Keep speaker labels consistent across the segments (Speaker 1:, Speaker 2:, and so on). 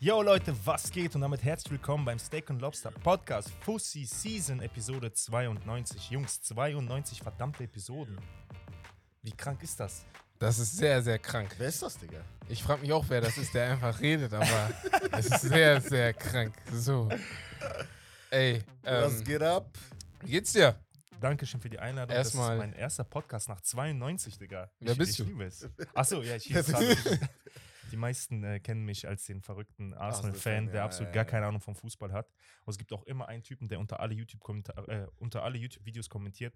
Speaker 1: Yo Leute, was geht und damit herzlich willkommen beim Steak and Lobster Podcast Fussy Season Episode 92. Jungs, 92 verdammte Episoden. Wie krank ist das?
Speaker 2: Das ist sehr, sehr krank.
Speaker 3: Wer ist das, Digga?
Speaker 2: Ich frage mich auch, wer das ist, der einfach redet, aber es ist sehr, sehr krank. So. Ey,
Speaker 3: Was
Speaker 2: ähm,
Speaker 3: geht ab?
Speaker 2: wie geht's dir?
Speaker 1: Dankeschön für die Einladung.
Speaker 2: Erstmal-
Speaker 1: Das ist mein erster Podcast nach 92, Digga.
Speaker 2: Wer
Speaker 1: ich,
Speaker 2: bist
Speaker 1: ich
Speaker 2: du?
Speaker 1: Liebe es. Achso, ja, ich liebe es. Die meisten äh, kennen mich als den verrückten Arsenal-Fan,
Speaker 3: Arsenal-Fan,
Speaker 1: der
Speaker 3: ja,
Speaker 1: absolut
Speaker 3: ja,
Speaker 1: gar
Speaker 3: ja.
Speaker 1: keine Ahnung vom Fußball hat. Und es gibt auch immer einen Typen, der unter alle YouTube-Videos äh, unter alle YouTube kommentiert.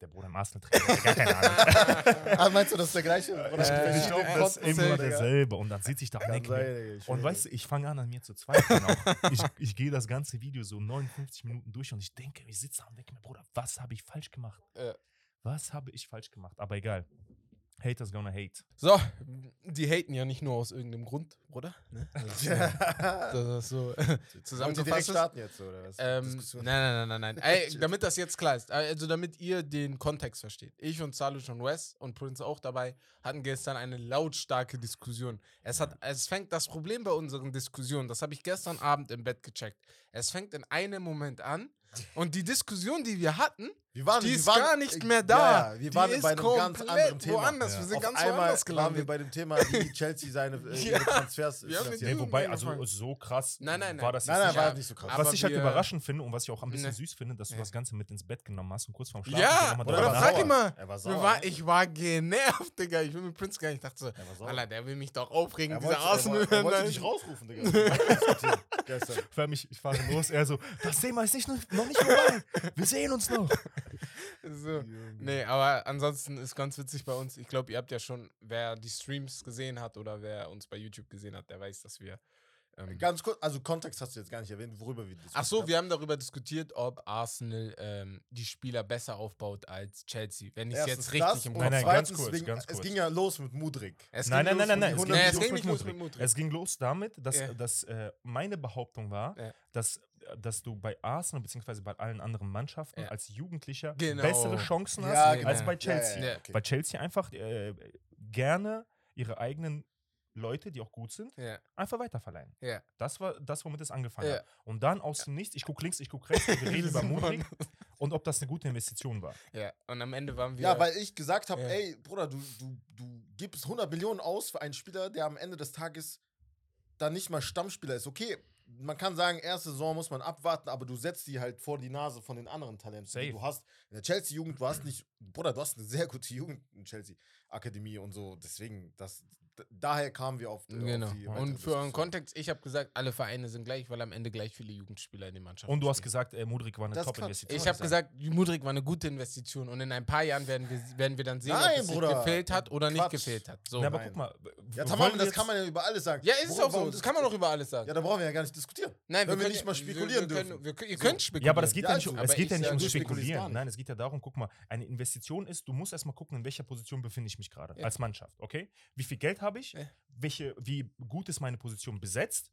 Speaker 1: Der Bruder im Arsenal-Trainer, der hat gar keine Ahnung.
Speaker 3: ah, meinst du, das ist der gleiche? Oder
Speaker 2: Äh,
Speaker 1: ich glaube, das ist immer
Speaker 3: Digga.
Speaker 1: derselbe. Und dann sitze ich da und
Speaker 3: Kann
Speaker 1: denke mir,
Speaker 3: sein, Digga, ich
Speaker 1: und
Speaker 3: schwöre.
Speaker 1: weißt du, ich fange an, an mir zu zweifeln. Auch. Ich, ich gehe das ganze Video so 59 Minuten durch und ich denke, ich sitze da und denke mir, Bruder, was habe ich falsch gemacht?
Speaker 2: Ja.
Speaker 1: Was habe ich falsch gemacht? Aber egal. Haters gonna hate.
Speaker 2: So, die haten ja nicht nur aus irgendeinem Grund, oder? Ne?
Speaker 3: Ja.
Speaker 2: Das ist so
Speaker 3: Wollt ihr Ah. direkt
Speaker 2: zusammengefasst. ist.
Speaker 3: starten jetzt, oder
Speaker 2: Ähm,
Speaker 3: was?
Speaker 2: nein,
Speaker 3: Diskussion.
Speaker 2: nein, nein, nein, nein. Ey, damit das jetzt klar ist, also damit ihr den Kontext versteht. Ich und Salush und Wes und Prince auch dabei hatten gestern eine lautstarke Diskussion. Es, hat, es fängt das Problem bei unseren Diskussionen, das habe ich gestern Abend im Bett gecheckt. Es fängt in einem Moment an und die Diskussion, die wir hatten,
Speaker 3: Wir waren,
Speaker 2: die
Speaker 3: wir
Speaker 2: ist
Speaker 3: waren,
Speaker 2: gar nicht
Speaker 3: äh,
Speaker 2: mehr da.
Speaker 3: Ja, ja, wir
Speaker 2: Die
Speaker 3: waren
Speaker 2: ist
Speaker 3: bei einem ganz
Speaker 2: komplett
Speaker 3: anderen Thema.
Speaker 2: woanders. Wir sind
Speaker 3: Auf
Speaker 2: ganz
Speaker 3: einmal
Speaker 2: woanders
Speaker 3: waren wir
Speaker 2: gelandet.
Speaker 3: bei dem Thema, wie Chelsea seine äh,
Speaker 2: Ja.
Speaker 3: ihre Transfers
Speaker 2: Wir haben mit
Speaker 3: finanziert.
Speaker 1: Nee,
Speaker 2: Jugend
Speaker 1: wobei, also
Speaker 2: angefangen.
Speaker 1: so krass
Speaker 2: Nein, nein, nein.
Speaker 1: war das jetzt
Speaker 3: Nein, nein,
Speaker 1: nicht.
Speaker 3: war nicht so krass.
Speaker 2: Aber
Speaker 1: was ich halt
Speaker 2: wir-
Speaker 1: überraschend finde und was ich auch ein bisschen
Speaker 2: Ne.
Speaker 1: süß finde, dass du
Speaker 2: Ja.
Speaker 1: das Ganze mit ins Bett genommen hast und kurz vorm Schlafen
Speaker 2: Ja,
Speaker 1: noch mal
Speaker 2: oder
Speaker 1: drüber
Speaker 3: war
Speaker 2: frag
Speaker 3: sauer.
Speaker 2: ihn mal.
Speaker 3: Er war
Speaker 2: Mir
Speaker 3: sauer. ne?
Speaker 2: war, ich war genervt, Digga. Ich will mit Prince gar nicht. Ich dachte so,
Speaker 3: Er war sauer.
Speaker 2: Alter, der will mich doch aufregen,
Speaker 3: Er
Speaker 2: dieser ne?
Speaker 3: wollte- er wollte- Er wollte
Speaker 2: Arsenal.
Speaker 3: dich rausrufen, Digga. Wir haben diskutiert Gestern.
Speaker 1: Für mich, ich fahre los, er so, das Thema ist nicht, noch nicht vorbei. Wir sehen uns noch.
Speaker 2: So. Nee, aber ansonsten ist ganz witzig bei uns. Ich glaube, ihr habt ja schon, wer die Streams gesehen hat oder wer uns bei YouTube gesehen hat, der weiß, dass wir. Ähm,
Speaker 3: Ganz kurz, also Kontext hast du jetzt gar nicht erwähnt, worüber wir diskutiert
Speaker 2: ach so,
Speaker 3: haben.
Speaker 2: wir haben darüber diskutiert, ob Arsenal ähm, die Spieler besser aufbaut als Chelsea. Wenn ich es
Speaker 3: Erstens
Speaker 2: jetzt richtig
Speaker 3: das
Speaker 2: im
Speaker 3: und
Speaker 2: Kopf
Speaker 1: Nein, nein,
Speaker 2: habe.
Speaker 1: ganz
Speaker 3: zweitens
Speaker 1: kurz,
Speaker 3: wegen-
Speaker 1: ganz
Speaker 3: Es
Speaker 1: kurz.
Speaker 3: ging ja los mit Mudrik.
Speaker 2: Es
Speaker 1: Nein, nein, nein,
Speaker 2: ging
Speaker 1: nein, nein.
Speaker 2: los
Speaker 1: Es
Speaker 2: mit
Speaker 1: ging,
Speaker 2: die 100
Speaker 1: los
Speaker 2: es ging
Speaker 1: mit
Speaker 2: nicht los mit
Speaker 1: Mudrik.
Speaker 2: Mutrik.
Speaker 1: Es ging los damit, dass,
Speaker 2: Ja.
Speaker 1: dass äh, meine Behauptung war,
Speaker 2: Ja.
Speaker 1: dass, äh, dass du bei Arsenal bzw. bei allen anderen Mannschaften
Speaker 2: Ja.
Speaker 1: als Jugendlicher
Speaker 2: Genau.
Speaker 1: bessere Chancen hast
Speaker 2: Ja, genau.
Speaker 1: als bei Chelsea.
Speaker 2: ja, ja.
Speaker 3: okay.
Speaker 1: Weil Chelsea einfach äh, gerne ihre eigenen Leute, die auch gut sind,
Speaker 2: Ja,
Speaker 1: einfach weiterverleihen.
Speaker 2: ja.
Speaker 1: Das war das, womit es angefangen
Speaker 2: Ja.
Speaker 1: hat. Und dann aus dem Nichts, ich gucke links, ich gucke rechts, wir reden über
Speaker 2: Mann.
Speaker 1: Mudrik und ob das eine gute Investition war.
Speaker 2: ja. Und am Ende waren wir.
Speaker 3: Ja, weil ich gesagt habe,
Speaker 2: Ja.
Speaker 3: ey, Bruder, du, du, du gibst 100 Millionen aus für einen Spieler, der am Ende des Tages dann nicht mal Stammspieler ist. Okay, man kann sagen, erste Saison muss man abwarten, aber du setzt die halt vor die Nase von den anderen Talenten,
Speaker 1: Safe.
Speaker 3: die du hast. In der Chelsea-Jugend, du hast nicht, Bruder, du hast eine sehr gute Jugend in Chelsea-Akademie und so. Deswegen, das, d- daher kamen wir auf, äh,
Speaker 2: Genau.
Speaker 3: auf die weitere
Speaker 2: Und für euren
Speaker 3: Diskussion.
Speaker 2: Kontext, ich habe gesagt, alle Vereine sind gleich, weil am Ende gleich viele Jugendspieler in den Mannschaften
Speaker 1: Und du hast
Speaker 2: spielen.
Speaker 1: gesagt, äh, Mudrik war eine
Speaker 3: Das ist
Speaker 1: Top-Investition. Also,
Speaker 2: Ich habe gesagt, Mudrik war eine gute Investition und in ein paar Jahren werden wir, werden wir dann sehen,
Speaker 3: Nein,
Speaker 2: ob es
Speaker 3: Bruder.
Speaker 2: sich gefehlt hat oder nicht
Speaker 3: Quatsch.
Speaker 2: gefehlt hat. So.
Speaker 1: Na, aber
Speaker 3: Nein.
Speaker 1: guck mal.
Speaker 3: Ja,
Speaker 1: wollen
Speaker 3: tamam,
Speaker 1: wir
Speaker 3: das
Speaker 1: jetzt-
Speaker 3: kann man ja über alles sagen.
Speaker 2: ja, ist es
Speaker 3: Worüber
Speaker 2: auch so.
Speaker 3: man
Speaker 2: Das kann man auch über alles sagen.
Speaker 3: Ja, da brauchen wir ja gar nicht diskutieren.
Speaker 2: Nein,
Speaker 3: wenn wir
Speaker 2: können-
Speaker 3: nicht mal spekulieren
Speaker 2: wir, wir
Speaker 3: dürfen.
Speaker 2: Können, wir, können- ihr
Speaker 3: So.
Speaker 2: könnt spekulieren.
Speaker 1: Ja, aber das geht ja,
Speaker 3: Ja,
Speaker 1: nicht, um-
Speaker 3: also,
Speaker 1: es
Speaker 2: aber
Speaker 1: geht ja
Speaker 2: ich
Speaker 1: nicht
Speaker 2: sag,
Speaker 1: um
Speaker 3: du spekulierst gar
Speaker 1: Spekulieren.
Speaker 3: nicht.
Speaker 1: Nein, es geht ja darum, guck mal, eine Investition ist, du musst erstmal gucken, in welcher Position befinde ich mich gerade
Speaker 2: Ja.
Speaker 1: als Mannschaft, okay? Wie viel Geld habe ich?
Speaker 2: Ja.
Speaker 1: Welche, wie gut ist meine Position besetzt?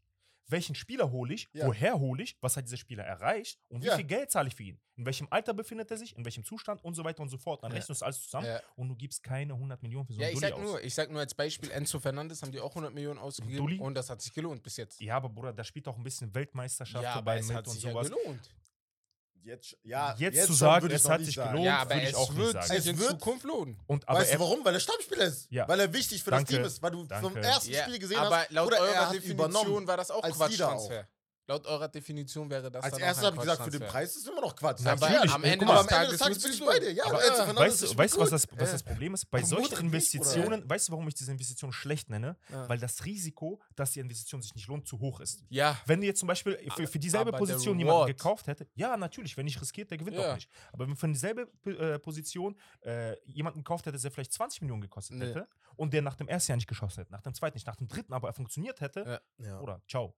Speaker 1: Welchen Spieler hole ich?
Speaker 3: Ja.
Speaker 1: Woher hole ich? Was hat dieser Spieler erreicht? Und wie
Speaker 3: Ja.
Speaker 1: viel Geld zahle ich für ihn? In welchem Alter befindet er sich? In welchem Zustand? Und so weiter und so fort. Dann
Speaker 2: Ja.
Speaker 1: rechnest du das alles zusammen
Speaker 2: Ja.
Speaker 1: und du gibst keine 100 Millionen für so
Speaker 2: ja,
Speaker 1: einen
Speaker 2: ich
Speaker 1: Dulli
Speaker 2: sag,
Speaker 1: aus.
Speaker 2: nur, ich sag nur als Beispiel, Enzo Fernandes haben die auch 100 Millionen ausgegeben
Speaker 1: Dulli?
Speaker 2: und das hat sich gelohnt bis jetzt.
Speaker 1: ja, aber Bruder, da spielt auch ein bisschen Weltmeisterschaft
Speaker 2: aber
Speaker 1: dabei
Speaker 2: es
Speaker 1: mit
Speaker 2: hat
Speaker 1: und
Speaker 2: sich ja
Speaker 1: sowas.
Speaker 2: gelohnt.
Speaker 3: Jetzt, sch- ja,
Speaker 1: Jetzt zu
Speaker 3: schon
Speaker 1: sagen,
Speaker 3: würde ich
Speaker 1: es
Speaker 3: noch
Speaker 1: hat
Speaker 3: nicht
Speaker 1: sich
Speaker 3: sagen.
Speaker 1: gelohnt,
Speaker 2: Ja, aber
Speaker 1: würd ich
Speaker 2: es
Speaker 1: auch nicht
Speaker 2: wird
Speaker 1: sagen.
Speaker 2: sich
Speaker 3: Es
Speaker 2: in
Speaker 3: wird-
Speaker 2: Zukunft lohnen.
Speaker 1: Und aber
Speaker 3: weißt
Speaker 1: er,
Speaker 3: du warum? Weil er Stammspieler ist.
Speaker 1: Ja.
Speaker 3: Weil er wichtig für
Speaker 1: Danke.
Speaker 3: das Team ist. Weil du vom
Speaker 1: Danke.
Speaker 3: ersten
Speaker 2: Ja,
Speaker 3: Spiel gesehen
Speaker 2: aber
Speaker 3: hast,
Speaker 2: laut
Speaker 3: Bruder, er
Speaker 2: eurer
Speaker 3: hat
Speaker 2: Definition
Speaker 3: übernommen.
Speaker 2: war das auch
Speaker 3: als Leader
Speaker 2: Quatschtransfer. Laut eurer Definition wäre das dann
Speaker 3: Als
Speaker 2: auch ein
Speaker 3: erster habe ich gesagt, für den
Speaker 2: Quatschtransfer.
Speaker 3: Preis ist immer noch Quatsch.
Speaker 1: Na,
Speaker 3: Sag ich
Speaker 1: natürlich.
Speaker 3: ehrlich.
Speaker 2: am
Speaker 1: Ey,
Speaker 2: Ende
Speaker 1: guck mal,
Speaker 2: des
Speaker 3: aber am Ende des
Speaker 2: Tages wird
Speaker 3: Tages bin
Speaker 2: es
Speaker 3: ich
Speaker 2: so.
Speaker 3: bei dir. Ja,
Speaker 2: Aber, äh,
Speaker 3: aber Enzo Fernandes
Speaker 1: Weißt
Speaker 3: ist
Speaker 1: du, weißt, du, was,
Speaker 3: gut.
Speaker 1: das, was
Speaker 2: Ja.
Speaker 1: das Problem ist? Bei
Speaker 3: Aber
Speaker 1: solchen
Speaker 3: Modric nicht, oder?
Speaker 1: Investitionen, weißt du, warum ich diese Investition schlecht nenne?
Speaker 2: Ja.
Speaker 1: Weil das Risiko, dass die Investition sich nicht lohnt, zu hoch ist.
Speaker 2: Ja,
Speaker 1: Wenn du jetzt zum Beispiel für, für dieselbe
Speaker 2: Ah, aber der
Speaker 1: Position
Speaker 2: Reward.
Speaker 1: jemanden gekauft hätte, ja, natürlich, wenn nicht riskiert, der gewinnt
Speaker 2: Ja.
Speaker 1: auch nicht. Aber wenn man für dieselbe äh, Position äh, jemanden gekauft hätte, der vielleicht 20 Millionen gekostet
Speaker 2: Nee.
Speaker 1: hätte und der nach dem ersten Jahr nicht geschossen hätte, nach dem zweiten nicht, nach dem dritten aber er funktioniert hätte,
Speaker 2: Ja.
Speaker 3: Ja.
Speaker 1: oder ciao.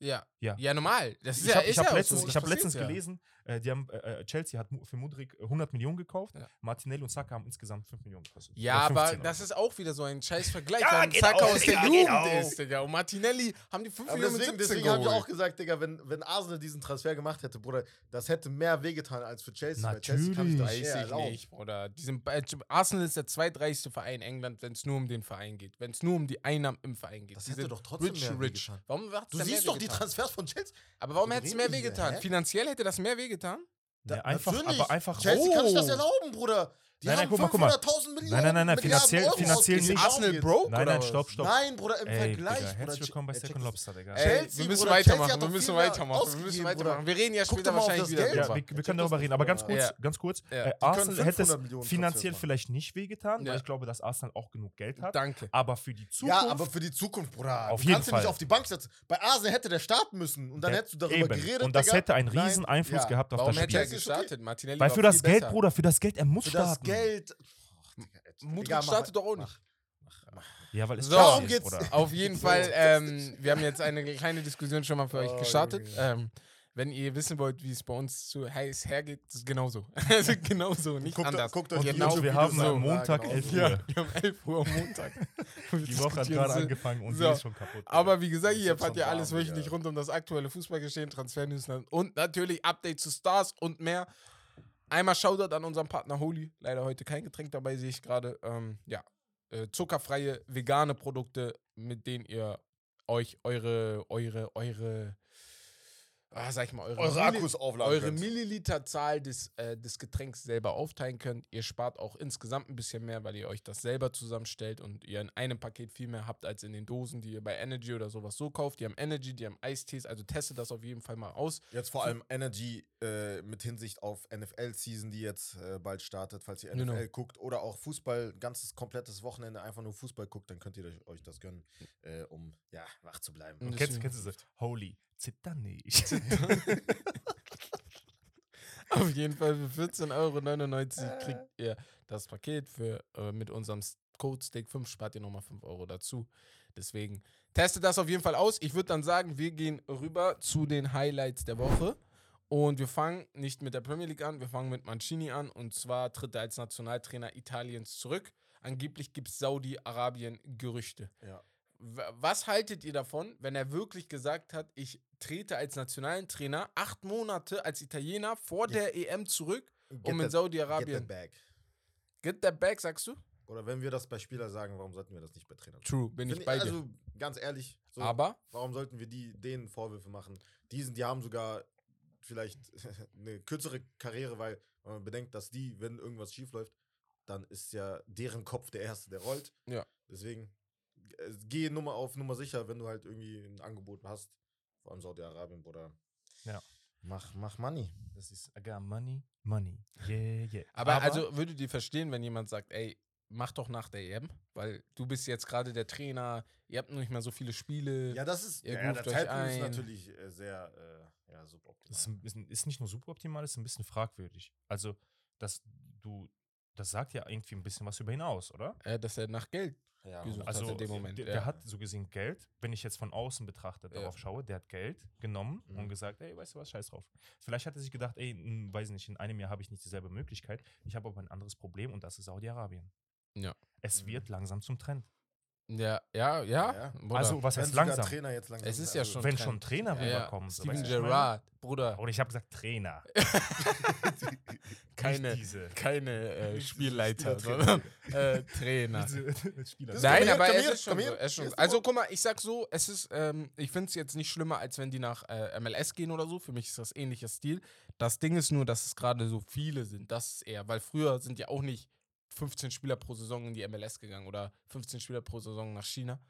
Speaker 2: Ja.
Speaker 1: Ja.
Speaker 2: Ja, normal. Das ist
Speaker 1: ich
Speaker 2: ja,
Speaker 1: habe
Speaker 2: ist
Speaker 1: hab
Speaker 2: ja auch
Speaker 1: letztens,
Speaker 2: so,
Speaker 1: ich hab
Speaker 2: das passiert
Speaker 1: letztens
Speaker 2: ja.
Speaker 1: gelesen, äh, die haben, äh, äh, Chelsea hat mu- für Mudrik 100 Millionen gekauft,
Speaker 2: Ja.
Speaker 1: Martinelli und Saka haben insgesamt 5 Millionen gekostet.
Speaker 2: Ja,
Speaker 1: Oder 15
Speaker 2: aber
Speaker 1: oder
Speaker 2: das
Speaker 1: so.
Speaker 2: ist auch wieder so ein scheiß Vergleich,
Speaker 1: Ja,
Speaker 2: weil
Speaker 1: geht
Speaker 2: Saka
Speaker 1: auch,
Speaker 2: aus der
Speaker 1: Digga, geht
Speaker 2: Jugend
Speaker 1: auch.
Speaker 2: ist, Digga. Und Martinelli haben die 5
Speaker 3: Aber
Speaker 2: Millionen mit
Speaker 3: deswegen
Speaker 2: 17
Speaker 3: deswegen habe
Speaker 2: geholt.
Speaker 3: ich auch gesagt, Digga, wenn, wenn Arsenal diesen Transfer gemacht hätte, Bruder, das hätte mehr wehgetan als für Chelsea. Bei Chelsea kann ich das
Speaker 1: Natürlich.
Speaker 3: schwer
Speaker 2: Weiß ich
Speaker 3: erlauben.
Speaker 2: nicht, Bruder. Diesen, äh, Arsenal ist der zweitreichste Verein England, wenn es nur um den Verein geht. Wenn es nur um die Einnahmen im Verein geht.
Speaker 3: Das
Speaker 2: Die
Speaker 3: hätte
Speaker 2: sind
Speaker 3: doch trotzdem
Speaker 2: rich,
Speaker 3: mehr
Speaker 2: rich.
Speaker 3: wehgetan.
Speaker 2: Warum hat's
Speaker 3: Du
Speaker 2: denn mehr
Speaker 3: siehst doch die
Speaker 2: wehgetan?
Speaker 3: Transfers von Chelsea.
Speaker 2: Aber warum
Speaker 3: Worüber
Speaker 2: hätte es mehr
Speaker 3: reden wir?
Speaker 2: wehgetan?
Speaker 3: Hä?
Speaker 2: Finanziell hätte das mehr wehgetan?
Speaker 1: Ja,
Speaker 3: Da-
Speaker 1: einfach,
Speaker 3: natürlich.
Speaker 1: aber einfach.
Speaker 3: Chelsea kann sich das
Speaker 2: Oh.
Speaker 3: erlauben, Bruder. Die
Speaker 1: Nein, nein,
Speaker 3: haben
Speaker 1: guck mal, guck mal.
Speaker 3: 500.000 Millionen.
Speaker 1: Nein, nein, nein, nein,
Speaker 3: Milliarden
Speaker 1: finanziell-
Speaker 3: Euro
Speaker 1: finanziell
Speaker 3: ausgegeben.
Speaker 1: nicht.
Speaker 3: Darum
Speaker 2: Arsenal
Speaker 3: geht's.
Speaker 2: broke
Speaker 1: Nein,
Speaker 2: oder
Speaker 1: nein,
Speaker 2: was?
Speaker 1: stopp, stopp.
Speaker 3: Nein, Bruder, im
Speaker 1: Ey,
Speaker 3: Vergleich,
Speaker 1: Digga,
Speaker 3: Bruder.
Speaker 1: herzlich willkommen bei
Speaker 3: Ey,
Speaker 1: Second
Speaker 3: check-
Speaker 1: Lobster, Digga.
Speaker 3: Ey,
Speaker 2: Ey,
Speaker 3: Chelsea,
Speaker 2: wir müssen
Speaker 3: Bruder, Chelsea
Speaker 2: weitermachen,
Speaker 3: hat
Speaker 2: wir
Speaker 3: doch
Speaker 2: müssen
Speaker 3: viel mehr
Speaker 2: weitermachen, wir müssen
Speaker 3: ausgegeben,
Speaker 2: weitermachen.
Speaker 3: Bruder.
Speaker 2: Wir reden ja
Speaker 3: Guck
Speaker 2: später
Speaker 3: doch mal auf
Speaker 2: wahrscheinlich
Speaker 3: das
Speaker 2: wieder
Speaker 3: Geld.
Speaker 1: Ja,
Speaker 2: drüber.
Speaker 1: wir,
Speaker 3: Check
Speaker 1: wir können
Speaker 3: das
Speaker 1: darüber
Speaker 3: doch
Speaker 1: reden, aber
Speaker 3: mal.
Speaker 1: ganz kurz,
Speaker 2: Ja.
Speaker 1: ganz kurz.
Speaker 2: Ja.
Speaker 1: Äh,
Speaker 3: Die können
Speaker 1: Arsenal hätte es
Speaker 3: 500 Millionen
Speaker 1: finanziell
Speaker 3: Transfer
Speaker 1: vielleicht nicht wehgetan,
Speaker 2: Ja.
Speaker 1: weil ich glaube, dass Arsenal auch genug Geld hat.
Speaker 2: Danke.
Speaker 1: Aber für die Zukunft.
Speaker 3: Ja, aber für die Zukunft, Bruder.
Speaker 1: Auf
Speaker 3: du
Speaker 1: jeden
Speaker 3: kannst ihn nicht
Speaker 1: Fall.
Speaker 3: auf die Bank setzen. Bei Arsenal hätte der starten müssen und dann
Speaker 1: Ja,
Speaker 3: hättest du darüber
Speaker 1: eben.
Speaker 3: geredet.
Speaker 1: Und das
Speaker 3: Digga.
Speaker 1: hätte einen riesen
Speaker 3: Nein,
Speaker 1: Einfluss
Speaker 3: ja.
Speaker 1: gehabt auf
Speaker 2: Warum
Speaker 1: das
Speaker 2: hätte er
Speaker 1: Spiel.
Speaker 3: Chelsea ist
Speaker 2: gestartet? Martinelli
Speaker 1: Weil
Speaker 2: war
Speaker 1: für das
Speaker 2: viel
Speaker 1: Geld,
Speaker 2: besser.
Speaker 1: Bruder, für das Geld, er muss
Speaker 3: Für das
Speaker 1: starten.
Speaker 3: Geld.
Speaker 2: Mutrik
Speaker 3: Digga, mach-
Speaker 2: startet doch auch nicht.
Speaker 1: Ja, weil es
Speaker 2: So.
Speaker 1: Chelsea
Speaker 3: Darum
Speaker 1: ist,
Speaker 3: geht's.
Speaker 1: Bruder.
Speaker 2: Auf jeden
Speaker 3: So.
Speaker 2: Fall, ähm, wir haben jetzt eine kleine Diskussion schon mal für
Speaker 3: Oh,
Speaker 2: euch gestartet.
Speaker 3: Junge.
Speaker 2: Ähm, wenn ihr wissen wollt, wie es bei uns zu heiß hergeht, das ist genauso. Also genauso, nicht
Speaker 3: Guckt-
Speaker 2: anders.
Speaker 3: guckt euch die
Speaker 2: genau,
Speaker 1: wir
Speaker 3: YouTube-Videos
Speaker 1: haben
Speaker 3: an.
Speaker 1: am Montag 11
Speaker 3: Ja, genau
Speaker 1: Uhr.
Speaker 2: ja,
Speaker 3: so.
Speaker 2: wir haben 11 Uhr am Montag.
Speaker 1: Die Woche hat gerade angefangen und
Speaker 2: So.
Speaker 1: sie ist schon kaputt.
Speaker 2: Aber wie gesagt, hier
Speaker 3: jetzt
Speaker 2: erfahrt
Speaker 3: schon
Speaker 2: ihr alles
Speaker 3: warm,
Speaker 2: wöchentlich
Speaker 3: ja.
Speaker 2: rund um das aktuelle Fußballgeschehen, Transfernews und natürlich Updates zu Stars und mehr. Einmal Shoutout an unseren Partner Holy. Leider heute kein Getränk dabei, sehe ich gerade. Ähm, ja, äh, zuckerfreie vegane Produkte, mit denen ihr euch eure, eure, eure, ah, sag ich mal, eure,
Speaker 3: Eure
Speaker 2: Milli-
Speaker 3: Akkus aufladen.
Speaker 2: eure
Speaker 3: könnt.
Speaker 2: Milliliterzahl des, äh, des Getränks selber aufteilen könnt. Ihr spart auch insgesamt ein bisschen mehr, weil ihr euch das selber zusammenstellt und ihr in einem Paket viel mehr habt als in den Dosen, die ihr bei Energy oder sowas so kauft. Die haben Energy, die haben Eistees, also testet das auf jeden Fall mal aus.
Speaker 3: Jetzt vor allem Energy äh, mit Hinsicht auf NFL-Season, die jetzt äh, bald startet, falls ihr NFL
Speaker 2: Genau.
Speaker 3: guckt oder auch Fußball, ganzes komplettes Wochenende einfach nur Fußball guckt, dann könnt ihr euch, euch das gönnen, äh, um ja, wach zu bleiben.
Speaker 2: Mhm.
Speaker 1: Kennst, kennst du das? Holy, zitter nicht.
Speaker 2: Auf jeden Fall für 14,99 Euro kriegt ihr das Paket. Für, äh, mit unserem S- Code Steak 5 spart ihr nochmal 5 Euro dazu. Deswegen testet das auf jeden Fall aus. Ich würde dann sagen, wir gehen rüber zu den Highlights der Woche. Und wir fangen nicht mit der Premier League an, wir fangen mit Mancini an. Und zwar tritt er als Nationaltrainer Italiens zurück. Angeblich gibt es Saudi-Arabien Gerüchte.
Speaker 3: Ja.
Speaker 2: W- Was haltet ihr davon, wenn er wirklich gesagt hat, ich trete als nationalen Trainer acht Monate als Italiener vor der EM zurück,
Speaker 3: Get
Speaker 2: um in
Speaker 3: that- Get that
Speaker 2: Saudi-Arabien.
Speaker 3: bag.
Speaker 2: Get that back, sagst du?
Speaker 3: Oder wenn wir das bei Spieler sagen, warum sollten wir das nicht bei Trainern? machen?
Speaker 2: True, bin
Speaker 3: Find
Speaker 2: ich bei dir.
Speaker 3: Also ganz ehrlich, so,
Speaker 2: Aber
Speaker 3: warum sollten wir die, denen Vorwürfe machen? Diesen, die haben sogar vielleicht eine kürzere Karriere, weil wenn man bedenkt, dass die, wenn irgendwas schief läuft, dann ist ja deren Kopf der Erste, der rollt.
Speaker 2: Ja.
Speaker 3: Deswegen äh, geh Nummer auf Nummer sicher, wenn du halt irgendwie ein Angebot hast. Vor allem Saudi-Arabien, Bruder.
Speaker 1: Ja.
Speaker 3: Mach, mach Money.
Speaker 1: Das ist agar money, money. Yeah, yeah.
Speaker 2: Aber, also würdet ihr verstehen, wenn jemand sagt, ey, mach doch nach der EM, weil du bist jetzt gerade der Trainer, ihr habt noch nicht mehr so viele Spiele.
Speaker 3: Ja, das ist,
Speaker 2: Ihr
Speaker 3: ja,
Speaker 2: ruft
Speaker 3: der
Speaker 2: euch
Speaker 3: Zeitpunkt ist
Speaker 2: ein.
Speaker 3: natürlich äh, sehr äh, ja, suboptimal.
Speaker 1: Das ist, ein bisschen, ist nicht nur suboptimal, ist ein bisschen fragwürdig. Also, dass du, das sagt ja irgendwie ein bisschen was über ihn aus, oder?
Speaker 2: Äh, dass er nach Geld.
Speaker 3: Ja,
Speaker 2: Wieso?
Speaker 3: Mann.
Speaker 2: Das
Speaker 1: Also,
Speaker 2: in dem Moment,
Speaker 1: der, der
Speaker 2: Äh, ja.
Speaker 1: hat so gesehen Geld, wenn ich jetzt von außen betrachtet
Speaker 2: Ja.
Speaker 1: darauf schaue, der hat Geld genommen
Speaker 3: Mhm.
Speaker 1: und gesagt, ey, weißt du was, scheiß drauf. Vielleicht hat er sich gedacht, ey, hm, weiß nicht, in einem Jahr habe ich nicht dieselbe Möglichkeit, ich habe aber ein anderes Problem und das ist Saudi-Arabien.
Speaker 2: Ja.
Speaker 1: Es
Speaker 3: Mhm.
Speaker 1: wird langsam zum Trend.
Speaker 2: Ja, ja, ja.
Speaker 3: Ja.
Speaker 2: Bruder.
Speaker 1: Also, was
Speaker 3: Wenn
Speaker 1: heißt
Speaker 3: sogar
Speaker 1: langsam?
Speaker 3: Trainer jetzt langsam
Speaker 2: Es ist
Speaker 3: sind,
Speaker 2: ja
Speaker 3: also-
Speaker 2: schon
Speaker 1: Wenn
Speaker 2: Trend.
Speaker 1: schon Trainer
Speaker 2: ja, ja.
Speaker 1: rüberkommen. so,
Speaker 2: Steven
Speaker 1: weißt du, was ich meine?
Speaker 2: Gerrard, Bruder.
Speaker 1: Oder ich habe gesagt Trainer.
Speaker 2: Keine-
Speaker 1: Nicht diese.
Speaker 2: Keine äh,
Speaker 3: Nicht
Speaker 2: Spielleiter,
Speaker 3: Spielertrainer.
Speaker 2: sondern äh, Trainer.
Speaker 1: diese Spieler.
Speaker 3: Das ist
Speaker 2: Nein,
Speaker 3: Kamel,
Speaker 2: aber es
Speaker 3: Kamel,
Speaker 2: ist schon, so,
Speaker 3: Kamel.
Speaker 2: es ist schon
Speaker 3: Ist
Speaker 2: so.
Speaker 3: doch-
Speaker 2: Also guck mal, ich sag so, es ist, ähm, ich finde es jetzt nicht schlimmer, als wenn die nach äh, MLS gehen oder so. Für mich ist das ähnlicher Stil. Das Ding ist nur, dass es gerade so viele sind. Das ist eher, weil früher sind ja auch nicht 15 Spieler pro Saison in die MLS gegangen oder 15 Spieler pro Saison nach China.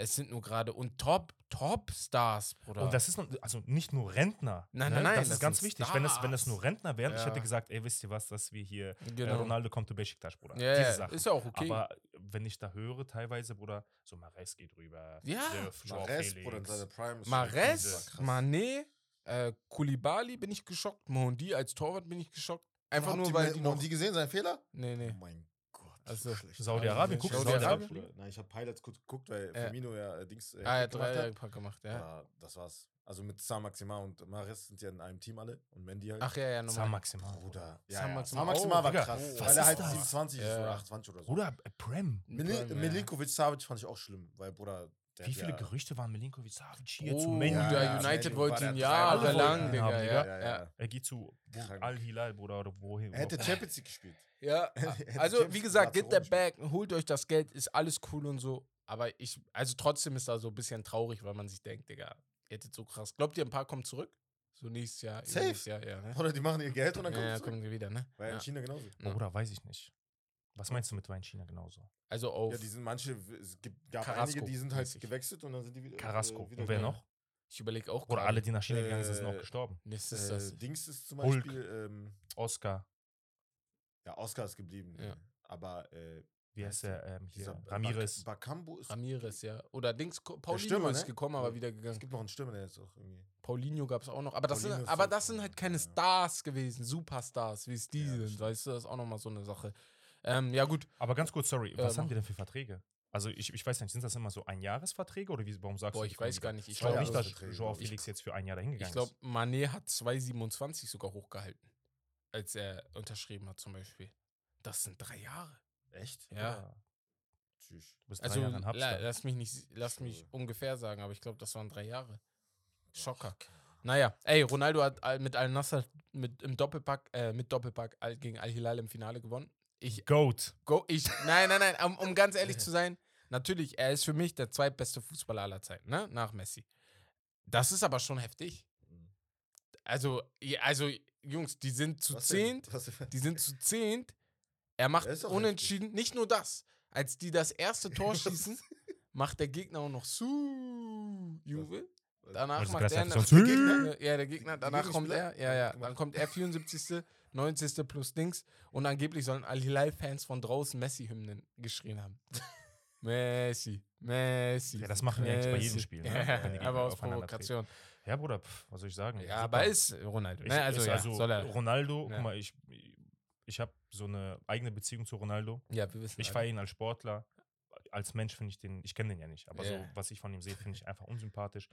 Speaker 2: Es sind nur gerade und Top, Top Stars, Bruder.
Speaker 1: Und das ist noch, also nicht nur Rentner. ne?
Speaker 2: Nein, nein, nein,
Speaker 1: Das,
Speaker 2: das
Speaker 1: ist ganz
Speaker 2: sind
Speaker 1: wichtig. Wenn das, wenn das nur
Speaker 2: Stars.
Speaker 1: Rentner wären, ich
Speaker 2: Ja.
Speaker 1: hätte gesagt, ey, wisst ihr was, dass wir hier äh,
Speaker 2: genau.
Speaker 1: Ronaldo kommt zu Besiktas, Bruder.
Speaker 2: ja,
Speaker 1: Diese
Speaker 2: ja,
Speaker 1: Sachen.
Speaker 2: ist ja auch okay.
Speaker 1: Aber wenn ich da höre, teilweise, Bruder, so Mares geht rüber.
Speaker 2: Ja.
Speaker 1: der Joao
Speaker 3: Mahrez,
Speaker 1: Felix.
Speaker 3: Bruder, in seiner Prime. ist schon- das war
Speaker 2: Mares,
Speaker 3: krass.
Speaker 2: Mané, äh, Kulibali bin ich geschockt, Mondi als Torwart bin ich geschockt. Einfach
Speaker 3: Habt
Speaker 2: nur,
Speaker 3: ihr
Speaker 2: weil
Speaker 3: mir-
Speaker 2: die
Speaker 3: haben
Speaker 2: noch...
Speaker 3: die gesehen, seinen Fehler?
Speaker 2: Nee,
Speaker 3: Oh
Speaker 2: nee.
Speaker 3: mein Gott.
Speaker 2: Also,
Speaker 1: Saudi-Arabien, guck,
Speaker 2: Saudi-Arabien?
Speaker 3: Saudi-Arabien. Nein, ich habe Highlights kurz geguckt, weil
Speaker 2: Ja.
Speaker 3: Firmino ja äh, Dings äh,
Speaker 2: Ah, er hat
Speaker 3: Hattrick
Speaker 2: drei
Speaker 3: gemacht hat.
Speaker 2: Pack gemacht, ja.
Speaker 3: Aber das war's. Also mit Sam Maxima und Maris sind ja in einem Team alle und Mandy halt.
Speaker 2: Ach ja, ja,
Speaker 1: Sam
Speaker 2: nochmal.
Speaker 1: Maximal.
Speaker 3: Bruder. Ja,
Speaker 2: Sam
Speaker 3: ja.
Speaker 2: Maxima.
Speaker 3: Sam Maxima
Speaker 2: Oh,
Speaker 3: war
Speaker 1: Digga,
Speaker 3: krass.
Speaker 2: was
Speaker 3: weil er
Speaker 1: ist
Speaker 3: halt
Speaker 1: das?
Speaker 3: 27 ist
Speaker 2: Ja.
Speaker 3: oder 28 oder so.
Speaker 1: Bruder, äh, Prem.
Speaker 3: Mili
Speaker 2: Ja.
Speaker 3: Milikovic Savic fand ich auch schlimm, weil Bruder. Der
Speaker 1: Wie
Speaker 3: hat
Speaker 1: viele
Speaker 3: ja,
Speaker 1: Gerüchte waren Milinkovic Savic hier zu
Speaker 2: Oh,
Speaker 1: Man
Speaker 3: Ja,
Speaker 1: United?
Speaker 2: ja,
Speaker 3: ja,
Speaker 2: United
Speaker 3: Manu
Speaker 2: wollte
Speaker 3: war
Speaker 2: ihn
Speaker 3: der
Speaker 2: jahrelang,
Speaker 1: Alle
Speaker 2: Digga.
Speaker 1: wollten ihn
Speaker 2: Ja,
Speaker 1: haben,
Speaker 2: ja,
Speaker 3: Digga.
Speaker 2: ja.
Speaker 1: Er geht zu
Speaker 3: Krank.
Speaker 1: Al Hilal, Bruder, oder wohin?
Speaker 3: Er hätte Champions League gespielt.
Speaker 2: Ja,
Speaker 3: Hätte
Speaker 2: also
Speaker 3: James
Speaker 2: wie gesagt,
Speaker 3: Bradford
Speaker 2: get that
Speaker 3: rumgespielt.
Speaker 2: back, holt euch das Geld, ist alles cool und so. Aber ich, also trotzdem ist da so ein bisschen traurig, weil man sich denkt, Digga, ihr hättet so krass. Glaubt ihr, ein paar kommen zurück? So nächstes Jahr.
Speaker 3: Safe.
Speaker 2: übernächstes Jahr, ja, ne?
Speaker 3: Bruder, die machen ihr Geld und dann
Speaker 2: ja, ja,
Speaker 3: kommt
Speaker 2: kommen sie wieder, ne?
Speaker 3: War ja in
Speaker 2: Ja.
Speaker 3: China genauso.
Speaker 2: Ja.
Speaker 1: Oder weiß ich nicht. Was meinst du mit Wein China genauso?
Speaker 2: Also auf
Speaker 3: Ja, die sind manche, es gibt, gab
Speaker 2: Carrasco
Speaker 3: einige, die sind halt
Speaker 2: mäßig.
Speaker 3: gewechselt und dann sind die wieder.
Speaker 1: Carrasco.
Speaker 3: Äh, wieder
Speaker 1: Und wer
Speaker 2: ja.
Speaker 1: noch?
Speaker 2: Ich überlege auch
Speaker 1: Oder
Speaker 2: gerade.
Speaker 1: alle, die nach China gegangen sind, sind auch
Speaker 3: Äh,
Speaker 1: gestorben.
Speaker 2: Das ist das.
Speaker 3: äh, Dings ist zum
Speaker 1: Hulk.
Speaker 3: Beispiel, ähm,
Speaker 1: Oscar,
Speaker 3: ja, Oscar ist geblieben.
Speaker 2: Ja.
Speaker 3: Aber äh,
Speaker 1: wie heißt
Speaker 3: Weißt
Speaker 1: er? Ähm, hier,
Speaker 2: äh,
Speaker 3: dieser Bak-
Speaker 1: Ramirez.
Speaker 3: Bacambo ist.
Speaker 2: Ramirez, ja. Oder Dings, Ko- Paulinho
Speaker 3: Stürmer,
Speaker 2: ist
Speaker 3: ne?
Speaker 2: gekommen, aber
Speaker 3: Ja.
Speaker 2: wieder
Speaker 3: Es
Speaker 2: gegangen.
Speaker 3: gibt noch einen Stürmer, der jetzt auch irgendwie.
Speaker 2: Paulinho gab es auch noch. Aber das,
Speaker 3: Paulinho
Speaker 2: sind,
Speaker 3: ist
Speaker 2: aber
Speaker 3: auch
Speaker 2: das
Speaker 3: so,
Speaker 2: sind halt keine
Speaker 3: ja.
Speaker 2: Stars gewesen, Superstars, wie es die
Speaker 3: Ja, das
Speaker 2: sind.
Speaker 3: stimmt.
Speaker 2: Weißt du, das ist auch nochmal so eine Sache. Ähm, ja, gut.
Speaker 1: Aber ganz kurz, sorry,
Speaker 2: Äh,
Speaker 1: was haben
Speaker 2: mach.
Speaker 1: die denn für Verträge? Also ich, ich weiß nicht, sind das immer so Einjahresverträge oder wie, warum sagst
Speaker 2: Boah,
Speaker 1: du?
Speaker 2: ich weiß gar nicht. Ich
Speaker 1: Ich glaube
Speaker 2: glaube,
Speaker 1: nicht, dass
Speaker 3: Verträge,
Speaker 1: Joao
Speaker 3: glaub ich.
Speaker 1: Felix jetzt für ein Jahr dahingegangen
Speaker 2: Ich glaube,
Speaker 1: ist.
Speaker 2: Manet hat 2,27 sogar hochgehalten, als er unterschrieben hat zum Beispiel. Das sind drei Jahre.
Speaker 3: Echt? Ah.
Speaker 2: Ja.
Speaker 3: Tschüss.
Speaker 1: Du bist drei
Speaker 2: Also
Speaker 1: Jahre ein
Speaker 2: la,
Speaker 1: Hubster.
Speaker 2: lass mich nicht, lass mich
Speaker 3: Schwöre.
Speaker 2: ungefähr sagen, aber ich glaube, das waren drei Jahre. Schocker. Naja, ey, Ronaldo hat al- mit Al Nassr mit im Doppelpack, äh, mit Doppelpack al, gegen Al Hilal im Finale gewonnen. Ich,
Speaker 1: Goat.
Speaker 2: go, ich, nein, nein, nein, um, um ganz ehrlich zu sein, natürlich, er ist für mich der zweitbeste Fußballer aller Zeiten, ne, nach Messi. Das ist aber schon heftig.
Speaker 3: Mhm.
Speaker 2: Also, ja, also, Jungs, die sind zu
Speaker 3: Was denn?
Speaker 2: zehnt.
Speaker 3: Was denn?
Speaker 2: Die sind zu zehnt. Er macht
Speaker 3: Das ist doch
Speaker 2: unentschieden. Nicht nur das. Als die das erste Tor schießen, macht der Gegner auch noch zu Juve.
Speaker 3: Was?
Speaker 2: Danach
Speaker 1: Also
Speaker 2: macht
Speaker 1: Gracia
Speaker 2: er
Speaker 1: hat
Speaker 2: noch,
Speaker 1: sonst
Speaker 2: der
Speaker 1: Hü-
Speaker 2: Gegner, ja, der Gegner,
Speaker 3: Die
Speaker 2: danach kommt
Speaker 3: Gegenspieler?
Speaker 2: er, ja, ja,
Speaker 3: Gemacht.
Speaker 2: dann kommt er 74., 90. plus Dings und angeblich sollen Al-Hilal-Fans von draußen Messi-Hymnen geschrien haben. Messi, Messi.
Speaker 1: Ja, das machen die eigentlich bei jedem
Speaker 2: Messi.
Speaker 1: Spiel, ne? Wenn die
Speaker 2: Ja,
Speaker 1: Gegner
Speaker 2: aber aus
Speaker 1: aufeinander
Speaker 2: Provokation.
Speaker 1: Ja, Bruder, pf, was soll ich sagen?
Speaker 2: Ja, aber
Speaker 1: Super.
Speaker 2: ist Ronaldo.
Speaker 1: Ich,
Speaker 2: Ne? Also,
Speaker 1: ist
Speaker 2: ja,
Speaker 1: also
Speaker 2: soll er.
Speaker 1: Ronaldo,
Speaker 2: Ja.
Speaker 1: guck mal, ich, ich habe so eine eigene Beziehung zu Ronaldo.
Speaker 2: Ja, wir wissen.
Speaker 1: Ich
Speaker 2: alle.
Speaker 1: feiere ihn als Sportler. Als Mensch finde ich den, ich kenne den ja nicht, aber so,
Speaker 2: Ja.
Speaker 1: was ich von ihm sehe, finde ich einfach unsympathisch.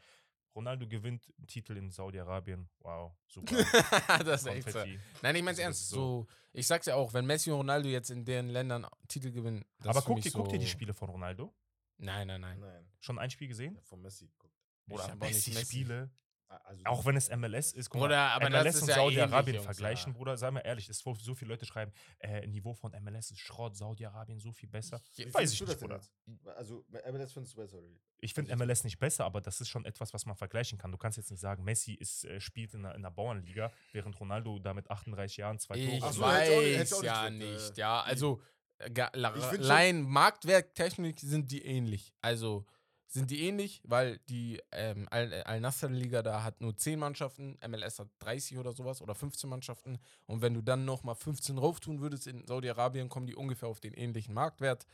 Speaker 1: Ronaldo gewinnt einen Titel in Saudi-Arabien. Wow, super.
Speaker 2: das ist echt so.
Speaker 1: Konfetti.
Speaker 2: Nein, ich
Speaker 1: Also, das
Speaker 2: mein's ernst.
Speaker 1: ist
Speaker 2: So.
Speaker 1: so.
Speaker 2: ich sag's ja auch, wenn Messi und Ronaldo jetzt in deren Ländern Titel gewinnen, das
Speaker 1: aber
Speaker 2: ist für
Speaker 1: guck
Speaker 2: mich
Speaker 1: dir,
Speaker 2: so
Speaker 1: guck dir die Spiele von Ronaldo.
Speaker 2: Nein, nein, nein.
Speaker 3: Nein,
Speaker 1: Schon ein Spiel
Speaker 3: ich
Speaker 1: gesehen?
Speaker 3: hab von Messi geguckt.
Speaker 2: hab
Speaker 1: Oder
Speaker 2: auch nicht Messi.
Speaker 1: Messi-Spiele.
Speaker 3: Ah, Also
Speaker 1: Auch wenn es MLS ist. Guck
Speaker 2: Bruder,
Speaker 1: mal,
Speaker 2: aber das
Speaker 1: MLS
Speaker 2: ist
Speaker 1: und
Speaker 2: ja ähnlich,
Speaker 1: Saudi-Arabien
Speaker 2: Jungs,
Speaker 1: vergleichen,
Speaker 2: ja.
Speaker 1: Bruder. Sei mal ehrlich, es wo so viele Leute schreiben, äh, Niveau von MLS ist Schrott, Saudi-Arabien so viel besser.
Speaker 2: Ja,
Speaker 1: weiß
Speaker 3: Wie findest
Speaker 1: ich
Speaker 3: du
Speaker 1: nicht,
Speaker 3: das denn
Speaker 1: Bruder.
Speaker 3: jetzt? Also, MLS findest du besser, sorry.
Speaker 1: Ich finde MLS nicht besser, aber das ist schon etwas, was man vergleichen kann. Du kannst jetzt nicht sagen, Messi ist, äh, spielt in einer, in einer Bauernliga, während Ronaldo da mit 38 Jahren zwei
Speaker 2: Ich
Speaker 1: Tore
Speaker 3: Ach so,
Speaker 1: macht.
Speaker 3: hätte ich auch nicht-
Speaker 2: weiß
Speaker 3: hätte ich auch nicht
Speaker 2: ja
Speaker 3: gesagt, äh,
Speaker 2: nicht. Ja, also äh, ga- la-
Speaker 3: Ich find schon-
Speaker 2: rein marktwerttechnisch sind die ähnlich. Also sind die ähnlich, weil die ähm, Al-Nasser-Liga da hat nur 10 Mannschaften, MLS hat 30 oder sowas oder 15 Mannschaften. Und wenn du dann nochmal 15 rauf tun würdest in Saudi-Arabien, kommen die ungefähr auf den ähnlichen Marktwert.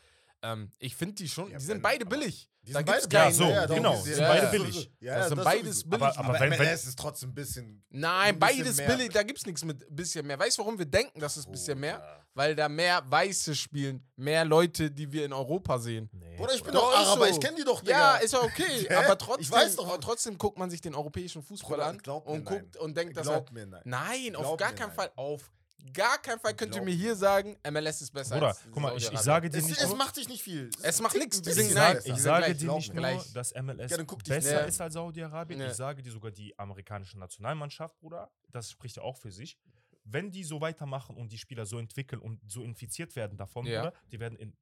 Speaker 2: Ähm, ich finde die schon,
Speaker 3: Ja,
Speaker 2: die
Speaker 3: wenn,
Speaker 2: sind beide
Speaker 3: aber
Speaker 2: billig.
Speaker 3: Die
Speaker 2: Da
Speaker 3: sind
Speaker 2: gibt's
Speaker 3: beide-
Speaker 2: keinen-
Speaker 1: so,
Speaker 3: darum
Speaker 1: genau,
Speaker 3: geht's
Speaker 1: die
Speaker 3: ja.
Speaker 1: sind beide
Speaker 3: Ja,
Speaker 1: billig.
Speaker 3: sowieso. Ja,
Speaker 2: Das
Speaker 3: ja,
Speaker 2: sind
Speaker 3: das
Speaker 2: beides
Speaker 3: sowieso.
Speaker 2: billig.
Speaker 1: Aber- aber
Speaker 3: Aber
Speaker 1: wenn- wenn-
Speaker 3: MLS ist trotzdem ein bisschen.
Speaker 2: Nein,
Speaker 3: Ein bisschen
Speaker 2: beides
Speaker 3: mehr. Oh,
Speaker 2: billig, da gibt es nichts mit bisschen mehr. Weißt du, warum wir denken, das ist ein bisschen mehr?
Speaker 3: Bruder.
Speaker 2: Weil da mehr Weiße spielen, mehr Leute, die wir in Europa sehen.
Speaker 1: Nee,
Speaker 3: Bruder, ich bin
Speaker 2: Bruder.
Speaker 3: doch
Speaker 2: Doch, ist
Speaker 3: Araber,
Speaker 2: so.
Speaker 3: ich kenne die doch,
Speaker 2: Ja,
Speaker 3: Digga.
Speaker 2: ist ja okay,
Speaker 3: Hä?
Speaker 2: aber
Speaker 3: Ich
Speaker 2: trotzdem,
Speaker 3: weiß doch-
Speaker 2: aber trotzdem guckt man sich den europäischen Fußball
Speaker 3: Bruder,
Speaker 2: an
Speaker 3: glaub mir,
Speaker 2: und
Speaker 3: nein.
Speaker 2: guckt und denkt, dass er.
Speaker 3: Glaub mir, nein.
Speaker 2: Nein, auf
Speaker 3: Glaub
Speaker 2: gar
Speaker 3: mir,
Speaker 2: keinen
Speaker 3: nein.
Speaker 2: Fall. Auf gar keinen Fall könnt ihr
Speaker 3: Glaub
Speaker 2: mir
Speaker 3: mir.
Speaker 2: hier sagen, MLS ist besser
Speaker 1: Bruder
Speaker 2: als
Speaker 1: guck mal, ich, ich
Speaker 2: Saudi-Arabien.
Speaker 1: sage dir
Speaker 3: Es,
Speaker 1: nicht
Speaker 3: es
Speaker 1: nur,
Speaker 3: macht dich nicht viel.
Speaker 2: Es macht nix, die
Speaker 1: ich,
Speaker 2: sind
Speaker 1: sag,
Speaker 2: gleich,
Speaker 1: ich
Speaker 2: die sind
Speaker 1: sage
Speaker 2: gleich,
Speaker 1: dir
Speaker 3: glaub
Speaker 1: nicht
Speaker 3: mir.
Speaker 1: nur,
Speaker 2: Gleich.
Speaker 1: dass MLS
Speaker 3: Ja, dann guck dich
Speaker 1: besser
Speaker 2: näher.
Speaker 1: ist als Saudi-Arabien.
Speaker 2: Nee.
Speaker 1: Ich sage dir sogar die amerikanische Nationalmannschaft, Bruder, das spricht ja auch für sich. Wenn die so weitermachen und die Spieler so entwickeln und so infiziert werden davon,
Speaker 2: Ja.
Speaker 1: Bruder, die werden in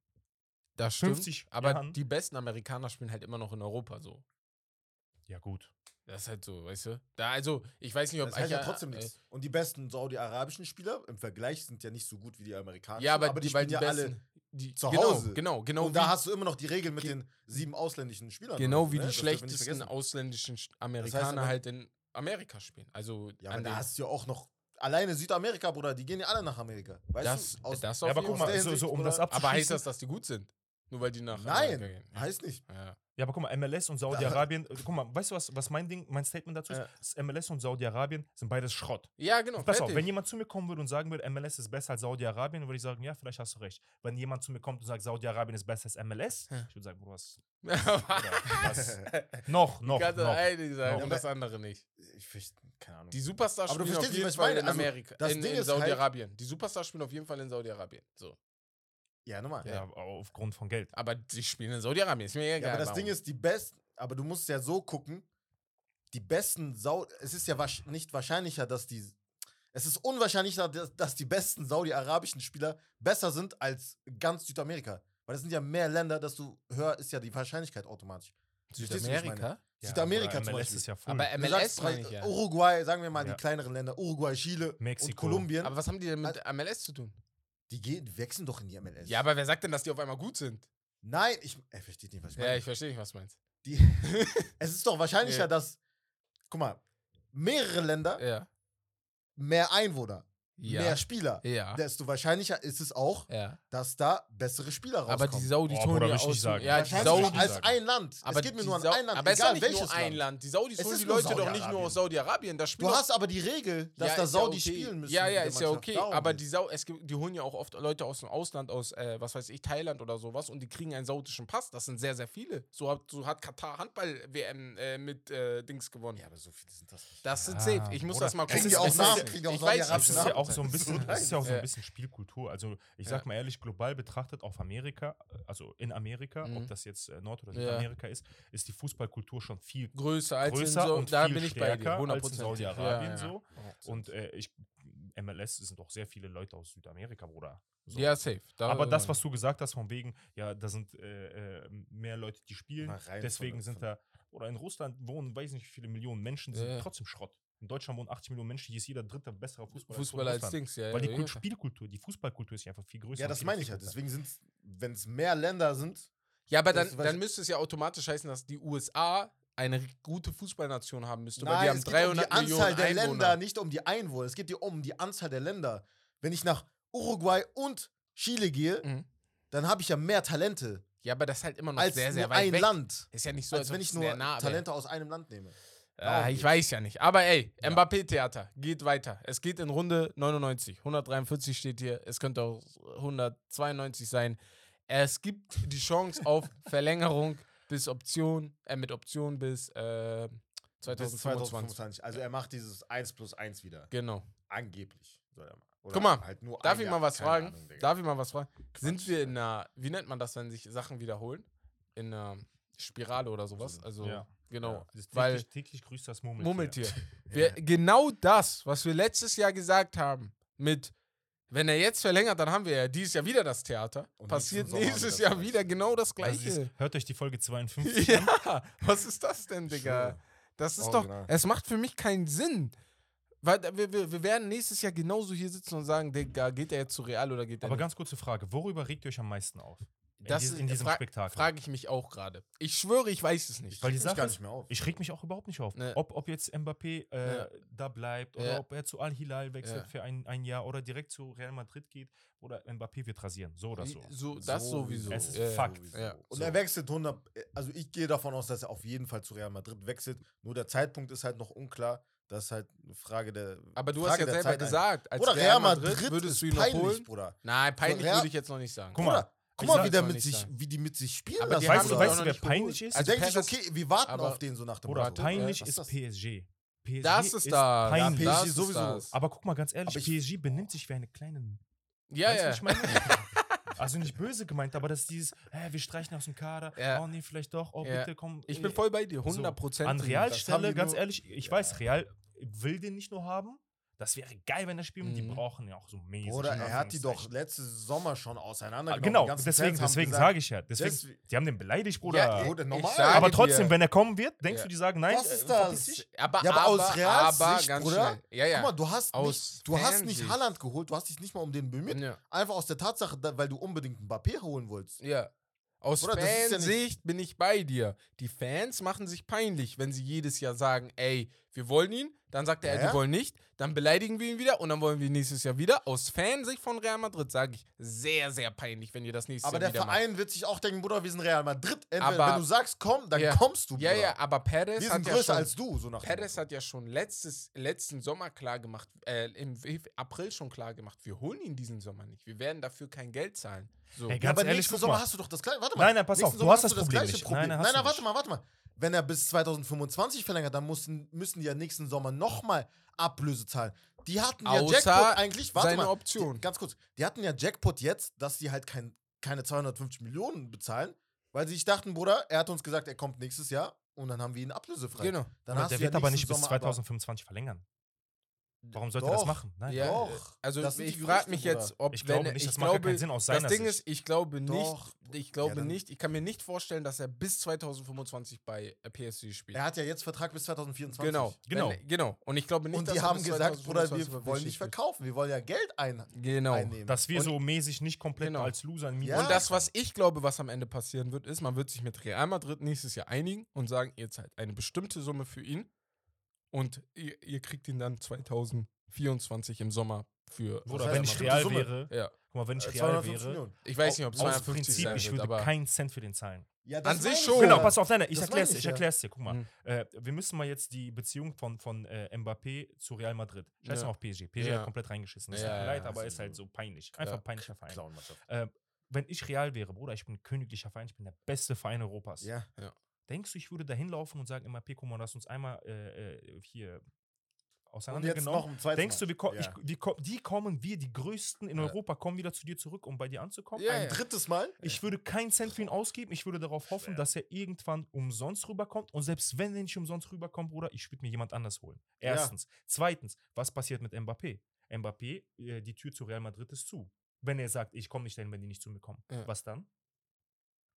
Speaker 2: das stimmt,
Speaker 1: 50
Speaker 2: aber
Speaker 1: Jahren-
Speaker 2: die besten Amerikaner spielen halt immer noch in Europa so.
Speaker 1: ja gut.
Speaker 2: Das ist halt so, weißt du? Da, also, ich weiß nicht, ob
Speaker 3: Das heißt ja
Speaker 2: Aja-
Speaker 3: trotzdem
Speaker 2: äh,
Speaker 3: nichts. Und die besten saudi-arabischen Spieler im Vergleich sind ja nicht so gut wie die amerikanischen.
Speaker 2: Äh, Ja, aber, die, weil
Speaker 3: spielen
Speaker 2: die
Speaker 3: ja
Speaker 2: besten,
Speaker 3: alle.
Speaker 2: die,
Speaker 3: zu
Speaker 2: genau,
Speaker 3: Hause.
Speaker 2: Genau, genau.
Speaker 3: Und da
Speaker 2: wie-
Speaker 3: hast du immer noch die Regeln mit
Speaker 2: Ge-
Speaker 3: den sieben ausländischen Spielern.
Speaker 2: Genau
Speaker 3: oder so,
Speaker 2: wie
Speaker 3: ne?
Speaker 2: die
Speaker 3: Das dürfen wir nicht
Speaker 2: schlechtesten
Speaker 3: vergessen.
Speaker 2: ausländischen Sch- Amerikaner
Speaker 3: heißt aber-
Speaker 2: halt in Amerika spielen. Also
Speaker 3: Ja,
Speaker 2: an
Speaker 3: aber da
Speaker 2: den-
Speaker 3: hast du ja auch noch. Alleine Südamerika, Bruder, die gehen ja alle nach Amerika. Weißt
Speaker 2: das,
Speaker 3: du? Aus,
Speaker 2: das
Speaker 1: Ja,
Speaker 2: auf
Speaker 1: aber
Speaker 2: jeden
Speaker 1: guck
Speaker 2: Fall.
Speaker 1: mal,
Speaker 3: der
Speaker 1: so,
Speaker 3: Hinsicht,
Speaker 1: so um
Speaker 3: Bruder.
Speaker 1: das
Speaker 2: aber heißt
Speaker 1: abzuschließen,
Speaker 2: das, dass die gut sind? Nur weil die nach Amerika
Speaker 3: Nein,
Speaker 2: gehen.
Speaker 3: heißt nicht.
Speaker 2: Ja.
Speaker 1: Ja, aber guck mal, MLS und Saudi-Arabien, äh, guck mal, weißt du was, was mein Ding, mein Statement dazu ist?
Speaker 3: Ja.
Speaker 1: S- MLS und Saudi-Arabien sind beides Schrott.
Speaker 2: ja, genau.
Speaker 1: Pass auf,
Speaker 2: fertig.
Speaker 1: wenn jemand zu mir kommen würde und sagen würde, MLS ist besser als Saudi-Arabien, würde ich sagen, ja, vielleicht hast du recht. Wenn jemand zu mir kommt und sagt, Saudi-Arabien ist besser als MLS,
Speaker 2: Ja.
Speaker 1: ich würde sagen, Bruder, was,
Speaker 2: Aber-
Speaker 1: Bruder, was? noch, noch,
Speaker 2: Ich kann das
Speaker 1: noch.
Speaker 2: eine sagen
Speaker 1: noch.
Speaker 2: und das andere nicht.
Speaker 3: Ich verstehe, keine Ahnung.
Speaker 2: Die Superstars
Speaker 3: Aber du
Speaker 2: spielen auf
Speaker 3: verstehst,
Speaker 2: jeden
Speaker 3: was ich
Speaker 2: Fall
Speaker 3: meine.
Speaker 2: in
Speaker 3: Also,
Speaker 2: Amerika,
Speaker 3: das
Speaker 2: in,
Speaker 3: Ding
Speaker 2: in
Speaker 3: ist halt-
Speaker 2: Saudi-Arabien. Die Superstars spielen auf jeden Fall in Saudi-Arabien. So.
Speaker 3: ja, nochmal.
Speaker 1: Ja, aufgrund von Geld.
Speaker 2: Aber die spielen in Saudi-Arabien, ist mir egal.
Speaker 3: Ja, aber das Ding
Speaker 2: warum.
Speaker 3: ist, die besten, aber du musst ja so gucken, die besten Sau, es ist ja wasch- nicht wahrscheinlicher, dass die, es ist unwahrscheinlicher, dass, dass die besten saudi-arabischen Spieler besser sind als ganz Südamerika. Weil das sind ja mehr Länder, dass du höher ist ja die Wahrscheinlichkeit automatisch. Verstehst du, was ich meine?
Speaker 2: Südamerika?
Speaker 3: Südamerika
Speaker 1: aber
Speaker 3: zum
Speaker 1: MLS
Speaker 3: Beispiel.
Speaker 1: ist ja voll.
Speaker 2: Aber
Speaker 3: Du sagst
Speaker 2: MLS
Speaker 3: drei-
Speaker 2: meine ich ja.
Speaker 3: Uruguay, sagen wir mal
Speaker 1: Ja.
Speaker 3: die kleineren Länder, Uruguay, Chile und
Speaker 1: Mexiko.
Speaker 3: Kolumbien,
Speaker 2: Aber was haben die denn
Speaker 3: Also
Speaker 2: mit MLS zu tun?
Speaker 3: die gehen, wechseln doch in die MLS.
Speaker 2: Ja, aber wer sagt denn, dass die auf einmal gut sind?
Speaker 3: Nein, ich, er versteht nicht, was ich meine.
Speaker 2: Ja, ich verstehe nicht, was du meinst.
Speaker 3: die, es ist doch wahrscheinlicher,
Speaker 2: Ja.
Speaker 3: dass, guck mal, mehrere Länder
Speaker 2: Ja.
Speaker 3: mehr Einwohner,
Speaker 2: Ja.
Speaker 3: mehr Spieler,
Speaker 2: Ja.
Speaker 3: desto wahrscheinlicher ist es auch,
Speaker 2: Ja.
Speaker 3: dass da bessere Spieler rauskommen.
Speaker 2: Aber die Saudis
Speaker 1: Oh,
Speaker 2: holen
Speaker 1: Bruder,
Speaker 2: ja
Speaker 1: will ich nicht
Speaker 2: aus.
Speaker 1: sagen.
Speaker 2: Ja, die
Speaker 1: Wahrscheinlich
Speaker 2: Saudis.
Speaker 3: als
Speaker 1: sagen.
Speaker 3: ein Land.
Speaker 2: Aber
Speaker 3: es geht mir
Speaker 2: die
Speaker 3: nur an
Speaker 2: Sau-
Speaker 3: ein Land,
Speaker 2: Aber es ist ja
Speaker 3: egal
Speaker 2: nicht nur
Speaker 3: welches
Speaker 2: ein
Speaker 3: Land.
Speaker 2: Land. Die Saudis
Speaker 3: Es
Speaker 2: holen
Speaker 3: ist
Speaker 2: die
Speaker 3: nur
Speaker 2: Leute doch nicht nur aus Saudi-Arabien. Da
Speaker 3: Du
Speaker 2: spielen
Speaker 3: hast aber die Regel, dass da
Speaker 2: ist
Speaker 3: Saudi
Speaker 2: okay.
Speaker 3: spielen müssen.
Speaker 2: Ja,
Speaker 3: mit
Speaker 2: ja,
Speaker 3: der
Speaker 2: ist ja
Speaker 3: Mannschaft.
Speaker 2: okay.
Speaker 3: Darum
Speaker 2: Aber
Speaker 3: geht's.
Speaker 2: die, Sau es gibt, die holen ja auch oft Leute aus dem Ausland, aus, äh, was weiß ich, Thailand oder sowas, und die kriegen einen saudischen Pass. Das sind sehr, sehr viele. So hat, so hat Katar Handball-WM äh, mit äh, Dings gewonnen.
Speaker 3: Ja, aber so viele sind das nicht.
Speaker 2: Das sind
Speaker 1: Ah,
Speaker 2: safe. Ich muss
Speaker 1: Bruder,
Speaker 2: das mal
Speaker 1: es
Speaker 2: gucken.
Speaker 1: ist ja auch
Speaker 2: Es
Speaker 1: Namen,
Speaker 3: kriegen auch
Speaker 2: ich weiß,
Speaker 1: Das
Speaker 3: Saudi-Arabischen
Speaker 2: es
Speaker 1: ist ja auch so ein
Speaker 3: Das ist
Speaker 1: bisschen,
Speaker 3: so
Speaker 1: das ist ja auch so
Speaker 2: Ja.
Speaker 1: ein bisschen Spielkultur. Also ich sag
Speaker 2: Ja.
Speaker 1: mal ehrlich, global betrachtet auf Amerika, also in Amerika, ob
Speaker 2: Mhm.
Speaker 1: das jetzt äh, Nord- oder
Speaker 2: Ja.
Speaker 1: Südamerika ist, ist die Fußballkultur schon viel
Speaker 2: größer als
Speaker 1: größer
Speaker 2: in so,
Speaker 1: und
Speaker 2: da
Speaker 1: viel
Speaker 2: bin ich bei dir,
Speaker 1: stärker als in
Speaker 2: 100%.
Speaker 1: Saudi-Arabien
Speaker 2: ja, ja.
Speaker 1: so. Und äh, ich, MLS sind auch sehr viele Leute aus Südamerika, Bruder. So.
Speaker 2: ja, safe. Da-
Speaker 1: Aber das, was du gesagt hast, von wegen, ja, da sind äh, äh, mehr Leute, die spielen,
Speaker 3: Mal rein von
Speaker 1: deswegen
Speaker 3: der-
Speaker 1: sind
Speaker 3: von-
Speaker 1: da, oder in Russland wohnen, weiß nicht, wie viele Millionen Menschen,
Speaker 2: Ja,
Speaker 1: sind
Speaker 2: ja.
Speaker 1: trotzdem Schrott. In Deutschland wohnen 80 Millionen Menschen, hier ist jeder dritte besserer Fußballer.
Speaker 2: Fußball
Speaker 1: in
Speaker 2: als
Speaker 1: Russland.
Speaker 2: Dings, ja.
Speaker 1: Weil die
Speaker 2: ja,
Speaker 1: Kult
Speaker 2: ja.
Speaker 1: Spielkultur, die Fußballkultur ist ja einfach viel größer.
Speaker 3: Ja,
Speaker 1: und
Speaker 3: das
Speaker 1: viel
Speaker 3: meine ich ja.
Speaker 1: entwickelter.
Speaker 3: Deswegen sind es, wenn es mehr Länder sind,
Speaker 2: Ja, aber
Speaker 3: Das
Speaker 2: dann,
Speaker 3: weiß
Speaker 2: dann
Speaker 3: ich-
Speaker 2: müsste es ja automatisch heißen, dass die USA eine gute Fußballnation haben müsste, weil
Speaker 3: Nein,
Speaker 2: die haben
Speaker 3: es geht um
Speaker 2: 300
Speaker 3: die Anzahl
Speaker 2: Millionen
Speaker 3: der
Speaker 2: Einwohner.
Speaker 3: Länder, nicht um die Einwohner. Es geht dir um die Anzahl der Länder. Wenn ich nach Uruguay und Chile gehe,
Speaker 2: Mhm.
Speaker 3: dann habe ich ja mehr Talente
Speaker 2: Ja, aber das ist halt immer noch
Speaker 3: als
Speaker 2: sehr, sehr
Speaker 3: nur
Speaker 2: weit
Speaker 3: ein
Speaker 2: weg.
Speaker 3: Land.
Speaker 2: Ist ja nicht so, als,
Speaker 3: als wenn
Speaker 2: ob
Speaker 3: ich
Speaker 2: es
Speaker 3: nur
Speaker 2: sehr nah wäre.
Speaker 3: Talente aus einem Land nehme.
Speaker 2: Ah, ich weiß ja nicht. Aber ey, Mbappé-Theater geht weiter. Es geht in Runde 99. 143 steht hier. Es könnte auch 192 sein. Es gibt die Chance auf Verlängerung bis Option, äh, mit Option bis äh, 2025.
Speaker 3: Bis 2025. Also er macht dieses 1 plus 1 wieder.
Speaker 2: Genau.
Speaker 3: Angeblich. soll er mal. Oder
Speaker 2: Guck mal,
Speaker 3: halt nur
Speaker 2: Darf
Speaker 3: ein
Speaker 2: ich
Speaker 3: Jahr.
Speaker 2: mal was
Speaker 3: Keine
Speaker 2: fragen?
Speaker 3: Ahnung, Digga.
Speaker 2: Darf ich mal was fragen? Sind
Speaker 3: Quatsch,
Speaker 2: wir in einer, wie nennt man das, wenn sich Sachen wiederholen? In einer Spirale oder sowas? Also,
Speaker 1: Ja.
Speaker 2: genau.
Speaker 1: Ja, das
Speaker 2: Weil-
Speaker 1: täglich, täglich grüßt das Murmeltier.
Speaker 2: Murmeltier. Wir, genau das, was wir letztes Jahr gesagt haben, mit wenn er jetzt verlängert, dann haben wir ja dieses Jahr wieder das Theater.
Speaker 3: Und
Speaker 2: Passiert
Speaker 3: nächsten Sommer
Speaker 2: nächstes
Speaker 3: wieder das
Speaker 2: Jahr wieder
Speaker 3: Gleiche.
Speaker 2: genau das
Speaker 1: Also dieses-
Speaker 2: Gleiche.
Speaker 1: hört euch die Folge 52 an.
Speaker 2: ja, was ist das denn, Digga?
Speaker 3: schwöre.
Speaker 2: Das ist
Speaker 3: Original.
Speaker 2: doch, es macht für mich keinen Sinn. Weil da- wir, wir, wir werden nächstes Jahr genauso hier sitzen und sagen, Digga, geht er jetzt zu Real oder geht er
Speaker 1: Aber
Speaker 2: nicht?
Speaker 1: ganz kurze Frage, worüber regt ihr euch am meisten auf? In,
Speaker 2: Das
Speaker 1: diesem-
Speaker 2: ist-
Speaker 1: in diesem
Speaker 2: fra-
Speaker 1: Spektakel.
Speaker 2: Frage ich mich auch gerade. Ich schwöre, ich weiß es nicht.
Speaker 1: Weil die
Speaker 3: Ich gar
Speaker 1: Sache
Speaker 3: nicht
Speaker 1: ist,
Speaker 3: mehr auf.
Speaker 1: ich reg mich auch überhaupt nicht auf.
Speaker 2: Ne.
Speaker 1: Ob, ob jetzt Mbappé äh,
Speaker 2: Ja.
Speaker 1: da bleibt oder
Speaker 2: Ja.
Speaker 1: ob er zu Al-Hilal wechselt
Speaker 2: Ja.
Speaker 1: für ein, ein Jahr oder direkt zu Real Madrid geht oder Mbappé wird rasieren. So oder so.
Speaker 2: so das sowieso.
Speaker 1: Es ist
Speaker 2: Ja, ja.
Speaker 1: Fakt.
Speaker 2: Ja.
Speaker 3: Und
Speaker 2: So.
Speaker 3: er wechselt 100. Also ich gehe davon aus, dass er auf jeden Fall zu Real Madrid wechselt. Nur der Zeitpunkt ist halt noch unklar. Das ist halt eine Frage der.
Speaker 2: Aber du hast ja
Speaker 3: Frage der
Speaker 2: selber
Speaker 3: Zeit ein-
Speaker 2: gesagt, als
Speaker 3: Oder Real Madrid,
Speaker 2: würdest
Speaker 3: ist
Speaker 2: du ihn noch
Speaker 3: peinlich,
Speaker 2: holen.
Speaker 3: Bruder.
Speaker 2: Nein, peinlich
Speaker 3: Real-
Speaker 2: würde ich jetzt noch nicht sagen.
Speaker 1: Guck mal,
Speaker 3: Bruder,
Speaker 1: ich
Speaker 3: guck mal,
Speaker 1: sag's
Speaker 3: wie, der
Speaker 2: doch
Speaker 3: mit
Speaker 2: nicht
Speaker 3: sich,
Speaker 2: sagen.
Speaker 3: wie die mit sich spielen.
Speaker 2: Aber die
Speaker 3: lassen,
Speaker 2: haben
Speaker 1: weißt du,
Speaker 2: doch
Speaker 3: Bruder.
Speaker 1: weißt
Speaker 2: noch
Speaker 1: du wer
Speaker 2: nicht geholt.
Speaker 1: peinlich ist?
Speaker 3: Also denke ich,
Speaker 2: Perez-
Speaker 3: okay, wir warten
Speaker 2: aber-
Speaker 3: auf den so nach dem
Speaker 1: Oder
Speaker 3: Motto.
Speaker 1: peinlich
Speaker 3: Was
Speaker 1: ist
Speaker 3: das?
Speaker 1: PSG. PSG
Speaker 2: Das ist das.
Speaker 1: peinlich.
Speaker 3: Ja,
Speaker 2: das
Speaker 3: PSG
Speaker 2: ist
Speaker 3: sowieso.
Speaker 2: Das.
Speaker 1: Aber guck mal, ganz ehrlich,
Speaker 3: Aber ich-
Speaker 1: PSG benimmt sich wie eine kleine
Speaker 2: Ja,
Speaker 1: Weißt du,
Speaker 2: ja.
Speaker 1: was ich meine? also nicht böse gemeint, aber das ist dieses, hä, wir streichen aus dem Kader,
Speaker 2: Ja.
Speaker 1: oh nee, vielleicht doch, oh
Speaker 2: Ja.
Speaker 1: bitte komm.
Speaker 2: Ich
Speaker 1: nee.
Speaker 2: bin voll bei dir,
Speaker 1: So,
Speaker 2: 100 Prozent.
Speaker 1: An Real Stelle, ganz ehrlich, ich weiß, Real will den nicht nur haben. Das wäre geil, wenn er spielt. und Die
Speaker 2: Mhm.
Speaker 1: brauchen ja auch so mäßig.
Speaker 3: Bruder,
Speaker 1: in
Speaker 3: er hat die doch
Speaker 1: Anführungszeichen.
Speaker 3: letzte Sommer schon
Speaker 1: Ah,
Speaker 3: auseinandergenommen.
Speaker 1: Genau, deswegen, deswegen sage ich ja.
Speaker 3: Deswe-
Speaker 1: Deswegen, die haben den beleidigt, Bruder.
Speaker 2: ich-
Speaker 3: Bruder,
Speaker 2: ich
Speaker 3: normal.
Speaker 2: sage
Speaker 1: aber
Speaker 2: dir-
Speaker 1: trotzdem, wenn er kommen wird, denkst
Speaker 2: Ja.
Speaker 1: du, die sagen nein.
Speaker 3: Was
Speaker 1: äh,
Speaker 3: ist
Speaker 1: verpiss
Speaker 3: das?
Speaker 1: dich.
Speaker 2: Aber,
Speaker 3: Ja, aber aus
Speaker 2: aber-
Speaker 3: Reals
Speaker 2: aber
Speaker 3: Sicht,
Speaker 2: ganz
Speaker 3: Bruder,
Speaker 2: schnell. Ja, ja.
Speaker 3: Guck mal, du hast,
Speaker 2: Aus
Speaker 3: nicht, du hast nicht
Speaker 2: Fansicht.
Speaker 3: Haaland geholt, du hast dich nicht mal um den bemüht.
Speaker 2: ja.
Speaker 3: Einfach aus der Tatsache, da- weil du unbedingt einen Mbappé holen wolltest.
Speaker 2: ja. Aus
Speaker 3: Bruder, das ist ja nicht-
Speaker 2: Fansicht bin ich bei dir. Die Fans machen sich peinlich, wenn sie jedes Jahr sagen, ey, wir wollen ihn, dann sagt er,
Speaker 3: Ja,
Speaker 2: ey, wir
Speaker 3: ja.
Speaker 2: wollen nicht, dann beleidigen wir ihn wieder und dann wollen wir ihn nächstes Jahr wieder. Aus Fansicht von Real Madrid sage ich, sehr, sehr peinlich, wenn ihr das nächste
Speaker 3: Aber
Speaker 2: Jahr
Speaker 3: der
Speaker 2: wieder
Speaker 3: Verein wird sich auch denken, Bruder, wir sind Real Madrid. Entweder,
Speaker 2: Aber-
Speaker 3: wenn du sagst, komm, dann
Speaker 2: Ja.
Speaker 3: kommst du,
Speaker 2: macht.
Speaker 3: Bruder.
Speaker 2: Ja, ja, aber Perez
Speaker 3: Wir
Speaker 2: hat
Speaker 3: sind
Speaker 2: ja
Speaker 3: größer
Speaker 2: schon,
Speaker 3: als du, so nach dem
Speaker 2: Perez hat ja schon letztes, letzten Sommer klar gemacht, äh, im April schon klar gemacht, wir holen ihn diesen Sommer nicht. Wir werden dafür kein Geld zahlen. So.
Speaker 1: Ey,
Speaker 3: Ja,
Speaker 1: Ganz
Speaker 3: aber
Speaker 1: ehrlich,
Speaker 3: nächsten
Speaker 1: guck
Speaker 3: Sommer
Speaker 1: mal.
Speaker 3: hast du doch das gleiche. Warte mal.
Speaker 1: Nein, nein, pass
Speaker 3: nächsten
Speaker 1: auf, du
Speaker 3: Sommer
Speaker 1: hast das
Speaker 3: das
Speaker 1: Problem
Speaker 3: gleiche
Speaker 1: nicht.
Speaker 3: Problem.
Speaker 1: Nein, nein,
Speaker 3: Nein,
Speaker 1: hast
Speaker 3: nein,
Speaker 1: du
Speaker 3: warte
Speaker 1: nicht.
Speaker 3: mal, warte mal. Wenn er bis 2025 verlängert, dann müssen, müssen die ja nächsten Sommer nochmal Ablöse zahlen. Die hatten ja
Speaker 2: Außer
Speaker 3: Jackpot eigentlich. Warte
Speaker 2: seine
Speaker 3: mal.
Speaker 2: Option.
Speaker 3: Die, ganz kurz. Die hatten ja Jackpot jetzt, dass die halt kein, keine 250 Millionen bezahlen, weil sie sich dachten, Bruder, er hat uns gesagt, er kommt nächstes Jahr und dann haben wir ihn ablösefrei.
Speaker 2: Genau.
Speaker 3: Dann
Speaker 1: Aber
Speaker 3: hast
Speaker 1: der
Speaker 3: du ja
Speaker 1: wird aber nicht
Speaker 3: nächsten
Speaker 1: bis
Speaker 3: Sommer aber-
Speaker 1: 2025 verlängern. Warum sollte er
Speaker 3: Doch.
Speaker 1: das machen? Nein.
Speaker 2: Ja,
Speaker 3: Doch.
Speaker 2: Also
Speaker 3: Das sind
Speaker 2: ich
Speaker 3: die
Speaker 2: frage
Speaker 3: Gerüchte,
Speaker 2: mich
Speaker 3: Bruder.
Speaker 2: jetzt, ob
Speaker 1: Ich glaube
Speaker 2: wenn,
Speaker 1: nicht,
Speaker 2: ich
Speaker 1: das macht
Speaker 2: glaube,
Speaker 1: gar keinen Sinn aus seiner
Speaker 2: Das Ding
Speaker 1: Sicht.
Speaker 2: ist, ich glaube nicht,
Speaker 3: Doch.
Speaker 2: ich glaube
Speaker 3: dann-
Speaker 2: nicht, ich kann mir nicht vorstellen, dass er bis 2025 bei äh, PSG spielt.
Speaker 3: Er hat ja jetzt Vertrag bis 2024.
Speaker 2: genau,
Speaker 1: Genau.
Speaker 2: Wenn, genau. Und ich glaube nicht,
Speaker 3: Und
Speaker 2: dass
Speaker 3: die
Speaker 2: er
Speaker 3: haben
Speaker 2: bis
Speaker 3: gesagt, Bruder,
Speaker 2: 2025 bei
Speaker 3: wir wollen
Speaker 2: PSG
Speaker 3: nicht
Speaker 2: spielt.
Speaker 3: verkaufen, wir wollen ja Geld ein
Speaker 2: Genau.
Speaker 3: einnehmen.
Speaker 1: Dass wir
Speaker 2: Und-
Speaker 1: so mäßig nicht komplett
Speaker 2: Genau.
Speaker 1: als Loser in
Speaker 3: Ja.
Speaker 1: Milan.
Speaker 2: Und das, was ich glaube, was am Ende passieren wird, ist, man wird sich mit Real Madrid nächstes Jahr einigen und sagen, ihr zahlt eine bestimmte Summe für ihn und ihr, ihr kriegt ihn dann 2024 im Sommer für.
Speaker 1: Oder
Speaker 3: Das
Speaker 1: wenn
Speaker 3: heißt,
Speaker 1: ich
Speaker 3: eine
Speaker 1: real
Speaker 3: bestimmte
Speaker 1: wäre,
Speaker 2: ja.
Speaker 1: guck mal, wenn ich
Speaker 3: Äh,
Speaker 1: real
Speaker 3: 250
Speaker 1: wäre,
Speaker 3: Millionen.
Speaker 2: Ich weiß nicht, ob
Speaker 1: aus
Speaker 2: 250
Speaker 1: Prinzip,
Speaker 2: sein
Speaker 1: ich
Speaker 2: wird,
Speaker 1: würde
Speaker 2: aber
Speaker 1: keinen Cent für den zahlen.
Speaker 3: Ja,
Speaker 2: An sich
Speaker 3: meine ich
Speaker 2: schon.
Speaker 3: ja.
Speaker 1: Genau, pass auf, nein, nein, ich
Speaker 3: Das
Speaker 1: erklär's
Speaker 3: meine
Speaker 1: dir,
Speaker 3: ich
Speaker 1: ich
Speaker 3: ja. Hm.
Speaker 1: erklär's dir, guck mal.
Speaker 2: Mhm.
Speaker 1: Äh, wir müssen mal jetzt die Beziehung von, von äh, Mbappé zu Real Madrid. Scheiß
Speaker 2: Ja.
Speaker 1: mal auf PSG. PSG
Speaker 2: Ja.
Speaker 1: hat komplett reingeschissen. Das
Speaker 2: Ja,
Speaker 1: tut mir
Speaker 2: ja,
Speaker 1: leid,
Speaker 2: ja,
Speaker 1: aber ist
Speaker 3: sowieso.
Speaker 1: halt so peinlich. Einfach
Speaker 2: Ja.
Speaker 1: peinlicher Verein.
Speaker 3: Clownmannschaft.
Speaker 1: Äh, wenn ich Real wäre, Bruder, ich bin königlicher Verein, ich bin der beste Verein Europas.
Speaker 3: Ja.
Speaker 1: Denkst du, ich würde da hinlaufen und sagen, Mbappé, guck mal, du hast uns einmal äh, äh, hier
Speaker 3: Und jetzt
Speaker 1: auseinandergenommen.
Speaker 3: noch ein zweites
Speaker 1: genau Denkst du, wir ko
Speaker 3: Ja.
Speaker 1: ich, wir ko die kommen, wir, die Größten in
Speaker 2: Ja.
Speaker 1: Europa, kommen wieder zu dir zurück, um bei dir anzukommen?
Speaker 2: Ja,
Speaker 3: ein
Speaker 2: ja.
Speaker 3: drittes Mal?
Speaker 1: Ich würde keinen Cent für ihn ausgeben. Ich würde darauf hoffen,
Speaker 3: Schwer.
Speaker 1: dass er irgendwann umsonst rüberkommt. Und selbst wenn er nicht umsonst rüberkommt, Bruder, ich würde mir jemand anders holen.
Speaker 3: Ja.
Speaker 1: Erstens. Zweitens, was passiert mit Mbappé? Mbappé, äh, die Tür zu Real Madrid ist zu. Wenn er sagt, ich komme nicht dahin, wenn die nicht zu mir kommen.
Speaker 2: Ja.
Speaker 1: Was dann?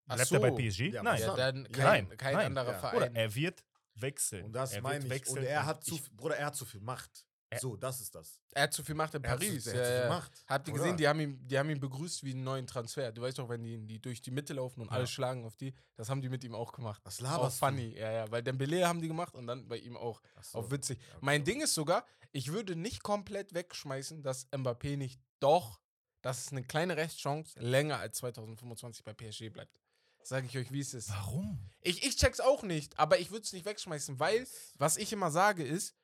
Speaker 2: Ach
Speaker 1: Bleibt er bei
Speaker 2: so.
Speaker 1: PSG?
Speaker 3: Ja,
Speaker 1: Nein.
Speaker 3: was
Speaker 2: Ja, dann kein,
Speaker 1: Nein,
Speaker 2: kein
Speaker 1: nein.
Speaker 2: anderer
Speaker 3: Ja.
Speaker 2: Verein.
Speaker 1: Oder er wird wechseln.
Speaker 3: Und das
Speaker 1: er wird
Speaker 3: meine ich. Und
Speaker 1: wechseln
Speaker 3: er
Speaker 1: und
Speaker 3: hat zu
Speaker 1: ich-
Speaker 3: viel, Bruder, er hat zu viel Macht.
Speaker 1: Er-
Speaker 3: So, das ist das.
Speaker 2: Er hat zu viel Macht in
Speaker 3: Er hat zu-
Speaker 2: Paris.
Speaker 3: er
Speaker 2: ja,
Speaker 3: hat zu viel
Speaker 2: ja.
Speaker 3: Macht,
Speaker 2: Habt ihr
Speaker 3: oder?
Speaker 2: gesehen, die haben, ihn, die haben ihn begrüßt wie einen neuen Transfer. Du weißt doch, wenn die, die durch die Mitte laufen und alle
Speaker 1: Ja.
Speaker 2: schlagen auf die, das haben die mit ihm auch gemacht.
Speaker 3: Was
Speaker 2: Auch
Speaker 3: laberst
Speaker 2: funny, ja, ja. Weil Dembele haben die gemacht und dann bei ihm auch.
Speaker 3: du? Ach so.
Speaker 2: Auch witzig.
Speaker 3: Ja,
Speaker 2: Mein
Speaker 3: okay.
Speaker 2: Ding ist sogar, ich würde nicht komplett wegschmeißen, dass Mbappé nicht doch, dass es eine kleine Rechtschance länger als 2025 bei PSG bleibt. Sage ich euch, wie es ist.
Speaker 1: Warum?
Speaker 2: Ich, ich check's auch nicht, aber ich würde es nicht wegschmeißen, weil was ich immer sage ist,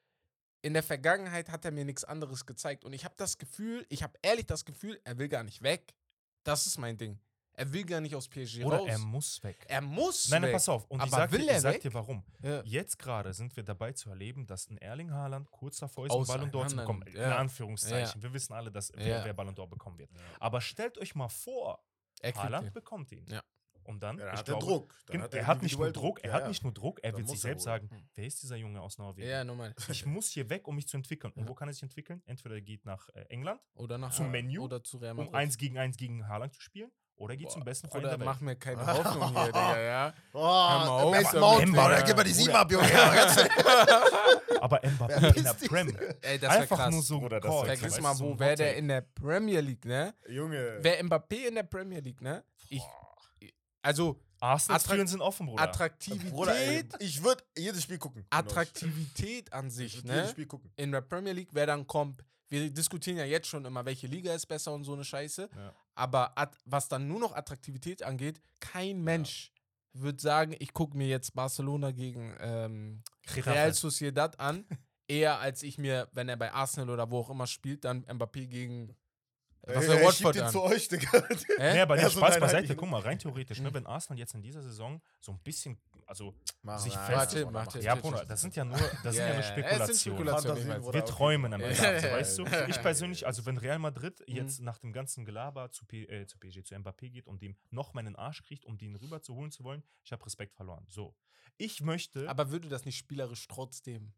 Speaker 2: in der Vergangenheit hat er mir nichts anderes gezeigt und ich habe das Gefühl, ich habe ehrlich das Gefühl, er will gar nicht weg. Das ist mein Ding. Er will gar nicht aus PSG
Speaker 1: Oder
Speaker 2: raus.
Speaker 1: er muss weg.
Speaker 2: er muss.
Speaker 1: Nein, nein,
Speaker 2: weg.
Speaker 1: pass auf. Und ich
Speaker 2: Aber
Speaker 1: sag,
Speaker 2: will
Speaker 1: dir,
Speaker 2: er
Speaker 1: ich sag
Speaker 2: weg?
Speaker 1: dir warum.
Speaker 2: Ja.
Speaker 1: Jetzt gerade sind wir dabei zu erleben, dass ein Erling Haaland kurz davor ist,
Speaker 2: Aus
Speaker 1: einen Ballon d'Or zu
Speaker 2: einander
Speaker 1: bekommen.
Speaker 2: nimmt,
Speaker 1: In
Speaker 2: ja.
Speaker 1: Anführungszeichen. Wir wissen alle, dass wer,
Speaker 2: Ja.
Speaker 1: wer Ballon d'Or bekommen wird. Aber stellt euch mal vor,
Speaker 2: Er kriegt
Speaker 1: Haaland
Speaker 2: den.
Speaker 1: bekommt ihn.
Speaker 2: Ja.
Speaker 1: Und dann,
Speaker 3: Ja, dann
Speaker 1: ich
Speaker 3: hat er
Speaker 1: glaube,
Speaker 3: Druck. Dann
Speaker 1: Genau, er hat nicht nur
Speaker 3: individuell
Speaker 1: Druck, er
Speaker 3: Ja,
Speaker 1: hat
Speaker 3: ja.
Speaker 1: nicht nur Druck, er
Speaker 3: Dann
Speaker 1: wird
Speaker 3: muss
Speaker 1: sich
Speaker 3: er
Speaker 1: selbst
Speaker 3: holen.
Speaker 1: sagen, wer ist dieser Junge aus Norwegen?
Speaker 2: Hm. Ja, normal.
Speaker 1: Ich muss hier weg, um mich zu entwickeln. Und
Speaker 2: Ja.
Speaker 1: wo kann er sich entwickeln? Entweder er geht nach äh, England,
Speaker 2: Oder nach
Speaker 1: Zum Menu?
Speaker 2: Oder zu Real
Speaker 1: um
Speaker 2: Madrid.
Speaker 1: eins gegen eins gegen Haaland zu spielen, oder er geht
Speaker 2: Boah,
Speaker 1: zum besten Freund
Speaker 2: Bruder,
Speaker 1: der Welt.
Speaker 2: mach mir keine Hoffnung hier, Digga, ja. mal
Speaker 3: Oh,
Speaker 2: auf,
Speaker 3: Max
Speaker 2: Mann.
Speaker 3: Mount,
Speaker 1: Mbappé,
Speaker 3: Bruder, gib mal die
Speaker 1: Bruder.
Speaker 3: sieben ab, Junge. Ja, ganz ehrlich.
Speaker 1: Aber Mbappé in der
Speaker 3: pisst dich?
Speaker 1: Prem.
Speaker 2: Ey, das wäre
Speaker 1: Einfach
Speaker 2: krass.
Speaker 1: nur so ein
Speaker 3: Bruder, das wär
Speaker 1: Call,
Speaker 3: krass.
Speaker 2: Vergiss
Speaker 1: weißt
Speaker 2: mal,
Speaker 1: du, so
Speaker 2: wo
Speaker 1: ein
Speaker 2: wäre
Speaker 1: Hot
Speaker 2: der
Speaker 1: Take.
Speaker 2: in der Premier League, ne?
Speaker 3: Junge.
Speaker 2: Wäre Mbappé in der Premier League, ne? Ich, also,
Speaker 1: Arsenals
Speaker 2: Attrakt-
Speaker 1: Türen sind offen, Bruder.
Speaker 2: Attraktivität,
Speaker 3: Bruder, ey, ich würde jedes Spiel gucken. glaub ich.
Speaker 2: Attraktivität an sich,
Speaker 3: Ich würde jedes
Speaker 2: ne?
Speaker 3: Spiel gucken.
Speaker 2: In der Premier League wäre dann kommt. Wir diskutieren ja jetzt schon immer, welche Liga ist besser und so eine Scheiße.
Speaker 1: Ja.
Speaker 2: Aber at, was dann nur noch Attraktivität angeht, kein Mensch wird sagen, ich gucke mir jetzt Barcelona gegen ähm,
Speaker 1: Getafe.
Speaker 2: Real Sociedad an, eher als ich mir, wenn er bei Arsenal oder wo auch immer spielt, dann Mbappé gegen was
Speaker 3: Ey,
Speaker 2: er
Speaker 3: ey, schiebt
Speaker 2: Watford
Speaker 3: den
Speaker 2: an.
Speaker 3: zu euch, Digga.
Speaker 2: Hä?
Speaker 1: Nee, aber
Speaker 3: Ja,
Speaker 1: der
Speaker 3: so
Speaker 1: Spaß
Speaker 3: nein,
Speaker 1: beiseite,
Speaker 3: nein.
Speaker 1: guck mal, rein theoretisch, ne,
Speaker 2: Mhm.
Speaker 1: wenn Arsenal jetzt in dieser Saison so ein bisschen, also,
Speaker 3: Mach
Speaker 1: Sich
Speaker 3: mal,
Speaker 1: fest-
Speaker 3: Alter,
Speaker 2: Warte,
Speaker 3: mach
Speaker 2: warte.
Speaker 3: mal.
Speaker 1: ja,
Speaker 2: tja,
Speaker 1: Bruder,
Speaker 2: tja,
Speaker 1: das sind ja nur, das sind ja nur
Speaker 2: Ja, ja, ja, es sind
Speaker 1: Spekulationen.
Speaker 2: Spekulationen, ich
Speaker 3: Fantasien,
Speaker 2: weiß.
Speaker 3: Bruder.
Speaker 1: Wir
Speaker 3: Okay.
Speaker 1: träumen am Ende,
Speaker 2: Ja,
Speaker 1: also,
Speaker 2: ja,
Speaker 1: weißt du?
Speaker 2: ja.
Speaker 1: Ich persönlich, also wenn Real Madrid
Speaker 2: Mhm.
Speaker 1: jetzt nach dem ganzen Gelaber zu, P äh, zu PSG, zu Mbappé geht und dem noch mal in den Arsch kriegt, um den rüber zu holen zu wollen, ich habe Respekt verloren. So. Ich möchte,
Speaker 2: Aber würde das nicht spielerisch trotzdem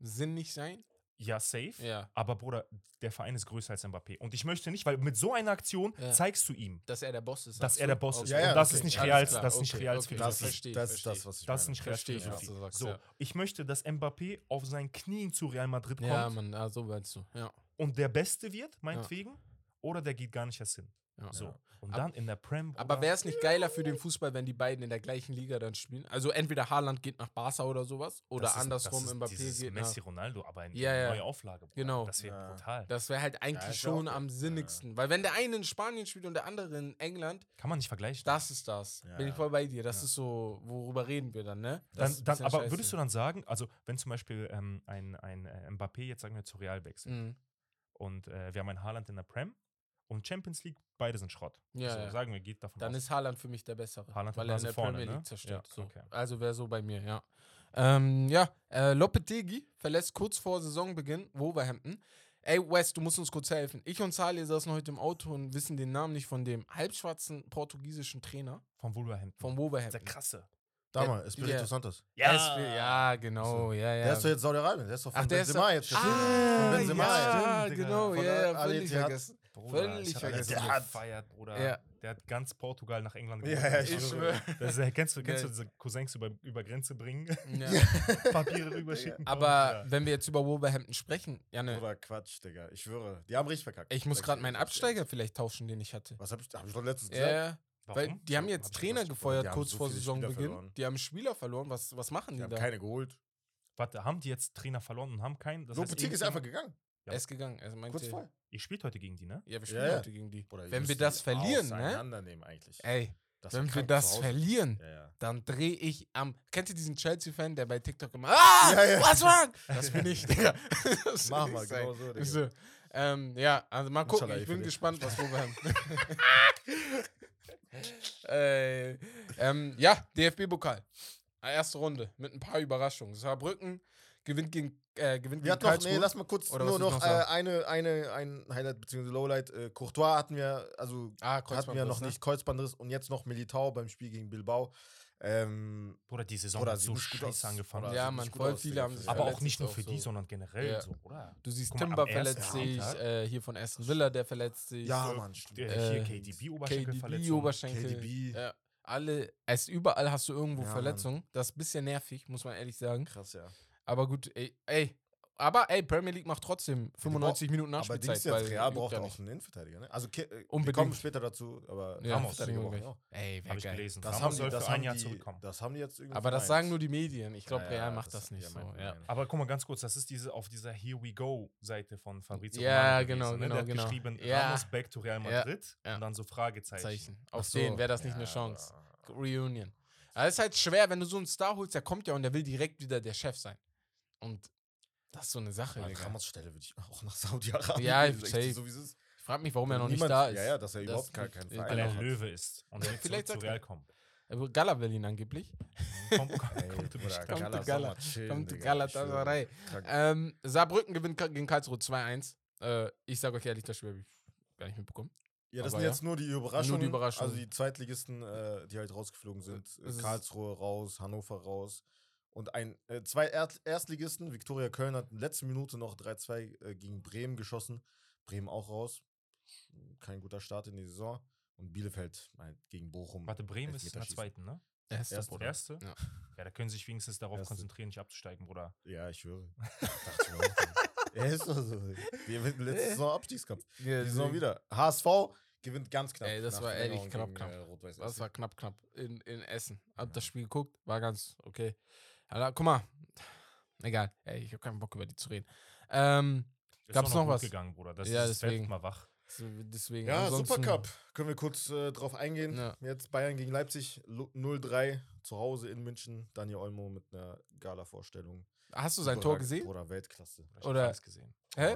Speaker 2: sinnig sein?
Speaker 1: ja, safe,
Speaker 2: Ja.
Speaker 1: aber Bruder, der Verein ist größer als Mbappé. Und ich möchte nicht, weil mit so einer Aktion
Speaker 2: Ja.
Speaker 1: zeigst du ihm,
Speaker 2: Dass er der Boss ist.
Speaker 1: dass
Speaker 2: sagst
Speaker 1: er
Speaker 2: du?
Speaker 1: der Boss ist.
Speaker 3: Ja, ja,
Speaker 1: und das
Speaker 3: okay,
Speaker 1: ist nicht
Speaker 2: alles
Speaker 1: Reals,
Speaker 2: klar,
Speaker 1: das ist nicht
Speaker 2: okay,
Speaker 1: Reals
Speaker 2: okay,
Speaker 3: Das,
Speaker 1: Philosophie.
Speaker 2: verstehe
Speaker 3: ist,
Speaker 2: ich,
Speaker 3: das ist
Speaker 2: verstehe
Speaker 3: das,
Speaker 2: ich.
Speaker 3: was ich
Speaker 1: Das ist nicht Reals
Speaker 2: Verstehe ich,
Speaker 1: Philosophie.
Speaker 2: was du sagst,
Speaker 1: so,
Speaker 2: ja.
Speaker 1: ich möchte, dass Mbappé auf seinen Knien zu Real Madrid kommt
Speaker 2: Ja, Mann, ah, so meinst du. Ja.
Speaker 1: und der Beste wird, meinetwegen, oder der geht gar nicht erst hin.
Speaker 2: Ja.
Speaker 1: So. Und
Speaker 2: Ab-
Speaker 1: dann in der Prem.
Speaker 2: Aber
Speaker 1: Bruder,
Speaker 2: wäre es nicht geiler für den Fußball, wenn die beiden in der gleichen Liga dann spielen? Also entweder Haaland geht nach Barca oder sowas oder
Speaker 1: das ist- das
Speaker 2: andersrum
Speaker 1: ist
Speaker 2: Mbappé
Speaker 1: dieses
Speaker 2: geht nach.
Speaker 1: Messi Ronaldo, aber in
Speaker 2: Ja,
Speaker 1: eine
Speaker 2: ja.
Speaker 1: neue Auflage. Bruder.
Speaker 2: Genau.
Speaker 1: Das wäre
Speaker 3: Ja.
Speaker 1: brutal.
Speaker 2: Das wäre halt eigentlich
Speaker 3: ist ja auch
Speaker 2: schon
Speaker 3: gut.
Speaker 2: am sinnigsten, weil wenn der eine in Spanien spielt und der andere in England,
Speaker 1: Kann man nicht vergleichen.
Speaker 2: das ist das.
Speaker 3: Ja,
Speaker 2: Bin ich
Speaker 3: ja.
Speaker 2: voll bei dir. Das
Speaker 3: Ja.
Speaker 2: ist so, worüber reden wir dann, ne? Das
Speaker 1: Dann,
Speaker 2: ist ein
Speaker 1: dann,
Speaker 2: bisschen
Speaker 1: aber
Speaker 2: scheiße.
Speaker 1: würdest du dann sagen, also wenn zum Beispiel ähm, ein, ein äh, Mbappé jetzt sagen wir zu Real wechselt
Speaker 2: Mhm.
Speaker 1: und äh, wir haben einen Haaland in der Prem und Champions League, beide sind Schrott.
Speaker 2: Ja,
Speaker 1: so,
Speaker 2: ja.
Speaker 1: sagen wir, geht davon
Speaker 2: Dann
Speaker 1: aus.
Speaker 2: ist Haaland für mich der bessere,
Speaker 1: Haaland
Speaker 2: weil
Speaker 1: und
Speaker 2: er in
Speaker 1: Nase
Speaker 2: der
Speaker 1: vorne,
Speaker 2: Premier
Speaker 1: ne?
Speaker 2: League zerstört.
Speaker 1: Ja,
Speaker 2: so.
Speaker 1: okay.
Speaker 2: Also wäre so bei mir, ja. Ähm, ja, äh, Lopetegui verlässt kurz vor Saisonbeginn Wolverhampton. Ey, Wes, du musst uns kurz helfen. Ich und Salih saßen heute im Auto und wissen den Namen nicht von dem halbschwarzen portugiesischen Trainer
Speaker 1: vom Wolverhampton.
Speaker 2: von
Speaker 1: der
Speaker 2: Wolverhampton.
Speaker 1: krasse.
Speaker 3: Damals,
Speaker 2: Der-
Speaker 3: Espirito
Speaker 2: ja.
Speaker 3: Santos.
Speaker 2: Ja, ja genau, ja, ja.
Speaker 3: Der ist doch jetzt Saudi-Arabien. Der ist doch von
Speaker 2: Ach, der ist
Speaker 3: Benzema
Speaker 2: doch-
Speaker 3: jetzt.
Speaker 2: Ah,
Speaker 3: gekommen. von Benzema.
Speaker 2: ja,
Speaker 1: Stimmt, Digga.
Speaker 2: genau,
Speaker 3: Von
Speaker 2: ja,
Speaker 3: Al-
Speaker 2: ja, völlig
Speaker 3: Al-Ittihad.
Speaker 2: vergessen. Völlig
Speaker 1: ich hab alles
Speaker 2: vergessen.
Speaker 1: so
Speaker 3: Der hat-
Speaker 1: gefeiert, Bruder.
Speaker 2: Ja.
Speaker 1: Der hat ganz Portugal nach England
Speaker 3: Ja,
Speaker 1: geholt.
Speaker 3: ja,
Speaker 2: Ich
Speaker 3: Ich
Speaker 2: schwöre.
Speaker 1: Das ist, kennst du, kennst du
Speaker 2: Geil.
Speaker 1: diese Cousins über, über Grenze bringen,
Speaker 2: Ja.
Speaker 1: Papiere rüberschicken?
Speaker 2: Aber wenn wir jetzt über Wolverhampton sprechen, Janne,
Speaker 3: Oder Quatsch, Digga. Ich schwöre. Die haben richtig verkackt.
Speaker 2: Ah. ich muss
Speaker 3: Sag
Speaker 2: gerade
Speaker 3: dir,
Speaker 2: meinen
Speaker 3: sag dir ehrlich.
Speaker 2: Absteiger vielleicht tauschen, den ich hatte.
Speaker 3: Was hab ich, hab ich doch letztens gesagt?
Speaker 2: Ja, weil die haben jetzt Trainer gefeuert
Speaker 3: Die haben
Speaker 2: kurz
Speaker 3: so
Speaker 2: vor
Speaker 3: viele
Speaker 2: Saisonbeginn.
Speaker 3: Spieler verloren.
Speaker 2: Die haben Spieler verloren. Was, was machen
Speaker 3: Die
Speaker 2: die,
Speaker 3: haben
Speaker 2: da?
Speaker 3: keine geholt.
Speaker 1: Warte, haben die jetzt Trainer verloren und haben keinen? Das heißt,
Speaker 3: Lopetegui ist einfach
Speaker 1: irgendjemand-
Speaker 3: gegangen.
Speaker 2: Er ist gegangen. Er meinte,
Speaker 3: Kurz vor.
Speaker 1: Ihr spielt heute gegen die, ne?
Speaker 2: Ja, wir spielen
Speaker 3: Ja, ja.
Speaker 2: heute gegen die.
Speaker 3: Oder ihr
Speaker 2: wenn wir
Speaker 3: müsst
Speaker 2: das
Speaker 3: die
Speaker 2: verlieren, ne?
Speaker 3: Auseinandernehmen eigentlich.
Speaker 2: Ey,
Speaker 3: Das
Speaker 2: wenn wir
Speaker 3: krank
Speaker 2: das
Speaker 3: zu Hause.
Speaker 2: verlieren,
Speaker 3: Ja, ja.
Speaker 2: dann drehe ich am. Kennt ihr diesen Chelsea-Fan, der bei TikTok immer. Ah!
Speaker 3: Ja, ja.
Speaker 2: What's wrong? Das bin ich, Digga. Das
Speaker 3: Mach
Speaker 2: bin
Speaker 3: mal,
Speaker 2: ich sein.
Speaker 3: genau so, Digga.
Speaker 2: Ist so. Ähm, ja, also mal gucken.
Speaker 3: Inshallah,
Speaker 2: Ich bin
Speaker 3: ich verliere.
Speaker 2: gespannt, was Wolverhampton. äh, ähm, ja, DFB-Pokal. Erste Runde mit ein paar Überraschungen. Saarbrücken gewinnt gegen, äh, gewinnt gegen
Speaker 3: Wir hatten noch, nee,
Speaker 2: Karlsruhe.
Speaker 3: lass mal kurz
Speaker 2: Oder was
Speaker 3: nur
Speaker 2: willst du noch
Speaker 3: noch, äh,
Speaker 2: sagen?
Speaker 3: eine, eine, ein Highlight bzw. Lowlight. Äh, Courtois hatten wir, also
Speaker 2: ah,
Speaker 3: hatten wir
Speaker 2: Kreuzbandriss,
Speaker 3: noch
Speaker 2: ne?
Speaker 3: nicht Kreuzbandriss und jetzt noch Militao beim Spiel gegen Bilbao. Ähm,
Speaker 1: Oder die Saison
Speaker 3: Oder
Speaker 1: hat
Speaker 3: sieht
Speaker 1: so
Speaker 3: nicht gut
Speaker 1: scheiße
Speaker 3: aus.
Speaker 1: angefangen.
Speaker 3: Oder
Speaker 2: Ja,
Speaker 3: sieht
Speaker 2: Mann,
Speaker 3: nicht gut
Speaker 2: voll
Speaker 3: aus,
Speaker 2: viele
Speaker 3: Digga,
Speaker 2: haben
Speaker 3: für
Speaker 2: sich
Speaker 3: die
Speaker 1: Aber auch
Speaker 2: verletzt
Speaker 1: nicht nur
Speaker 2: auch
Speaker 1: für die,
Speaker 2: so.
Speaker 1: sondern generell
Speaker 2: Ja.
Speaker 1: so, oder?
Speaker 2: Du siehst
Speaker 1: Guck mal, am
Speaker 2: Timber verletzt
Speaker 1: ersten
Speaker 2: sich,
Speaker 1: Spieltag-
Speaker 2: äh, hier von Aston Villa, der verletzt sich.
Speaker 3: Ja,
Speaker 1: so,
Speaker 3: Ah, Mann, stimmt.
Speaker 1: Äh,
Speaker 2: Äh,
Speaker 1: hier KDB-Oberschenkel
Speaker 2: KDB,
Speaker 1: verletzt.
Speaker 2: Oberschenkel.
Speaker 3: KDB.
Speaker 2: Ja, alle, es überall hast du irgendwo
Speaker 3: Ja, Mann.
Speaker 2: Verletzungen. Das ist ein bisschen nervig, muss man ehrlich sagen.
Speaker 3: Krass, ja.
Speaker 2: Aber gut, ey, ey. Aber ey, Premier League macht trotzdem 95 Minuten
Speaker 3: Aber
Speaker 2: Nachspielzeit.
Speaker 3: Dings jetzt,
Speaker 2: weil
Speaker 3: Real
Speaker 2: juckt
Speaker 3: braucht
Speaker 2: ja
Speaker 3: auch
Speaker 2: nicht.
Speaker 3: einen Innenverteidiger, ne? Also, Ke- äh, wir
Speaker 2: Unbedingt.
Speaker 3: kommen später dazu, aber
Speaker 2: Ja,
Speaker 1: Ramos,
Speaker 2: das
Speaker 3: Innenverteidiger
Speaker 2: sehen wir
Speaker 3: brauchen
Speaker 2: gleich.
Speaker 3: wir auch.
Speaker 2: Ey, wär
Speaker 1: Habe ich
Speaker 2: geil.
Speaker 1: gelesen.
Speaker 3: Das
Speaker 1: Ramos
Speaker 3: haben, die,
Speaker 1: soll
Speaker 3: das,
Speaker 1: für
Speaker 3: haben
Speaker 1: ein Jahr
Speaker 3: die,
Speaker 1: zurückkommen.
Speaker 3: das haben die jetzt irgendwie
Speaker 2: Aber das
Speaker 3: vereint.
Speaker 2: sagen nur die Medien. Ich glaube,
Speaker 3: Ja, ja,
Speaker 2: Real macht das, nicht
Speaker 3: ja,
Speaker 2: so.
Speaker 3: mein-
Speaker 2: Ja.
Speaker 3: mein-
Speaker 1: Aber guck mal ganz kurz, das ist diese auf dieser Here We Go Seite von Fabrizio.
Speaker 2: Ja,
Speaker 1: Romano
Speaker 2: genau,
Speaker 1: gewesen, ne?
Speaker 2: genau,
Speaker 1: Der hat
Speaker 2: genau.
Speaker 1: geschrieben,
Speaker 2: Ja.
Speaker 1: Ramos back to Real
Speaker 2: Ja,
Speaker 1: Madrid
Speaker 2: ja.
Speaker 1: und dann so Fragezeichen.
Speaker 2: Zeichen. Auf
Speaker 3: so,
Speaker 2: den wäre das nicht
Speaker 3: ja,
Speaker 2: eine Chance.
Speaker 3: aber-
Speaker 2: Reunion. Aber es ist halt schwer, wenn du so einen Star holst, der kommt ja und der will direkt wieder der Chef sein. Und das ist so eine Sache,
Speaker 3: An
Speaker 2: Digga.
Speaker 3: Ramos Stelle würde ich auch nach Saudi-Arabien
Speaker 2: Ja,
Speaker 3: gehen, sag ich dir
Speaker 2: safe.
Speaker 3: so wie es ist.
Speaker 2: Ich frage mich, warum er noch nicht
Speaker 3: Also Niemand-
Speaker 2: da ist.
Speaker 3: Ja, ja, dass er
Speaker 2: Das-
Speaker 3: überhaupt gar keinen
Speaker 2: äh,
Speaker 3: Verein
Speaker 1: Weil er
Speaker 2: genau.
Speaker 1: Löwe ist und will
Speaker 2: Vielleicht
Speaker 1: Vielleicht zu
Speaker 2: sagt
Speaker 1: Real
Speaker 2: er-
Speaker 1: kommen.
Speaker 2: Er will Äh, Gala will ihn angeblich.
Speaker 1: Komm, komm, komm, du bist
Speaker 2: Kommt
Speaker 3: Gala,
Speaker 2: der Gala.
Speaker 3: Sommer,
Speaker 2: Kommt
Speaker 3: Digga,
Speaker 2: Galatasaray.
Speaker 3: ich schwöre. Krank.
Speaker 2: Ähm, Saarbrücken gewinnt ka- gegen Karlsruhe 2-1. Äh, ich sage euch ehrlich, das Spiel habe ich gar nicht mitbekommen.
Speaker 3: Ja, das
Speaker 2: aber
Speaker 3: sind
Speaker 2: ja.
Speaker 3: jetzt nur die Überraschungen.
Speaker 2: Überraschungen.
Speaker 3: Also die Zweitligisten, äh, die halt rausgeflogen sind. Äh,
Speaker 2: es ist-
Speaker 3: Karlsruhe raus, Hannover raus. Und ein, äh, zwei Erd Erstligisten, Viktoria Köln hat in der letzten Minute noch 3-2 äh, gegen Bremen geschossen. Bremen auch raus. Kein guter Start in die Saison. Und Bielefeld halt gegen Bochum.
Speaker 1: Warte, Bremen ist in der
Speaker 3: Elfmeterschießen.
Speaker 1: zweiten, ne?
Speaker 2: Erster
Speaker 3: Erste.
Speaker 2: Bruder.
Speaker 1: Erste?
Speaker 2: Ja.
Speaker 1: Ja. da können sie sich wenigstens darauf
Speaker 3: Erste.
Speaker 1: konzentrieren, nicht abzusteigen, Bruder.
Speaker 3: Ja, ich schwöre. Dachte ich mir auch. ja, ist doch so. Wir sind letzte Saison Abstiegskampf.
Speaker 2: Ja,
Speaker 3: Die Saison
Speaker 2: deswegen-
Speaker 3: wieder. HSV gewinnt ganz knapp.
Speaker 2: Ey, das
Speaker 3: nach
Speaker 2: war ehrlich
Speaker 3: Verlängerung
Speaker 2: knapp,
Speaker 3: gegen,
Speaker 2: knapp.
Speaker 3: äh, Rot-Weiß
Speaker 2: Das
Speaker 3: Essen.
Speaker 2: war knapp, knapp. In, in Essen. Hab das Spiel geguckt, war ganz okay. Aber, guck mal. Egal. Ey, ich habe keinen Bock, über die zu reden. Ähm,
Speaker 1: Ist
Speaker 2: Gab's
Speaker 1: doch
Speaker 2: noch
Speaker 1: gut
Speaker 2: was?
Speaker 1: gegangen, Bruder. Das
Speaker 2: Ja,
Speaker 1: ist das Welt
Speaker 2: deswegen.
Speaker 1: mal wach.
Speaker 2: so, deswegen.
Speaker 3: Ja,
Speaker 2: ansonsten-
Speaker 3: Supercup. Können wir kurz äh, drauf eingehen.
Speaker 2: Ja.
Speaker 3: Jetzt Bayern gegen Leipzig lu- 0-3 zu Hause in München. Daniel Olmo mit einer Gala-Vorstellung.
Speaker 2: Hast du sein Tor gesehen?
Speaker 3: Oder Weltklasse.
Speaker 1: Ich hab
Speaker 2: Oder-
Speaker 1: alles gesehen.
Speaker 2: Hä?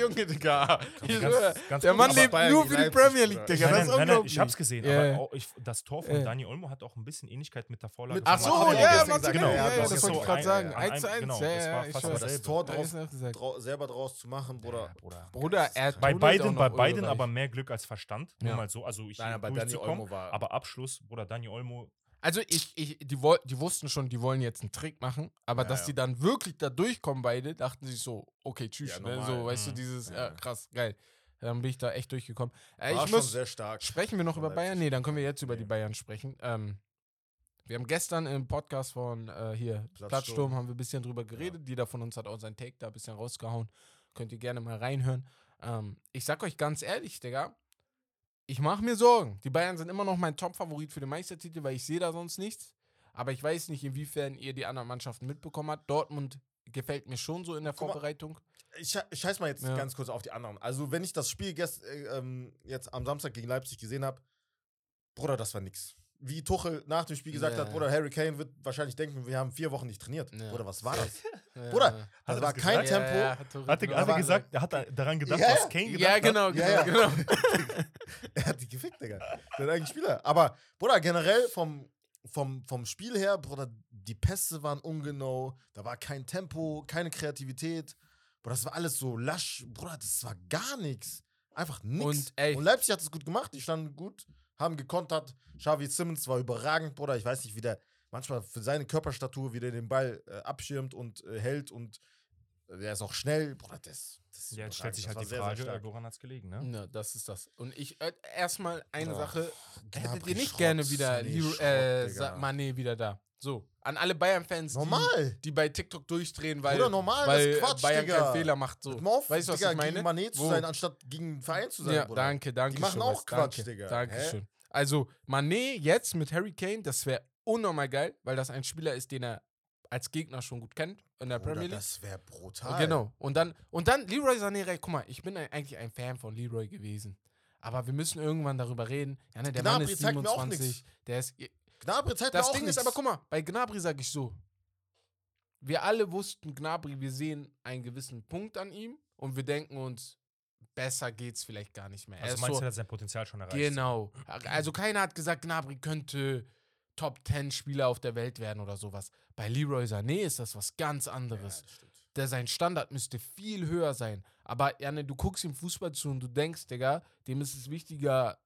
Speaker 2: Junge, Digga. Ich
Speaker 1: ganz-
Speaker 2: schwöre,
Speaker 1: ganz
Speaker 2: der
Speaker 1: kurz,
Speaker 2: Mann
Speaker 1: aber
Speaker 2: lebt
Speaker 3: Bayern
Speaker 2: nur
Speaker 3: gegen
Speaker 2: für die
Speaker 3: Leipzig,
Speaker 2: Premier League,
Speaker 3: Bruder.
Speaker 2: Digga. Das ist unglaublich.
Speaker 1: ich hab's gesehen,
Speaker 2: Ja, ja.
Speaker 1: aber auch, ich, das Tor von
Speaker 2: Ja.
Speaker 1: Dani Olmo hat auch ein bisschen Ähnlichkeit mit der Vorlage.
Speaker 3: Mit-
Speaker 1: von
Speaker 2: Ach so,
Speaker 1: Martinelli.
Speaker 2: ja,
Speaker 3: deswegen
Speaker 2: Martinelli,
Speaker 3: sag ich
Speaker 1: Genau,
Speaker 3: ja,
Speaker 2: ja,
Speaker 3: ja,
Speaker 2: ja,
Speaker 3: das
Speaker 2: das
Speaker 3: ist
Speaker 2: wollte
Speaker 3: so
Speaker 2: ich gerade
Speaker 3: ein-
Speaker 2: sagen.
Speaker 1: an
Speaker 2: 1 zu
Speaker 1: einem-
Speaker 2: 1,
Speaker 1: genau,
Speaker 2: ja,
Speaker 1: das
Speaker 2: ja,
Speaker 1: war
Speaker 2: ich
Speaker 1: fast
Speaker 3: Aber
Speaker 2: weiß.
Speaker 1: dasselbe.
Speaker 3: das Tor
Speaker 2: Ja,
Speaker 3: draus,
Speaker 2: ist auch gesagt.
Speaker 3: drau- selber draus zu machen, Bruder.
Speaker 1: Ja, Bruder.
Speaker 2: Bruder, er
Speaker 1: Bei
Speaker 2: tunnelt auch
Speaker 1: beiden,
Speaker 2: noch
Speaker 1: bei beiden
Speaker 2: Ulreich.
Speaker 1: aber mehr Glück als Verstand.
Speaker 2: Ja.
Speaker 1: Nur mal so. Also ich
Speaker 3: Nein, aber Dani
Speaker 1: durchzukommen,
Speaker 3: Olmo war-
Speaker 1: Aber Abschluss, Bruder, Dani Olmo.
Speaker 2: Also ich, ich, die, woll, die wussten schon, die wollen jetzt einen Trick machen, aber
Speaker 3: Ja,
Speaker 2: dass
Speaker 3: ja.
Speaker 2: die dann wirklich da durchkommen beide, dachten sich so, okay, tschüss,
Speaker 3: Ja,
Speaker 2: ne? so,
Speaker 3: normal,
Speaker 2: weißt du,
Speaker 1: mhm.
Speaker 2: dieses,
Speaker 3: Ja.
Speaker 2: ja, krass, geil. Dann bin ich da echt durchgekommen. Äh,
Speaker 3: War
Speaker 2: ich
Speaker 3: schon
Speaker 2: muss,
Speaker 3: sehr stark.
Speaker 2: sprechen wir noch
Speaker 3: von
Speaker 2: über
Speaker 3: Leipzig.
Speaker 2: Bayern? Nee, dann können wir jetzt über die
Speaker 3: Nee.
Speaker 2: Bayern sprechen. Ähm, wir haben gestern im Podcast von äh, hier
Speaker 3: Platzsturm.
Speaker 2: Platzsturm haben wir ein bisschen drüber geredet. Jeder von uns hat auch seinen Take da ein bisschen rausgehauen. Könnt ihr gerne mal reinhören. Ähm, ich sag euch ganz ehrlich, Digga, ich mache mir Sorgen. Die Bayern sind immer noch mein Top-Favorit für den Meistertitel, weil ich sehe da sonst nichts. Aber ich weiß nicht, inwiefern ihr die anderen Mannschaften mitbekommen habt. Dortmund gefällt mir schon so in der
Speaker 3: Guck mal.
Speaker 2: Vorbereitung.
Speaker 3: Ich sche- ich scheiß mal jetzt
Speaker 2: Ja.
Speaker 3: ganz kurz auf die anderen. Also, wenn ich das Spiel gest, äh, ähm, jetzt am Samstag gegen Leipzig gesehen habe, Bruder, das war nix. Wie Tuchel nach dem Spiel gesagt
Speaker 2: Ja.
Speaker 3: hat, Bruder, Harry Kane wird wahrscheinlich denken, wir haben vier Wochen nicht trainiert.
Speaker 2: Ja.
Speaker 3: Bruder, was war das?
Speaker 2: Ja.
Speaker 3: Bruder,
Speaker 1: er
Speaker 3: das
Speaker 1: das
Speaker 3: war kein
Speaker 1: gesagt?
Speaker 3: Tempo.
Speaker 2: Ja, hat Tuchel
Speaker 1: Hat er,
Speaker 2: genau
Speaker 1: hat er
Speaker 3: Wahnsinn.
Speaker 1: gesagt, er hat da- daran gedacht,
Speaker 3: Ja,
Speaker 1: was Kane gedacht ne?
Speaker 2: Ja,
Speaker 1: hat?
Speaker 2: genau, genau,
Speaker 3: Ja, ja.
Speaker 2: genau.
Speaker 3: Er hat die gefickt, Digga. Der eigene Spieler. Aber, Bruder, generell vom, vom, vom Spiel her, Bruder, die Pässe waren ungenau, da war kein Tempo, keine Kreativität. Bruder, das war alles so lasch. Bruder, das war gar nichts. Einfach nichts.
Speaker 2: Und, ey.
Speaker 3: Und Leipzig hat es gut gemacht, die standen gut, haben gekontert. Xavi Simmons war überragend, Bruder. Ich weiß nicht, wie der manchmal für seine Körperstatur, wie der den Ball äh, abschirmt und äh, hält und äh, der ist auch schnell. Bruder, das, das ist
Speaker 1: Ja, jetzt
Speaker 3: überragend.
Speaker 1: stellt sich
Speaker 3: Das
Speaker 1: halt
Speaker 3: war
Speaker 1: die
Speaker 3: sehr, sehr
Speaker 1: Frage,
Speaker 3: stark.
Speaker 1: äh, woran hat es gelegen, ne?
Speaker 2: Na, das ist das. Und ich, äh, erstmal eine
Speaker 3: Ja.
Speaker 2: Sache. Hättet
Speaker 3: Gnabry,
Speaker 2: ihr nicht
Speaker 3: Schrott,
Speaker 2: gerne wieder
Speaker 3: Sané,
Speaker 2: Leroy-
Speaker 3: Schrott,
Speaker 2: äh,
Speaker 3: Digga.
Speaker 2: Sa- Mané wieder da? So, an alle Bayern-Fans, die,
Speaker 3: Normal.
Speaker 2: die bei TikTok durchdrehen, weil,
Speaker 3: Oder normal,
Speaker 2: weil
Speaker 3: das
Speaker 2: äh,
Speaker 3: ist Quatsch,
Speaker 2: Bayern
Speaker 3: Digga.
Speaker 2: keinen Fehler macht. So.
Speaker 3: Hört mal auf,
Speaker 2: Weißt du, was
Speaker 3: Digga,
Speaker 2: ich meine?
Speaker 3: gegen Mané zu
Speaker 2: Wo-
Speaker 3: sein, anstatt gegen den Verein zu sein,
Speaker 2: ja,
Speaker 3: Bruder.
Speaker 2: danke, danke.
Speaker 3: Die machen
Speaker 2: schon,
Speaker 3: auch
Speaker 2: Wes,
Speaker 3: Quatsch,
Speaker 2: danke,
Speaker 3: Digga. Hä?
Speaker 2: Dankeschön. Also, Mané jetzt mit Harry Kane, das wäre unnormal geil, weil das ein Spieler ist, den er als Gegner schon gut kennt in der
Speaker 3: Bruder,
Speaker 2: Premier League.
Speaker 3: das wäre brutal.
Speaker 2: Genau. Und dann, und dann Leroy Sané, rein. guck mal, ich bin ein, eigentlich ein Fan von Leroy gewesen. Aber wir müssen irgendwann darüber reden. Ja, ne, der
Speaker 3: Gnabry
Speaker 2: Mann ist
Speaker 3: zeigt mir auch
Speaker 2: 27. Der ist,
Speaker 3: Gnabry zeigt mir
Speaker 2: das
Speaker 3: auch
Speaker 2: Ding ist
Speaker 3: nichts.
Speaker 2: aber, guck mal, bei Gnabry sage ich so. Wir alle wussten, Gnabry, wir sehen einen gewissen Punkt an ihm und wir denken uns, besser geht's vielleicht gar nicht mehr. Er
Speaker 1: Also
Speaker 2: ist
Speaker 1: meinst
Speaker 2: so,
Speaker 1: du, er hat sein Potenzial schon erreicht?
Speaker 2: Genau. Also keiner hat gesagt, Gnabry könnte Top 10 Spieler auf der Welt werden oder sowas. Bei Leroy Sané ist das was ganz anderes. der sein Standard müsste viel höher sein. Aber Janne, du guckst ihm Fußball zu und du denkst, Digga, dem ist es wichtiger.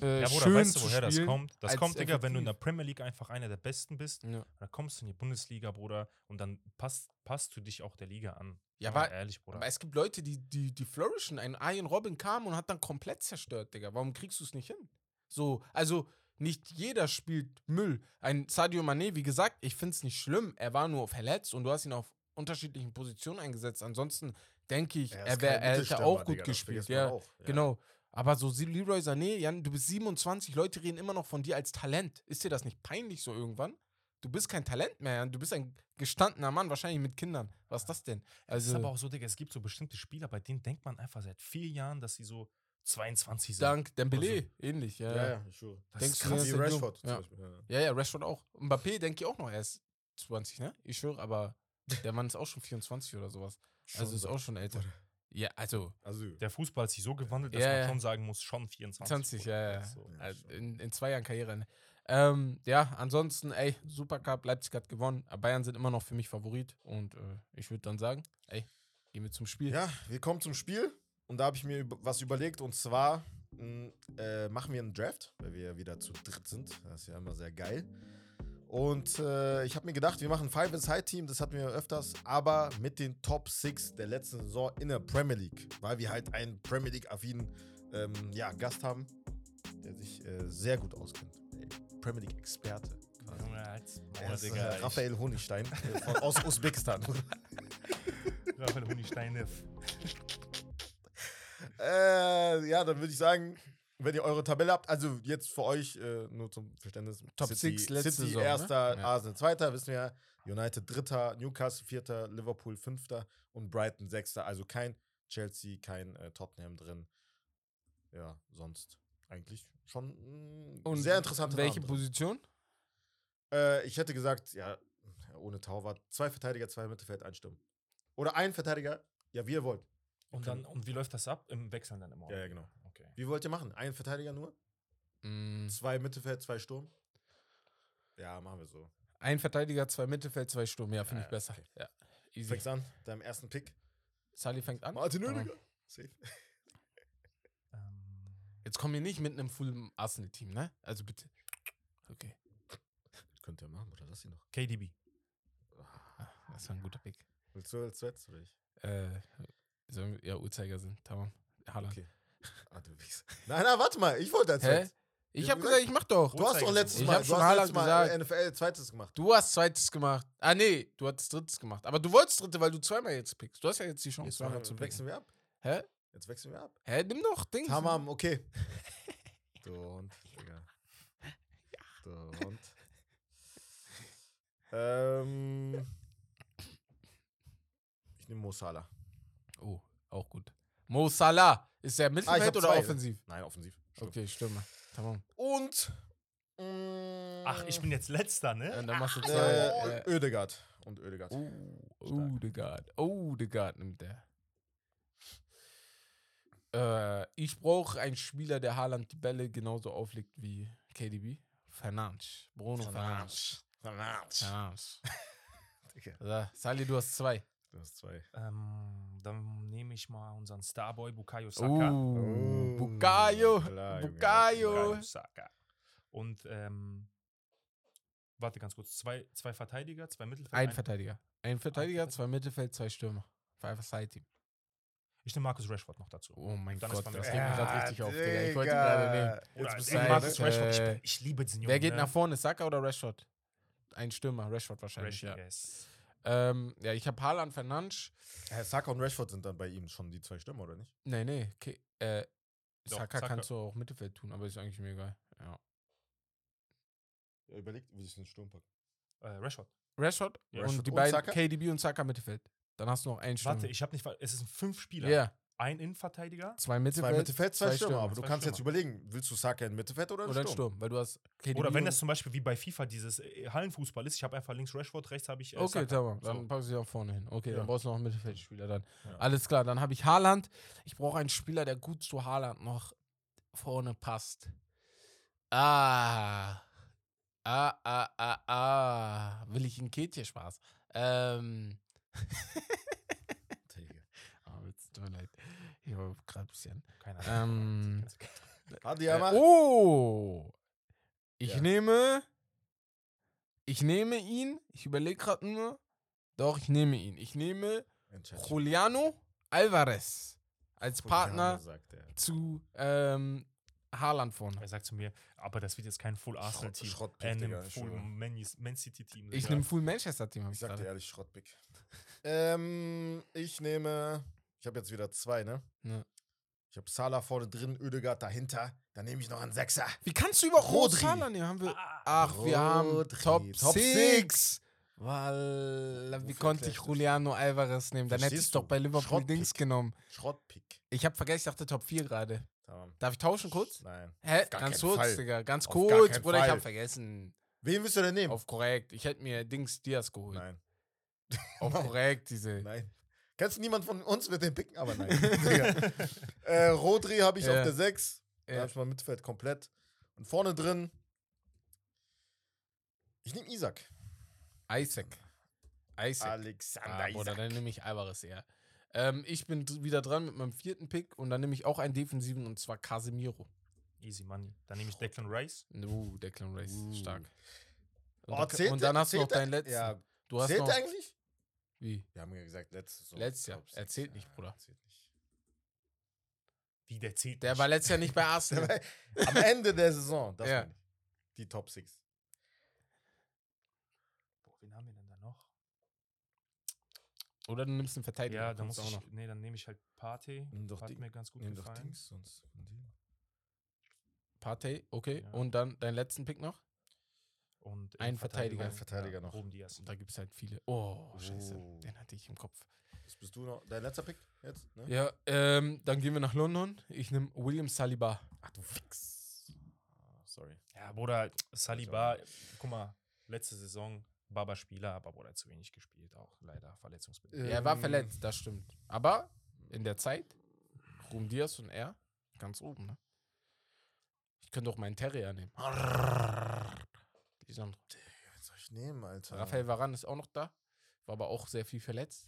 Speaker 2: Äh,
Speaker 1: Ja, Bruder,
Speaker 2: schön
Speaker 1: weißt du,
Speaker 2: zu
Speaker 1: woher das
Speaker 2: spielen
Speaker 1: kommt? Das
Speaker 2: als
Speaker 1: kommt, Digga, wenn du in der
Speaker 2: effektiv.
Speaker 1: Premier League einfach einer der Besten bist,
Speaker 2: Ja.
Speaker 1: dann kommst du in die Bundesliga, Bruder, und dann passt, passt du dich auch der Liga an.
Speaker 2: Ja,
Speaker 1: Sag mal
Speaker 2: aber-
Speaker 1: ehrlich, Bruder.
Speaker 2: Aber es gibt Leute, die, die, die flourishen. Ein Arjen Robin kam und hat dann komplett zerstört, Digga. Warum kriegst du es nicht hin? So, also nicht jeder spielt Müll. Ein Sadio Mané, wie gesagt, ich finde es nicht schlimm. Er war nur verletzt und du hast ihn auf unterschiedlichen Positionen eingesetzt. Ansonsten denke ich, er, wär, er hätte auch gut gespielt. Ja, Genau. Aber so Sie- Leroy Sané, Jan, du bist 27, Leute reden immer noch von dir als Talent. Ist dir das nicht peinlich so irgendwann? Du bist kein Talent mehr, Jan. Du bist ein gestandener Mann, wahrscheinlich mit Kindern. Was ist das denn?
Speaker 1: es ist
Speaker 2: Also,
Speaker 1: aber auch so, Digga, es gibt so bestimmte Spieler, bei denen denkt man einfach seit vier Jahren, dass sie so 22 sind.
Speaker 2: dank Dembele, ähnlich. Ja,
Speaker 3: Ja,
Speaker 2: ja.
Speaker 3: ja, ich schwöre.
Speaker 1: Das
Speaker 2: Denkst
Speaker 1: ist
Speaker 2: du,
Speaker 1: krass.
Speaker 2: das
Speaker 3: Wie
Speaker 2: ist der
Speaker 3: Rashford
Speaker 2: Junge. Ja.
Speaker 3: zum Beispiel. Ja.
Speaker 2: ja, ja, Rashford auch. Mbappé denke ich auch noch, er ist 20, ne? Ich schwöre, aber der Mann ist auch schon 24 oder sowas. Also
Speaker 3: Schon
Speaker 2: ist
Speaker 3: so.
Speaker 2: auch schon älter. Ja, also
Speaker 3: Also,
Speaker 1: Der Fußball hat sich so gewandelt, dass
Speaker 2: Ja,
Speaker 1: man
Speaker 2: ja.
Speaker 1: schon sagen muss, schon 24.
Speaker 2: 20,
Speaker 1: Bruder.
Speaker 2: ja, ja.
Speaker 1: Das ist so.
Speaker 3: Ja,
Speaker 2: Also
Speaker 3: schon.
Speaker 2: in, in zwei Jahren Karriere. ne? Ähm, ja, ansonsten, ey, Supercup, Leipzig hat gewonnen. aber Bayern sind immer noch für mich Favorit. Und äh, ich würde dann sagen, ey, gehen wir zum Spiel.
Speaker 3: ja, wir kommen zum Spiel. Und da habe ich mir über- was überlegt. Und zwar mh, äh, machen wir einen Draft, weil wir wieder zu dritt sind. Das ist ja immer sehr geil. Und äh, ich habe mir gedacht, wir machen ein Five-Side-Team, das hatten wir öfters, aber mit den Top Six der letzten Saison in der Premier League, weil wir halt einen Premier League-affinen ähm, ja, Gast haben, der sich äh, sehr gut auskennt. Premier League-Experte. quasi.
Speaker 1: Junge, halt's Maul,
Speaker 3: Er ist, äh,
Speaker 1: Digga, ich-
Speaker 3: Raphael Honigstein äh, von, aus Usbekistan.
Speaker 1: Raphael Honigsteine.
Speaker 3: Äh, ja, dann würde ich sagen, wenn ihr eure Tabelle habt, also jetzt für euch äh, nur zum Verständnis:
Speaker 2: Top Six letzte
Speaker 3: City
Speaker 2: Saison, ne?
Speaker 3: erster,
Speaker 2: Ja.
Speaker 3: Arsenal zweiter, wissen wir ja. United dritter, Newcastle vierter, Liverpool fünfter und Brighton sechster. Also kein Chelsea, kein äh, Tottenham drin. Ja, sonst eigentlich schon mh,
Speaker 2: Und
Speaker 3: sehr interessante
Speaker 2: Welche
Speaker 3: Namen drin.
Speaker 2: Position?
Speaker 3: äh, Ich hätte gesagt, ja, ohne Tauwart, zwei Verteidiger, zwei Mittelfeld, ein Sturm. Oder ein Verteidiger, ja, wie ihr wollt.
Speaker 1: Und, dann, und wie läuft das ab? Im Wechseln dann immer.
Speaker 3: Ja, ja, genau.
Speaker 1: Okay.
Speaker 3: Wie wollt ihr machen? Einen Verteidiger nur?
Speaker 2: Mm,
Speaker 3: Zwei Mittelfeld, zwei Sturm. Ja, machen wir so.
Speaker 2: Ein Verteidiger, zwei Mittelfeld, zwei Sturm. Ja, finde
Speaker 3: Ja,
Speaker 2: ich besser. Ja, easy.
Speaker 3: Fängst an, deinem ersten Pick.
Speaker 2: Sally fängt an.
Speaker 3: Martin
Speaker 2: Aber
Speaker 3: Oediger. Safe.
Speaker 1: Ähm,
Speaker 2: Jetzt kommen wir nicht mit einem Full Arsenal-Team, ne? Also bitte. Okay,
Speaker 3: Könnt ihr machen, oder lass ihn noch.
Speaker 1: KDB.
Speaker 2: das war ein guter Pick.
Speaker 3: Willst du als letztes oder ich?
Speaker 2: Äh, sollen wir, ja, Uhrzeigersinn. Tamam. Haaland.
Speaker 3: Okay. Ah, du Wichs. Nein, nein, warte mal, ich wollte als
Speaker 2: Hä?
Speaker 3: letztes.
Speaker 2: Ich
Speaker 3: Ja,
Speaker 2: habe
Speaker 3: wie
Speaker 2: gesagt, ich mach doch.
Speaker 3: Du hast doch
Speaker 1: Uhrzeigersinn.
Speaker 3: letztes
Speaker 2: Ich
Speaker 3: Mal,
Speaker 2: hab
Speaker 3: du
Speaker 2: schon
Speaker 3: hast
Speaker 2: Haaland
Speaker 3: letztes Mal
Speaker 2: gesagt.
Speaker 3: NFL zweites gemacht.
Speaker 2: Du hast zweites gemacht. Ah, nee, du hattest drittes gemacht. Aber du wolltest dritte, weil du zweimal jetzt pickst. Du hast ja jetzt die Chance,
Speaker 3: Jetzt
Speaker 2: zweimal
Speaker 3: machen,
Speaker 2: zu
Speaker 3: wir-
Speaker 2: wechseln.
Speaker 3: wechseln wir ab.
Speaker 2: Hä?
Speaker 3: Jetzt wechseln wir ab.
Speaker 2: Hä, nimm doch Dings.
Speaker 3: Tamam, okay. Du und, Digga. Du und. Ähm, ich nehme Mo Salah.
Speaker 2: Oh, auch gut. Mo Salah, ist er
Speaker 3: Ah, ich
Speaker 2: Mittelfeld
Speaker 3: hab
Speaker 2: oder
Speaker 3: zwei.
Speaker 2: offensiv?
Speaker 3: Nein, offensiv. Stimmt.
Speaker 2: Okay, Stürmer. Tamam.
Speaker 3: Und. mm,
Speaker 1: Ach,
Speaker 2: Äh.
Speaker 1: ich bin jetzt letzter,
Speaker 2: Ja,
Speaker 1: ne?
Speaker 2: dann machst du
Speaker 3: Äh,
Speaker 2: zwei.
Speaker 3: äh,
Speaker 2: Äh,
Speaker 3: Ödegard. Und Ödegard.
Speaker 2: oh, Odegaard. Odegaard nimmt der. Äh, ich brauche einen Spieler, der Haaland die Bälle genauso auflegt wie KDB. Fernandes. Bruno Fernandes.
Speaker 3: Vernatsch.
Speaker 2: Fernandes.
Speaker 3: Digga,
Speaker 2: So, Sali, du hast zwei.
Speaker 3: Du hast zwei.
Speaker 1: Ähm, dann nehme ich mal unseren Starboy Bukayo Saka.
Speaker 2: Oh,
Speaker 3: Oh,
Speaker 2: Bukayo.
Speaker 3: klar, Junge.
Speaker 2: Bukayo.
Speaker 1: Bukayo Saka. Und, ähm, warte ganz kurz. Zwei, zwei Verteidiger, zwei Mittelfeld.
Speaker 2: Ein
Speaker 1: ein-
Speaker 2: Verteidiger. Ein Verteidiger,
Speaker 1: Verteidiger.
Speaker 2: zwei Mittelfeld, zwei Stürmer. Five Side Team.
Speaker 1: ich nehme Markus Rashford noch dazu.
Speaker 2: Oh mein
Speaker 1: Dann ist
Speaker 2: Gott,
Speaker 1: bei
Speaker 2: das
Speaker 1: mir
Speaker 2: geht
Speaker 1: das
Speaker 2: mir
Speaker 1: Ding.
Speaker 2: gerade
Speaker 3: Ah,
Speaker 2: richtig auf, Digga. Ich wollte ihn
Speaker 3: Digga.
Speaker 2: gerade nehmen.
Speaker 1: Oder,
Speaker 3: Jetzt bist
Speaker 1: ey,
Speaker 3: du
Speaker 2: sein,
Speaker 3: halt
Speaker 1: Marcus
Speaker 2: äh,
Speaker 1: Rashford, ich, ich liebe diesen Jungen.
Speaker 2: Wer geht
Speaker 1: ne?
Speaker 2: nach vorne, Saka oder Rashford? Ein Stürmer, Rashford wahrscheinlich.
Speaker 1: Rashford,
Speaker 2: ja.
Speaker 1: yes.
Speaker 2: Ähm, ja, ich habe Haaland, Fernandes.
Speaker 3: Herr Saka und Rashford sind dann bei ihm schon die zwei Stimmen, oder nicht?
Speaker 2: Nee, nee. Ke äh,
Speaker 1: Doch,
Speaker 2: Saka,
Speaker 1: Saka.
Speaker 2: kannst du auch Mittelfeld tun, aber ist eigentlich mir egal. Ja.
Speaker 3: Ja, überlegt, wie ich den Sturm packe.
Speaker 1: Äh, Rashford.
Speaker 2: Rashford
Speaker 1: Ja,
Speaker 2: und
Speaker 3: Rashford
Speaker 2: die
Speaker 3: und
Speaker 2: beiden
Speaker 3: Saka?
Speaker 2: KDB und Saka Mittelfeld. Dann hast du noch einen Stürmer.
Speaker 1: Warte, ich habe nicht. ver- Es sind fünf Spieler.
Speaker 2: Ja,
Speaker 1: Ein Innenverteidiger.
Speaker 2: zwei
Speaker 3: Zwei
Speaker 2: Mittelfeld,
Speaker 3: Mittelfeld, zwei, Stürmer. Aber du
Speaker 1: zwei
Speaker 3: kannst jetzt
Speaker 1: Stürmer.
Speaker 3: überlegen, willst du Saka in Mittelfeld oder
Speaker 2: oder
Speaker 3: einen
Speaker 2: einen
Speaker 3: Sturm?
Speaker 2: Sturm, weil du hast KDB.
Speaker 1: Oder wenn das
Speaker 2: und-
Speaker 1: zum Beispiel wie bei FIFA dieses äh, Hallenfußball ist, ich habe einfach links Rashford, rechts habe ich. Äh,
Speaker 2: Okay,
Speaker 1: Saka.
Speaker 2: tamam. Dann
Speaker 1: So.
Speaker 2: packst du dich auch vorne hin. Okay,
Speaker 3: Ja.
Speaker 2: dann brauchst du noch einen Mittelfeldspieler dann.
Speaker 3: Ja.
Speaker 2: Alles klar, dann habe ich Haaland. Ich brauche einen Spieler, der gut zu Haaland noch vorne passt. Ah. Ah, ah, ah, ah. Will ich in Ketje Spaß? Ähm.
Speaker 3: Digga.
Speaker 2: Ah, Witz, tut mir leid. Ich war gerade ein bisschen.
Speaker 1: Keine
Speaker 2: Ähm,
Speaker 3: Hadi
Speaker 2: äh,
Speaker 3: Amar.
Speaker 2: oh! Ich
Speaker 3: Ja.
Speaker 2: nehme. Ich nehme ihn. Ich überlege gerade nur. Doch, ich nehme ihn. Ich nehme
Speaker 3: Entschuldigung.
Speaker 2: Juliano Alvarez als Partner
Speaker 3: Juliano, sagt er.
Speaker 2: zu ähm, Haaland vorne.
Speaker 1: Er sagt zu mir, aber das wird jetzt kein Full Arsenal-Team.
Speaker 3: Schrottpick,
Speaker 1: er
Speaker 3: Digga,
Speaker 1: nimmt Full
Speaker 3: Entschuldigung.
Speaker 1: Man, Man City-Team.
Speaker 2: Ich
Speaker 1: Digga.
Speaker 2: nehme Full Manchester Team, habe ich
Speaker 3: Ich sag dir
Speaker 2: gerade.
Speaker 3: ehrlich, Schrottpick. ähm, ich nehme. Ich habe jetzt wieder zwei, ne?
Speaker 2: Ne.
Speaker 3: Ich habe Salah vorne drin, Ödegard dahinter. Dann nehme ich noch einen Sechser.
Speaker 2: Wie kannst du über
Speaker 3: Rodri.
Speaker 2: Haaland? hier haben wir.
Speaker 1: Ah,
Speaker 2: Ach, wir haben
Speaker 3: Rodri,
Speaker 2: Top
Speaker 3: Top
Speaker 2: 6. Weil, wie
Speaker 3: Wofür
Speaker 2: konnte
Speaker 3: erklärst
Speaker 2: ich
Speaker 3: du's?
Speaker 2: Juliano Alvarez nehmen? Dann hätte ich
Speaker 3: Verstehst
Speaker 2: doch
Speaker 3: du?
Speaker 2: bei Liverpool
Speaker 3: Schrottpick.
Speaker 2: Dings genommen.
Speaker 3: Schrottpick.
Speaker 2: Ich habe vergessen, ich dachte Top 4 gerade.
Speaker 3: Tamam.
Speaker 2: Darf ich tauschen kurz?
Speaker 3: Nein.
Speaker 2: Hä?
Speaker 3: Auf gar
Speaker 2: Ganz
Speaker 3: keinen
Speaker 2: kurz,
Speaker 3: Fall.
Speaker 2: Digga. Ganz
Speaker 3: Auf gar
Speaker 2: kurz,
Speaker 3: keinen
Speaker 2: Bruder. Ich
Speaker 3: Fall.
Speaker 2: habe vergessen.
Speaker 3: Wen willst du denn nehmen?
Speaker 2: Auf korrekt. Ich hätte mir Dings Diaz geholt.
Speaker 3: Nein.
Speaker 2: Auf korrekt, diese.
Speaker 3: Nein. Kennst niemand von uns mit den Picken? Aber nein. Digga. äh, Rodri habe ich
Speaker 2: Ja.
Speaker 3: auf der 6. Da
Speaker 2: Ja.
Speaker 3: habe ich mal Mittelfeld komplett. Und vorne drin. Ich nehme Isaac.
Speaker 2: Isaac. Isaac.
Speaker 3: Alexander
Speaker 2: Ah, Bruder, dann nehme ich Alvarez eher. Ähm, ich bin dr- wieder dran mit meinem vierten Pick und dann nehme ich auch einen Defensiven und zwar Casemiro.
Speaker 1: Easy Money. Dann nehme ich Declan Rice.
Speaker 2: Uh, Declan Rice, stark. Und,
Speaker 3: Oh,
Speaker 2: da-
Speaker 3: zählt
Speaker 2: und dann
Speaker 3: der-
Speaker 2: hast du noch
Speaker 3: zählt der-
Speaker 2: deinen letzten.
Speaker 3: Ja,
Speaker 2: du hast
Speaker 3: zählt
Speaker 2: noch,
Speaker 3: der eigentlich?
Speaker 2: wie?
Speaker 3: Wir haben ja gesagt, letztes Jahr.
Speaker 2: Letztes Jahr. Er zählt nicht, Bruder.
Speaker 3: Zählt nicht.
Speaker 1: Wie der zählt.
Speaker 2: Der
Speaker 1: nicht.
Speaker 2: war letztes Jahr nicht bei Arsenal.
Speaker 3: Der war- Am Ende der Saison, das
Speaker 2: Ja.
Speaker 3: meine ich. Die Top 6.
Speaker 1: Boah, wen haben wir denn da noch?
Speaker 2: Oder du nimmst einen Verteidiger.
Speaker 1: Ja, dann muss
Speaker 2: kannst du
Speaker 1: ich. Nee, dann nehme ich halt Party.
Speaker 3: Nimm doch
Speaker 1: Hat
Speaker 3: Ding-
Speaker 1: mir ganz gut
Speaker 3: Nimm doch
Speaker 1: gefallen.
Speaker 3: Dings sonst. von denen.
Speaker 2: Partey, okay.
Speaker 1: Ja.
Speaker 2: Und dann deinen letzten Pick noch.
Speaker 1: Und
Speaker 2: Ein
Speaker 1: im
Speaker 2: Verteidiger.
Speaker 1: Verteidigung-
Speaker 3: Ein Verteidiger
Speaker 1: ja,
Speaker 3: noch.
Speaker 1: Ruben Diaz.
Speaker 2: Und da gibt es halt viele. Oh, scheiße.
Speaker 3: Oh.
Speaker 2: Den hatte ich im Kopf.
Speaker 3: Das bist du noch. Dein letzter Pick jetzt? Ne?
Speaker 2: Ja, ähm, dann gehen wir nach London. Ich nehme William Saliba.
Speaker 3: Ach du Fix. Ah, Sorry.
Speaker 1: Ja, Bruder, Saliba, guck mal, letzte Saison Baba-Spieler, aber Bruder hat zu wenig gespielt, auch leider verletzungsbedingt.
Speaker 3: Äh,
Speaker 2: Ja, er war
Speaker 3: Ähm.
Speaker 2: verletzt, das stimmt. Aber in der Zeit, Ruben Diaz und er, ganz oben, ne? Ich könnte auch meinen Terrier nehmen. Die sind-
Speaker 3: Was soll ich nehmen, Alter?
Speaker 2: Raphael Varan ist auch noch da, war aber auch sehr viel verletzt.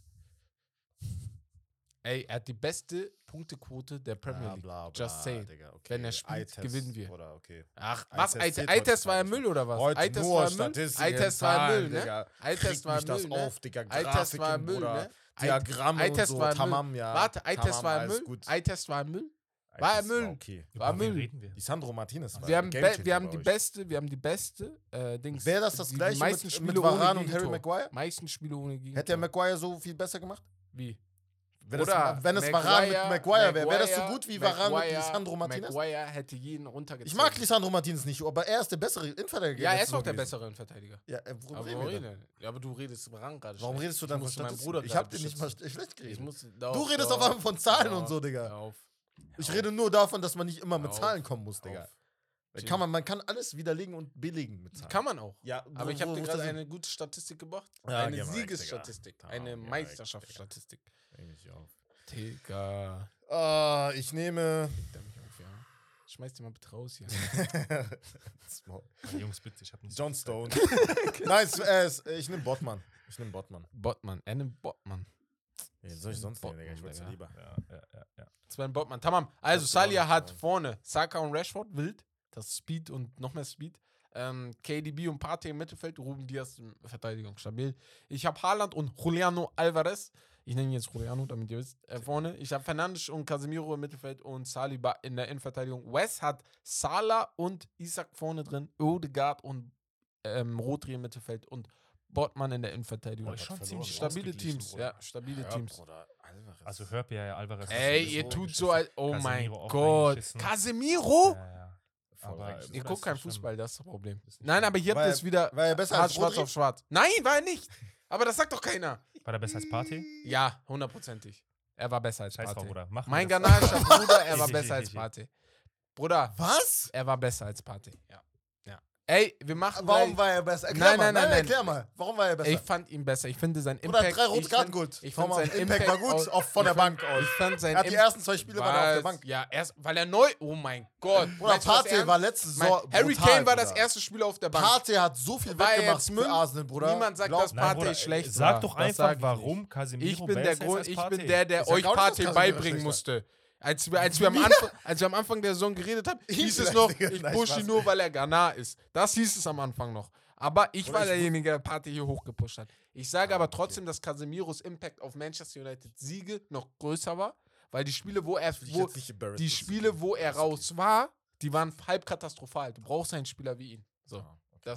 Speaker 2: Ey, er hat die beste Punktequote der Premier
Speaker 3: Bla,
Speaker 2: League.
Speaker 3: bla, bla,
Speaker 2: Just saying.
Speaker 3: Digga, okay.
Speaker 2: Wenn er spielt,
Speaker 3: Eye-Test,
Speaker 2: gewinnen wir.
Speaker 3: Oder okay.
Speaker 2: Ach, was?
Speaker 3: Eitest
Speaker 2: Eitest
Speaker 3: zählt
Speaker 2: Eitest war ja
Speaker 3: heutzutage
Speaker 2: Müll oder was?
Speaker 3: Heute
Speaker 2: Eitest
Speaker 3: nur
Speaker 2: war ja Müll?
Speaker 3: Statistiken,
Speaker 2: Eitest war ja
Speaker 3: Zahlen,
Speaker 2: Müll, ne?
Speaker 3: Digga.
Speaker 2: Eitest
Speaker 3: Regt
Speaker 2: war
Speaker 3: mich
Speaker 2: ja
Speaker 3: das
Speaker 2: Müll, ne?
Speaker 3: auf, Digga.
Speaker 2: Eitest war ja
Speaker 3: Grafiken
Speaker 2: Müll,
Speaker 3: oder
Speaker 2: ne?
Speaker 3: Diagramme und
Speaker 2: Eitest
Speaker 3: so.
Speaker 2: war ja Müll.
Speaker 3: Tamam, ja.
Speaker 2: Warte, Eitest
Speaker 3: Tamam,
Speaker 2: war ja
Speaker 3: alles
Speaker 2: Müll.
Speaker 3: gut.
Speaker 2: Eitest war ja Müll. war ja
Speaker 3: Eitest
Speaker 2: Müll.
Speaker 3: Okay.
Speaker 2: War
Speaker 1: Über wen
Speaker 2: Müll.
Speaker 1: reden wir?
Speaker 3: Die Sandro Martinez war
Speaker 2: Wir haben,
Speaker 3: Game
Speaker 2: be-
Speaker 3: Changer
Speaker 2: wir haben
Speaker 3: bei
Speaker 2: die
Speaker 3: euch.
Speaker 2: beste, wir haben die beste äh, Dings.
Speaker 3: Wäre das das
Speaker 2: die
Speaker 3: gleiche
Speaker 2: meisten
Speaker 3: mit,
Speaker 2: Spiele
Speaker 3: mit Varane
Speaker 2: ohne
Speaker 3: und Harry
Speaker 2: Gegentor.
Speaker 3: Maguire?
Speaker 2: Meisten Spiele ohne Gegentor.
Speaker 3: Hätte er Maguire so viel besser gemacht?
Speaker 2: Wie?
Speaker 3: Wenn es, wenn es Varane mit Maguire wäre, wäre das so gut wie Varane mit Lisandro Martinez?
Speaker 2: Maguire hätte jeden runtergezogen.
Speaker 3: Ich mag Lisandro Martinez nicht, aber er ist der bessere Innenverteidiger.
Speaker 2: Ja, er
Speaker 3: jetzt
Speaker 2: ist auch der
Speaker 3: gewesen.
Speaker 2: bessere Verteidiger.
Speaker 3: Ja, äh, worum
Speaker 2: Aber,
Speaker 3: reden
Speaker 2: warum
Speaker 3: wir denn?
Speaker 2: reden? Ja, aber du redest über Rang gerade
Speaker 3: Warum
Speaker 2: schlecht.
Speaker 3: redest du
Speaker 2: Ich
Speaker 3: dann von
Speaker 2: musste meinen
Speaker 3: Statistiken?
Speaker 2: Bruder
Speaker 3: Ich
Speaker 2: gerade
Speaker 3: hab den nicht mal
Speaker 2: beschützen.
Speaker 3: sch- schlecht
Speaker 2: Ich
Speaker 3: geredet.
Speaker 2: muss,
Speaker 3: Du redest auf einmal von Zahlen und so, Digga.
Speaker 2: Auf,
Speaker 3: Ich rede nur davon, dass man nicht immer mit
Speaker 2: Auf.
Speaker 3: Zahlen kommen muss,
Speaker 2: auf.
Speaker 3: Digga. Kann man, man kann alles widerlegen und belegen mit Zahlen.
Speaker 2: Kann man auch.
Speaker 3: ja,
Speaker 2: Aber ich habe dir gerade
Speaker 3: eine.
Speaker 2: eine gute Statistik gebracht.
Speaker 3: Ja, geh
Speaker 2: eine
Speaker 3: mal weg,
Speaker 2: Siegesstatistik.
Speaker 1: Digga.
Speaker 2: Eine
Speaker 1: Ja, geh mal weg,
Speaker 2: Meisterschaftsstatistik. Digga.
Speaker 3: Ah, ich nehme.
Speaker 2: Leg da mich auf, ja. Schmeiß dir mal bitte raus hier.
Speaker 1: Ey, Ah, Jungs, bitte, ich hab nicht.
Speaker 3: John Stone. Nein, es- äh, es- ich nehme Bottmann. Ich nehme Bottmann.
Speaker 2: Bottmann, einen Bottmann.
Speaker 3: Wen soll ich sonst nehmen,
Speaker 2: Bottmann,
Speaker 3: Digga? Ich wollte
Speaker 2: Digga.
Speaker 3: lieber.
Speaker 1: Ja, ja, ja, ja.
Speaker 2: Das war ein Bottmann. Tamam. Also
Speaker 3: Das
Speaker 2: Salia
Speaker 3: war-
Speaker 2: hat vorne Saka und Rashford, wild. Das ist Speed und noch mehr Speed. Ähm, KDB und Partey im Mittelfeld, Ruben Diaz in Verteidigung stabil. Ich habe Haaland und Juliano Alvarez. Ich nenne ihn jetzt Juliano, damit ihr wisst. Äh, vorne. Ich habe Fernandes und Casemiro im Mittelfeld und Saliba in der Innenverteidigung. West hat Salah und Isaac vorne drin. Odegaard und ähm, Rodri im Mittelfeld und Bottmann in der Innenverteidigung.
Speaker 1: Boah, ist schon
Speaker 3: verloren.
Speaker 1: ziemlich
Speaker 2: Stabile
Speaker 1: ausgeglichen,
Speaker 2: Teams.
Speaker 1: Bruder.
Speaker 2: Ja, stabile Teams.
Speaker 3: Bruder, Alvarez.
Speaker 1: Also hört ihr ja Alvarez. hat
Speaker 2: Ey,
Speaker 1: sowieso
Speaker 2: ihr tut
Speaker 1: geschissen.
Speaker 2: so, als. Oh mein
Speaker 1: Casemiro auch
Speaker 2: Gott.
Speaker 1: reingeschissen.
Speaker 2: Casemiro?
Speaker 1: Ja, ja.
Speaker 3: Voll
Speaker 1: Aber,
Speaker 3: reingeschissen.
Speaker 1: Bruder,
Speaker 2: Ihr
Speaker 1: ist
Speaker 2: guckt
Speaker 1: doch
Speaker 2: kein
Speaker 1: schlimm.
Speaker 2: Fußball, das ist das Problem.
Speaker 1: Ist nicht
Speaker 2: Nein,
Speaker 1: schlimm.
Speaker 2: aber ihr habt
Speaker 3: War er-
Speaker 2: es wieder
Speaker 3: war er besser
Speaker 2: hart
Speaker 3: als
Speaker 2: schwarz
Speaker 3: Rodri?
Speaker 2: auf schwarz. Nein, war er nicht. Aber das sagt doch keiner.
Speaker 1: War der besser als Party?
Speaker 2: Ja, hundertprozentig. Er war besser als
Speaker 1: Scheiß drauf,
Speaker 2: Pate.
Speaker 1: Bruder. Mach
Speaker 2: Mein
Speaker 1: das.
Speaker 2: ghanaischer Bruder, er war besser als Pate. Bruder,
Speaker 3: Was?
Speaker 2: er war besser als Pate. Ja. ja. Ey, wir machen
Speaker 3: Warum
Speaker 2: gleich-
Speaker 3: war er besser? Erklär
Speaker 2: Nein,
Speaker 3: mal.
Speaker 2: nein, nein, nein.
Speaker 3: Erklär mal. Warum war er besser?
Speaker 2: Ich fand ihn besser. Ich finde sein
Speaker 3: Oder
Speaker 2: Impact.
Speaker 3: hat drei
Speaker 2: ich
Speaker 3: rote
Speaker 2: fand-
Speaker 3: Karten geholt.
Speaker 2: Ich
Speaker 3: Komm
Speaker 2: fand
Speaker 3: mal,
Speaker 2: sein
Speaker 3: Impact, war gut,
Speaker 2: aus-
Speaker 3: auf, von der
Speaker 2: ich fand-
Speaker 3: Bank aus.
Speaker 2: Ich fand sein
Speaker 3: Er hat die
Speaker 2: Impact-
Speaker 3: ersten zwei Spiele waren auf der
Speaker 2: Was?
Speaker 3: Bank.
Speaker 2: Ja, erst, weil er neu. Oh mein Gott.
Speaker 3: Oder
Speaker 2: Meinst du das
Speaker 3: Partey
Speaker 2: ernst?
Speaker 3: war letzte
Speaker 2: Mein-
Speaker 3: Saison.
Speaker 2: Harry
Speaker 3: brutal,
Speaker 2: Kane war das
Speaker 3: Bruder.
Speaker 2: erste Spiel auf der Bank.
Speaker 3: Partey hat so viel
Speaker 2: War er
Speaker 3: weggemacht
Speaker 2: jetzt
Speaker 3: für
Speaker 2: Müll?
Speaker 3: Arsenal, Bruder.
Speaker 2: Niemand sagt, dass
Speaker 1: Nein,
Speaker 2: Partey
Speaker 1: Bruder,
Speaker 2: schlecht war.
Speaker 1: Sag doch
Speaker 2: Das
Speaker 1: einfach,
Speaker 2: sag ich
Speaker 1: warum Casemiro
Speaker 2: Ich bin
Speaker 1: besser
Speaker 2: der
Speaker 1: ist
Speaker 2: Grund,
Speaker 1: als
Speaker 2: ich
Speaker 1: Partey.
Speaker 2: bin der, der
Speaker 3: Ich sag
Speaker 2: euch
Speaker 3: auch nicht, dass
Speaker 2: Partey
Speaker 3: Casemiro
Speaker 2: beibringen
Speaker 3: schlecht war.
Speaker 2: musste. Als wir, als, wir am Anfang, als wir am Anfang der Saison geredet haben, hieß es
Speaker 3: vielleicht,
Speaker 2: noch,
Speaker 3: Digga.
Speaker 2: ich
Speaker 3: Nein,
Speaker 2: pushe ihn
Speaker 3: Spaß.
Speaker 2: nur, weil er Ghana ist. Das hieß es am Anfang noch. Aber ich
Speaker 3: Oder
Speaker 2: war
Speaker 3: ich wu-
Speaker 2: derjenige, der Partey hier hochgepusht hat. Ich sage aber trotzdem, dass Casemiros Impact auf Manchester United Siege noch größer war, weil die Spiele, wo er, wo, die Spiele, wo er raus war, die waren halb katastrophal. Du brauchst einen Spieler wie ihn. So, das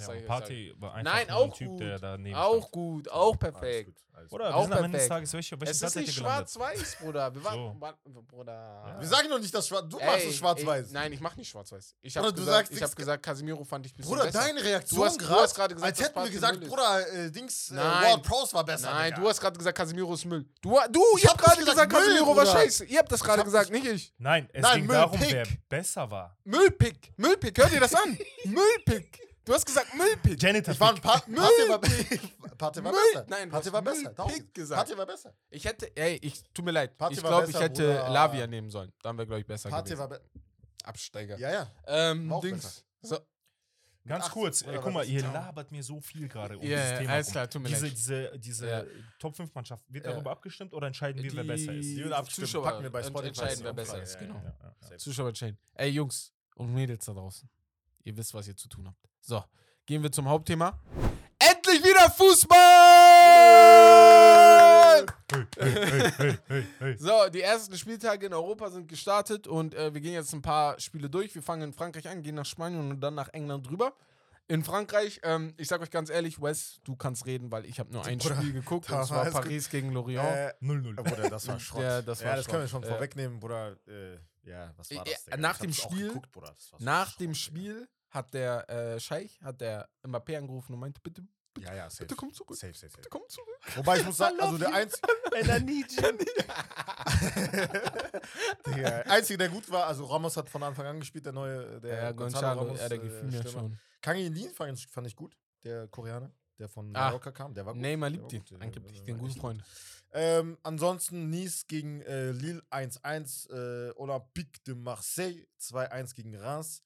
Speaker 1: Ja,
Speaker 2: sag
Speaker 1: aber
Speaker 2: ich jetzt sagen.
Speaker 1: Party war einfach
Speaker 2: Nein,
Speaker 1: nur ein
Speaker 2: auch
Speaker 1: Typ,
Speaker 2: gut.
Speaker 1: der daneben
Speaker 2: Auch
Speaker 1: stand.
Speaker 2: gut, auch perfekt.
Speaker 1: Oder wir
Speaker 2: Auch
Speaker 1: sind am Ende des
Speaker 2: perfekt.
Speaker 1: Tages, welche, welche
Speaker 2: Es ist
Speaker 1: Platz
Speaker 2: nicht
Speaker 1: hätte gelandet?
Speaker 2: schwarz-weiß, Bruder. Wir waren,
Speaker 1: So.
Speaker 2: wa- Bruder.
Speaker 3: Wir sagen doch nicht, dass schwarz. Du machst
Speaker 2: Ey,
Speaker 3: es schwarz-weiß.
Speaker 2: ey, Nein, ich mach nicht schwarz-weiß. Ich habe
Speaker 3: Bruder, du
Speaker 2: gesagt,
Speaker 3: sagst
Speaker 2: ich
Speaker 3: nichts
Speaker 2: hab gesagt, Casemiro fand ich ein bisschen
Speaker 3: Bruder,
Speaker 2: besser.
Speaker 3: deine Reaktion
Speaker 2: Du hast- du
Speaker 3: grad,
Speaker 2: hast gerade gesagt,
Speaker 3: als
Speaker 2: dass
Speaker 3: hätten wir
Speaker 2: Partey
Speaker 3: gesagt,
Speaker 2: Müll ist.
Speaker 3: Bruder, äh, Dings, äh,
Speaker 2: Nein.
Speaker 3: Ward Prowse war besser.
Speaker 2: Nein,
Speaker 3: Digga.
Speaker 2: du hast gerade gesagt, Casemiro ist Müll. Du, du ich,
Speaker 3: hab
Speaker 2: hab gerade
Speaker 3: nicht
Speaker 2: gesagt,
Speaker 3: gesagt Müll,
Speaker 2: Casemiro war
Speaker 3: Bruder.
Speaker 2: scheiße. Ihr habt das gerade
Speaker 3: hab
Speaker 2: gesagt, nicht ich.
Speaker 1: Nein, es
Speaker 3: Nein,
Speaker 1: ging
Speaker 3: Müll,
Speaker 1: darum,
Speaker 3: Pick.
Speaker 1: wer besser war.
Speaker 2: Müllpick, Müllpick, hört ihr das an? Müllpick. Du hast gesagt Müllpick.
Speaker 1: Janitor
Speaker 3: Ich war ein paar.
Speaker 2: Müll.
Speaker 3: Partey war, Partey war
Speaker 2: Müll.
Speaker 3: besser.
Speaker 2: Nein, du
Speaker 3: Partey
Speaker 2: hast
Speaker 3: war besser.
Speaker 2: Müll
Speaker 3: Darum
Speaker 2: Pick
Speaker 3: geht's.
Speaker 2: gesagt.
Speaker 3: Partey war besser.
Speaker 2: Ich hätte, ey, ich, tut mir leid.
Speaker 3: Partey
Speaker 2: ich
Speaker 3: war
Speaker 2: glaube, ich
Speaker 3: besser,
Speaker 2: hätte
Speaker 3: Bruder.
Speaker 2: Lavia nehmen sollen. Dann wäre, glaube ich, besser
Speaker 3: Partey
Speaker 2: gewesen.
Speaker 3: war besser.
Speaker 2: Absteiger.
Speaker 3: Ja, ja.
Speaker 2: Ähm,
Speaker 3: War auch
Speaker 2: Dings. So,
Speaker 1: Ganz
Speaker 3: 18
Speaker 1: kurz,
Speaker 3: oder
Speaker 1: ey, guck
Speaker 3: was?
Speaker 1: mal, ihr
Speaker 3: Ja.
Speaker 1: labert mir so viel gerade um
Speaker 2: Ja,
Speaker 1: dieses
Speaker 2: ja,
Speaker 1: Thema.
Speaker 2: alles
Speaker 1: rum.
Speaker 2: klar, tut mir
Speaker 1: diese,
Speaker 2: leid.
Speaker 1: diese, diese
Speaker 2: Ja.
Speaker 1: Top-5-Mannschaft, wird
Speaker 2: Ja.
Speaker 1: darüber abgestimmt oder entscheiden wir, wer besser ist?
Speaker 2: Die
Speaker 3: Die will abstimmen.
Speaker 2: Zuschauer
Speaker 3: Packen wir bei
Speaker 2: ent-
Speaker 3: Spotify
Speaker 2: entscheiden,
Speaker 3: die
Speaker 2: wer
Speaker 3: Umfrage.
Speaker 2: besser ist,
Speaker 3: Ja,
Speaker 2: genau.
Speaker 1: Ja, ja, ja.
Speaker 2: Zuschauer entscheiden. Ey, Jungs und Mädels da draußen. Ihr wisst, was ihr zu tun habt. So, gehen wir zum Hauptthema. Endlich wieder Fußball!
Speaker 1: Hey, hey, hey, hey, hey.
Speaker 2: So, die ersten Spieltage in Europa sind gestartet und äh, wir gehen jetzt ein paar Spiele durch. Wir fangen in Frankreich an, gehen nach Spanien und dann nach England rüber. In Frankreich, ähm, ich sag euch ganz ehrlich, Wes, du kannst reden, weil ich habe nur ein
Speaker 3: Bruder,
Speaker 2: Spiel geguckt und
Speaker 3: da
Speaker 2: es war
Speaker 3: alles gut.
Speaker 2: Paris gegen Lorient.
Speaker 3: Äh,
Speaker 1: 0-0.
Speaker 3: Bruder, das war Schrott.
Speaker 2: Ja, das war
Speaker 3: das können wir
Speaker 2: Schrott.
Speaker 3: schon
Speaker 2: Ja.
Speaker 3: vorwegnehmen, Bruder. Äh, ja, was war
Speaker 2: Ja,
Speaker 3: das? Digga?
Speaker 2: nach
Speaker 3: Ich
Speaker 2: dem
Speaker 3: hab's auch
Speaker 2: Spiel-
Speaker 3: geguckt, Bruder. Das war so
Speaker 2: Nach
Speaker 3: Schrott,
Speaker 2: dem
Speaker 3: Digga.
Speaker 2: Spiel hat der äh, Scheich, hat der Mbappé angerufen und meinte, bitte,
Speaker 3: Ja, ja, safe.
Speaker 2: bitte komm zurück,
Speaker 3: Safe, safe, safe.
Speaker 2: bitte komm zurück.
Speaker 3: Wobei ich muss sagen,
Speaker 2: I
Speaker 3: also
Speaker 2: love
Speaker 3: der
Speaker 2: you.
Speaker 3: einzige, der einzige, der gut war, also Ramos hat von Anfang an gespielt, der neue, äh, der
Speaker 2: Ja, Gonzalo,
Speaker 3: Gonzalo Ramos,
Speaker 2: ja, der
Speaker 3: äh,
Speaker 2: gefiel mir
Speaker 3: Stürmer.
Speaker 2: schon.
Speaker 3: Kang Lin fand ich, fand ich gut, der Koreaner, der von
Speaker 2: Ah,
Speaker 3: Mallorca kam, der war gut.
Speaker 2: Neymar
Speaker 3: der
Speaker 2: liebt
Speaker 3: war
Speaker 2: ihn,
Speaker 3: gut, äh,
Speaker 2: angeblich,
Speaker 3: der
Speaker 2: den
Speaker 3: war
Speaker 2: guten
Speaker 3: echt
Speaker 2: Freund.
Speaker 3: Ähm, ansonsten Nice gegen äh, Lille 1-1, äh, Olympique de Marseille 2-1 gegen Reims.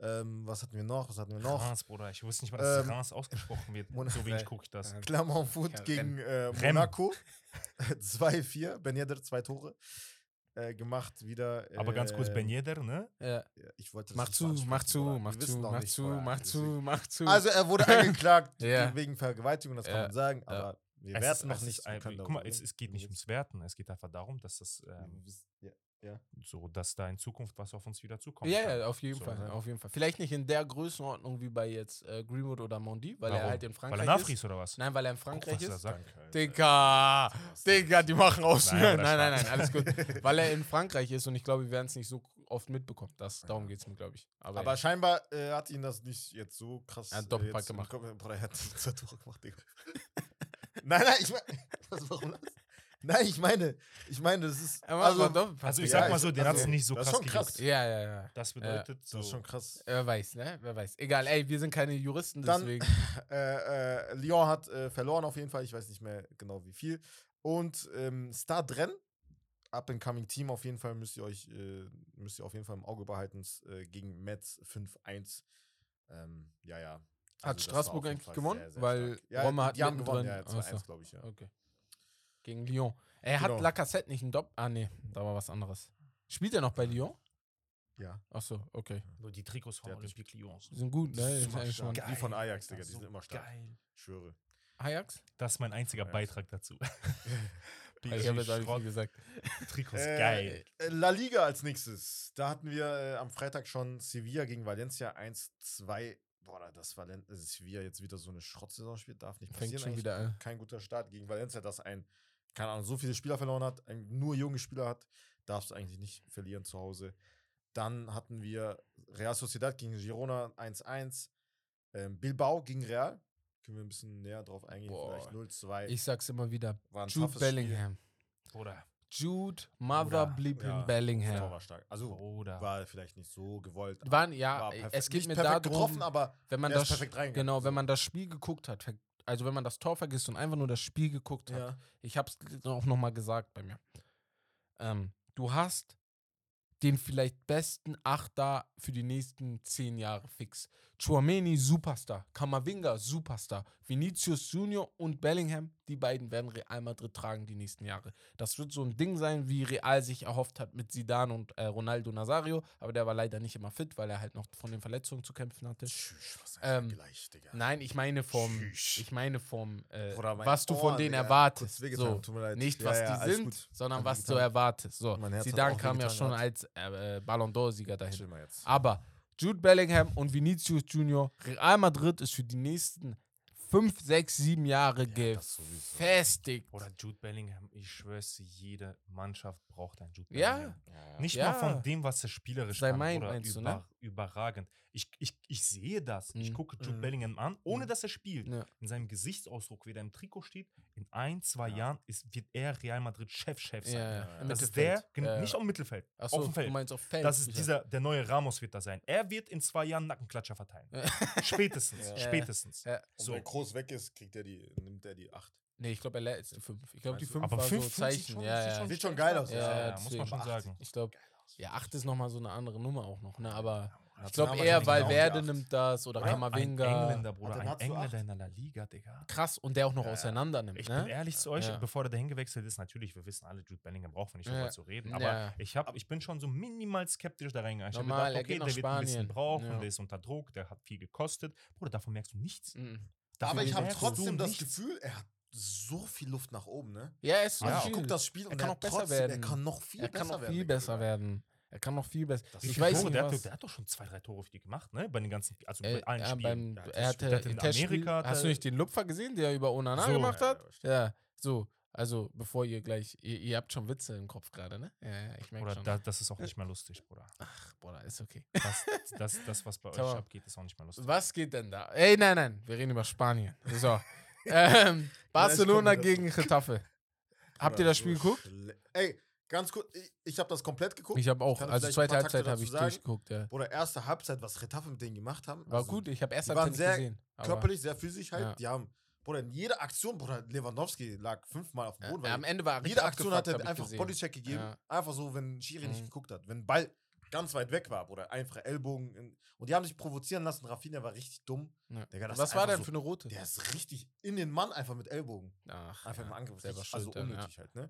Speaker 3: Ähm, was hatten wir noch? Was hatten wir noch?
Speaker 1: Reims, Bruder, ich wusste nicht mal, dass
Speaker 3: Ähm,
Speaker 1: Reims ausgesprochen wird.
Speaker 3: Mon-
Speaker 1: So wenig
Speaker 2: Äh,
Speaker 1: gucke ich das.
Speaker 2: äh,
Speaker 3: Clermont-Foot
Speaker 2: Ja,
Speaker 3: gegen äh,
Speaker 1: Rennes.
Speaker 3: Monaco 2-4. Ben Yedder zwei Tore äh, gemacht wieder. Äh,
Speaker 1: Aber ganz kurz, Ben Yedder, ne?
Speaker 2: Ja.
Speaker 3: ja, Ich wollte das
Speaker 2: Mach
Speaker 3: nicht
Speaker 2: zu,
Speaker 3: ansprechen,
Speaker 2: mach zu,
Speaker 3: Bruder. Wir
Speaker 2: mach zu,
Speaker 3: wissen noch
Speaker 2: mach
Speaker 3: nicht
Speaker 2: zu,
Speaker 3: vorher,
Speaker 2: mach zu,
Speaker 3: deswegen.
Speaker 2: mach zu.
Speaker 3: Also er wurde angeklagt
Speaker 2: Ja.
Speaker 3: wegen Vergewaltigung, das kann
Speaker 2: Ja.
Speaker 3: man sagen, aber wir
Speaker 1: Es
Speaker 3: werten
Speaker 1: ist-
Speaker 3: noch
Speaker 1: es
Speaker 3: nicht.
Speaker 1: Ist, ein- guck mal, es, es geht nicht ums Werten, es geht einfach darum, dass das. Ähm,
Speaker 3: Ja. Ja.
Speaker 1: So, dass da in Zukunft was auf uns wieder zukommt.
Speaker 2: Ja, ja, auf jeden
Speaker 1: So,
Speaker 2: Fall,
Speaker 1: ne?
Speaker 2: auf jeden Fall. Vielleicht nicht in der Größenordnung wie bei jetzt äh, Greenwood oder Mondi, weil er
Speaker 1: Warum?
Speaker 2: halt in
Speaker 1: Weil
Speaker 2: Frankreich
Speaker 1: er
Speaker 2: ist.
Speaker 1: nachfries oder was?
Speaker 2: Nein, weil er in
Speaker 1: Guck,
Speaker 2: Frankreich
Speaker 1: was er
Speaker 2: ist.
Speaker 1: sagt.
Speaker 2: Digga, Digga, die machen aus
Speaker 1: Nein,
Speaker 2: mir.
Speaker 1: aber
Speaker 2: Nein, nein, nein,
Speaker 1: Spaß.
Speaker 2: alles gut. Weil er in Frankreich ist und ich glaube, wir werden es nicht so oft mitbekommen. Das, darum geht es mir, glaube ich. Aber,
Speaker 3: Aber
Speaker 2: ja.
Speaker 3: scheinbar äh, hat ihn das nicht jetzt so krass. äh,
Speaker 2: Er hat Doppelpack gemacht.
Speaker 3: Bruder, er hat Doppelpack gemacht, Digga. nein, nein, ich meine. Warum lachst du? Nein, ich meine, ich meine, das ist.
Speaker 2: er macht
Speaker 3: Also,
Speaker 2: mal Doppelpass.
Speaker 1: Also ich
Speaker 3: Ja,
Speaker 1: sag mal
Speaker 3: ich-
Speaker 1: so, den
Speaker 3: also,
Speaker 1: hat es nicht so
Speaker 3: das
Speaker 1: krass,
Speaker 3: ist schon krass. Äh,
Speaker 1: gejuckt.
Speaker 2: Ja, ja, ja.
Speaker 1: Das bedeutet so.
Speaker 3: das ist schon krass.
Speaker 2: Wer weiß, ne? Wer weiß. Egal, ey, wir sind keine Juristen,
Speaker 3: Dann-
Speaker 2: deswegen.
Speaker 3: Äh, äh, Lyon hat äh, verloren auf jeden Fall, ich weiß nicht mehr genau wie viel. Und ähm, Stadren, up and coming Team auf jeden Fall, müsst ihr euch äh, müsst ihr auf jeden Fall im Auge behalten s- äh, gegen Metz 5-1. Ähm, ja, ja.
Speaker 2: Hat
Speaker 3: das war
Speaker 2: Straßburg
Speaker 3: auf jeden
Speaker 2: eigentlich
Speaker 3: Fall
Speaker 2: gewonnen? Weil
Speaker 3: stark. ja,
Speaker 2: Roma
Speaker 3: die-
Speaker 2: hat
Speaker 3: die haben gewonnen, ja,
Speaker 2: mittendrin-
Speaker 3: 2-1,
Speaker 2: Achso.
Speaker 3: glaube ich, ja.
Speaker 2: Okay. Gegen Lyon. Er
Speaker 3: Genau.
Speaker 2: hat Lacassette nicht einen Doppel. Ah, nee, da war was anderes. Spielt er noch bei Lyon?
Speaker 3: ja.
Speaker 2: Achso, okay.
Speaker 1: Nur die Trikots von
Speaker 3: Der hat nicht-
Speaker 1: Olympique Lyon.
Speaker 2: Die sind gut, ne? Die sind
Speaker 3: Super
Speaker 2: eigentlich schon-
Speaker 3: stark. Die von Ajax, Digga, die
Speaker 1: so
Speaker 3: sind immer stark.
Speaker 1: Geil.
Speaker 3: Schwöre.
Speaker 2: Ajax?
Speaker 1: Das ist mein einziger Beitrag dazu.
Speaker 2: Ich habe jetzt alles viel gesagt.
Speaker 1: Trikots, geil.
Speaker 3: Äh, La Liga als nächstes. Da hatten wir äh, am Freitag schon Sevilla gegen Valencia 1-2. Boah, das Valen äh, Sevilla jetzt wieder so eine Schrottsaison spielt, darf nicht passieren.
Speaker 2: Fängt schon
Speaker 3: eigentlich.
Speaker 2: wieder an.
Speaker 3: Kein guter Start gegen Valencia, dass ein, keine Ahnung, so viele Spieler verloren hat, ein, nur junge Spieler hat, darfst du eigentlich nicht verlieren zu Hause. Dann hatten wir Real Sociedad gegen Girona 1-1. Ähm, Bilbao gegen Real. Können wir ein bisschen näher drauf eingehen?
Speaker 2: Boah.
Speaker 3: Vielleicht 0-2.
Speaker 2: Ich sag's immer wieder.
Speaker 3: War ein
Speaker 2: Jude
Speaker 3: toughes Spiel.
Speaker 2: Bellingham.
Speaker 1: Bruder.
Speaker 2: Jude Mother Bleeping
Speaker 3: Ja, Das Tor
Speaker 2: Bellingham.
Speaker 3: war stark. Also,
Speaker 1: Bruder.
Speaker 3: war vielleicht nicht so gewollt. aber
Speaker 2: Waren, ja,
Speaker 3: war perfekt-
Speaker 2: äh, es geht
Speaker 3: nicht
Speaker 2: mir
Speaker 3: perfekt
Speaker 2: darum,
Speaker 3: getroffen, aber
Speaker 2: wenn man
Speaker 3: der
Speaker 2: das
Speaker 3: ist perfekt reingegangen,
Speaker 2: genau, wenn
Speaker 3: so.
Speaker 2: man das Spiel geguckt hat, ver- also wenn man das Tor vergisst und einfach nur das Spiel geguckt hat.
Speaker 3: ja.
Speaker 2: Ich hab's auch noch mal gesagt bei mir. Ähm, du hast den vielleicht besten Achter für die nächsten zehn Jahre fix. Chouameni, Superstar. Kamavinga, Superstar. Vinicius Junior und Bellingham, die beiden werden Real Madrid tragen die nächsten Jahre. Das wird so ein Ding sein, wie Real sich erhofft hat mit Zidane und äh, Ronaldo Nazario. Aber der war leider nicht immer fit, weil er halt noch von den Verletzungen zu kämpfen hatte.
Speaker 3: Tschüss, was ein
Speaker 2: Ähm,
Speaker 3: Vergleich, Digga.
Speaker 2: Nein, ich meine vom,
Speaker 3: Tschüss.
Speaker 2: ich meine vom, äh,
Speaker 3: Bruder, mein
Speaker 2: was du von
Speaker 3: Ohr,
Speaker 2: denen
Speaker 3: Digga,
Speaker 2: erwartest.
Speaker 3: kurz wehgetan,
Speaker 2: So,
Speaker 3: tut mir leid.
Speaker 2: nicht
Speaker 3: Ja,
Speaker 2: was
Speaker 3: ja,
Speaker 2: die
Speaker 3: alles
Speaker 2: sind,
Speaker 3: gut.
Speaker 2: sondern
Speaker 3: Hat
Speaker 2: was du
Speaker 3: wehgetan.
Speaker 2: erwartest. So,
Speaker 3: Mein Herz hat
Speaker 2: Zidane
Speaker 3: auch
Speaker 2: kam ja
Speaker 3: wehgetan
Speaker 2: schon
Speaker 3: gerade.
Speaker 2: als äh, äh, Ballon d'Or-Sieger dahin.
Speaker 3: Chill mal jetzt.
Speaker 2: Aber Jude Bellingham und Vinicius Junior, Real Madrid ist für die nächsten fünf, sechs, sieben Jahre
Speaker 3: das sowieso.
Speaker 2: gefestigt.
Speaker 1: Oder Jude Bellingham. Ich schwör's, dir, jede Mannschaft braucht einen Jude
Speaker 2: Ja.
Speaker 1: Bellingham. Nicht
Speaker 2: Ja.
Speaker 1: mal von dem, was er spielerisch
Speaker 2: Sei
Speaker 1: kann,
Speaker 2: mein,
Speaker 1: Bruder,
Speaker 2: meinst du, ne?
Speaker 1: über, überragend. Ich, ich, ich sehe das. Ich
Speaker 2: Mhm.
Speaker 1: gucke Jude
Speaker 3: Mhm.
Speaker 1: Bellingham an, ohne dass er spielt.
Speaker 2: Ja.
Speaker 1: In seinem Gesichtsausdruck, wie er im Trikot steht, in ein, zwei
Speaker 3: Ja.
Speaker 1: Jahren ist, wird er Real Madrid Chef-Chef sein.
Speaker 2: Ja,
Speaker 3: ja.
Speaker 2: im
Speaker 1: Das ist der,
Speaker 2: Mittelfeld.
Speaker 1: gen-
Speaker 2: Ja.
Speaker 1: nicht auf dem Mittelfeld,
Speaker 2: Ach so,
Speaker 1: auf dem Feld.
Speaker 2: Du meinst auf Feld.
Speaker 1: Das ist dieser, der neue Ramos wird da sein. Er wird in zwei Jahren Nackenklatscher verteilen. Spätestens,
Speaker 2: Ja.
Speaker 1: spätestens.
Speaker 2: Ja.
Speaker 3: Und
Speaker 1: So.
Speaker 3: wenn Groß weg ist, kriegt er die, nimmt er die 8.
Speaker 2: Nee, ich glaube, er ist die fünf. Ich glaube, die
Speaker 3: Meinst du?
Speaker 2: fünf
Speaker 1: Aber
Speaker 2: war
Speaker 1: fünf
Speaker 2: so
Speaker 1: fünf sieht
Speaker 2: Also Zeichen.
Speaker 1: schon-
Speaker 2: Ja,
Speaker 1: sieht
Speaker 2: ja.
Speaker 1: schon
Speaker 3: Sieht schon geil aus.
Speaker 2: Ja,
Speaker 1: Ja,
Speaker 2: ja,
Speaker 1: muss man schon
Speaker 3: deswegen.
Speaker 1: sagen.
Speaker 2: Ich glaube, ja, 8 ist nochmal so eine andere Nummer auch noch, ne? Aber ich glaube
Speaker 3: Nationalmannschaft
Speaker 2: eher,
Speaker 3: nimmt
Speaker 2: weil
Speaker 3: auch die
Speaker 2: Werde
Speaker 3: Acht.
Speaker 2: nimmt das oder
Speaker 1: Ein, ein
Speaker 2: Kamavinga.
Speaker 1: Genau. Engländer, Bruder,
Speaker 3: Hat er
Speaker 1: ein
Speaker 3: dazu acht?
Speaker 1: Engländer in der La Liga, Digga.
Speaker 2: Krass, und der auch noch
Speaker 3: Ja, ja.
Speaker 2: auseinander nimmt,
Speaker 1: Ich bin
Speaker 2: ne?
Speaker 1: ehrlich zu euch,
Speaker 2: Ja.
Speaker 1: bevor der dahin gewechselt ist, natürlich, wir wissen alle, Jude Bellingham braucht man nicht
Speaker 2: Ja.
Speaker 1: darüber zu reden, aber
Speaker 2: Ja.
Speaker 1: ich, hab, ich bin schon so minimal skeptisch da reingegangen. Ich hab
Speaker 2: Normal, er
Speaker 1: gedacht,
Speaker 2: geht
Speaker 1: okay,
Speaker 2: nach
Speaker 1: der wird ein bisschen
Speaker 2: Spanien.
Speaker 1: brauchen,
Speaker 2: Ja.
Speaker 1: der ist unter Druck, der hat viel gekostet. Bruder, davon merkst du nichts.
Speaker 2: Mhm.
Speaker 1: Davon
Speaker 3: Aber ich habe
Speaker 1: merkst du
Speaker 3: trotzdem das
Speaker 1: nichts.
Speaker 3: Gefühl, er hat so viel Luft nach oben, ne?
Speaker 2: Ja, er ist
Speaker 1: Ja,
Speaker 3: Also
Speaker 2: viel.
Speaker 3: ich guck das Spiel und
Speaker 2: Er
Speaker 3: er
Speaker 2: kann
Speaker 3: kann
Speaker 2: noch besser
Speaker 3: trotzdem,
Speaker 2: werden.
Speaker 3: Er kann noch viel
Speaker 2: er kann
Speaker 3: besser
Speaker 2: noch
Speaker 3: werden.
Speaker 2: viel
Speaker 3: Digga.
Speaker 2: besser werden. Er kann noch viel besser.
Speaker 3: Das
Speaker 1: Wie
Speaker 3: ist
Speaker 2: Ich
Speaker 1: viele
Speaker 2: weiß
Speaker 1: Tore?
Speaker 2: nicht,
Speaker 1: der, hat, doch-
Speaker 2: was-
Speaker 1: der hat doch schon zwei, drei Tore für die gemacht, ne? Bei den ganzen, also
Speaker 2: Äh,
Speaker 1: bei allen
Speaker 2: ja,
Speaker 1: Spielen.
Speaker 2: beim,
Speaker 3: Ja,
Speaker 2: er
Speaker 3: das
Speaker 2: hatte
Speaker 1: Spiel hat in
Speaker 2: in der Spiel-
Speaker 1: Amerika, hat
Speaker 2: Hast du
Speaker 1: er-
Speaker 2: nicht den Lupfer gesehen, der über Onana
Speaker 1: So,
Speaker 2: gemacht
Speaker 3: ja,
Speaker 2: hat?
Speaker 3: ja,
Speaker 2: Ja, so. Also, bevor ihr gleich, ihr, ihr habt schon Witze im Kopf gerade, ne? Ja, ja, ich merke
Speaker 1: Oder
Speaker 2: schon.
Speaker 1: da, das ist auch nicht mehr lustig, Bruder.
Speaker 2: Ach, Bruder, ist okay.
Speaker 1: Das, das, das was bei euch
Speaker 2: Tja.
Speaker 1: abgeht, ist auch nicht mehr lustig.
Speaker 2: Was geht denn da? Ey, nein, nein, wir reden über Spanien. So. ähm, Barcelona
Speaker 3: Ja, ich komm wieder
Speaker 2: gegen Getafe. Habt ihr
Speaker 3: Oder
Speaker 2: das
Speaker 3: so
Speaker 2: Spiel geguckt?
Speaker 3: schle- Ey, ganz kurz, ich, ich habe das komplett geguckt.
Speaker 2: Ich habe auch,
Speaker 3: Kannst du
Speaker 2: also
Speaker 3: vielleicht
Speaker 2: zweite
Speaker 3: ein paar
Speaker 2: Halbzeit
Speaker 3: Takte
Speaker 2: habe
Speaker 3: dazu
Speaker 2: ich
Speaker 3: sagen?
Speaker 2: durchgeguckt. Ja.
Speaker 3: Oder erste Halbzeit, was Retafe mit denen gemacht haben.
Speaker 2: War
Speaker 3: also
Speaker 2: gut, ich habe erst
Speaker 3: die waren
Speaker 2: Halbzeit nicht
Speaker 3: sehr
Speaker 2: gesehen. Aber,
Speaker 3: Körperlich, sehr physisch halt.
Speaker 2: Ja.
Speaker 3: Die haben, Bruder, in jeder Aktion, Bruder, Lewandowski lag fünfmal auf dem Boden. weil
Speaker 2: ja, am Ende war er
Speaker 3: jede
Speaker 2: richtig
Speaker 3: Aktion hat
Speaker 2: abgefuckt, hab
Speaker 3: er
Speaker 2: ich
Speaker 3: einfach
Speaker 2: gesehen.
Speaker 3: Bodycheck gegeben.
Speaker 2: Ja.
Speaker 3: Einfach so, wenn Schiri nicht
Speaker 2: Mhm.
Speaker 3: geguckt hat. Wenn Ball ganz weit weg war, Bruder, einfach Ellbogen. In, und die haben sich provozieren lassen. Rafinha war richtig dumm.
Speaker 2: Ja.
Speaker 3: Digga, das
Speaker 2: Was
Speaker 3: ist
Speaker 2: war
Speaker 3: einfach
Speaker 2: denn
Speaker 3: so-
Speaker 2: für eine rote?
Speaker 3: Der ist richtig in den Mann einfach mit Ellbogen.
Speaker 2: Ach,
Speaker 3: Einfach
Speaker 2: ja,
Speaker 3: im Angriff.
Speaker 2: selber
Speaker 3: Richtig, also
Speaker 2: schuld dann, ja.
Speaker 3: unnötig halt, ne?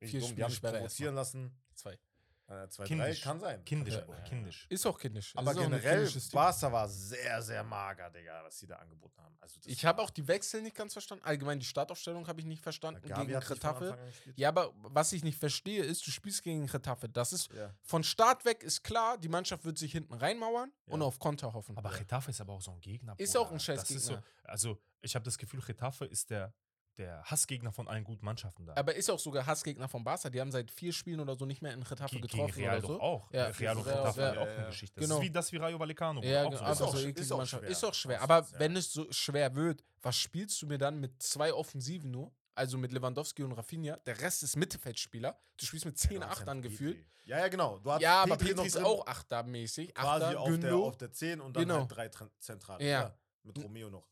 Speaker 2: Vier
Speaker 3: Richtig dumm. Die haben sich
Speaker 2: Spielsperre
Speaker 3: provozieren lassen.
Speaker 2: Zwei.
Speaker 3: Äh, zwei,
Speaker 1: Kindisch.
Speaker 3: drei kann sein.
Speaker 1: Kindisch,
Speaker 2: Äh,
Speaker 3: Ja.
Speaker 1: Bro, kindisch.
Speaker 2: Ist auch kindisch.
Speaker 3: Aber
Speaker 2: ist auch ein
Speaker 3: generell,
Speaker 2: kindisches Thema.
Speaker 3: Barca war sehr, sehr mager, Digga, was sie da angeboten haben. Also das
Speaker 2: Ich habe auch die Wechsel nicht ganz verstanden. Allgemein die Startaufstellung habe ich nicht verstanden
Speaker 3: Gavi
Speaker 2: gegen
Speaker 3: hat nicht von
Speaker 2: Kretaffe.
Speaker 3: Anfang an gespielt.
Speaker 2: Ja, aber was ich nicht verstehe, ist, du spielst gegen Kretaffe. Das ist
Speaker 3: Ja.
Speaker 2: von Start weg ist klar, die Mannschaft wird sich hinten reinmauern
Speaker 3: Ja.
Speaker 2: und auf Konter hoffen.
Speaker 1: Aber Getafe ist aber auch so ein Gegner.
Speaker 2: Ist
Speaker 1: Bruder.
Speaker 2: auch ein scheiß
Speaker 1: Das ist so,
Speaker 2: Gegner.
Speaker 1: also, ich habe das Gefühl, Getafe ist der, der Hassgegner von allen guten Mannschaften da.
Speaker 2: aber ist auch sogar Hassgegner von Barca. Die haben seit vier Spielen oder so nicht mehr in Getafe
Speaker 1: Ge-
Speaker 2: getroffen
Speaker 1: Real
Speaker 2: oder so.
Speaker 1: doch auch. Äh,
Speaker 2: Ja,
Speaker 1: Real und
Speaker 2: Real-
Speaker 1: Getafe
Speaker 2: Real-
Speaker 1: haben ja auch
Speaker 3: ja,
Speaker 1: eine
Speaker 3: ja.
Speaker 1: Geschichte.
Speaker 2: Genau.
Speaker 1: Das ist wie das wie Rayo Vallecano. Bro,
Speaker 2: Ja,
Speaker 1: auch
Speaker 2: genau.
Speaker 1: so
Speaker 2: Einfach
Speaker 1: eine
Speaker 2: so
Speaker 1: Geschichte.
Speaker 3: sch-
Speaker 2: eklige
Speaker 3: ist Um auch
Speaker 2: Mannschaft.
Speaker 3: schwer.
Speaker 2: Ist auch schwer.
Speaker 3: Ist
Speaker 2: Aber
Speaker 3: sehr.
Speaker 2: wenn es so schwer wird, was spielst du mir dann mit zwei Offensiven nur? Also mit Lewandowski und Rafinha. Der Rest ist Mittelfeldspieler. Du spielst mit
Speaker 3: Ja,
Speaker 2: 10
Speaker 3: du hast ja
Speaker 2: Achtern
Speaker 3: einen
Speaker 2: gefühlt.
Speaker 3: genau, Petri. Ja, ja, genau. Du hast
Speaker 2: Ja, aber
Speaker 3: Petri noch
Speaker 2: Petri ist
Speaker 3: drin,
Speaker 2: auch Achtermäßig.
Speaker 3: quasi
Speaker 2: Achter,
Speaker 3: auf der,
Speaker 2: Gündo,
Speaker 3: auf der 10 und dann
Speaker 2: Genau.
Speaker 3: halt drei Tran- Zentrale.
Speaker 2: Ja.
Speaker 3: Mit Romeo noch.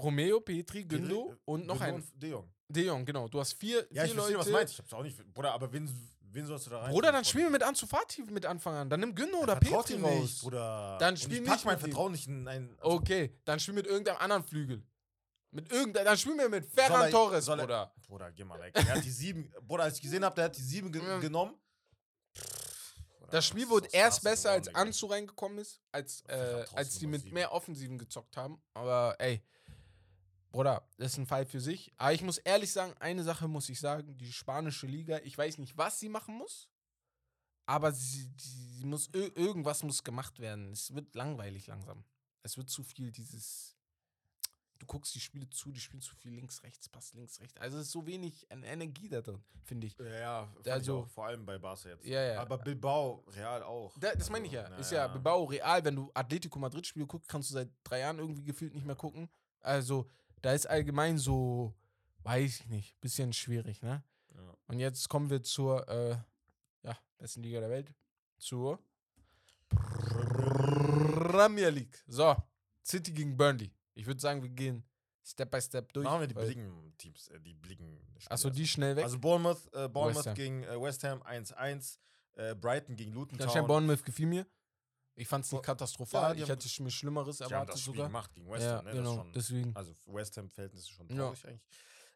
Speaker 2: Romeo, Petri,
Speaker 3: Petri,
Speaker 2: Gündo
Speaker 3: äh,
Speaker 2: und noch
Speaker 3: Gündo
Speaker 2: ein.
Speaker 3: und De Jong.
Speaker 2: De Jong, genau. Du hast vier,
Speaker 3: Ja, ich
Speaker 2: vier
Speaker 3: verstehe,
Speaker 2: Leute.
Speaker 3: was du meinst. Ich hab's auch nicht. Bruder, aber wen, wen sollst du da rein?
Speaker 2: Bruder, dann spielen wir mit Ansu Fati mit Anfang an. Dann nimm Gündo oder
Speaker 3: Vertraut
Speaker 2: Petri
Speaker 3: ihm
Speaker 2: raus.
Speaker 3: Nicht, Bruder.
Speaker 2: Dann
Speaker 3: Und
Speaker 2: spiel
Speaker 3: ich
Speaker 2: nicht
Speaker 3: pack mein
Speaker 2: mit ihm. Oh.
Speaker 3: Vertrauen nicht in einen.
Speaker 2: Okay, dann spiel mit irgendeinem anderen Flügel. Mit irgendeinem, dann spielen wir mit
Speaker 3: Soll
Speaker 2: Ferran
Speaker 3: er-
Speaker 2: Torres,
Speaker 3: soll er-
Speaker 2: Bruder.
Speaker 3: Bruder, geh mal weg. Er hat die sieben. Bruder, als ich gesehen habe, der hat die sieben ge
Speaker 2: Ja.
Speaker 3: genommen. Bruder,
Speaker 2: Das Spiel
Speaker 3: ist
Speaker 2: wurde
Speaker 3: aus
Speaker 2: erst
Speaker 3: Barca
Speaker 2: besser, als
Speaker 3: geworden, Digga.
Speaker 2: Anzu reingekommen ist, als, äh,
Speaker 3: Ferran Torres
Speaker 2: als die
Speaker 3: Nummer
Speaker 2: mit
Speaker 3: sieben.
Speaker 2: mehr Offensiven gezockt haben. Aber ey, Bruder, das ist ein Fall für sich. Aber ich muss ehrlich sagen, eine Sache muss ich sagen, die spanische Liga, ich weiß nicht, was sie machen muss, aber sie, die, sie muss, ir- irgendwas muss gemacht werden. Es wird langweilig langsam. Es wird zu viel dieses, du guckst die Spiele zu, die spielen zu viel links, rechts, passt links, rechts. Also es ist so wenig an Energie da drin, finde ich.
Speaker 3: Ja, ja. fand ich
Speaker 2: Also-
Speaker 3: auch, vor allem bei Barca jetzt.
Speaker 2: Ja, ja.
Speaker 3: Aber Bilbao, Real auch.
Speaker 2: Da, das
Speaker 3: Also,
Speaker 2: meine ich ja.
Speaker 3: na
Speaker 2: Ist ja Bilbao Real, wenn du Atletico Madrid Spiele guckst, kannst du seit drei Jahren irgendwie gefühlt nicht mehr gucken. Also, da ist allgemein so, weiß ich nicht, bisschen schwierig, ne?
Speaker 3: Ja.
Speaker 2: Und jetzt kommen wir zur, äh, ja, besten Liga der Welt. Zur Premier League. So, City gegen Burnley. Ich würde sagen, wir gehen Step by Step durch.
Speaker 3: Machen wir die
Speaker 2: weil-
Speaker 3: billigen Teams, äh, die billigen Spiele
Speaker 2: Achso, die
Speaker 3: erst.
Speaker 2: schnell weg.
Speaker 3: Also Bournemouth, äh, Bournemouth
Speaker 2: West Ham.
Speaker 3: gegen äh, West Ham 1-1, äh, Brighton gegen Luton
Speaker 2: Ganz schnell,
Speaker 3: Town.
Speaker 2: Bournemouth gefiel mir. Ich fand es nicht
Speaker 3: Bo-
Speaker 2: katastrophal.
Speaker 3: Ja, die
Speaker 2: ich
Speaker 3: haben-
Speaker 2: hätte sch- mir Schlimmeres
Speaker 3: Die haben
Speaker 2: erwartet
Speaker 3: das Spiel
Speaker 2: sogar.
Speaker 3: gemacht gegen West
Speaker 2: ja,
Speaker 3: Ham, ne?
Speaker 2: genau,
Speaker 3: das ist
Speaker 2: deswegen.
Speaker 3: schon, also für West Ham-Verhältnisse schon
Speaker 2: Ja.
Speaker 3: traurig eigentlich.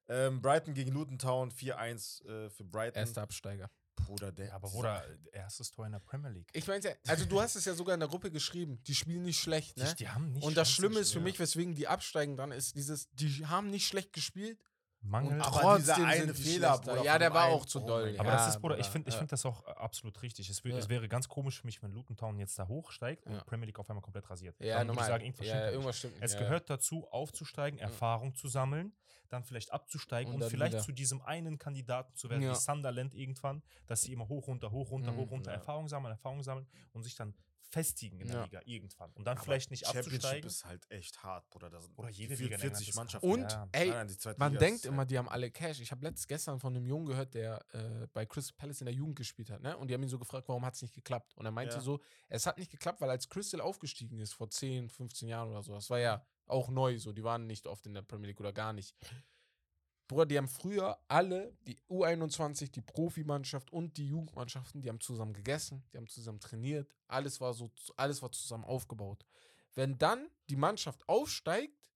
Speaker 3: Ähm, Brighton gegen Luton Town 4-1 äh, für Brighton.
Speaker 2: Erster Absteiger.
Speaker 3: Bruder, der.
Speaker 1: Aber
Speaker 3: dieser-
Speaker 1: Bruder, erstes Tor in der Premier League.
Speaker 2: Ich meine, also du hast es ja sogar in der Gruppe geschrieben. Die spielen nicht schlecht, ne?
Speaker 1: Die haben nicht
Speaker 2: Und das
Speaker 1: Chance
Speaker 2: Schlimme ist für
Speaker 1: gespielt.
Speaker 2: mich, weswegen die absteigen dann, ist dieses, die haben nicht schlecht gespielt.
Speaker 1: Mangel.
Speaker 2: und
Speaker 1: Aber,
Speaker 3: aber dieser eine
Speaker 2: die
Speaker 3: Fehler,
Speaker 2: schlechter.
Speaker 3: Bruder,
Speaker 2: Ja,
Speaker 3: von
Speaker 2: der
Speaker 3: dem
Speaker 2: war
Speaker 3: einen.
Speaker 2: auch zu
Speaker 3: Oh
Speaker 2: doll.
Speaker 3: mein
Speaker 2: Ja,
Speaker 3: Gott.
Speaker 1: das ist, Bruder, ich
Speaker 2: Bruder,
Speaker 1: finde ich
Speaker 2: ja.
Speaker 1: find das auch äh, absolut richtig. Es, wär,
Speaker 2: Ja.
Speaker 1: es wäre ganz komisch für mich, wenn Luton Town jetzt da hochsteigt und
Speaker 2: Ja.
Speaker 1: Premier League auf einmal komplett rasiert.
Speaker 2: Ja,
Speaker 1: Dann würd
Speaker 2: normal.
Speaker 1: Ich sagen, irgendwas stimmt
Speaker 2: ja,
Speaker 1: da
Speaker 2: ja,
Speaker 1: nicht.
Speaker 2: irgendwas stimmt. nicht.
Speaker 1: Es
Speaker 2: ja,
Speaker 1: gehört dazu, aufzusteigen, Erfahrung zu sammeln, dann vielleicht abzusteigen
Speaker 2: Und
Speaker 1: und,
Speaker 2: dann
Speaker 1: vielleicht
Speaker 2: wieder.
Speaker 1: zu diesem einen Kandidaten zu werden,
Speaker 2: Ja.
Speaker 1: wie Sunderland irgendwann, dass sie immer hoch, runter, hoch, runter,
Speaker 2: Mhm.
Speaker 1: hoch, runter,
Speaker 3: Ja.
Speaker 1: Erfahrung sammeln, Erfahrung sammeln und sich dann festigen in der
Speaker 2: Ja.
Speaker 1: Liga irgendwann. Und dann
Speaker 3: Aber
Speaker 1: vielleicht nicht
Speaker 3: Championship
Speaker 1: abzusteigen.
Speaker 3: ist halt echt hart, Bruder. Da sind
Speaker 1: Oder jede
Speaker 3: gefühlt
Speaker 1: Liga in
Speaker 3: 40
Speaker 1: England ist
Speaker 3: Mannschaften.
Speaker 1: hart.
Speaker 2: Und,
Speaker 1: Ja.
Speaker 2: ey,
Speaker 3: die zweite
Speaker 2: man
Speaker 3: Liga ist
Speaker 2: denkt
Speaker 3: halt-
Speaker 2: immer, die haben alle Cash. Ich habe letzt gestern von einem Jungen gehört, der äh, bei Crystal Palace in der Jugend gespielt hat, ne? Und die haben ihn so gefragt, warum hat es nicht geklappt? Und er meinte
Speaker 3: Ja.
Speaker 2: so, es hat nicht geklappt, weil als Crystal aufgestiegen ist, vor 10, 15 Jahren oder so, das war
Speaker 3: Mhm.
Speaker 2: ja auch neu so, die waren nicht oft in der Premier League oder gar nicht. Bruder, die haben früher alle, die U21, die Profimannschaft und die Jugendmannschaften, die haben zusammen gegessen, die haben zusammen trainiert, alles war so, alles war zusammen aufgebaut. Wenn dann die Mannschaft aufsteigt,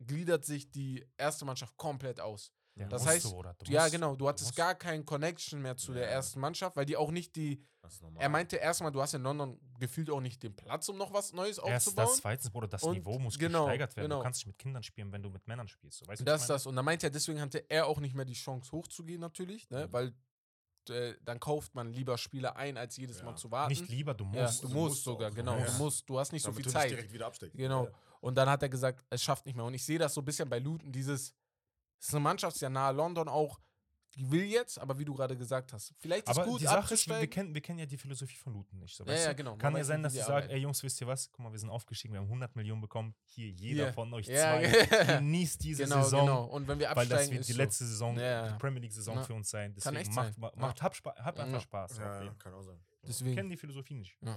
Speaker 2: gliedert sich die erste Mannschaft komplett aus.
Speaker 1: Ja,
Speaker 2: Das
Speaker 1: musst
Speaker 2: heißt,
Speaker 1: du, oder? Du
Speaker 2: ja,
Speaker 1: musst-
Speaker 2: genau, du hattest
Speaker 1: musst-
Speaker 2: gar keinen Connection mehr zu der
Speaker 3: Ja.
Speaker 2: ersten Mannschaft, weil die auch nicht die.
Speaker 3: Das ist normal.
Speaker 2: Er meinte erstmal, du hast in London gefühlt auch nicht den Platz, um noch was Neues
Speaker 1: Erst
Speaker 2: aufzubauen.
Speaker 1: das, zweitens, Bruder, das
Speaker 2: Und
Speaker 1: Niveau muss
Speaker 2: genau,
Speaker 1: gesteigert werden.
Speaker 2: genau.
Speaker 1: Du kannst nicht mit Kindern spielen, wenn du mit Männern spielst. So, weißt du, was
Speaker 2: Das
Speaker 1: ich
Speaker 2: ist das. Und dann meinte er, deswegen hatte er auch nicht mehr die Chance hochzugehen, natürlich, ne?
Speaker 3: Mhm.
Speaker 2: weil äh, dann kauft man lieber Spieler ein, als jedes
Speaker 3: Ja.
Speaker 2: Mal zu
Speaker 1: meine?
Speaker 2: warten.
Speaker 1: Nicht lieber, du
Speaker 2: ja,
Speaker 1: musst.
Speaker 2: du
Speaker 3: du
Speaker 2: musst
Speaker 3: musst auch,
Speaker 2: sogar,
Speaker 3: ne?
Speaker 2: genau. Du
Speaker 3: Ja.
Speaker 2: musst, du hast nicht
Speaker 3: Damit
Speaker 2: so
Speaker 3: du
Speaker 2: viel
Speaker 3: nicht
Speaker 2: Zeit.
Speaker 3: direkt wieder absteigst.
Speaker 2: Genau.
Speaker 3: Ja.
Speaker 2: Und dann hat er gesagt, es schafft nicht mehr. Und ich sehe das so ein bisschen bei Luton, dieses, es ist eine Mannschaft, ist ja nahe London auch, die will jetzt, aber wie du gerade gesagt hast, vielleicht ist
Speaker 1: Aber
Speaker 2: gut,
Speaker 1: die Sache ist, wir, wir,
Speaker 2: abzusteigen.
Speaker 1: kennen, wir kennen ja die Philosophie von Luton nicht. So,
Speaker 2: Ja,
Speaker 1: weißt
Speaker 2: ja,
Speaker 1: du?
Speaker 2: genau. Man
Speaker 1: Kann ja
Speaker 2: weiß
Speaker 1: sein,
Speaker 2: nicht,
Speaker 1: dass
Speaker 2: wie
Speaker 1: sie
Speaker 2: die
Speaker 1: sagen,
Speaker 2: arbeiten.
Speaker 1: ey Jungs, wisst ihr was? Guck mal, wir sind aufgestiegen, wir haben 100 Millionen bekommen. Hier, jeder
Speaker 2: Ja.
Speaker 1: von euch
Speaker 2: Ja,
Speaker 1: zwei. Genießt diese
Speaker 2: genau,
Speaker 1: Saison,
Speaker 2: genau. Und wenn wir
Speaker 1: weil
Speaker 2: absteigen,
Speaker 1: das wird
Speaker 2: ist
Speaker 1: die
Speaker 2: so.
Speaker 1: letzte Saison,
Speaker 2: Ja.
Speaker 1: die Premier League-Saison
Speaker 2: Ja.
Speaker 1: für uns sein. Deswegen
Speaker 2: echt
Speaker 1: macht,
Speaker 2: sein.
Speaker 1: ma-
Speaker 2: Ja.
Speaker 1: macht, habt, Spa habt einfach
Speaker 2: Ja.
Speaker 1: Spaß.
Speaker 3: Ja,
Speaker 1: auf
Speaker 3: ja,
Speaker 1: jeden Fall.
Speaker 3: kann auch sein.
Speaker 1: Wir
Speaker 2: Deswegen.
Speaker 1: kennen die Philosophie nicht.
Speaker 2: Ja.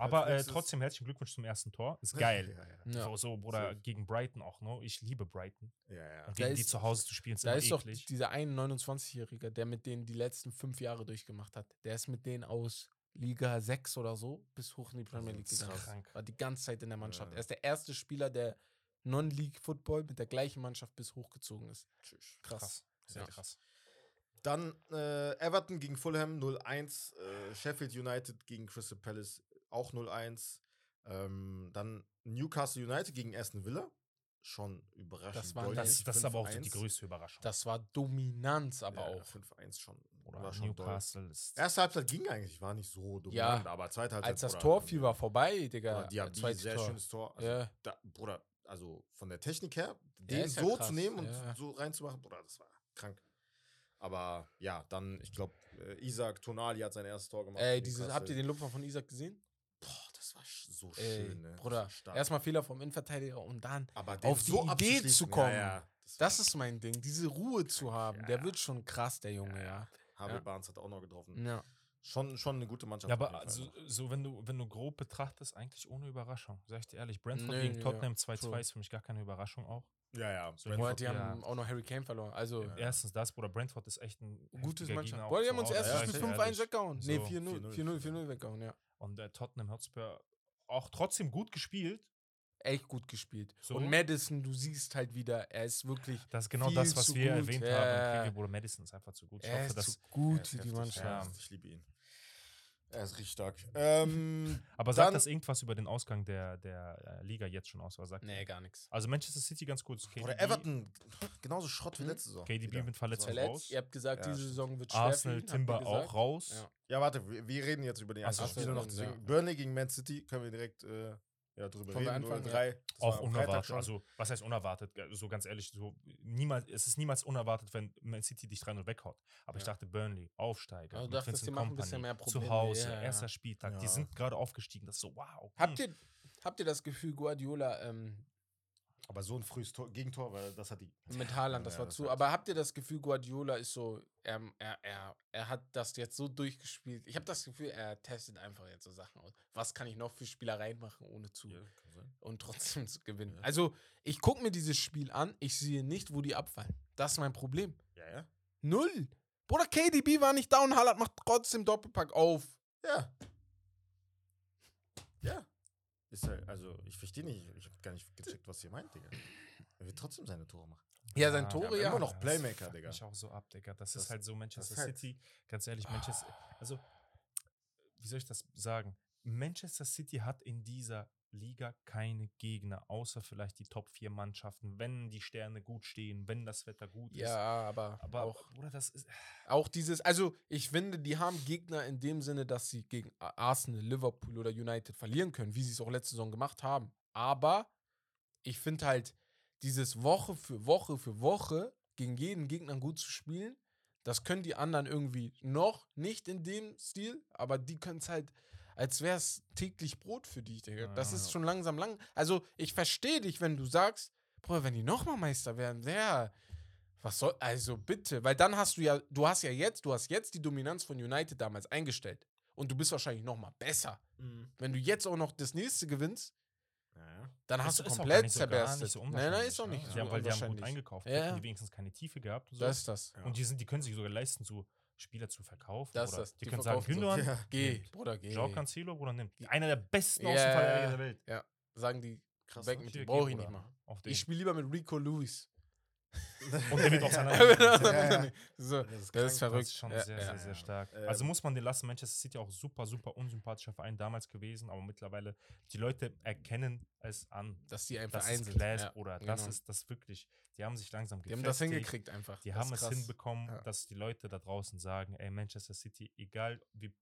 Speaker 2: Also
Speaker 1: Aber äh,
Speaker 3: nächstes-
Speaker 1: trotzdem herzlichen Glückwunsch zum ersten Tor. Ist
Speaker 3: Ja,
Speaker 1: geil.
Speaker 3: ja.
Speaker 2: Ja.
Speaker 1: So, so, Bruder,
Speaker 3: Safe.
Speaker 1: gegen Brighton auch, ne? Ich liebe Brighton.
Speaker 3: Ja, ja.
Speaker 1: Und gegen die
Speaker 2: ist-
Speaker 1: zu Hause zu spielen, ist
Speaker 2: Da
Speaker 1: immer
Speaker 2: ist doch
Speaker 1: eklig.
Speaker 2: dieser ein 29-Jährige, der mit denen die letzten fünf Jahre durchgemacht hat. Der ist mit denen aus Liga 6 oder so bis hoch in die Premier League
Speaker 3: ist
Speaker 2: gegangen.
Speaker 1: krank.
Speaker 2: War die ganze Zeit in der Mannschaft.
Speaker 3: Ja.
Speaker 2: Er ist der erste Spieler, der Non-League-Football mit der gleichen Mannschaft bis hochgezogen ist.
Speaker 3: Tschüss.
Speaker 2: Krass.
Speaker 1: Krass. Sehr
Speaker 2: Ja.
Speaker 1: krass.
Speaker 3: Dann äh, Everton gegen Fulham 0-1. Äh, Sheffield United gegen Crystal Palace auch 0-1. Ähm, dann Newcastle United gegen Aston Villa. Schon überraschend.
Speaker 2: Das war-
Speaker 3: deutlich,
Speaker 1: Das, das ist aber auch so
Speaker 3: 5-1.
Speaker 1: die größte Überraschung.
Speaker 2: Das war Dominanz, aber
Speaker 3: ja,
Speaker 2: auch.
Speaker 3: 5-1 schon.
Speaker 1: Oder
Speaker 3: war schon doll.
Speaker 1: Newcastle ist.
Speaker 3: Erste Halbzeit ging eigentlich, war nicht so dominant, aber zweite Halbzeit.
Speaker 2: Als das
Speaker 3: Bruder,
Speaker 2: Torviel war vorbei,
Speaker 3: Bruder,
Speaker 2: Digga.
Speaker 3: Diaby,
Speaker 2: zweites
Speaker 3: sehr
Speaker 2: Tor.
Speaker 3: schönes Tor. Also,
Speaker 2: ja.
Speaker 3: da, Bruder, also von der Technik her, den
Speaker 2: ist ja
Speaker 3: so
Speaker 2: krass,
Speaker 3: zu nehmen und
Speaker 2: ja.
Speaker 3: so reinzumachen, Bruder, das war krank. Aber ja, dann, ich glaube, äh, Isaac Tonali hat sein erstes Tor gemacht.
Speaker 2: Ey,
Speaker 3: für
Speaker 2: dieses, habt ihr
Speaker 3: Newcastle.
Speaker 2: den Lupfer von Isaac gesehen?
Speaker 3: Boah, das war sch- so
Speaker 2: Ey,
Speaker 3: schön, ne?
Speaker 2: Bruder,
Speaker 3: So stark.
Speaker 2: erstmal Fehler vom Innenverteidiger und dann
Speaker 3: aber den
Speaker 2: auf die Idee
Speaker 3: abzuschließen,
Speaker 2: zu kommen.
Speaker 3: Ja, ja,
Speaker 2: Das ist mein Ding, diese Ruhe zu haben. Der
Speaker 1: Ja.
Speaker 2: wird schon krass, der Junge, ja.
Speaker 3: Harvey
Speaker 2: ja. Ne.
Speaker 3: Barnes hat auch noch getroffen.
Speaker 2: Ja,
Speaker 3: Schon, schon eine gute Mannschaft.
Speaker 1: Ja,
Speaker 3: auf
Speaker 1: aber
Speaker 3: jeden Fall
Speaker 1: so,
Speaker 3: noch.
Speaker 1: so wenn, du, wenn du grob betrachtest, eigentlich ohne Überraschung. Sag ich dir ehrlich, Brentford
Speaker 2: Nee,
Speaker 1: gegen
Speaker 2: ja,
Speaker 1: Tottenham 2-2
Speaker 2: true.
Speaker 1: ist für mich gar keine Überraschung auch.
Speaker 3: ja, ja.
Speaker 1: So,
Speaker 3: Brentford-
Speaker 2: Boah, die
Speaker 1: ja.
Speaker 2: haben auch noch Harry Kane verloren. Also,
Speaker 3: Ja.
Speaker 1: Erstens das, Bruder, Brentford ist echt ein
Speaker 2: gutes
Speaker 1: heftiger Gegner
Speaker 2: Mannschaft.
Speaker 1: auch
Speaker 2: Boah, die
Speaker 1: zu
Speaker 2: haben uns
Speaker 1: Hause,
Speaker 3: erst
Speaker 1: sag
Speaker 2: erstens
Speaker 1: ich
Speaker 2: mit
Speaker 1: dir
Speaker 2: 5-1
Speaker 1: ehrlich.
Speaker 2: weggehauen. Nee,
Speaker 1: So,
Speaker 2: 4-0, 4-0, 4-0 weggehauen, ja.
Speaker 1: Und äh, Tottenham Hotspur auch trotzdem gut gespielt.
Speaker 2: Echt gut gespielt.
Speaker 1: So.
Speaker 2: Und Madison, du siehst halt wieder, er ist wirklich,
Speaker 1: Das ist genau
Speaker 2: Viel
Speaker 1: das, was
Speaker 2: zu
Speaker 1: wir
Speaker 2: gut,
Speaker 1: erwähnt
Speaker 2: ja.
Speaker 1: haben. im Preview, Bruder, Madison ist einfach zu gut. Ich
Speaker 2: er
Speaker 1: hoffe,
Speaker 2: ist zu
Speaker 1: dass,
Speaker 3: Er
Speaker 2: gut
Speaker 3: ist
Speaker 2: für die
Speaker 3: heftig,
Speaker 1: ja.
Speaker 2: Mannschaft.
Speaker 3: er ist- Ich liebe ihn. Er ist richtig stark. Ähm,
Speaker 1: aber sagt
Speaker 3: Dann-
Speaker 1: das irgendwas über den Ausgang der, der äh, Liga jetzt schon aus? Was
Speaker 2: Hm.
Speaker 1: sagt ihr?
Speaker 2: gar nichts.
Speaker 1: Also Manchester City ganz kurz. KDB,
Speaker 3: Oder Everton, genauso Schrott wie
Speaker 2: Hm?
Speaker 3: letzte Saison.
Speaker 1: KDB
Speaker 3: wieder.
Speaker 1: mit Verletzung
Speaker 3: So.
Speaker 1: raus.
Speaker 2: Verletzt, ihr habt gesagt,
Speaker 3: Ja,
Speaker 2: diese
Speaker 3: stimmt.
Speaker 2: Saison wird schwer.
Speaker 1: Arsenal,
Speaker 2: für ihn, habt ihr
Speaker 1: Timber auch
Speaker 2: gesagt.
Speaker 1: raus.
Speaker 2: Ja.
Speaker 3: Ja, warte, wir, wir reden jetzt über die
Speaker 1: Ach so,
Speaker 3: ersten Spiele noch.
Speaker 2: ja.
Speaker 3: Deswegen, Burnley gegen Man City können wir direkt äh, ja, drüber
Speaker 2: Wollen wir
Speaker 3: reden.
Speaker 2: anfangen?
Speaker 3: 0-3. Das war
Speaker 1: Auch
Speaker 3: am Freitag
Speaker 1: unerwartet.
Speaker 3: schon.
Speaker 1: Also, was heißt unerwartet? So ganz ehrlich, so, niemals, es ist niemals unerwartet, wenn Man City dich 3-0 weghaut. Aber ich
Speaker 2: Ja.
Speaker 1: dachte, Burnley, Aufsteiger.
Speaker 2: Also
Speaker 1: mit
Speaker 2: du dachtest,
Speaker 1: Vincent
Speaker 2: die machen ein bisschen
Speaker 1: Kompany,
Speaker 2: mehr Probleme.
Speaker 1: Zu Hause,
Speaker 2: Ja, ja.
Speaker 1: erster Spieltag. Die
Speaker 3: Ja.
Speaker 1: sind gerade aufgestiegen. Das ist so, wow. hm.
Speaker 2: Habt ihr, habt ihr das Gefühl, Guardiola ähm,
Speaker 3: aber so ein frühes Tor, Gegentor, weil das hat die.
Speaker 2: mit Haaland, das
Speaker 3: Ja,
Speaker 2: war
Speaker 3: das
Speaker 2: zu.
Speaker 3: war-
Speaker 2: Aber habt ihr das Gefühl, Guardiola ist so, ähm, er, er, er hat das jetzt so durchgespielt. Ich habe das Gefühl, er testet einfach jetzt so Sachen aus. Was kann ich noch für Spielereien machen, ohne zu und trotzdem zu gewinnen?
Speaker 3: Ja.
Speaker 2: Also, ich gucke mir dieses Spiel an, ich sehe nicht, wo die abfallen. Das ist mein Problem.
Speaker 3: Ja, ja.
Speaker 2: Null. Bruder, KDB war nicht da und Haaland macht trotzdem Doppelpack auf.
Speaker 3: Ja. Ja. Ist halt, also, ich verstehe nicht. Ich habe gar nicht gecheckt, was ihr meint, Digga. Er wird trotzdem seine Tore machen.
Speaker 2: Ja, sein
Speaker 3: wir
Speaker 2: Tore,
Speaker 3: haben
Speaker 2: ja.
Speaker 3: immer noch
Speaker 1: Das
Speaker 3: Playmaker,
Speaker 1: fuckt
Speaker 3: Digga.
Speaker 1: mich auch so ab, Digga. Das,
Speaker 3: Das-
Speaker 1: ist halt so Manchester
Speaker 3: das halt-
Speaker 1: City. Ganz ehrlich, Manchester.
Speaker 2: Ah.
Speaker 1: Also, wie soll ich das sagen? Manchester City hat in dieser Liga keine Gegner, außer vielleicht die Top 4 Mannschaften, wenn die Sterne gut stehen, wenn das Wetter gut
Speaker 2: Ja,
Speaker 1: ist.
Speaker 2: aber,
Speaker 1: Aber,
Speaker 2: auch,
Speaker 1: Bruder, das ist.
Speaker 2: auch dieses, also ich finde, die haben Gegner in dem Sinne, dass sie gegen A- Arsenal, Liverpool oder United verlieren können, wie sie es auch letzte Saison gemacht haben. Aber ich finde halt, dieses Woche für Woche für Woche gegen jeden Gegner gut zu spielen, das können die anderen irgendwie noch nicht in dem Stil, aber die können es halt, als wäre es täglich Brot für dich, Digga.
Speaker 1: Ja,
Speaker 2: Das
Speaker 1: ja,
Speaker 2: ist
Speaker 1: ja.
Speaker 2: schon langsam lang. Also ich verstehe dich, wenn du sagst, Bruder, wenn die nochmal Meister werden, der. Was soll, also bitte, weil dann hast du ja, du hast ja jetzt, du hast jetzt die Dominanz von United damals eingestellt. Und du bist wahrscheinlich nochmal besser.
Speaker 1: Mhm.
Speaker 2: Wenn du jetzt auch noch das nächste gewinnst,
Speaker 3: Ja, ja.
Speaker 2: dann
Speaker 1: ist-
Speaker 2: hast du
Speaker 1: ist auch gar
Speaker 2: komplett
Speaker 1: nicht so- gar nicht
Speaker 2: zerberstet.
Speaker 1: so
Speaker 2: nein, nein, ist auch
Speaker 1: unwahrscheinlich,
Speaker 2: nicht
Speaker 1: ne?
Speaker 2: so
Speaker 1: ja, weil die haben gut
Speaker 2: unwahrscheinlich.
Speaker 1: eingekauft.
Speaker 2: Ja,
Speaker 1: Ja.
Speaker 2: ja.
Speaker 1: Die wenigstens keine Tiefe gehabt. und So.
Speaker 2: Das ist das.
Speaker 3: Ja.
Speaker 1: Und die, sind, die können sich sogar leisten, so Spieler zu verkaufen.
Speaker 2: Das ist
Speaker 1: Bruder.
Speaker 2: das.
Speaker 1: Die,
Speaker 2: Die
Speaker 1: können sagen,
Speaker 2: verkaufen so.
Speaker 1: Gündogan,
Speaker 3: Ja.
Speaker 2: Geh,
Speaker 1: Nimmt.
Speaker 2: Bruder, geh.
Speaker 1: Joao Cancelo, Bruder, nimmt. Einer der besten
Speaker 2: Ja,
Speaker 1: Außenverteidiger der
Speaker 2: ja, ja.
Speaker 1: Welt.
Speaker 2: Sagen die,
Speaker 3: Krass.
Speaker 2: weg
Speaker 3: ne?
Speaker 2: mit
Speaker 1: Hier,
Speaker 2: dem,
Speaker 1: geh,
Speaker 2: brauch ich
Speaker 1: Bruder.
Speaker 2: nicht mal.
Speaker 1: Auf den.
Speaker 2: Ich spiele lieber mit Rico Lewis.
Speaker 1: Und der wird auseinander.
Speaker 2: Ja,
Speaker 3: ja.
Speaker 2: So,
Speaker 3: Das ist
Speaker 2: das ist
Speaker 3: krank.
Speaker 1: Das
Speaker 2: verrückt.
Speaker 1: ist schon
Speaker 2: Ja,
Speaker 1: sehr,
Speaker 2: ja.
Speaker 1: sehr, sehr stark.
Speaker 3: Ja, ja.
Speaker 1: Also muss man den lassen. Manchester City auch super, super unsympathischer Verein damals gewesen, aber mittlerweile die Leute erkennen es an.
Speaker 2: Dass die einfach
Speaker 1: Das
Speaker 2: ein
Speaker 1: ist
Speaker 2: sind.
Speaker 1: Class,
Speaker 2: ja,
Speaker 1: Bruder.
Speaker 2: genau.
Speaker 1: Das ist das wirklich. Die haben sich langsam
Speaker 2: Die haben das
Speaker 1: gefestigt.
Speaker 2: hingekriegt einfach.
Speaker 1: Die
Speaker 2: Das
Speaker 1: haben
Speaker 2: ist
Speaker 1: es
Speaker 2: krass.
Speaker 1: hinbekommen,
Speaker 2: Ja.
Speaker 1: dass die Leute da draußen sagen, ey, Manchester City, egal wie,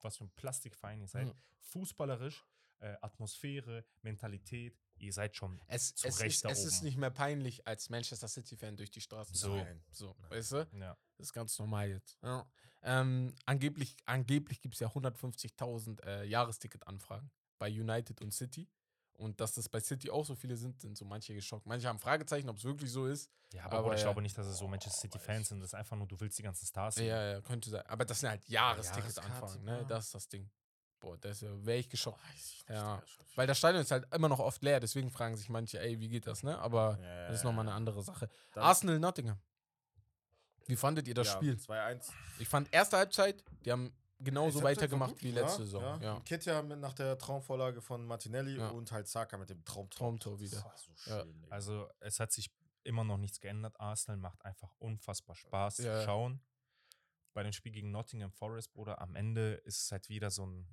Speaker 1: was für ein Plastikverein ihr seid,
Speaker 2: Mhm.
Speaker 1: fußballerisch, äh, Atmosphäre, Mentalität, ihr seid schon
Speaker 2: Es,
Speaker 1: zu
Speaker 2: es,
Speaker 1: Recht
Speaker 2: ist,
Speaker 1: da
Speaker 2: es ist
Speaker 1: oben.
Speaker 2: nicht mehr peinlich, als Manchester City-Fan durch die Straßen
Speaker 1: So.
Speaker 2: zu gehen. So, weißt du?
Speaker 1: ja,
Speaker 2: Das ist ganz normal jetzt. Ja. Ähm, angeblich angeblich gibt es ja 150.000 äh, Jahresticket-Anfragen bei United und City. Und dass das bei City auch so viele sind, sind so manche geschockt. Manche haben Fragezeichen, ob es wirklich so ist.
Speaker 1: ja aber,
Speaker 2: Aber
Speaker 1: Bruder, ich
Speaker 2: ja.
Speaker 1: glaube nicht, dass es so Manchester City-Fans sind. Das ist einfach nur, du willst die ganzen Stars sehen.
Speaker 2: Ja, ja, könnte sein. Aber das sind halt Jahresticket-Anfragen,
Speaker 3: Jahreskarte,
Speaker 2: ne?
Speaker 3: ja.
Speaker 2: Das ist das Ding. Boah, das wäre ich geschockt. Ja.
Speaker 3: Digga, schon-
Speaker 2: Weil das Stadion ist halt immer noch oft leer, deswegen fragen sich manche, ey, wie geht das, ne? Aber
Speaker 3: Ja,
Speaker 2: das ist
Speaker 3: ja,
Speaker 2: nochmal
Speaker 3: ja.
Speaker 2: eine andere Sache.
Speaker 3: Dann-
Speaker 2: Arsenal Nottingham. Wie fandet ihr das
Speaker 3: Ja,
Speaker 2: Spiel?
Speaker 3: 2-1.
Speaker 2: Ich fand erste Halbzeit, die haben genauso
Speaker 3: Konzept
Speaker 2: weitergemacht
Speaker 3: war
Speaker 2: wie
Speaker 3: gut,
Speaker 2: letzte
Speaker 3: ja,
Speaker 2: Saison.
Speaker 3: Ja.
Speaker 2: Ja.
Speaker 3: Und Ketja mit nach der Traumvorlage von Martinelli
Speaker 2: Ja.
Speaker 3: und halt Saka mit dem Traumtor.
Speaker 2: Traumtor wieder.
Speaker 3: Das war so
Speaker 2: Ja. Also
Speaker 3: schön, Digga.
Speaker 1: Also es hat sich immer noch nichts geändert. Arsenal macht einfach unfassbar Spaß
Speaker 2: Ja.
Speaker 1: zu schauen. bei dem Spiel gegen Nottingham Forest, Bruder, am Ende ist es halt wieder so ein.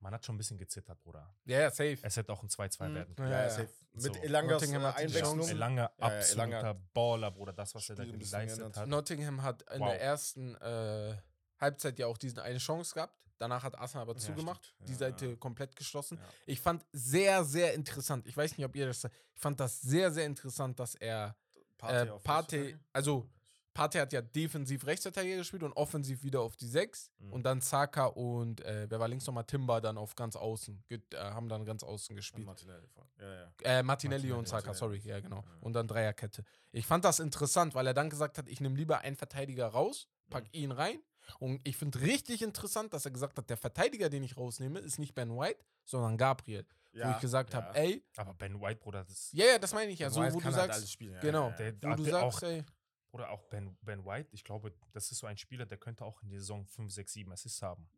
Speaker 1: Man hat schon ein bisschen gezittert, Bruder.
Speaker 2: Ja, ja, safe.
Speaker 1: Es hätte auch ein 2-2
Speaker 2: Mhm.
Speaker 1: werden
Speaker 2: Ja,
Speaker 1: können.
Speaker 2: ja,
Speaker 3: safe.
Speaker 1: So.
Speaker 3: Mit Elangas äh,
Speaker 2: Nottingham hat die
Speaker 3: Einwechslung.
Speaker 2: Chance.
Speaker 1: Elanga,
Speaker 3: Ja, ja,
Speaker 1: absoluter
Speaker 3: Elanga
Speaker 1: Baller, Bruder. Das, was er da
Speaker 3: Spiel ein bisschen
Speaker 1: geleistet
Speaker 3: geändert.
Speaker 1: hat.
Speaker 2: Nottingham hat in
Speaker 1: Wow.
Speaker 2: der ersten äh, Halbzeit ja auch diesen eine Chance gehabt. Danach hat Arsenal aber
Speaker 3: Ja,
Speaker 2: zugemacht,
Speaker 3: stimmt.
Speaker 2: die
Speaker 3: Ja,
Speaker 2: Seite
Speaker 3: ja.
Speaker 2: komplett geschlossen.
Speaker 1: Ja.
Speaker 2: Ich fand sehr, sehr interessant. Ich weiß nicht, ob ihr das. Ich fand das sehr, sehr interessant, dass er äh,
Speaker 3: auf
Speaker 2: Partey,
Speaker 3: Rechtsverteidiger.
Speaker 2: also Partey hat ja defensiv Rechtsverteidiger gespielt und offensiv wieder auf die Sechs
Speaker 1: Mhm.
Speaker 2: und dann Saka und äh, wer war links nochmal Timber dann auf ganz außen, ge- äh, haben dann ganz außen
Speaker 3: Und
Speaker 2: gespielt.
Speaker 3: Martinelli vor- Ja, ja.
Speaker 2: Äh, Martinelli,
Speaker 1: Martinelli,
Speaker 2: und Saka,
Speaker 3: Martinelli.
Speaker 2: sorry, ja genau.
Speaker 3: Ja.
Speaker 2: Und dann Dreierkette. Ich fand das interessant, weil er dann gesagt hat, ich nehme lieber einen Verteidiger raus, pack ihn rein. Und ich finde richtig interessant, dass er gesagt hat, der Verteidiger, den ich rausnehme, ist nicht Ben White, sondern Gabriel. wo ich gesagt
Speaker 3: ja.
Speaker 2: habe, ey,
Speaker 1: Aber Ben White, Bruder, das
Speaker 2: ja, ja, das meine ich ja.
Speaker 3: Ben
Speaker 2: So,
Speaker 3: White
Speaker 2: wo du
Speaker 3: kann halt
Speaker 2: sagst,
Speaker 3: alles spielen, ja,
Speaker 2: genau,
Speaker 3: ja, ja.
Speaker 1: Der-
Speaker 2: wo du
Speaker 1: der
Speaker 2: sagst,
Speaker 1: auch-
Speaker 2: ey,
Speaker 1: Oder auch ben, ben White, ich glaube, das ist so ein Spieler, der könnte auch in der Saison 5, 6, 7 Assists haben.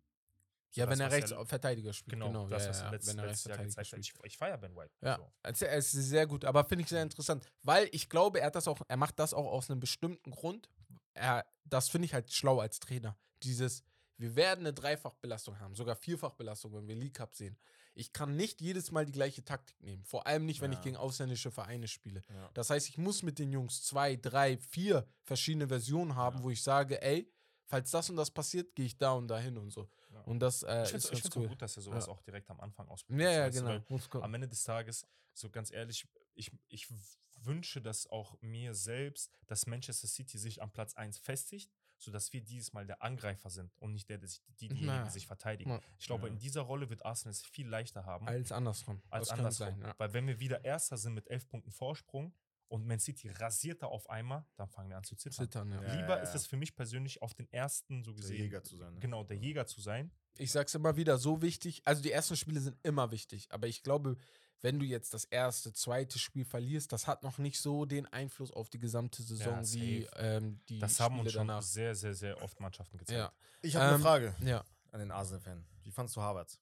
Speaker 1: So
Speaker 2: Ja,
Speaker 1: das,
Speaker 2: wenn er
Speaker 1: was
Speaker 2: rechts Verteidiger spielt.
Speaker 1: Genau,
Speaker 2: Genau,
Speaker 1: das,
Speaker 2: ja,
Speaker 1: was
Speaker 2: ja,
Speaker 1: er
Speaker 2: ja,
Speaker 1: letztes,
Speaker 2: wenn er
Speaker 1: letztes Jahr
Speaker 2: Rechtsverteidiger
Speaker 1: gezeigt hat. Ich,
Speaker 2: spielt.
Speaker 1: ich feiere Ben White.
Speaker 2: Ja,
Speaker 1: So.
Speaker 2: also er ist sehr gut, aber finde ich sehr interessant, weil ich glaube, er hat das auch, er macht das auch aus einem bestimmten Grund. Er, das finde ich halt schlau als Trainer. Dieses, wir werden eine Dreifachbelastung haben, sogar Vierfachbelastung, wenn wir League Cup sehen. Ich kann nicht jedes Mal die gleiche Taktik nehmen, vor allem nicht, wenn ich
Speaker 3: Ja.
Speaker 2: gegen ausländische Vereine spiele.
Speaker 3: Ja.
Speaker 2: Das heißt, ich muss mit den Jungs zwei, drei, vier verschiedene Versionen haben,
Speaker 1: Ja.
Speaker 2: wo ich sage, ey, falls das und das passiert, gehe ich da und dahin und so.
Speaker 1: Ja.
Speaker 2: Und das äh,
Speaker 1: Ich finde
Speaker 2: ist
Speaker 1: es
Speaker 2: ganz
Speaker 1: so
Speaker 2: cool.
Speaker 1: gut, dass er sowas auch direkt am Anfang ausprobiert.
Speaker 2: Ja, ja,
Speaker 1: weißt du,
Speaker 2: genau.
Speaker 1: weil Am Ende des Tages, so ganz ehrlich, ich, ich w- wünsche das auch mir selbst, dass Manchester City sich am Platz 1 festigt, sodass wir dieses Mal der Angreifer sind und nicht der, der sich, die, diejenigen,
Speaker 2: Ja.
Speaker 1: die sich verteidigen.
Speaker 2: Ja.
Speaker 1: Ich glaube,
Speaker 3: Ja.
Speaker 1: in dieser Rolle wird Arsenal es viel leichter haben.
Speaker 2: Als andersrum.
Speaker 1: Mhm. als
Speaker 2: Das kann
Speaker 1: andersrum.
Speaker 2: sein, ja.
Speaker 1: Weil wenn wir wieder Erster sind mit elf Punkten Vorsprung und Man City rasiert da auf einmal, dann fangen wir an zu zittern.
Speaker 2: Zittern, ja.
Speaker 3: Ja.
Speaker 1: Lieber ist es für mich persönlich, auf den ersten so gesehen,
Speaker 3: Jäger zu sein, ne?
Speaker 1: genau, der Jäger zu sein.
Speaker 2: Ich sag's immer wieder, so wichtig, also die ersten Spiele sind immer wichtig, aber ich glaube, wenn du jetzt das erste, zweite Spiel verlierst, das hat noch nicht so den Einfluss auf die gesamte Saison
Speaker 1: safe.
Speaker 2: wie ähm, die
Speaker 1: Das
Speaker 2: Spiele
Speaker 1: haben uns schon
Speaker 2: danach.
Speaker 1: sehr, sehr, sehr oft Mannschaften gezeigt.
Speaker 2: Ja.
Speaker 3: Ich habe
Speaker 2: Ähm,
Speaker 3: eine Frage
Speaker 2: Ja.
Speaker 3: an den Arsenal-Fan. Wie fandst du Harvard?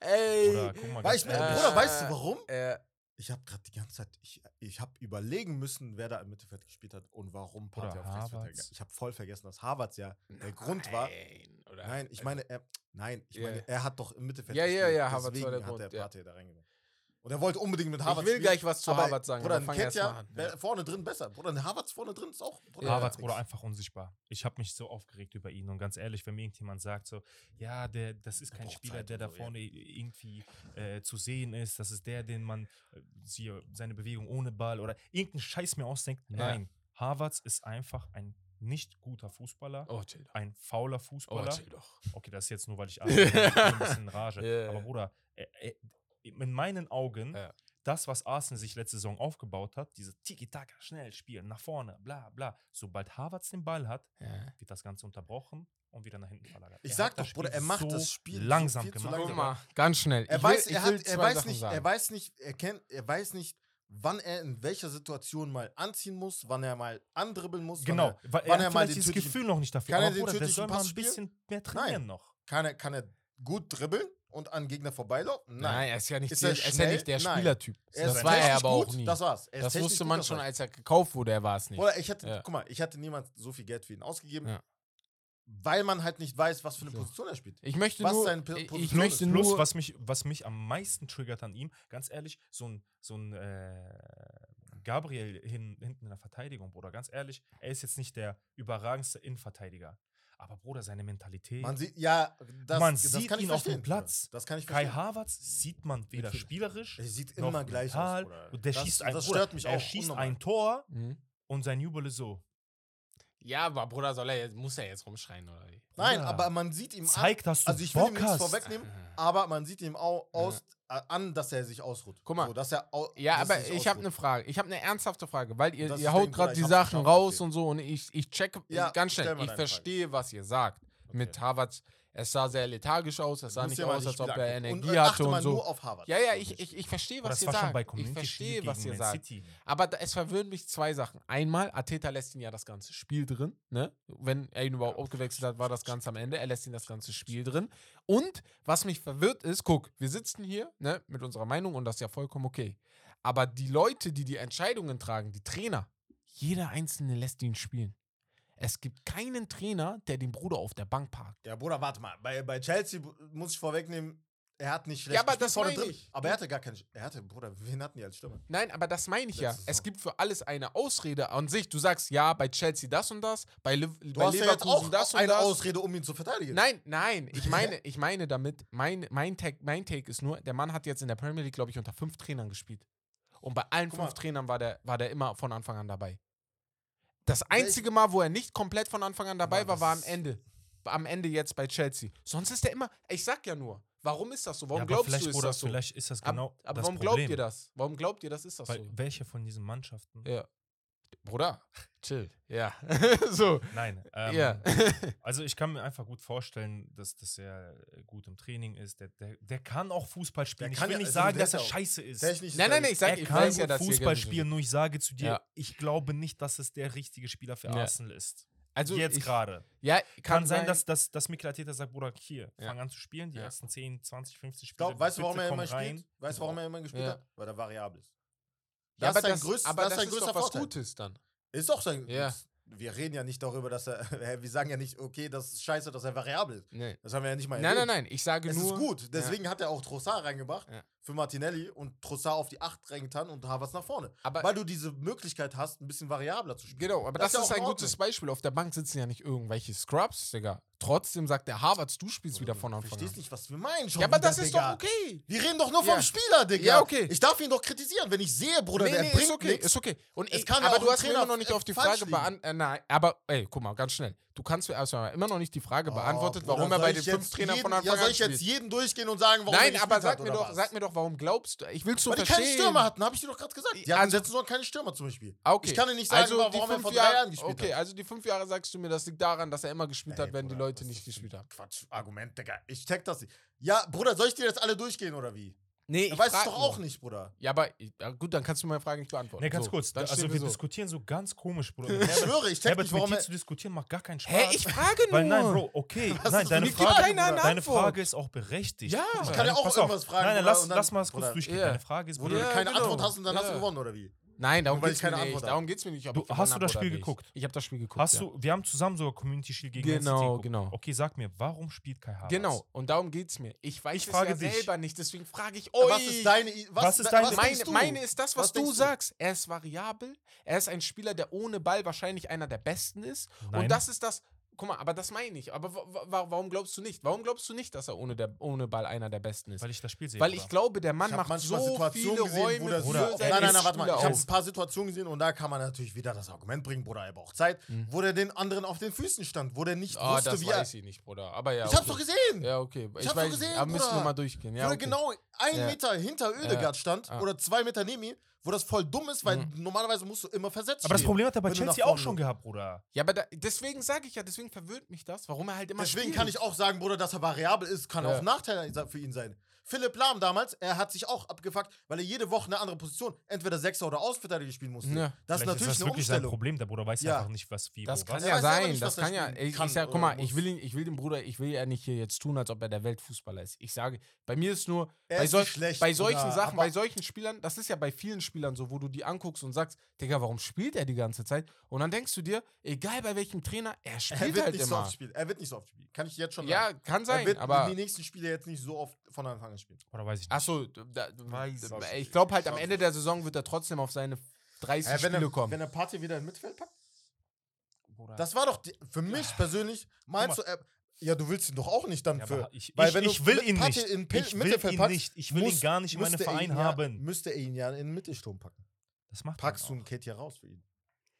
Speaker 2: Ey!
Speaker 1: Oder guck mal,
Speaker 3: Weil
Speaker 1: ganz
Speaker 3: ich,
Speaker 1: ehrlich,
Speaker 3: Bruder, weißt du warum?
Speaker 2: äh,
Speaker 3: Ich habe gerade die ganze Zeit, ich, ich habe überlegen müssen, wer da im Mittelfeld gespielt hat und warum Partey
Speaker 1: Oder
Speaker 3: auf Rechtsverteidiger.
Speaker 1: Havertz.
Speaker 3: Ich habe voll vergessen, dass Havertz ja der Grund war.
Speaker 2: Nein, oder?
Speaker 3: Nein, ich meine, er, nein, ich
Speaker 2: Ja.
Speaker 3: meine, er hat doch im Mittelfeld
Speaker 2: Ja, ja,
Speaker 3: gespielt.
Speaker 2: ja, Havertz war
Speaker 3: deswegen
Speaker 2: der
Speaker 3: hat
Speaker 2: Grund,
Speaker 3: er
Speaker 2: ja.
Speaker 3: Partey da reingenommen. Und er wollte unbedingt mit
Speaker 2: ich
Speaker 3: Havertz
Speaker 2: will gleich was zu
Speaker 3: aber,
Speaker 2: Harvard sagen,
Speaker 3: Bruder,
Speaker 2: aber
Speaker 3: ein
Speaker 2: fang erst mal
Speaker 3: Ketja,
Speaker 2: an.
Speaker 3: wer vorne drin besser. Bruder, ein Havertz vorne drin ist auch. Bruder,
Speaker 1: Havertz,
Speaker 3: nix.
Speaker 1: Bruder, einfach unsichtbar. Ich habe mich so aufgeregt über ihn und ganz ehrlich, wenn mir irgendjemand sagt so, ja, der, das ist
Speaker 3: Der
Speaker 1: kein
Speaker 3: braucht
Speaker 1: Spieler,
Speaker 3: Zeit
Speaker 1: der
Speaker 3: und
Speaker 1: da
Speaker 3: so, ja.
Speaker 1: vorne irgendwie äh, zu sehen ist, das ist der, den man äh, siehe, seine Bewegung ohne Ball oder irgendeinen Scheiß mir ausdenkt.
Speaker 2: Ja.
Speaker 1: Nein, Havertz ist einfach ein nicht guter Fußballer,
Speaker 2: Oh, chill doch.
Speaker 1: ein fauler
Speaker 2: Oh,
Speaker 1: Fußballer.
Speaker 2: chill doch.
Speaker 1: okay, das ist jetzt nur, weil ich Arsenal bin, ich bin ein bisschen in Rage.
Speaker 2: Ja, ja,
Speaker 1: Aber
Speaker 2: ja.
Speaker 1: Bruder, äh, äh, in meinen Augen,
Speaker 2: Ja.
Speaker 1: das, was Arsenal sich letzte Saison aufgebaut hat, diese Tiki-Taka, schnell spielen, nach vorne, bla bla. Sobald Havertz den Ball hat,
Speaker 2: Ja.
Speaker 1: wird das Ganze unterbrochen und wieder nach hinten verlagert.
Speaker 3: Ich
Speaker 1: Er
Speaker 3: sag
Speaker 1: hat das
Speaker 3: doch, Bruder,
Speaker 1: Spiel
Speaker 3: er macht
Speaker 1: so
Speaker 3: das Spiel so
Speaker 1: langsam
Speaker 3: viel zu
Speaker 1: gemacht.
Speaker 3: langsam.
Speaker 2: Guck mal, ganz schnell.
Speaker 3: Er
Speaker 2: Ich
Speaker 3: weiß,
Speaker 2: will- ich
Speaker 3: er,
Speaker 2: will
Speaker 3: hat, er,
Speaker 2: zwei
Speaker 3: weiß
Speaker 2: Sachen
Speaker 3: nicht,
Speaker 2: sagen.
Speaker 3: er weiß nicht, er kennt, er weiß nicht, wann er in welcher Situation mal anziehen muss, wann er mal andribbeln muss. wann
Speaker 1: Genau,
Speaker 3: Er,
Speaker 1: weil er,
Speaker 3: wann
Speaker 1: hat
Speaker 3: er mal
Speaker 1: vielleicht
Speaker 3: den
Speaker 1: dieses
Speaker 3: tödlichen-
Speaker 1: Gefühl noch nicht dafür.
Speaker 3: Kann er
Speaker 1: Aber
Speaker 3: den
Speaker 1: Bruder, der
Speaker 3: tödlichen
Speaker 1: soll mal
Speaker 3: Pass
Speaker 1: ein
Speaker 3: spielen?
Speaker 1: bisschen mehr trainieren
Speaker 3: Nein.
Speaker 1: noch.
Speaker 3: kann, er, kann er gut dribbeln und an Gegner vorbeilaufen?
Speaker 2: Nein.
Speaker 3: Nein.
Speaker 2: er ist ja nicht,
Speaker 3: Ist
Speaker 2: der,
Speaker 3: er
Speaker 2: er ist ja nicht
Speaker 3: schnell?
Speaker 2: der
Speaker 3: Nein.
Speaker 2: Spielertyp.
Speaker 3: Er
Speaker 2: Das
Speaker 3: ist
Speaker 2: war er
Speaker 3: technisch
Speaker 2: aber auch
Speaker 3: gut,
Speaker 2: nie.
Speaker 3: Das war's. Er ist
Speaker 2: Das
Speaker 3: technisch
Speaker 2: wusste
Speaker 3: gut,
Speaker 2: man
Speaker 3: das
Speaker 2: schon,
Speaker 3: war's.
Speaker 2: als er gekauft wurde, er war es nicht.
Speaker 3: Oder ich hätte,
Speaker 2: Ja.
Speaker 3: guck mal, ich hätte niemand so viel Geld für ihn ausgegeben,
Speaker 2: Ja.
Speaker 3: weil man halt nicht weiß, was für eine
Speaker 2: So.
Speaker 3: Position er spielt.
Speaker 2: Ich möchte
Speaker 3: Was
Speaker 2: nur,
Speaker 3: seine P-
Speaker 2: ich- ich
Speaker 3: Position
Speaker 2: möchte
Speaker 3: ist.
Speaker 1: Plus,
Speaker 2: nur,
Speaker 1: was mich, was mich am meisten triggert an ihm, ganz ehrlich, so ein, so ein äh, Gabriel hin, hinten in der Verteidigung, Bruder, ganz ehrlich, er ist jetzt nicht der überragendste Innenverteidiger. Aber Bruder, seine Mentalität.
Speaker 3: Man sieht, ja, das,
Speaker 1: Man
Speaker 3: das
Speaker 1: sieht
Speaker 3: kann ich
Speaker 1: ihn
Speaker 3: verstehen.
Speaker 1: auf dem
Speaker 3: Bruder.
Speaker 1: Platz.
Speaker 3: Das kann ich
Speaker 1: Kai
Speaker 3: verstehen.
Speaker 1: Havertz sieht man weder
Speaker 3: Natürlich.
Speaker 1: spielerisch
Speaker 3: Er sieht
Speaker 1: noch
Speaker 3: immer gleich
Speaker 1: mental.
Speaker 3: aus. Bruder.
Speaker 1: Und der
Speaker 3: das,
Speaker 1: schießt ein,
Speaker 3: das
Speaker 1: Bruder,
Speaker 3: stört mich auch.
Speaker 1: er schießt
Speaker 3: unnormal.
Speaker 1: ein Tor
Speaker 2: Mhm.
Speaker 1: und sein Jubel ist so.
Speaker 2: Ja, aber Bruder, soll er jetzt, muss er jetzt rumschreien, oder wie?
Speaker 3: Nein,
Speaker 1: Bruder,
Speaker 3: aber man sieht ihm an,
Speaker 1: Zeig, dass du
Speaker 3: also ich will ihm
Speaker 1: Bock
Speaker 3: nichts
Speaker 1: hast.
Speaker 3: vorwegnehmen,
Speaker 2: Äh.
Speaker 3: aber man sieht ihm au aus, äh, an, dass er sich ausruht.
Speaker 2: Guck mal.
Speaker 3: So, dass er au
Speaker 2: Ja,
Speaker 3: dass er
Speaker 2: aber
Speaker 3: sich
Speaker 2: ich ne habe
Speaker 3: ausruht.
Speaker 2: eine Frage. Ich habe eine ernsthafte Frage, weil ihr,
Speaker 3: Das
Speaker 2: ihr
Speaker 3: ist
Speaker 2: haut
Speaker 3: der
Speaker 2: gerade
Speaker 3: Grund,
Speaker 2: die
Speaker 3: ich hab's
Speaker 2: Sachen
Speaker 3: geschafft,
Speaker 2: raus
Speaker 3: okay.
Speaker 2: und so und ich, ich checke
Speaker 3: Ja,
Speaker 2: ganz
Speaker 3: stell
Speaker 2: schnell.
Speaker 3: mal
Speaker 2: Ich
Speaker 3: deine Frage.
Speaker 2: verstehe, was ihr sagt. Mit
Speaker 3: Okay.
Speaker 2: Havertz, es sah sehr lethargisch aus, es sah
Speaker 3: Muss
Speaker 2: nicht
Speaker 3: dir mal
Speaker 2: aus,
Speaker 3: die
Speaker 2: als ob
Speaker 3: Spiele
Speaker 2: er
Speaker 3: angucken.
Speaker 2: Energie
Speaker 3: und, äh, achte
Speaker 2: hatte
Speaker 3: mal
Speaker 2: und so.
Speaker 3: nur auf Harvard.
Speaker 2: Ja, ja, ich, ich, ich verstehe,
Speaker 1: Bruder,
Speaker 2: was
Speaker 1: das
Speaker 2: ihr
Speaker 1: war schon bei
Speaker 2: sagt. Ich
Speaker 1: Community
Speaker 2: verstehe, was ihr
Speaker 1: gegen
Speaker 2: sagt.
Speaker 1: Man City.
Speaker 2: Aber da, es verwöhnt mich zwei Sachen. Einmal, Ateta lässt ihn ja das ganze Spiel drin. Ne? Wenn er ihn überhaupt ausgewechselt hat, war das Ganze am Ende. Er lässt ihn das ganze Spiel drin. Und was mich verwirrt ist, guck, wir sitzen hier ne, mit unserer Meinung und das ist ja vollkommen okay. Aber die Leute, die die Entscheidungen tragen, die Trainer, Jeder Einzelne lässt ihn spielen. Es gibt keinen Trainer, der den Bruder auf der Bank parkt.
Speaker 3: Ja, Bruder, warte mal. Bei, bei Chelsea bu- muss ich vorwegnehmen, er hat nicht schlecht
Speaker 2: aber
Speaker 3: gespielt
Speaker 2: das
Speaker 3: vorne
Speaker 2: meine
Speaker 3: drin.
Speaker 2: ich.
Speaker 3: Aber er hatte gar keinen. Sch- Er hatte, Bruder, wen hatten die als Stürmer?
Speaker 2: Nein, aber das meine ich ja.
Speaker 3: Letzte
Speaker 2: Es
Speaker 3: Saison.
Speaker 2: gibt für alles eine Ausrede an sich. Du sagst, ja, bei Chelsea das und das, bei, Liv
Speaker 3: Du
Speaker 2: bei
Speaker 3: hast ja jetzt auch
Speaker 2: Leverkusen das und
Speaker 3: eine
Speaker 2: das.
Speaker 3: Ausrede, um ihn zu verteidigen.
Speaker 2: Nein, nein, ich meine, ich meine damit, mein, mein, Take, mein Take ist nur, der Mann hat jetzt in der Premier League, glaube ich, unter fünf Trainern gespielt. Und bei allen
Speaker 3: Guck
Speaker 2: fünf
Speaker 3: mal.
Speaker 2: Trainern war der, war der immer von Anfang an dabei. Das einzige Mal, wo er nicht komplett von Anfang an dabei
Speaker 3: Mann,
Speaker 2: war, war am
Speaker 3: das-
Speaker 2: Ende. Am Ende jetzt bei Chelsea. Sonst ist er immer, ich sag ja nur, warum ist das so? Warum
Speaker 1: aber
Speaker 2: glaubst
Speaker 1: vielleicht,
Speaker 2: du, ist
Speaker 1: Bruder,
Speaker 2: das so?
Speaker 1: Vielleicht ist das
Speaker 2: Ab-
Speaker 1: genau
Speaker 2: aber
Speaker 1: das
Speaker 2: warum
Speaker 1: Problem.
Speaker 2: glaubt ihr das? Warum glaubt ihr, das ist das
Speaker 1: Weil
Speaker 2: so?
Speaker 1: welche von diesen Mannschaften?
Speaker 2: Ja. Bruder, chill. Ja. so.
Speaker 1: Nein. Ähm,
Speaker 2: ja.
Speaker 1: Also ich kann mir einfach gut vorstellen, dass das sehr gut im Training ist. Der, der, der kann auch Fußball spielen.
Speaker 3: Der
Speaker 1: Ich
Speaker 3: kann
Speaker 1: will
Speaker 3: ja-
Speaker 1: nicht
Speaker 3: also der
Speaker 1: sagen,
Speaker 3: ist
Speaker 1: dass er
Speaker 3: ja auch-
Speaker 1: scheiße ist.
Speaker 3: Technisch
Speaker 2: nein, nein, nein, ich sag,
Speaker 1: er
Speaker 2: ich
Speaker 1: kann
Speaker 2: weiß
Speaker 1: gut
Speaker 2: ja, dass ihr
Speaker 1: Fußball
Speaker 2: gerne-
Speaker 1: spielen, nur ich sage zu dir,
Speaker 2: Ja.
Speaker 1: ich glaube nicht, dass es der richtige Spieler für
Speaker 2: Ja.
Speaker 1: Arsenal ist.
Speaker 2: Also
Speaker 1: Jetzt
Speaker 2: ich-
Speaker 1: gerade.
Speaker 2: Ja, kann,
Speaker 1: Kann, sein, dass, dass, dass Mikel Arteta sagt, Bruder, hier,
Speaker 2: Ja.
Speaker 1: fang an zu spielen, die
Speaker 2: Ja.
Speaker 1: ersten 10, 20, 50 Spiele.
Speaker 3: Glaub, weißt du,
Speaker 1: bitte
Speaker 3: warum er
Speaker 1: komm
Speaker 3: immer
Speaker 1: rein.
Speaker 3: spielt? Weißt du, warum er immer gespielt
Speaker 2: Ja.
Speaker 3: hat? Weil er variabel ist.
Speaker 2: Ja,
Speaker 3: Das
Speaker 2: aber
Speaker 3: ist sein größter-
Speaker 2: aber
Speaker 3: das ist sein
Speaker 2: doch
Speaker 3: größter
Speaker 2: was
Speaker 3: Vorteil.
Speaker 2: Gutes dann.
Speaker 3: Ist auch sein.
Speaker 2: Ja.
Speaker 3: Wir reden ja nicht darüber, dass er. Wir sagen ja nicht, okay, das ist scheiße, dass er variabel ist.
Speaker 2: Nee.
Speaker 3: Das haben wir ja nicht mal
Speaker 2: Nein, nein,
Speaker 3: erwähnt.
Speaker 2: nein, ich sage
Speaker 3: Es
Speaker 2: nur.
Speaker 3: ist gut. Deswegen hat er auch Trossard reingebracht
Speaker 2: Ja.
Speaker 3: für Martinelli und Trossard auf die 8 reingetan und Havertz nach vorne.
Speaker 2: Aber
Speaker 3: Weil du diese Möglichkeit hast, ein bisschen variabler zu spielen.
Speaker 2: genau, aber das,
Speaker 3: Das ist ja
Speaker 2: ist
Speaker 3: auch
Speaker 2: ein
Speaker 3: in
Speaker 2: gutes
Speaker 3: Ordnung.
Speaker 2: Beispiel. Auf der Bank sitzen ja nicht irgendwelche Scrubs, Digga. Trotzdem sagt der Harvards, du spielst wieder von
Speaker 3: Du
Speaker 2: Anfang an.
Speaker 3: verstehst nicht, was wir meinen schon.
Speaker 2: Ja, aber
Speaker 3: wieder,
Speaker 2: das ist doch
Speaker 3: Digga.
Speaker 2: okay.
Speaker 3: Wir reden doch nur
Speaker 2: Ja.
Speaker 3: vom Spieler, Digga.
Speaker 2: Ja, okay.
Speaker 3: Ich darf ihn doch kritisieren, wenn ich sehe, Bruder, der bringt
Speaker 2: ist okay,
Speaker 3: nichts.
Speaker 2: ist okay. Und
Speaker 3: Es
Speaker 2: ich,
Speaker 3: kann ja
Speaker 2: aber
Speaker 3: auch
Speaker 2: du
Speaker 3: ein
Speaker 2: hast mir
Speaker 3: Trainer
Speaker 2: immer noch nicht auf die
Speaker 3: falsch
Speaker 2: Frage beantwortet. Äh, nein, aber ey, guck mal, ganz schnell. Du kannst mir also immer noch nicht die Frage
Speaker 3: Oh,
Speaker 2: beantwortet,
Speaker 3: Bruder,
Speaker 2: warum er
Speaker 3: soll
Speaker 2: bei den
Speaker 3: ich jetzt
Speaker 2: fünf Trainern
Speaker 3: jeden,
Speaker 2: von Anfang
Speaker 3: ja, soll
Speaker 2: an
Speaker 3: ich jetzt
Speaker 2: spielt.
Speaker 3: jeden durchgehen und sagen, warum er
Speaker 2: Nein,
Speaker 3: nicht
Speaker 2: aber
Speaker 3: gespielt
Speaker 2: sag
Speaker 3: hat,
Speaker 2: mir
Speaker 3: oder
Speaker 2: doch,
Speaker 3: was?
Speaker 2: sag mir doch, warum glaubst du? Ich will zu
Speaker 3: Weil die
Speaker 2: verstehen.
Speaker 3: keine Stürmer hatten, habe ich dir doch gerade gesagt. Die
Speaker 2: Ja,
Speaker 3: hatten
Speaker 2: also-
Speaker 3: letzte Saison keinen Stürmer zum Beispiel.
Speaker 2: Ah, Okay.
Speaker 3: Ich kann dir nicht sagen, warum er vor drei Jahren gespielt
Speaker 2: okay,
Speaker 3: hat.
Speaker 2: also die fünf Jahre sagst du mir, das liegt daran, dass er immer gespielt
Speaker 3: Ey,
Speaker 2: hat, wenn die
Speaker 3: Bruder,
Speaker 2: Leute
Speaker 3: was
Speaker 2: nicht
Speaker 3: ist das für ein
Speaker 2: gespielt haben.
Speaker 3: Quatsch-Argument, Digga. Ich check das nicht. Ja, Bruder, soll ich dir jetzt alle durchgehen oder wie?
Speaker 2: Nee,
Speaker 3: Ich weiß es doch auch nicht, Bruder.
Speaker 2: Ja, aber ja, gut, dann kannst du meine Frage nicht beantworten.
Speaker 1: Nee, ganz
Speaker 2: so,
Speaker 1: kurz.
Speaker 2: Dann
Speaker 1: also
Speaker 2: stehen
Speaker 1: wir
Speaker 2: so.
Speaker 1: diskutieren so ganz komisch, Bruder.
Speaker 3: Ich schwöre, ich check
Speaker 1: Herbert, mit
Speaker 3: nicht, warum
Speaker 1: dir
Speaker 3: er.
Speaker 1: zu diskutieren macht gar keinen Spaß.
Speaker 2: Hä, ich frage nur.
Speaker 1: Weil nein, Bro, okay.
Speaker 3: Was
Speaker 1: nein,
Speaker 3: ist
Speaker 1: deine
Speaker 3: mit dir? Gibt
Speaker 1: Frage,
Speaker 2: keiner eine
Speaker 1: deine
Speaker 2: Antwort?
Speaker 1: Frage ist auch berechtigt.
Speaker 2: Ja.
Speaker 1: Guck mal,
Speaker 2: Ich
Speaker 3: kann ja auch
Speaker 1: pass auf.
Speaker 3: irgendwas fragen,
Speaker 1: Nein, nein,
Speaker 3: Bruder,
Speaker 1: lass,
Speaker 3: und dann-
Speaker 1: lass mal das kurz
Speaker 3: Bruder.
Speaker 1: durchgehen.
Speaker 2: Ja.
Speaker 1: Deine Frage ist,
Speaker 3: Wo du
Speaker 1: Bruder,
Speaker 2: Ja,
Speaker 3: keine
Speaker 2: genau.
Speaker 3: Antwort hast und dann hast du
Speaker 2: Ja.
Speaker 3: gewonnen, oder wie?
Speaker 2: Nein, darum
Speaker 3: Nur weil
Speaker 2: geht's
Speaker 3: ich
Speaker 2: mir
Speaker 3: keine
Speaker 2: nicht.
Speaker 3: Antwort
Speaker 2: Darum geht's mir nicht. ob
Speaker 1: Du-
Speaker 2: ich gewonnen
Speaker 1: hast du
Speaker 2: hab
Speaker 1: das
Speaker 2: oder
Speaker 1: Spiel
Speaker 2: nicht.
Speaker 1: geguckt?
Speaker 2: Ich habe das Spiel geguckt.
Speaker 1: hast
Speaker 2: ja.
Speaker 1: du, wir haben zusammen sogar Community Shield gegen Man City
Speaker 2: Genau,
Speaker 1: geguckt.
Speaker 2: genau.
Speaker 1: Okay, sag mir, warum spielt Kai Havertz?
Speaker 2: Genau, und darum geht's mir. Ich weiß
Speaker 1: Ich frage
Speaker 2: es ja
Speaker 1: dich.
Speaker 2: selber nicht, deswegen frage ich euch.
Speaker 3: Was ist deine. I-
Speaker 1: Was ist deine-
Speaker 3: was
Speaker 2: meine,
Speaker 3: denkst du?
Speaker 2: meine ist das, was,
Speaker 3: Was
Speaker 2: du
Speaker 3: denkst du?
Speaker 2: sagst. Er ist variabel, er ist ein Spieler, der ohne Ball wahrscheinlich einer der besten ist.
Speaker 1: Nein.
Speaker 2: Und das ist das. Guck mal, aber das meine ich. Aber wa- wa warum glaubst du nicht? Warum glaubst du nicht, dass er ohne, der, ohne Ball einer der besten ist? Weil
Speaker 1: Weil ich das Spiel sehe.
Speaker 2: ich,
Speaker 1: Bruder.
Speaker 2: glaube, der Mann
Speaker 3: Ich hab
Speaker 2: macht
Speaker 3: manchmal
Speaker 2: so
Speaker 3: Situationen
Speaker 2: viele
Speaker 3: gesehen, wo
Speaker 2: Räume
Speaker 3: das
Speaker 2: für
Speaker 1: Bruder,
Speaker 2: seine
Speaker 3: Nein, nein, nein, warte mal.
Speaker 2: Spieler
Speaker 3: Ich habe
Speaker 2: auf.
Speaker 3: ein paar Situationen gesehen und da kann man natürlich wieder das Argument bringen, Bruder, er braucht Zeit, wo der den anderen auf den Füßen stand, wo der nicht
Speaker 2: Ah,
Speaker 3: wusste,
Speaker 2: das
Speaker 3: wie er.
Speaker 2: weiß ich nicht, Bruder. Aber ja.
Speaker 3: Ich hab's
Speaker 2: okay.
Speaker 3: doch gesehen!
Speaker 2: Ja, okay. Ich,
Speaker 3: hab's doch
Speaker 2: weiß,
Speaker 3: gesehen,
Speaker 2: aber müssen wir
Speaker 3: Bruder.
Speaker 2: mal durchgehen. Ja,
Speaker 3: Wo
Speaker 2: okay.
Speaker 3: der genau einen
Speaker 2: Ja.
Speaker 3: Meter hinter Ödegaard stand
Speaker 2: Ah.
Speaker 3: oder zwei Meter neben ihm, wo das voll dumm ist, weil normalerweise musst du immer versetzt
Speaker 1: Aber das
Speaker 3: stehen.
Speaker 1: Problem hat er bei
Speaker 3: Wenn du nach
Speaker 1: Chelsea auch
Speaker 3: vorne
Speaker 1: schon
Speaker 3: guckst.
Speaker 1: gehabt, Bruder.
Speaker 2: Ja, aber da, deswegen sage ich ja, deswegen verwöhnt mich das, warum er halt immer
Speaker 3: Deswegen
Speaker 2: spielt.
Speaker 3: kann ich auch sagen, Bruder, dass er variabel ist, kann
Speaker 2: Ja.
Speaker 3: auch ein Nachteil für ihn sein. Philipp Lahm damals, er hat sich auch abgefuckt, weil er jede Woche eine andere Position, entweder Sechser oder Außenverteidiger spielen musste.
Speaker 2: Ja.
Speaker 3: Das ist
Speaker 1: Vielleicht
Speaker 3: natürlich
Speaker 1: ist das
Speaker 3: eine
Speaker 1: wirklich sein
Speaker 3: Umstellung.
Speaker 1: Problem. Der Bruder weiß
Speaker 3: Ja.
Speaker 1: einfach nicht, was wie
Speaker 2: Das
Speaker 1: wo,
Speaker 2: kann
Speaker 1: was.
Speaker 3: Er
Speaker 2: ja
Speaker 3: weiß selber
Speaker 2: sein,
Speaker 3: nicht,
Speaker 2: das
Speaker 3: was er
Speaker 2: kann ja.
Speaker 3: spielen
Speaker 2: Ich,
Speaker 3: kann
Speaker 2: ich sag, guck
Speaker 3: oder
Speaker 2: mal, ich
Speaker 3: muss.
Speaker 2: will, ihn, ich will den Bruder, ich will ja nicht hier jetzt tun, als ob er der Weltfußballer ist. Ich sage, bei mir ist nur,
Speaker 3: Er
Speaker 2: bei,
Speaker 3: ist
Speaker 2: sol
Speaker 3: nicht schlecht,
Speaker 2: bei solchen
Speaker 3: Bruder,
Speaker 2: Sachen,
Speaker 3: aber-
Speaker 2: bei solchen Spielern, das ist ja bei vielen Spielern so, wo du die anguckst und sagst, Digga, warum spielt er die ganze Zeit? Und dann denkst du dir, egal bei welchem Trainer, er
Speaker 3: Er
Speaker 2: spielt
Speaker 3: wird
Speaker 2: halt
Speaker 3: nicht
Speaker 2: immer.
Speaker 3: so oft spielen. Er wird nicht so oft spielen. Kann ich jetzt schon
Speaker 2: ja,
Speaker 3: sagen.
Speaker 2: kann
Speaker 3: er
Speaker 2: sein,
Speaker 3: wird
Speaker 2: aber.
Speaker 3: die nächsten Spiele jetzt nicht so oft von Anfang an spielen.
Speaker 1: Oder weiß ich
Speaker 3: Ah,
Speaker 1: nicht.
Speaker 2: Achso, da,
Speaker 3: Weiß
Speaker 2: da-
Speaker 3: ich
Speaker 2: ich
Speaker 3: nicht.
Speaker 2: glaube halt, am
Speaker 3: Schaff
Speaker 2: Ende
Speaker 3: ich.
Speaker 2: der Saison wird er trotzdem auf seine 30
Speaker 3: Äh, wenn,
Speaker 2: Spiele
Speaker 3: er,
Speaker 2: kommen.
Speaker 3: wenn er Party wieder im Mittelfeld packt?
Speaker 1: Bruder.
Speaker 3: Das war doch die, für mich persönlich, meinst du,
Speaker 1: Guck
Speaker 3: er, ja, du willst ihn doch auch nicht dann
Speaker 1: Ja,
Speaker 3: für.
Speaker 1: aber ich,
Speaker 3: weil
Speaker 1: ich,
Speaker 3: wenn du
Speaker 1: ich will ihn
Speaker 3: Pate
Speaker 1: nicht.
Speaker 3: in Pil-
Speaker 1: ich will
Speaker 3: Mittelfeld
Speaker 1: ihn
Speaker 3: packst,
Speaker 1: nicht. Ich will ihn
Speaker 3: muss-
Speaker 1: gar nicht in meinem
Speaker 3: müsste er
Speaker 1: Verein
Speaker 3: ihn ja,
Speaker 1: haben. genau.
Speaker 3: Müsste er ihn ja in den Mittelsturm packen.
Speaker 1: Das macht
Speaker 3: Packst du
Speaker 1: man
Speaker 3: einen Kate hier raus für ihn.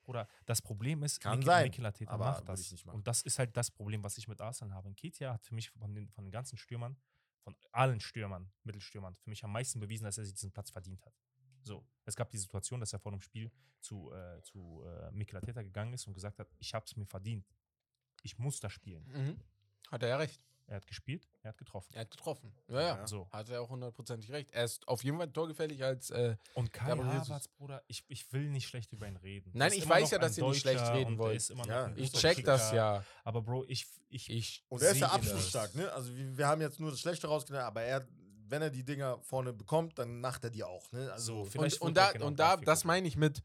Speaker 1: auch. Oder das Problem ist,
Speaker 3: Kann
Speaker 1: Mik-
Speaker 3: sein,
Speaker 1: Mikel Arteta
Speaker 3: aber
Speaker 1: macht
Speaker 3: würde ich
Speaker 1: das.
Speaker 3: nicht machen.
Speaker 1: Und das ist halt das Problem, was ich mit Arsenal habe. Ketia hat für mich von den, von den ganzen Stürmern, von allen Stürmern, Mittelstürmern, für mich am meisten bewiesen, dass er sich diesen Platz verdient hat. So, es gab die Situation, dass er vor dem Spiel zu, äh, zu äh, Mikel Arteta gegangen ist und gesagt hat, ich habe es mir verdient. Ich muss da spielen.
Speaker 2: Mhm. Hat er ja recht.
Speaker 1: Er hat gespielt, er hat getroffen.
Speaker 2: Er hat getroffen. Ja, ja.
Speaker 3: Ja.
Speaker 1: So.
Speaker 2: Hat er auch hundertprozentig recht. Er ist auf jeden Fall torgefährlich als. Äh,
Speaker 1: Und Kai
Speaker 2: Gabriel Jesus.
Speaker 1: Havertz, Bruder, ich, ich will nicht schlecht über ihn reden.
Speaker 2: Nein,
Speaker 1: Er ist
Speaker 2: ich
Speaker 1: immer
Speaker 2: weiß
Speaker 1: noch
Speaker 2: ja, dass
Speaker 1: ein
Speaker 2: ihr nicht schlecht
Speaker 1: Deutscher
Speaker 2: reden
Speaker 1: und er
Speaker 2: wollt.
Speaker 1: ist immer noch
Speaker 3: Ja,
Speaker 1: ein
Speaker 2: ich
Speaker 1: großer
Speaker 2: check das
Speaker 1: Kicker.
Speaker 2: ja.
Speaker 1: Aber Bro, ich, ich,
Speaker 2: Ich
Speaker 3: Und er Oh, ist ja
Speaker 1: Sehe das.
Speaker 3: abschlussstark, ne? Also wir, wir haben jetzt nur das Schlechte rausgenommen, aber er, wenn er die Dinger vorne bekommt, dann macht er die auch, ne? Also
Speaker 1: So,
Speaker 2: und,
Speaker 1: Vielleicht wird
Speaker 2: und
Speaker 1: er
Speaker 2: da,
Speaker 1: genau
Speaker 2: und da
Speaker 1: dafür
Speaker 2: das
Speaker 1: geholt.
Speaker 2: meine ich mit.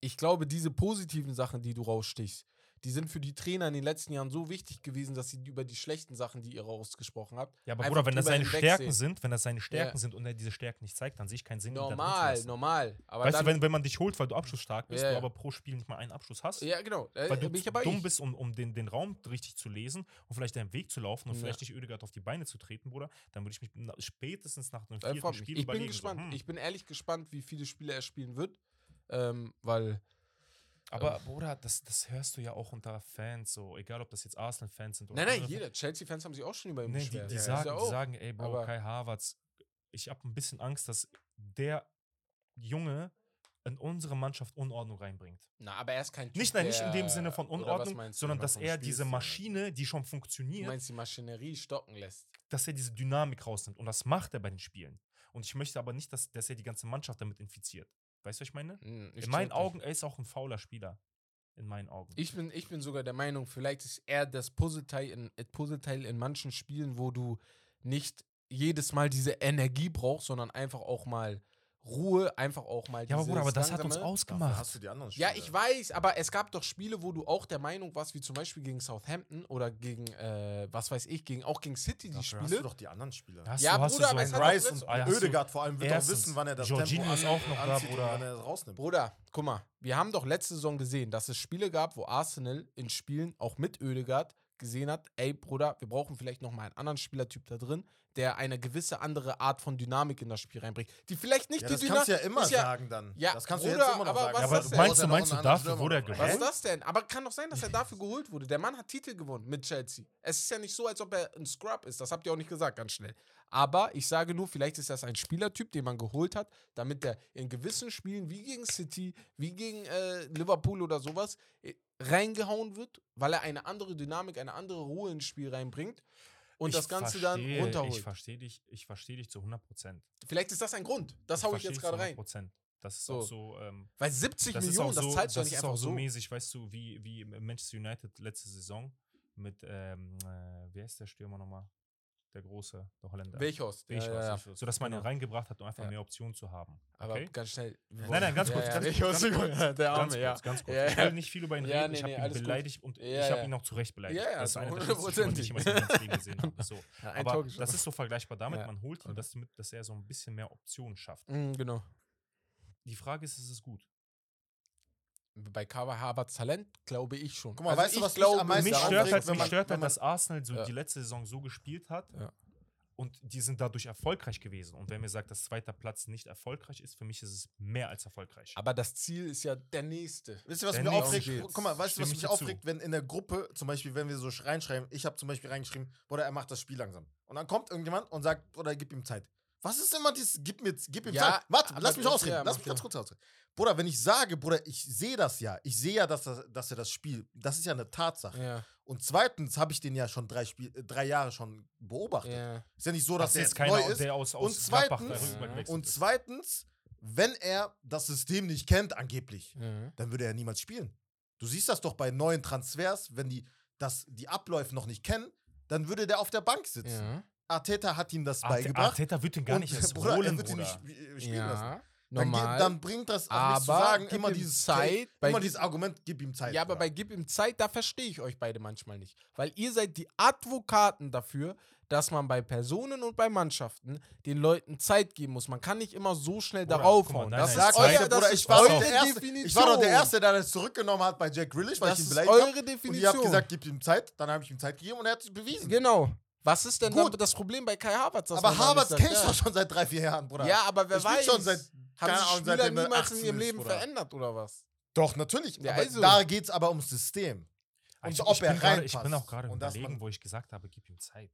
Speaker 2: ich glaube, diese positiven Sachen, die du rausstichst, die sind für die Trainer in den letzten Jahren so wichtig gewesen, dass sie über die schlechten Sachen, die ihr rausgesprochen habt,
Speaker 1: Ja, aber
Speaker 2: einfach
Speaker 1: Bruder, wenn das
Speaker 2: drüber
Speaker 1: seine
Speaker 2: hinwegsehen.
Speaker 1: Stärken sind, wenn das seine Stärken
Speaker 2: Ja.
Speaker 1: sind und er diese Stärken nicht zeigt, dann sehe ich keinen Sinn. ihn da drin zu
Speaker 2: normal,
Speaker 1: lassen.
Speaker 2: normal. Aber
Speaker 1: Weißt du,
Speaker 2: dann,
Speaker 1: wenn, wenn man dich holt, weil du abschussstark bist,
Speaker 2: Ja,
Speaker 1: du
Speaker 2: ja.
Speaker 1: aber pro Spiel nicht mal einen Abschuss hast,
Speaker 2: ja, genau. Äh,
Speaker 1: weil du
Speaker 2: bin ich
Speaker 1: zu
Speaker 2: aber
Speaker 1: dumm
Speaker 2: ich.
Speaker 1: bist, um, um den, den Raum richtig zu lesen und vielleicht deinen Weg zu laufen und
Speaker 2: Ja.
Speaker 1: vielleicht nicht Ödegard auf die Beine zu treten, Bruder, dann würde ich mich na- spätestens nach einem
Speaker 2: Äh,
Speaker 1: vierten
Speaker 2: freut mich.
Speaker 1: Spiel
Speaker 2: ich bin
Speaker 1: überlegen.
Speaker 2: gespannt.
Speaker 1: So, hm.
Speaker 2: Ich bin ehrlich gespannt, wie viele Spiele er spielen wird. Ähm, weil,
Speaker 1: Aber
Speaker 2: ähm
Speaker 1: Bruder, das, das hörst du ja auch unter Fans, so egal ob das jetzt Arsenal-Fans sind oder
Speaker 2: nein, nein,
Speaker 1: andere
Speaker 2: jeder. Chelsea-Fans haben sich auch schon über ihn
Speaker 1: Nee, die,
Speaker 2: beschwert.
Speaker 1: die,
Speaker 2: Das
Speaker 1: sagen,
Speaker 2: ist Ähm, ja
Speaker 1: die
Speaker 2: auch-
Speaker 1: sagen, ey, Bro,
Speaker 2: aber-
Speaker 1: Kai Havertz, ich habe ein bisschen Angst, dass der Junge in unsere Mannschaft Unordnung reinbringt.
Speaker 2: Na, aber er ist kein Typ,
Speaker 1: Nicht, nein, nicht in dem
Speaker 2: der-
Speaker 1: Sinne von
Speaker 2: oder was
Speaker 1: Unordnung,
Speaker 2: meinst du?
Speaker 1: sondern
Speaker 2: Was
Speaker 1: dass
Speaker 2: vom
Speaker 1: er
Speaker 2: Spielstil?
Speaker 1: diese Maschine, die schon
Speaker 2: Du
Speaker 1: funktioniert,
Speaker 2: meinst, die Maschinerie stocken lässt.
Speaker 1: dass er diese Dynamik rausnimmt. Und das macht er bei den Spielen. Und ich möchte aber nicht, dass, dass er die ganze Mannschaft damit infiziert. Weißt du, was ich meine?
Speaker 2: Hm, ich
Speaker 1: in meinen
Speaker 2: check dich.
Speaker 1: Augen, er ist auch ein fauler Spieler. In meinen Augen.
Speaker 2: Ich bin, ich bin sogar der Meinung, vielleicht ist er das Puzzleteil in, äh, Puzzleteil in manchen Spielen, wo du nicht jedes Mal diese Energie brauchst, sondern einfach auch mal Ruhe, einfach auch mal
Speaker 1: ja, aber Bruder, aber
Speaker 2: dieses
Speaker 1: das hat uns
Speaker 2: langsame-
Speaker 3: Dafür hast
Speaker 1: ausgemacht.
Speaker 3: du die anderen
Speaker 2: Ja, ich weiß, aber es gab doch Spiele, wo du auch der Meinung warst, wie zum Beispiel gegen Southampton oder gegen, äh, was weiß ich, gegen auch gegen City die
Speaker 3: Dafür hast du
Speaker 2: Spiele.
Speaker 3: doch die anderen Spieler.
Speaker 1: Hast
Speaker 2: ne? Ja,
Speaker 1: du- hast
Speaker 2: Bruder,
Speaker 1: du
Speaker 2: aber
Speaker 1: so
Speaker 2: es
Speaker 1: einen
Speaker 2: hat-
Speaker 3: Rice und
Speaker 1: Ah, ja, hast du-
Speaker 3: Ödegaard vor allem wird doch
Speaker 1: Erstens,
Speaker 3: wissen, wann er das
Speaker 1: Jorginho
Speaker 3: Tempo
Speaker 1: ist auch noch da,
Speaker 3: anzieht und
Speaker 1: Bruder.
Speaker 3: wann er es rausnimmt.
Speaker 2: Bruder, guck mal, wir haben doch letzte Saison gesehen, dass es Spiele gab, wo Arsenal in Spielen auch mit Ödegaard gesehen hat, ey Bruder, wir brauchen vielleicht noch mal einen anderen Spielertyp da drin, der eine gewisse andere Art von Dynamik in das Spiel reinbringt, die vielleicht nicht
Speaker 3: Ja,
Speaker 2: die
Speaker 3: das kannst du ja
Speaker 2: Dyna-
Speaker 3: immer
Speaker 2: ist
Speaker 3: sagen dann.
Speaker 2: Ja,
Speaker 3: das kannst du
Speaker 2: Bruder,
Speaker 3: jetzt immer noch
Speaker 2: aber
Speaker 3: sagen.
Speaker 2: was
Speaker 1: Aber
Speaker 2: ist das denn?
Speaker 1: meinst du, meinst du, dafür wurde er
Speaker 2: Was ist
Speaker 1: Hä?
Speaker 2: das denn? Aber kann doch sein, dass er dafür geholt wurde. Der Mann hat Titel gewonnen mit Chelsea. Es ist ja nicht so, als ob er ein Scrub ist. Das habt ihr auch nicht gesagt, ganz schnell. Aber ich sage nur, vielleicht ist das ein Spielertyp, den man geholt hat, damit er in gewissen Spielen wie gegen City, wie gegen äh, Liverpool oder sowas äh, reingehauen wird, weil er eine andere Dynamik, eine andere Ruhe ins Spiel reinbringt und
Speaker 1: Ich
Speaker 2: das Ganze
Speaker 1: verstehe-
Speaker 2: dann
Speaker 1: Ich
Speaker 2: runterholt.
Speaker 1: verstehe dich, ich verstehe dich zu 100 Prozent.
Speaker 2: Vielleicht ist das ein Grund. Das hau ich jetzt gerade rein.
Speaker 1: Das ist
Speaker 2: So.
Speaker 1: auch so. Ähm,
Speaker 2: Weil 70
Speaker 1: das
Speaker 2: Millionen,
Speaker 1: ist auch so,
Speaker 2: das zahlst du ja
Speaker 1: das
Speaker 2: nicht
Speaker 1: ist auch
Speaker 2: einfach
Speaker 1: so
Speaker 2: so.
Speaker 1: mäßig, weißt du, wie, wie Manchester United letzte Saison mit, ähm, äh, wer ist der Stürmer nochmal? Der große, der Holländer.
Speaker 2: Welchhaus?
Speaker 1: Welch
Speaker 2: ja, ja.
Speaker 1: So dass man ihn
Speaker 2: Genau.
Speaker 1: reingebracht hat, um einfach
Speaker 2: Ja.
Speaker 1: mehr Optionen zu haben.
Speaker 2: Aber
Speaker 1: Okay?
Speaker 2: ganz schnell.
Speaker 1: Nein, nein, ganz kurz,
Speaker 2: Ja,
Speaker 1: ganz
Speaker 2: ja,
Speaker 1: kurz,
Speaker 2: ich-
Speaker 1: ganz kurz,
Speaker 2: der
Speaker 1: ganz
Speaker 2: Arme,
Speaker 1: kurz,
Speaker 2: ja.
Speaker 1: ganz kurz.
Speaker 2: Ja,
Speaker 1: Ich
Speaker 2: ja.
Speaker 1: will nicht viel über ihn
Speaker 2: Ja,
Speaker 1: reden.
Speaker 2: nee,
Speaker 1: ich habe
Speaker 2: nee,
Speaker 1: ihn
Speaker 2: alles gut.
Speaker 1: beleidigt und
Speaker 2: Ja,
Speaker 1: ich habe
Speaker 2: ja.
Speaker 1: ihn auch zu Recht beleidigt.
Speaker 2: Ja, ja,
Speaker 1: das ist einer der schlimmsten Sprüche, die
Speaker 2: hundertprozentig.
Speaker 1: ich in meinem ganzen Leben gesehen habe. So.
Speaker 2: Ja, ein Tor
Speaker 1: Aber
Speaker 2: geschossen.
Speaker 1: das ist so vergleichbar damit,
Speaker 2: Ja.
Speaker 1: man holt ihn, dass, damit- dass er so ein bisschen mehr Optionen schafft.
Speaker 2: Mm, genau.
Speaker 1: Die Frage ist, ist es gut?
Speaker 2: Bei Kawa Havertz Talent glaube ich schon. Also
Speaker 3: Guck mal, weißt du,
Speaker 2: ich
Speaker 3: was mich am meisten
Speaker 1: Mich
Speaker 3: Daran
Speaker 1: stört,
Speaker 3: trägt,
Speaker 1: halt,
Speaker 3: wenn
Speaker 1: mich
Speaker 3: man-
Speaker 1: stört
Speaker 3: wenn
Speaker 1: halt,
Speaker 3: man-
Speaker 1: dass Arsenal so
Speaker 2: Ja.
Speaker 1: die letzte Saison so gespielt hat
Speaker 2: Ja.
Speaker 1: und die sind dadurch erfolgreich gewesen. Und wenn mir sagt, dass zweiter Platz nicht erfolgreich ist, für mich ist es mehr als erfolgreich.
Speaker 2: Aber das Ziel ist ja der nächste.
Speaker 3: Wisst ihr, was
Speaker 1: Wenn
Speaker 3: mich
Speaker 1: nicht,
Speaker 3: aufregt?
Speaker 2: geht's.
Speaker 3: Guck mal, weißt du,
Speaker 1: Stimme
Speaker 3: was
Speaker 1: ich
Speaker 3: mich
Speaker 1: dir zu.
Speaker 3: aufregt, wenn in der Gruppe, zum Beispiel, wenn wir so reinschreiben, ich habe zum Beispiel reingeschrieben, Bruder, er macht das Spiel langsam. Und dann kommt irgendjemand und sagt, Bruder, gib ihm Zeit. Was ist immer dieses, gib mir, gib ihm
Speaker 2: Ja,
Speaker 3: Zeit? Warte,
Speaker 2: aber
Speaker 3: lass mich
Speaker 2: das-
Speaker 3: ausreden,
Speaker 2: ja,
Speaker 3: lass
Speaker 2: mach
Speaker 3: mich
Speaker 2: ja.
Speaker 3: ganz kurz ausreden. Bruder, wenn ich sage, Bruder, ich sehe das ja, ich sehe ja, dass, das, dass er das Spiel, das ist ja eine Tatsache.
Speaker 2: Ja,
Speaker 3: Und zweitens habe ich den ja schon drei, Spiel, äh, drei Jahre schon beobachtet.
Speaker 2: ja.
Speaker 3: Ist ja nicht so, dass
Speaker 1: Das
Speaker 3: der
Speaker 1: ist
Speaker 3: jetzt
Speaker 1: keiner,
Speaker 3: neu ist.
Speaker 1: der aus, aus
Speaker 3: Und
Speaker 1: Gladbach
Speaker 3: zweitens-
Speaker 1: darüber
Speaker 2: Ja.
Speaker 1: gewechselt
Speaker 3: Und
Speaker 1: ist.
Speaker 3: zweitens, wenn er das System nicht kennt, angeblich,
Speaker 2: ja.
Speaker 3: dann würde er niemals spielen. Du siehst das doch bei neuen Transfers, wenn die das, die Abläufe noch nicht kennen, dann würde der auf der Bank sitzen.
Speaker 2: ja.
Speaker 3: Arteta hat ihm das
Speaker 1: Arte-
Speaker 3: beigebracht.
Speaker 1: Arteta wird den gar nicht erst
Speaker 3: Bruder,
Speaker 1: holen,
Speaker 3: er wird ihn
Speaker 1: Bruder.
Speaker 3: nicht äh, spielen lassen. Dann, geht-
Speaker 2: Normal.
Speaker 3: dann bringt das auch
Speaker 2: aber
Speaker 3: nichts zu sagen,
Speaker 2: gib
Speaker 3: immer
Speaker 2: ihm
Speaker 3: dieses,
Speaker 2: Zeit. bei
Speaker 3: immer
Speaker 2: gib-
Speaker 3: dieses Argument, gib ihm Zeit.
Speaker 2: ja, aber bei
Speaker 3: Bruder.
Speaker 2: Gib ihm Zeit, da verstehe ich euch beide manchmal nicht. Weil ihr seid die Advokaten dafür, dass man bei Personen und bei Mannschaften den Leuten Zeit geben muss. Man kann nicht immer so schnell
Speaker 1: Bruder,
Speaker 2: darauf
Speaker 1: guck mal,
Speaker 2: hauen.
Speaker 1: nein,
Speaker 2: Das
Speaker 1: nein,
Speaker 2: ist
Speaker 3: Sag
Speaker 1: Zeit-
Speaker 2: euer,
Speaker 3: weiter,
Speaker 2: das
Speaker 3: Bruder,
Speaker 2: ist
Speaker 3: ich war, doch
Speaker 2: eure
Speaker 3: der Erste, ich war doch der
Speaker 2: Definition.
Speaker 3: Erste, der das zurückgenommen hat bei Jack Grealish, weil
Speaker 2: Das
Speaker 3: ich ihn
Speaker 2: ist
Speaker 3: beleidigt habe.
Speaker 2: eure
Speaker 3: Und ihr habt
Speaker 2: Definition.
Speaker 3: gesagt, gib ihm Zeit, dann habe ich ihm Zeit gegeben und er hat es bewiesen.
Speaker 2: genau. Was ist denn
Speaker 3: Gut.
Speaker 2: damit das Problem bei Kai Havertz? dass
Speaker 3: aber
Speaker 2: man da
Speaker 3: Harvard
Speaker 2: nicht sagt,
Speaker 3: kenne ich
Speaker 2: ja.
Speaker 3: doch schon seit drei, vier Jahren, Bruder.
Speaker 2: Ja, aber wer
Speaker 3: ich bin
Speaker 2: weiß,
Speaker 3: schon seit,
Speaker 2: haben
Speaker 3: keine
Speaker 2: sich
Speaker 3: Ahnung,
Speaker 2: Spieler
Speaker 3: seitdem er
Speaker 2: niemals in
Speaker 3: 18
Speaker 2: ihrem
Speaker 3: ist,
Speaker 2: Leben
Speaker 3: Bruder.
Speaker 2: verändert oder was?
Speaker 3: Doch, natürlich.
Speaker 2: Ja,
Speaker 3: aber
Speaker 2: also.
Speaker 3: da geht es aber ums System. Und
Speaker 1: Ah, Ich-
Speaker 3: ob
Speaker 1: ich,
Speaker 3: er
Speaker 1: bin gerade, ich bin
Speaker 3: reinpasst.
Speaker 1: auch gerade
Speaker 3: Und dass
Speaker 1: überlegen,
Speaker 3: man-
Speaker 1: wo ich gesagt habe, gib ihm Zeit.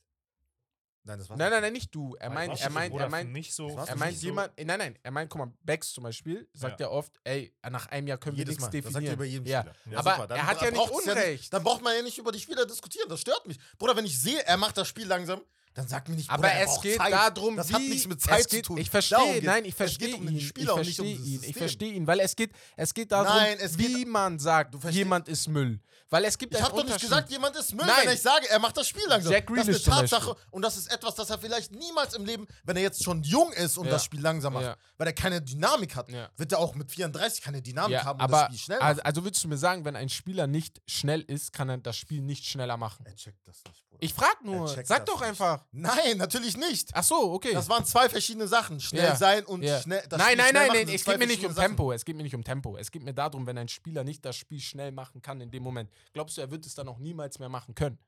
Speaker 3: Nein, das war
Speaker 2: Nein, nein, nein, nicht du. Er
Speaker 3: Weiß
Speaker 2: meint,
Speaker 3: ich
Speaker 2: er
Speaker 3: nicht,
Speaker 2: meint,
Speaker 1: Bruder,
Speaker 2: er
Speaker 1: für
Speaker 2: meint,
Speaker 1: mich so,
Speaker 3: Was?
Speaker 1: für
Speaker 2: er
Speaker 3: ist
Speaker 2: meint
Speaker 1: mich so-
Speaker 2: jemand, äh, nein, nein, er meint, guck mal, Becks zum Beispiel sagt ja,
Speaker 1: Ja.
Speaker 2: oft, ey, nach einem Jahr können
Speaker 3: Jedes
Speaker 2: wir
Speaker 3: Mal.
Speaker 2: nichts
Speaker 3: Das sagt er
Speaker 2: definieren.
Speaker 3: über jeden
Speaker 2: ja.
Speaker 3: Spieler.
Speaker 2: aber
Speaker 3: super.
Speaker 2: er hat
Speaker 3: dann
Speaker 2: ja nicht
Speaker 3: braucht's nicht-
Speaker 2: Unrecht.
Speaker 3: Dann braucht man ja nicht über die Spieler diskutieren. Das stört mich. Bruder, wenn ich sehe, er macht das Spiel langsam, dann sag mir nicht,
Speaker 2: Aber
Speaker 3: Bruder, er
Speaker 2: es
Speaker 3: braucht
Speaker 2: geht
Speaker 3: Zeit.
Speaker 2: darum,
Speaker 3: das
Speaker 2: wie.
Speaker 3: hat nichts mit Zeit
Speaker 2: es geht,
Speaker 3: zu tun.
Speaker 2: Ich
Speaker 3: Darum
Speaker 2: verstehe,
Speaker 3: geht's.
Speaker 2: nein, ich
Speaker 3: Es geht
Speaker 2: verstehe
Speaker 3: um
Speaker 2: ihn.
Speaker 3: den Spieler
Speaker 2: ich
Speaker 3: und nicht
Speaker 2: verstehe
Speaker 3: um das
Speaker 2: ihn. Ich
Speaker 3: System.
Speaker 2: verstehe ihn, weil es geht, es geht darum,
Speaker 3: Nein, es geht-
Speaker 2: wie man sagt,
Speaker 3: verstehst-
Speaker 2: jemand ist Müll. Weil es gibt
Speaker 3: Ich
Speaker 2: einen
Speaker 3: habe doch nicht
Speaker 2: Unterschied.
Speaker 3: gesagt, jemand ist Müll,
Speaker 2: Nein.
Speaker 3: wenn ich sage, er macht das Spiel langsam.
Speaker 2: Jack
Speaker 3: das
Speaker 2: Grealish
Speaker 3: ist
Speaker 2: zum
Speaker 3: eine Tatsache und das ist etwas, das er vielleicht niemals im Leben, wenn er jetzt schon jung ist und
Speaker 2: Ja.
Speaker 3: das Spiel langsam macht,
Speaker 2: Ja.
Speaker 3: weil er keine Dynamik hat,
Speaker 2: Ja.
Speaker 3: wird er auch mit 34 keine Dynamik
Speaker 2: ja,
Speaker 3: haben und
Speaker 2: aber
Speaker 3: das Spiel schnell machen.
Speaker 2: also, also würdest du mir sagen, wenn ein Spieler nicht schnell ist, kann er das Spiel nicht schneller machen?
Speaker 3: Er checkt das nicht, Bruder.
Speaker 2: Ich frag nur,
Speaker 3: Er checkt
Speaker 2: sag
Speaker 3: das
Speaker 2: doch
Speaker 3: nicht.
Speaker 2: einfach.
Speaker 3: Nein, natürlich nicht.
Speaker 2: Ach so, okay.
Speaker 3: Das waren zwei verschiedene Sachen. Schnell
Speaker 2: Ja.
Speaker 3: sein und
Speaker 2: Ja.
Speaker 3: schnell. Das
Speaker 2: nein, nein,
Speaker 3: Spiel schnell
Speaker 2: nein,
Speaker 3: machen
Speaker 2: nein,
Speaker 3: sind
Speaker 2: es
Speaker 3: zwei
Speaker 2: geht mir nicht um
Speaker 3: verschiedene Sachen.
Speaker 2: Tempo. Es geht mir nicht um Tempo. Es geht mir darum, wenn ein Spieler nicht das Spiel schnell machen kann in dem Moment, glaubst du, er wird es dann auch niemals mehr machen können?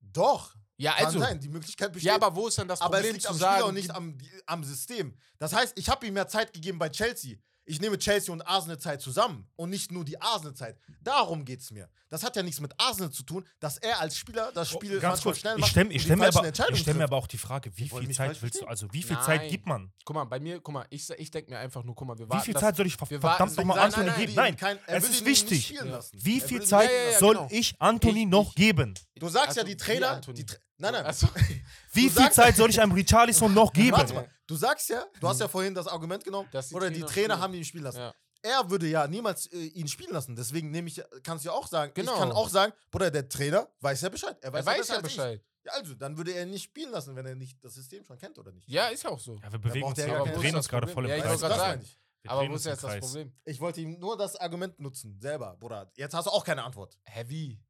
Speaker 3: Doch.
Speaker 2: Ja,
Speaker 3: Kann
Speaker 2: also.
Speaker 3: sein, die Möglichkeit besteht.
Speaker 2: Ja, aber wo ist denn das
Speaker 3: Aber es
Speaker 2: Problem
Speaker 3: liegt
Speaker 2: zu
Speaker 3: am
Speaker 2: sagen?
Speaker 3: Spieler und nicht am, am System. Das heißt, ich habe ihm mehr Zeit gegeben bei Chelsea. Ich nehme Chelsea und Arsenal Zeit zusammen und nicht nur die Arsenal Zeit. Darum geht es mir. Das hat ja nichts mit Arsenal zu tun, dass er als Spieler das
Speaker 1: Oh,
Speaker 3: Spiel
Speaker 1: Ganz
Speaker 3: manchmal
Speaker 1: kurz,
Speaker 3: schnell
Speaker 1: ich
Speaker 3: macht.
Speaker 1: stelle
Speaker 3: und die
Speaker 1: stell mir,
Speaker 3: falschen
Speaker 1: aber-
Speaker 3: Entscheidungen
Speaker 1: ich stell mir
Speaker 3: trifft.
Speaker 1: aber auch die Frage, wie
Speaker 3: Wollen
Speaker 1: viel
Speaker 3: mich
Speaker 1: Zeit
Speaker 3: falsch
Speaker 1: willst du,
Speaker 3: verstehen?
Speaker 1: also wie viel
Speaker 2: Nein.
Speaker 1: Zeit gibt man?
Speaker 2: guck mal, bei mir, guck mal, ich, ich denke mir einfach nur, guck mal, wir
Speaker 1: Wie
Speaker 2: warten.
Speaker 1: viel
Speaker 2: das-
Speaker 1: Zeit soll ich ver-
Speaker 2: wir
Speaker 1: verdammt
Speaker 2: warten-
Speaker 3: Deswegen
Speaker 1: nochmal Anthony
Speaker 3: sagen, nein, nein,
Speaker 1: geben?
Speaker 3: die-
Speaker 1: Nein,
Speaker 3: kein- er
Speaker 1: es
Speaker 3: will
Speaker 1: ist
Speaker 3: ihn nicht
Speaker 1: wichtig.
Speaker 3: spielen lassen.
Speaker 1: Wie
Speaker 3: Er
Speaker 1: viel
Speaker 3: will ihn-
Speaker 1: Zeit
Speaker 2: Ja, ja, ja,
Speaker 1: soll
Speaker 2: genau.
Speaker 1: ich Anthony
Speaker 2: Ich-
Speaker 1: noch
Speaker 2: ich-
Speaker 1: geben?
Speaker 3: Du sagst ja,
Speaker 2: Also,
Speaker 3: die
Speaker 2: wie
Speaker 3: Trainer.
Speaker 2: Anthony.
Speaker 3: Die Tra nein, nein.
Speaker 2: Also,
Speaker 1: Wie
Speaker 3: Du
Speaker 1: viel
Speaker 3: sagst-
Speaker 1: Zeit soll ich einem Richarlison noch geben?
Speaker 3: Warte mal. Du sagst ja, du hast ja vorhin das Argument genommen,
Speaker 2: Dass die
Speaker 3: oder die
Speaker 2: Trainer
Speaker 3: Trainer
Speaker 2: spielen.
Speaker 3: haben ihn spielen lassen.
Speaker 2: Ja.
Speaker 3: Er würde ja niemals äh, ihn spielen lassen. Deswegen nehme ich, kannst du ja auch sagen,
Speaker 2: Genau.
Speaker 3: ich kann auch sagen, Bruder, der Trainer weiß ja Bescheid. Er
Speaker 2: er
Speaker 3: weiß,
Speaker 2: weiß ja
Speaker 3: als ich.
Speaker 2: Bescheid.
Speaker 3: Ja, also, dann würde er ihn nicht spielen lassen, wenn er nicht das System schon kennt, oder nicht?
Speaker 2: Ja, ist ja auch so.
Speaker 1: Ja, wir bewegen uns,
Speaker 3: braucht er ja
Speaker 1: wir
Speaker 3: gar kein-
Speaker 1: drehen
Speaker 2: Wo ist
Speaker 1: uns
Speaker 2: das
Speaker 1: gerade
Speaker 2: Problem?
Speaker 1: voll im
Speaker 2: Ja, ich
Speaker 1: Kreis.
Speaker 2: wollte
Speaker 3: das
Speaker 2: gerade sagen.
Speaker 3: meine ich.
Speaker 1: Wir
Speaker 2: Aber
Speaker 1: drehen
Speaker 2: wo
Speaker 1: uns
Speaker 2: ist
Speaker 1: im
Speaker 2: jetzt das
Speaker 1: Kreis.
Speaker 2: Problem?
Speaker 3: Ich wollte ihm nur das Argument nutzen, selber, Bruder. Jetzt hast du auch keine Antwort.
Speaker 2: Heavy.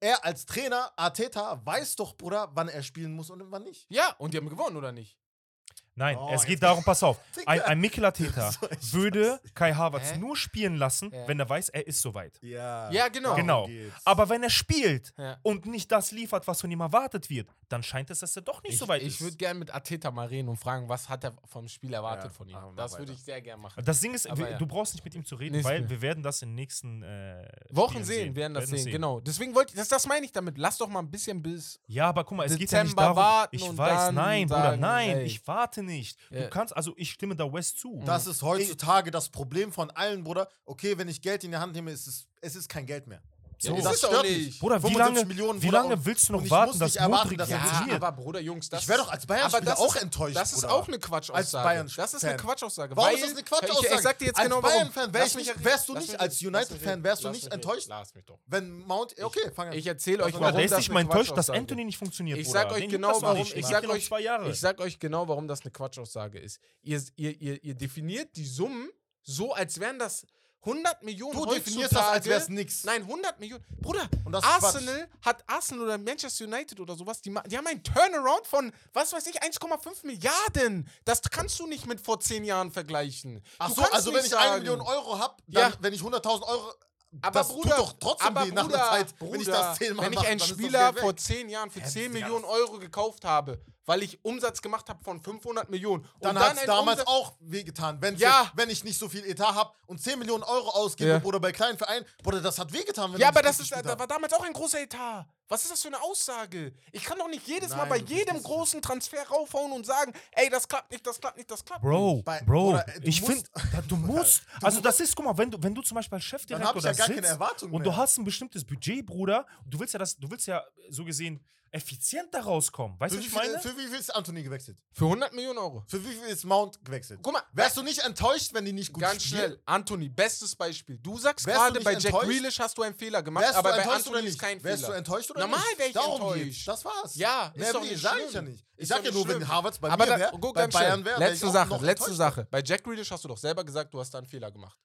Speaker 3: Er als Trainer, Arteta, weiß doch, Bruder, wann er spielen muss und wann nicht.
Speaker 2: Ja, und die haben gewonnen, oder nicht?
Speaker 1: Nein,
Speaker 3: Oh,
Speaker 1: es
Speaker 3: jetzt-
Speaker 1: geht darum, pass auf, ein,
Speaker 3: Digga.
Speaker 1: ein Mikel Arteta
Speaker 3: So ein Scheiß.
Speaker 1: würde Kai Havertz
Speaker 2: Hä?
Speaker 1: nur spielen lassen,
Speaker 2: Ja.
Speaker 1: wenn er weiß, er ist soweit.
Speaker 3: Ja,
Speaker 2: Ja, genau.
Speaker 3: darum
Speaker 1: Genau.
Speaker 3: geht's.
Speaker 1: Aber wenn er spielt
Speaker 2: Ja.
Speaker 1: und nicht das liefert, was von ihm erwartet wird, dann scheint es, dass er doch nicht
Speaker 2: ich,
Speaker 1: so weit
Speaker 2: Ich würde
Speaker 1: ist.
Speaker 2: gerne mit Arteta mal reden und fragen, was hat er vom Spiel erwartet
Speaker 3: Ja,
Speaker 2: von
Speaker 3: machen wir
Speaker 2: ihm. Das
Speaker 3: mal
Speaker 2: würde
Speaker 3: weiter.
Speaker 2: ich sehr gerne machen.
Speaker 1: Das Ding ist,
Speaker 2: Aber
Speaker 1: wir,
Speaker 2: ja.
Speaker 1: du brauchst nicht mit ihm zu reden,
Speaker 2: Nicht
Speaker 1: weil
Speaker 2: mehr.
Speaker 1: wir werden das in den nächsten äh,
Speaker 2: Wochen
Speaker 1: Spielen
Speaker 2: sehen, werden das
Speaker 1: es
Speaker 2: sehen, genau. Deswegen wollte ich, das, das meine ich damit. Lass doch mal ein bisschen bis.
Speaker 1: Ja, aber guck mal, es geht ja nicht
Speaker 2: Dezember
Speaker 1: darum.
Speaker 2: warten
Speaker 1: Ich
Speaker 2: und
Speaker 1: weiß,
Speaker 2: dann
Speaker 1: nein, Bruder,
Speaker 2: sagen,
Speaker 1: nein,
Speaker 2: ey.
Speaker 1: ich warte nicht. Du
Speaker 2: Ja.
Speaker 1: kannst, also ich stimme da West zu.
Speaker 3: Das
Speaker 2: Mhm.
Speaker 3: ist heutzutage das Problem von allen, Bruder. Okay, wenn ich Geld in die Hand nehme, ist es, es ist kein Geld mehr.
Speaker 1: So.
Speaker 2: ist
Speaker 1: Das
Speaker 2: es
Speaker 3: stört
Speaker 2: auch
Speaker 3: mich.
Speaker 2: nicht.
Speaker 1: Bruder, wie
Speaker 3: 75
Speaker 1: lange,
Speaker 3: Millionen,
Speaker 1: wie
Speaker 3: Bruder,
Speaker 1: lange
Speaker 3: und-
Speaker 1: willst du noch
Speaker 3: und ich
Speaker 1: warten,
Speaker 3: muss
Speaker 1: dass
Speaker 3: nicht erwarten,
Speaker 1: Modric
Speaker 3: dass er
Speaker 1: jetzt
Speaker 3: das
Speaker 2: Ja,
Speaker 1: spielt?
Speaker 2: Ah. aber Bruder, Jungs, das
Speaker 3: ich wäre
Speaker 2: ist-
Speaker 3: doch als
Speaker 2: aber das
Speaker 3: Bayern-Spieler auch
Speaker 2: ist-
Speaker 3: enttäuscht.
Speaker 2: Das ist
Speaker 3: Bruder.
Speaker 2: auch eine Quatschaussage.
Speaker 3: Als Bayern-Fan.
Speaker 2: Das ist eine Quatschaussage.
Speaker 3: Warum
Speaker 2: weil,
Speaker 3: ist das eine
Speaker 2: Ich, ich,
Speaker 3: Quatschaussage?
Speaker 2: ich sag dir jetzt
Speaker 3: Als
Speaker 2: genau warum.
Speaker 3: Bayern-Fan wärst
Speaker 2: Lass
Speaker 3: du
Speaker 2: mich
Speaker 3: nicht-
Speaker 2: reden.
Speaker 3: wärst du
Speaker 2: Lass
Speaker 3: nicht
Speaker 2: mich
Speaker 3: als
Speaker 2: reden.
Speaker 3: United-Fan
Speaker 2: Lass mich
Speaker 3: wärst du
Speaker 2: reden. Lass
Speaker 3: nicht
Speaker 2: mich
Speaker 3: enttäuscht?
Speaker 2: reden. Lass mich doch.
Speaker 3: Wenn Mount. Okay, fang an.
Speaker 2: Ich erzähle euch,
Speaker 3: Bruder,
Speaker 1: Bruder,
Speaker 2: warum
Speaker 1: der ist
Speaker 2: das
Speaker 1: nicht mal
Speaker 2: eine
Speaker 1: enttäuscht, dass
Speaker 2: Quatschaussage ist.
Speaker 1: Anthony nicht funktioniert,
Speaker 2: Ich
Speaker 1: Bruder.
Speaker 2: sag euch
Speaker 1: Den juckt
Speaker 2: genau,
Speaker 1: das doch
Speaker 2: warum-
Speaker 1: nicht.
Speaker 2: ich
Speaker 1: Der
Speaker 2: sag
Speaker 1: gibt noch
Speaker 2: euch-
Speaker 1: zwei Jahre.
Speaker 2: Ich sag euch genau, warum das eine Quatschaussage ist. Ihr, ihr, ihr, ihr definiert die Summen so, als wären das 100 Millionen
Speaker 3: Du
Speaker 2: heutzutage.
Speaker 3: definierst das, als wär's nix.
Speaker 2: Nein, 100 Millionen. Bruder,
Speaker 3: Und das ist
Speaker 2: Arsenal hat Arsenal oder Manchester United oder sowas, die, ma- die haben einen Turnaround von, was weiß ich, 1,5 Milliarden. Das kannst du nicht mit vor 10 Jahren vergleichen.
Speaker 3: Ach
Speaker 2: Du
Speaker 3: so,
Speaker 2: kannst
Speaker 3: also wenn
Speaker 2: nicht
Speaker 3: ich
Speaker 2: sagen-
Speaker 3: eine Million Euro habe, dann,
Speaker 2: Ja.
Speaker 3: wenn ich 100.000 Euro.
Speaker 2: aber
Speaker 3: das
Speaker 2: Bruder,
Speaker 3: tut doch trotzdem
Speaker 2: aber
Speaker 3: weh nach
Speaker 2: Bruder,
Speaker 3: einer Zeit,
Speaker 2: Bruder,
Speaker 3: wenn ich das zehnmal
Speaker 2: Wenn ich
Speaker 3: mache,
Speaker 2: einen
Speaker 3: dann ist das
Speaker 2: Spieler
Speaker 3: Geld weg.
Speaker 2: vor zehn Jahren für
Speaker 3: Hä,
Speaker 2: 10
Speaker 3: Digga,
Speaker 2: Millionen
Speaker 3: das-
Speaker 2: Euro gekauft habe, weil ich Umsatz gemacht habe von 500 Millionen. und
Speaker 3: dann hat es
Speaker 2: einen
Speaker 3: damals
Speaker 2: Umsatz-
Speaker 3: auch wehgetan. Wenn's
Speaker 2: Ja.
Speaker 3: jetzt- Wenn ich nicht so viel Etat habe und 10 Millionen Euro ausgebe,
Speaker 2: Ja.
Speaker 3: Bruder, bei kleinen Vereinen, Bruder, das hat wehgetan. Wenn
Speaker 2: Ja,
Speaker 3: die
Speaker 2: aber
Speaker 3: nicht
Speaker 2: das
Speaker 3: gut
Speaker 2: ist,
Speaker 3: gespielt
Speaker 2: da
Speaker 3: haben.
Speaker 2: war damals auch ein großer Etat. Was ist das für eine Aussage? Ich kann doch nicht jedes Mal
Speaker 3: Nein,
Speaker 2: bei
Speaker 3: du verstehst
Speaker 2: jedem
Speaker 3: es
Speaker 2: großen Transfer raufhauen und sagen, ey, das klappt nicht, das klappt nicht, das klappt
Speaker 1: Bro,
Speaker 2: nicht.
Speaker 3: Bei-
Speaker 1: Bro,
Speaker 3: Bruder, äh, du
Speaker 1: ich finde,
Speaker 3: musst-
Speaker 1: du musst, also das ist, guck mal, wenn du, wenn du zum Beispiel als Chefdirektor
Speaker 3: Dann hab ich ja
Speaker 1: da
Speaker 3: gar keine
Speaker 1: sitzt
Speaker 3: Erwartungen
Speaker 1: und du
Speaker 3: mehr.
Speaker 1: hast ein bestimmtes Budget, Bruder, du willst ja das, du willst ja so gesehen effizient da rauskommen, weißt
Speaker 3: Für
Speaker 1: du,
Speaker 3: wie,
Speaker 1: was ich
Speaker 3: viel,
Speaker 1: meine?
Speaker 3: für wie viel ist Anthony gewechselt?
Speaker 2: Für 100 Millionen Euro.
Speaker 3: Für wie viel ist Mount gewechselt?
Speaker 2: Guck mal,
Speaker 3: Wärst du nicht enttäuscht, wenn die nicht gut
Speaker 2: Ganz
Speaker 3: spielen?
Speaker 2: schnell, Anthony, bestes Beispiel. Du sagst
Speaker 3: Wärst du
Speaker 2: gerade,
Speaker 3: nicht
Speaker 2: bei Jack
Speaker 3: enttäuscht?
Speaker 2: Grealish hast du einen Fehler gemacht,
Speaker 3: Wärst
Speaker 2: aber
Speaker 3: du
Speaker 2: bei
Speaker 3: enttäuscht
Speaker 2: Anthony
Speaker 3: oder
Speaker 2: ist
Speaker 3: nicht?
Speaker 2: kein
Speaker 3: Wärst du
Speaker 2: Fehler.
Speaker 3: enttäuscht oder
Speaker 2: Normal
Speaker 3: nicht?
Speaker 2: wär ich
Speaker 3: Darum
Speaker 2: enttäuscht.
Speaker 3: geht's. Das war's.
Speaker 2: Ja, ist
Speaker 3: Mehr
Speaker 2: doch
Speaker 3: will
Speaker 2: nicht
Speaker 3: ich sag ich ja
Speaker 2: schlimm.
Speaker 3: nicht. Ich
Speaker 2: Ist
Speaker 3: sag
Speaker 2: doch
Speaker 3: ja
Speaker 2: nicht
Speaker 3: nur, wenn
Speaker 2: schlimm.
Speaker 3: Harvards bei
Speaker 2: aber
Speaker 3: mir
Speaker 2: da-
Speaker 3: wäre,
Speaker 2: guck,
Speaker 3: bei
Speaker 2: ganz schnell.
Speaker 3: Bayern wäre, wär
Speaker 2: Letzte
Speaker 3: ich auch
Speaker 2: Sache,
Speaker 3: noch
Speaker 2: letzte
Speaker 3: enttäuscht.
Speaker 2: Sache. Bei Jack Grealish hast du doch selber gesagt, du hast da einen Fehler gemacht.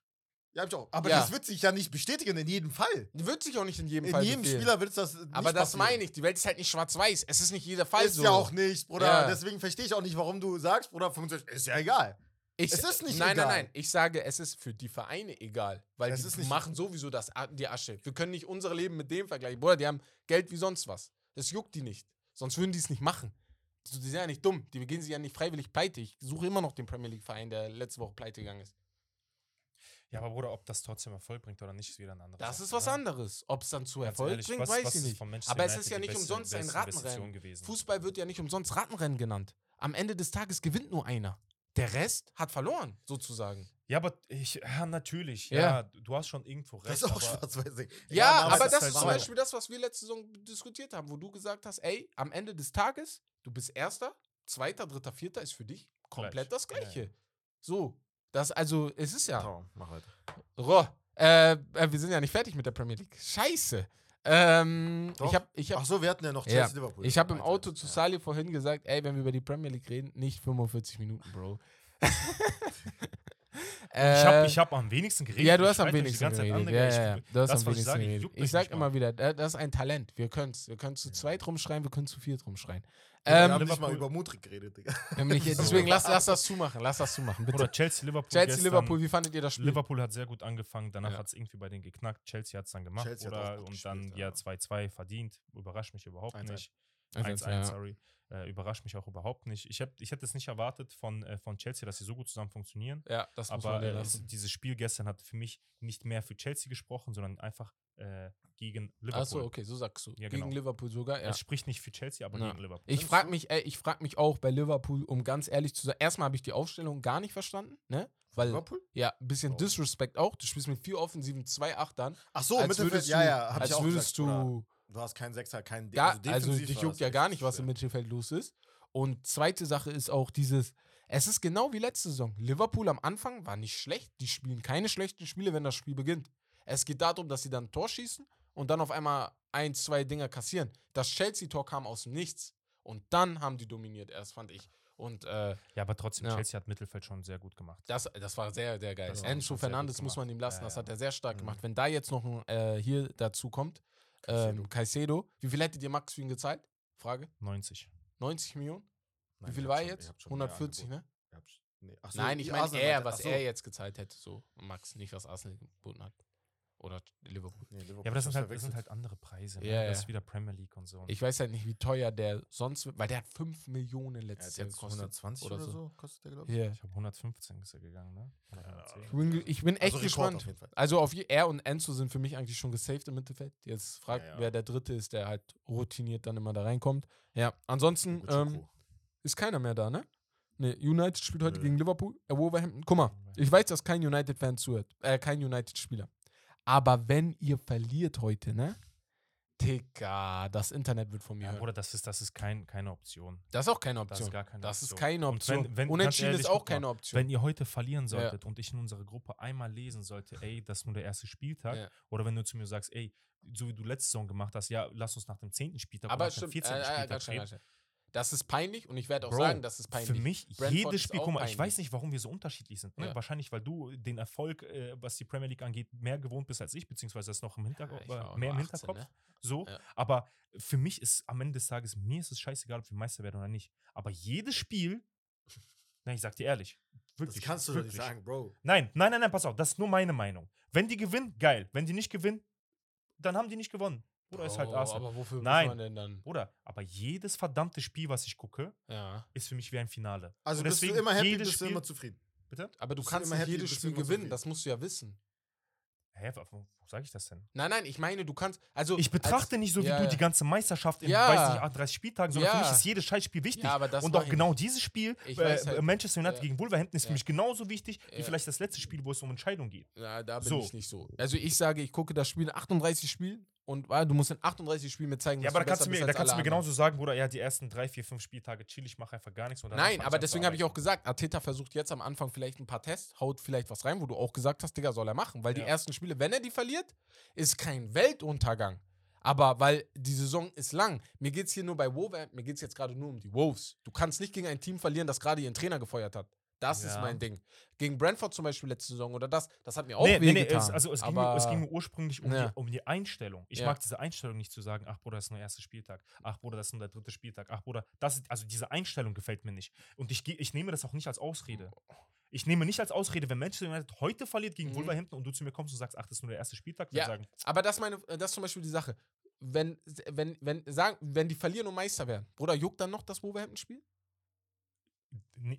Speaker 3: Ja, hab ich auch. Aber
Speaker 2: Ja.
Speaker 3: das wird sich ja nicht bestätigen in jedem Fall.
Speaker 2: Die Wird sich auch nicht in jedem
Speaker 3: In
Speaker 2: Fall
Speaker 3: jedem
Speaker 2: befehlen.
Speaker 3: Spieler wird das nicht
Speaker 2: Aber das
Speaker 3: passieren.
Speaker 2: meine ich, die Welt ist halt nicht schwarz-weiß. Es ist nicht jeder Fall
Speaker 3: Ist
Speaker 2: so.
Speaker 3: ja auch nicht, Bruder.
Speaker 2: Ja.
Speaker 3: Deswegen verstehe ich auch nicht, warum du sagst, Bruder, 25, ist ja egal.
Speaker 2: Ich-
Speaker 3: Es ist nicht
Speaker 2: nein,
Speaker 3: egal.
Speaker 2: Nein, nein, Ich sage, es ist für die Vereine egal. Weil
Speaker 3: Es
Speaker 2: die
Speaker 3: ist nicht-
Speaker 2: machen sowieso das, A- die Asche. Wir können nicht unsere Leben mit dem vergleichen. Bruder, die haben Geld wie sonst was. Das juckt die nicht. Sonst würden die es nicht machen. So, Die sind ja nicht dumm. Die gehen sie ja nicht freiwillig pleite. Ich suche immer noch den Premier League-Verein, der letzte Woche pleite gegangen ist.
Speaker 1: Ja, aber Bruder, ob das trotzdem Erfolg bringt oder nicht, ist wieder ein anderes.
Speaker 2: Das ist was anderes. Ob es dann zu Erfolg
Speaker 1: ehrlich,
Speaker 2: bringt,
Speaker 1: was-
Speaker 2: weiß
Speaker 1: was
Speaker 2: ich
Speaker 1: ist
Speaker 2: nicht.
Speaker 1: von Manchester
Speaker 2: Aber es
Speaker 1: United
Speaker 2: ist ja
Speaker 1: die
Speaker 2: nicht
Speaker 1: beste-
Speaker 2: umsonst ein
Speaker 1: beste Investition
Speaker 2: Ratenrennen.
Speaker 1: gewesen?
Speaker 2: Fußball wird ja nicht umsonst Ratenrennen genannt. Am Ende des Tages gewinnt nur einer. Der Rest hat verloren, sozusagen.
Speaker 1: Ja, aber ich, ja, natürlich, ja.
Speaker 2: Ja.
Speaker 1: du hast schon irgendwo recht.
Speaker 3: Das ist auch
Speaker 1: aber-
Speaker 3: schwarz-weiß.
Speaker 2: Ja,
Speaker 1: aber
Speaker 2: aber
Speaker 1: es
Speaker 2: das
Speaker 1: ist
Speaker 2: ist
Speaker 1: halt
Speaker 2: zum
Speaker 1: so.
Speaker 2: Beispiel das, was wir letzte Saison diskutiert haben, wo du gesagt hast, ey, am Ende des Tages, Du bist Erster, Zweiter, Dritter, Vierter ist für dich
Speaker 1: Gleich.
Speaker 2: komplett das
Speaker 1: Ja, ja.
Speaker 2: Gleiche. So. Das, also, es ist ja.
Speaker 3: Tom, mach weiter.
Speaker 2: Roh. Äh, äh, wir sind ja nicht fertig mit der Premier League. Scheiße. Ähm,
Speaker 3: Doch.
Speaker 2: ich habe ich hab,
Speaker 3: Ach so, wir hatten ja noch
Speaker 2: Ja.
Speaker 3: Chelsea Liverpool.
Speaker 2: ich hab im
Speaker 3: Alter.
Speaker 2: Auto zu Sali vorhin gesagt, ey, wenn wir über die Premier League reden, nicht 45 Minuten, Bro. Äh,
Speaker 1: Ich habe ich hab am wenigsten geredet.
Speaker 2: Ja, du
Speaker 1: Ich
Speaker 2: hast am
Speaker 1: schreit euch die
Speaker 2: wenigsten
Speaker 1: ganze Zeit an,
Speaker 2: geredet.
Speaker 1: Digga.
Speaker 2: Ja,
Speaker 1: Ich-
Speaker 2: ja, ja. Du
Speaker 1: das,
Speaker 2: hast am
Speaker 1: was ich
Speaker 2: wenigsten
Speaker 1: sage,
Speaker 2: geredet.
Speaker 1: juckt
Speaker 2: Ich
Speaker 1: mich
Speaker 2: sag
Speaker 1: nicht mal.
Speaker 2: immer wieder, da- das ist ein Talent. Wir können's. Wir können zu zweit rumschreien, wir können zu viert rumschreien.
Speaker 3: Wir
Speaker 2: Ähm,
Speaker 3: haben nicht mal
Speaker 1: Liverpool-
Speaker 3: über Mutrik geredet, Digga.
Speaker 2: nämlich, deswegen lass, lass das zumachen, lass das zumachen, bitte.
Speaker 1: Oder Chelsea Liverpool.
Speaker 2: Chelsea,
Speaker 1: gestern.
Speaker 2: Liverpool, wie fandet ihr das Spiel?
Speaker 1: Liverpool hat sehr gut angefangen, danach
Speaker 2: Ja.
Speaker 1: hat es irgendwie bei denen geknackt. Chelsea hat es dann gemacht.
Speaker 3: Chelsea hat auch
Speaker 1: oder,
Speaker 3: gut
Speaker 1: und
Speaker 3: gespielt,
Speaker 1: dann
Speaker 3: ja.
Speaker 1: ja 2-2 verdient. Überrascht mich überhaupt
Speaker 3: 1-1.
Speaker 1: nicht.
Speaker 2: Also,
Speaker 1: 1-1,
Speaker 2: ja.
Speaker 1: sorry. Äh, überrascht mich auch überhaupt nicht. Ich, hab, ich hätte es nicht erwartet von, äh, von Chelsea, dass sie so gut zusammen funktionieren.
Speaker 2: Ja, das muss man
Speaker 1: Aber
Speaker 2: dir
Speaker 1: äh,
Speaker 2: lassen.
Speaker 1: es, dieses Spiel gestern hat für mich nicht mehr für Chelsea gesprochen, sondern einfach äh, gegen Liverpool.
Speaker 2: Achso, okay, so sagst du.
Speaker 1: Ja,
Speaker 2: Gegen
Speaker 1: genau.
Speaker 2: Liverpool sogar, ja.
Speaker 1: Es spricht nicht für Chelsea, aber
Speaker 2: Na.
Speaker 1: gegen Liverpool.
Speaker 2: Ich frage mich, ey, ich frag mich auch bei Liverpool, um ganz ehrlich zu sein. Erstmal habe ich die Aufstellung gar nicht verstanden, ne? Weil,
Speaker 3: Liverpool?
Speaker 2: ja, ein bisschen
Speaker 1: Oh.
Speaker 2: Disrespect auch. Du spielst mit vier offensiven, zwei Achtern.
Speaker 3: Ach so,
Speaker 2: als
Speaker 3: Mittelfeld.
Speaker 2: würdest
Speaker 3: Ja,
Speaker 2: du-
Speaker 3: ja, hab
Speaker 2: als
Speaker 3: ich auch
Speaker 2: würdest
Speaker 3: gesagt, Bruder.
Speaker 2: du
Speaker 3: Du hast keinen Sechser, keinen
Speaker 2: gar,
Speaker 3: Dick.
Speaker 2: also, dich juckt ja gar nicht, was im Mittelfeld los ist. Und zweite Sache ist auch dieses, es ist genau wie letzte Saison. Liverpool am Anfang war nicht schlecht, die spielen keine schlechten Spiele, wenn das Spiel beginnt. Es geht darum, dass sie dann ein Tor schießen und dann auf einmal ein, zwei Dinger kassieren. Das Chelsea-Tor kam aus dem Nichts und dann haben die dominiert erst, fand ich. Und äh,
Speaker 1: Ja, aber trotzdem,
Speaker 2: Ja.
Speaker 1: Chelsea hat Mittelfeld schon sehr gut gemacht.
Speaker 2: das, das war sehr, sehr geil.
Speaker 1: Das war sehr
Speaker 2: Enzo
Speaker 1: gut
Speaker 2: Fernandes muss
Speaker 1: gemacht.
Speaker 2: man ihm lassen,
Speaker 1: Ja,
Speaker 2: das
Speaker 1: ja.
Speaker 2: hat er sehr stark
Speaker 3: Mhm.
Speaker 2: gemacht. Wenn da jetzt noch ein äh, hier dazu kommt, ähm, Caicedo, wie viel hättet ihr Max für ihn gezahlt? Frage.
Speaker 1: 90.
Speaker 2: 90 Millionen? Wie viel war er jetzt? 140, ne?
Speaker 3: Nee. Ach so,
Speaker 2: Nein, ich
Speaker 3: die
Speaker 2: meine
Speaker 3: Arsenal
Speaker 2: er,
Speaker 3: hat-
Speaker 2: was
Speaker 3: ach so.
Speaker 2: er jetzt gezahlt hätte, so Max, nicht was Arsenal geboten hat. Oder Liverpool.
Speaker 3: Nee, Liverpool
Speaker 1: Ja, aber das
Speaker 3: ist
Speaker 1: sind, halt, das
Speaker 3: verwechselt.
Speaker 1: sind halt andere Preise. Ne?
Speaker 2: Ja,
Speaker 1: Das
Speaker 2: ja.
Speaker 1: ist wieder Premier League und
Speaker 3: Hm.
Speaker 1: so.
Speaker 2: Ich weiß halt nicht, wie teuer der sonst wird, weil der hat 5 Millionen
Speaker 3: Er hat
Speaker 2: letztes Jahr
Speaker 3: jetzt
Speaker 2: gekostet.
Speaker 3: 120
Speaker 2: oder
Speaker 3: oder
Speaker 2: so.
Speaker 3: so, kostet der, glaube ich.
Speaker 2: Yeah.
Speaker 1: ich habe 115 ist er gegangen, ne? Oder 110.
Speaker 2: Ich bin, ge- ich bin echt
Speaker 3: Also Rekord auf
Speaker 2: gespannt.
Speaker 3: jeden Fall.
Speaker 2: Also auf je, er und Enzo sind für mich eigentlich schon gesaved im Mittelfeld. Jetzt fragt,
Speaker 3: Ja, ja.
Speaker 2: wer der dritte ist, der halt routiniert dann immer da reinkommt. Ja, ansonsten ähm,
Speaker 3: Ugochukwu.
Speaker 2: ist keiner mehr da, ne? Ne, United spielt heute
Speaker 3: Nö.
Speaker 2: gegen Liverpool. Äh, Wolverhampton. Guck mal, ich weiß, dass kein United-Fan zuhört. Äh, kein United-Spieler. Aber wenn ihr verliert heute, ne? Digga, das Internet wird von mir
Speaker 1: Ja,
Speaker 2: hören.
Speaker 1: Oder das ist, das ist kein, keine Option.
Speaker 2: Das ist auch keine
Speaker 1: Das ist
Speaker 2: Option.
Speaker 1: gar keine
Speaker 2: Das ist
Speaker 1: Option.
Speaker 2: keine
Speaker 1: Und
Speaker 2: Option.
Speaker 1: wenn- wenn- ganz
Speaker 2: Unentschieden
Speaker 1: ehrlich,
Speaker 2: ist auch
Speaker 1: guck mal,
Speaker 2: keine Option.
Speaker 1: Wenn ihr heute verlieren
Speaker 2: Ja.
Speaker 1: solltet und ich in unserer Gruppe einmal lesen sollte, ey, das ist nur der erste Spieltag,
Speaker 2: Ja.
Speaker 1: oder wenn du zu mir sagst, ey, so wie du letzte Saison gemacht hast, ja, lass uns nach dem 10. Spieltag oder
Speaker 2: Aber
Speaker 1: nach dem
Speaker 2: stimmt,
Speaker 1: 14.
Speaker 2: äh, äh,
Speaker 1: Spieltag
Speaker 2: ganz schnell,
Speaker 1: reden.
Speaker 2: ganz schnell. Das ist peinlich und ich werde auch
Speaker 1: Bro,
Speaker 2: sagen, das ist
Speaker 1: Für
Speaker 2: peinlich.
Speaker 1: mich,
Speaker 2: Brentford
Speaker 1: jedes
Speaker 2: ist
Speaker 1: Spiel,
Speaker 2: auch
Speaker 1: guck mal, ich
Speaker 2: peinlich.
Speaker 1: weiß nicht, warum wir so unterschiedlich sind. Ne?
Speaker 2: Ja.
Speaker 1: Wahrscheinlich, weil du den Erfolg, äh, was die Premier League angeht, mehr gewohnt bist als ich, beziehungsweise das noch im Hinterkopf,
Speaker 2: ich war auch
Speaker 1: mehr
Speaker 2: nur
Speaker 1: im
Speaker 2: 18,
Speaker 1: Hinterkopf.
Speaker 2: ne?
Speaker 1: So,
Speaker 2: Ja.
Speaker 1: aber für mich ist am Ende des Tages, mir ist es scheißegal, ob wir Meister werden oder nicht. Aber jedes Spiel, na, ich sag dir ehrlich,
Speaker 3: Das
Speaker 1: wirklich.
Speaker 3: kannst du doch
Speaker 1: wirklich.
Speaker 3: nicht sagen, Bro.
Speaker 1: Nein, nein, nein, nein, pass auf, das ist nur meine Meinung. Wenn die gewinnen, geil. Wenn die nicht gewinnen, dann haben die nicht gewonnen. Oder ist halt
Speaker 2: Bro,
Speaker 1: Arsenal.
Speaker 2: Oh, Aber wofür muss
Speaker 1: Nein.
Speaker 2: man denn dann?
Speaker 1: Oder, aber jedes verdammte Spiel, was ich gucke,
Speaker 2: Ja.
Speaker 1: ist für mich wie ein Finale.
Speaker 3: Also
Speaker 1: Und
Speaker 3: bist du
Speaker 1: deswegen
Speaker 3: immer happy,
Speaker 1: jedes
Speaker 3: bist du
Speaker 1: Spiel-
Speaker 3: immer zufrieden.
Speaker 1: Bitte?
Speaker 2: Aber du
Speaker 3: Bist du
Speaker 2: kannst
Speaker 3: immer
Speaker 2: nicht
Speaker 3: happy,
Speaker 2: jedes
Speaker 3: bist du
Speaker 2: Spiel
Speaker 3: immer
Speaker 2: gewinnen,
Speaker 3: zufrieden?
Speaker 2: das musst du ja wissen.
Speaker 1: Hä, wa- wo, wo sage ich das denn?
Speaker 2: Nein, nein, ich meine, du kannst. Also
Speaker 1: Ich betrachte nicht so wie
Speaker 2: ja,
Speaker 1: du
Speaker 2: ja.
Speaker 1: die ganze Meisterschaft in,
Speaker 2: Ja.
Speaker 1: weiß nicht, ah, 30 Spieltagen, sondern für
Speaker 2: Ja.
Speaker 1: mich ist jedes Scheißspiel wichtig.
Speaker 2: Ja, aber das
Speaker 1: und
Speaker 2: mach
Speaker 1: auch
Speaker 2: ich
Speaker 1: genau
Speaker 2: nicht.
Speaker 1: dieses Spiel,
Speaker 2: Ich
Speaker 1: äh,
Speaker 2: weiß halt-
Speaker 1: Manchester United
Speaker 2: ja.
Speaker 1: gegen Wolverhampton, ist
Speaker 2: Ja.
Speaker 1: für mich genauso wichtig wie
Speaker 2: Ja.
Speaker 1: vielleicht das letzte Spiel, wo es um Entscheidung geht.
Speaker 2: Na, da bin
Speaker 1: So.
Speaker 2: ich nicht so. Also ich sage, ich gucke das Spiel in 38 Spielen und ah, du musst in 38 Spielen mir zeigen,
Speaker 1: Ja, aber da kannst
Speaker 2: besser
Speaker 1: du
Speaker 2: bist
Speaker 1: mir, da
Speaker 2: als
Speaker 1: kannst du
Speaker 2: alle
Speaker 1: mir
Speaker 2: anderen.
Speaker 1: genauso sagen, Bruder, ja, die ersten drei, vier, fünf Spieltage chill, ich mache einfach gar nichts. Und danach
Speaker 2: Nein,
Speaker 1: fang
Speaker 2: aber
Speaker 1: an zu
Speaker 2: deswegen habe ich auch
Speaker 1: arbeiten.
Speaker 2: gesagt, Arteta versucht jetzt am Anfang vielleicht ein paar Tests, haut vielleicht was rein, wo du auch gesagt hast, Digga, soll er machen. Weil
Speaker 1: Ja.
Speaker 2: die ersten Spiele, wenn er die verliert, ist kein Weltuntergang. Aber weil die Saison ist lang. Mir geht es hier nur bei Wolverhampton, mir geht es jetzt gerade nur um die Wolves. Du kannst nicht gegen ein Team verlieren, das gerade ihren Trainer gefeuert hat. Das ist
Speaker 1: Ja.
Speaker 2: mein Ding. Gegen Brentford zum Beispiel letzte Saison oder das, das hat mir auch
Speaker 1: nee, nee, nee,
Speaker 2: wehgetan.
Speaker 1: es, also es ging, mir,
Speaker 2: aber
Speaker 1: es ging mir ursprünglich um,
Speaker 2: Ja.
Speaker 1: die, um die Einstellung. Ich
Speaker 2: Ja.
Speaker 1: mag diese Einstellung nicht zu sagen, ach Bruder, das ist nur der erste Spieltag, ach Bruder, das ist nur der dritte Spieltag, ach Bruder, das ist, also diese Einstellung gefällt mir nicht. Und ich, geh- ich nehme das auch nicht als Ausrede. Ich nehme nicht als Ausrede, wenn Manchester United heute verliert gegen
Speaker 2: Mhm.
Speaker 1: Wolverhampton und du zu mir kommst und sagst, ach, das ist nur der erste Spieltag, wir
Speaker 2: Ja.
Speaker 1: sagen,
Speaker 2: Aber das, meine, äh, das ist zum Beispiel die Sache. Wenn, wenn, wenn, sagen, wenn die verlieren und Meister werden, Bruder, juckt dann noch das Wolverhampton-Spiel?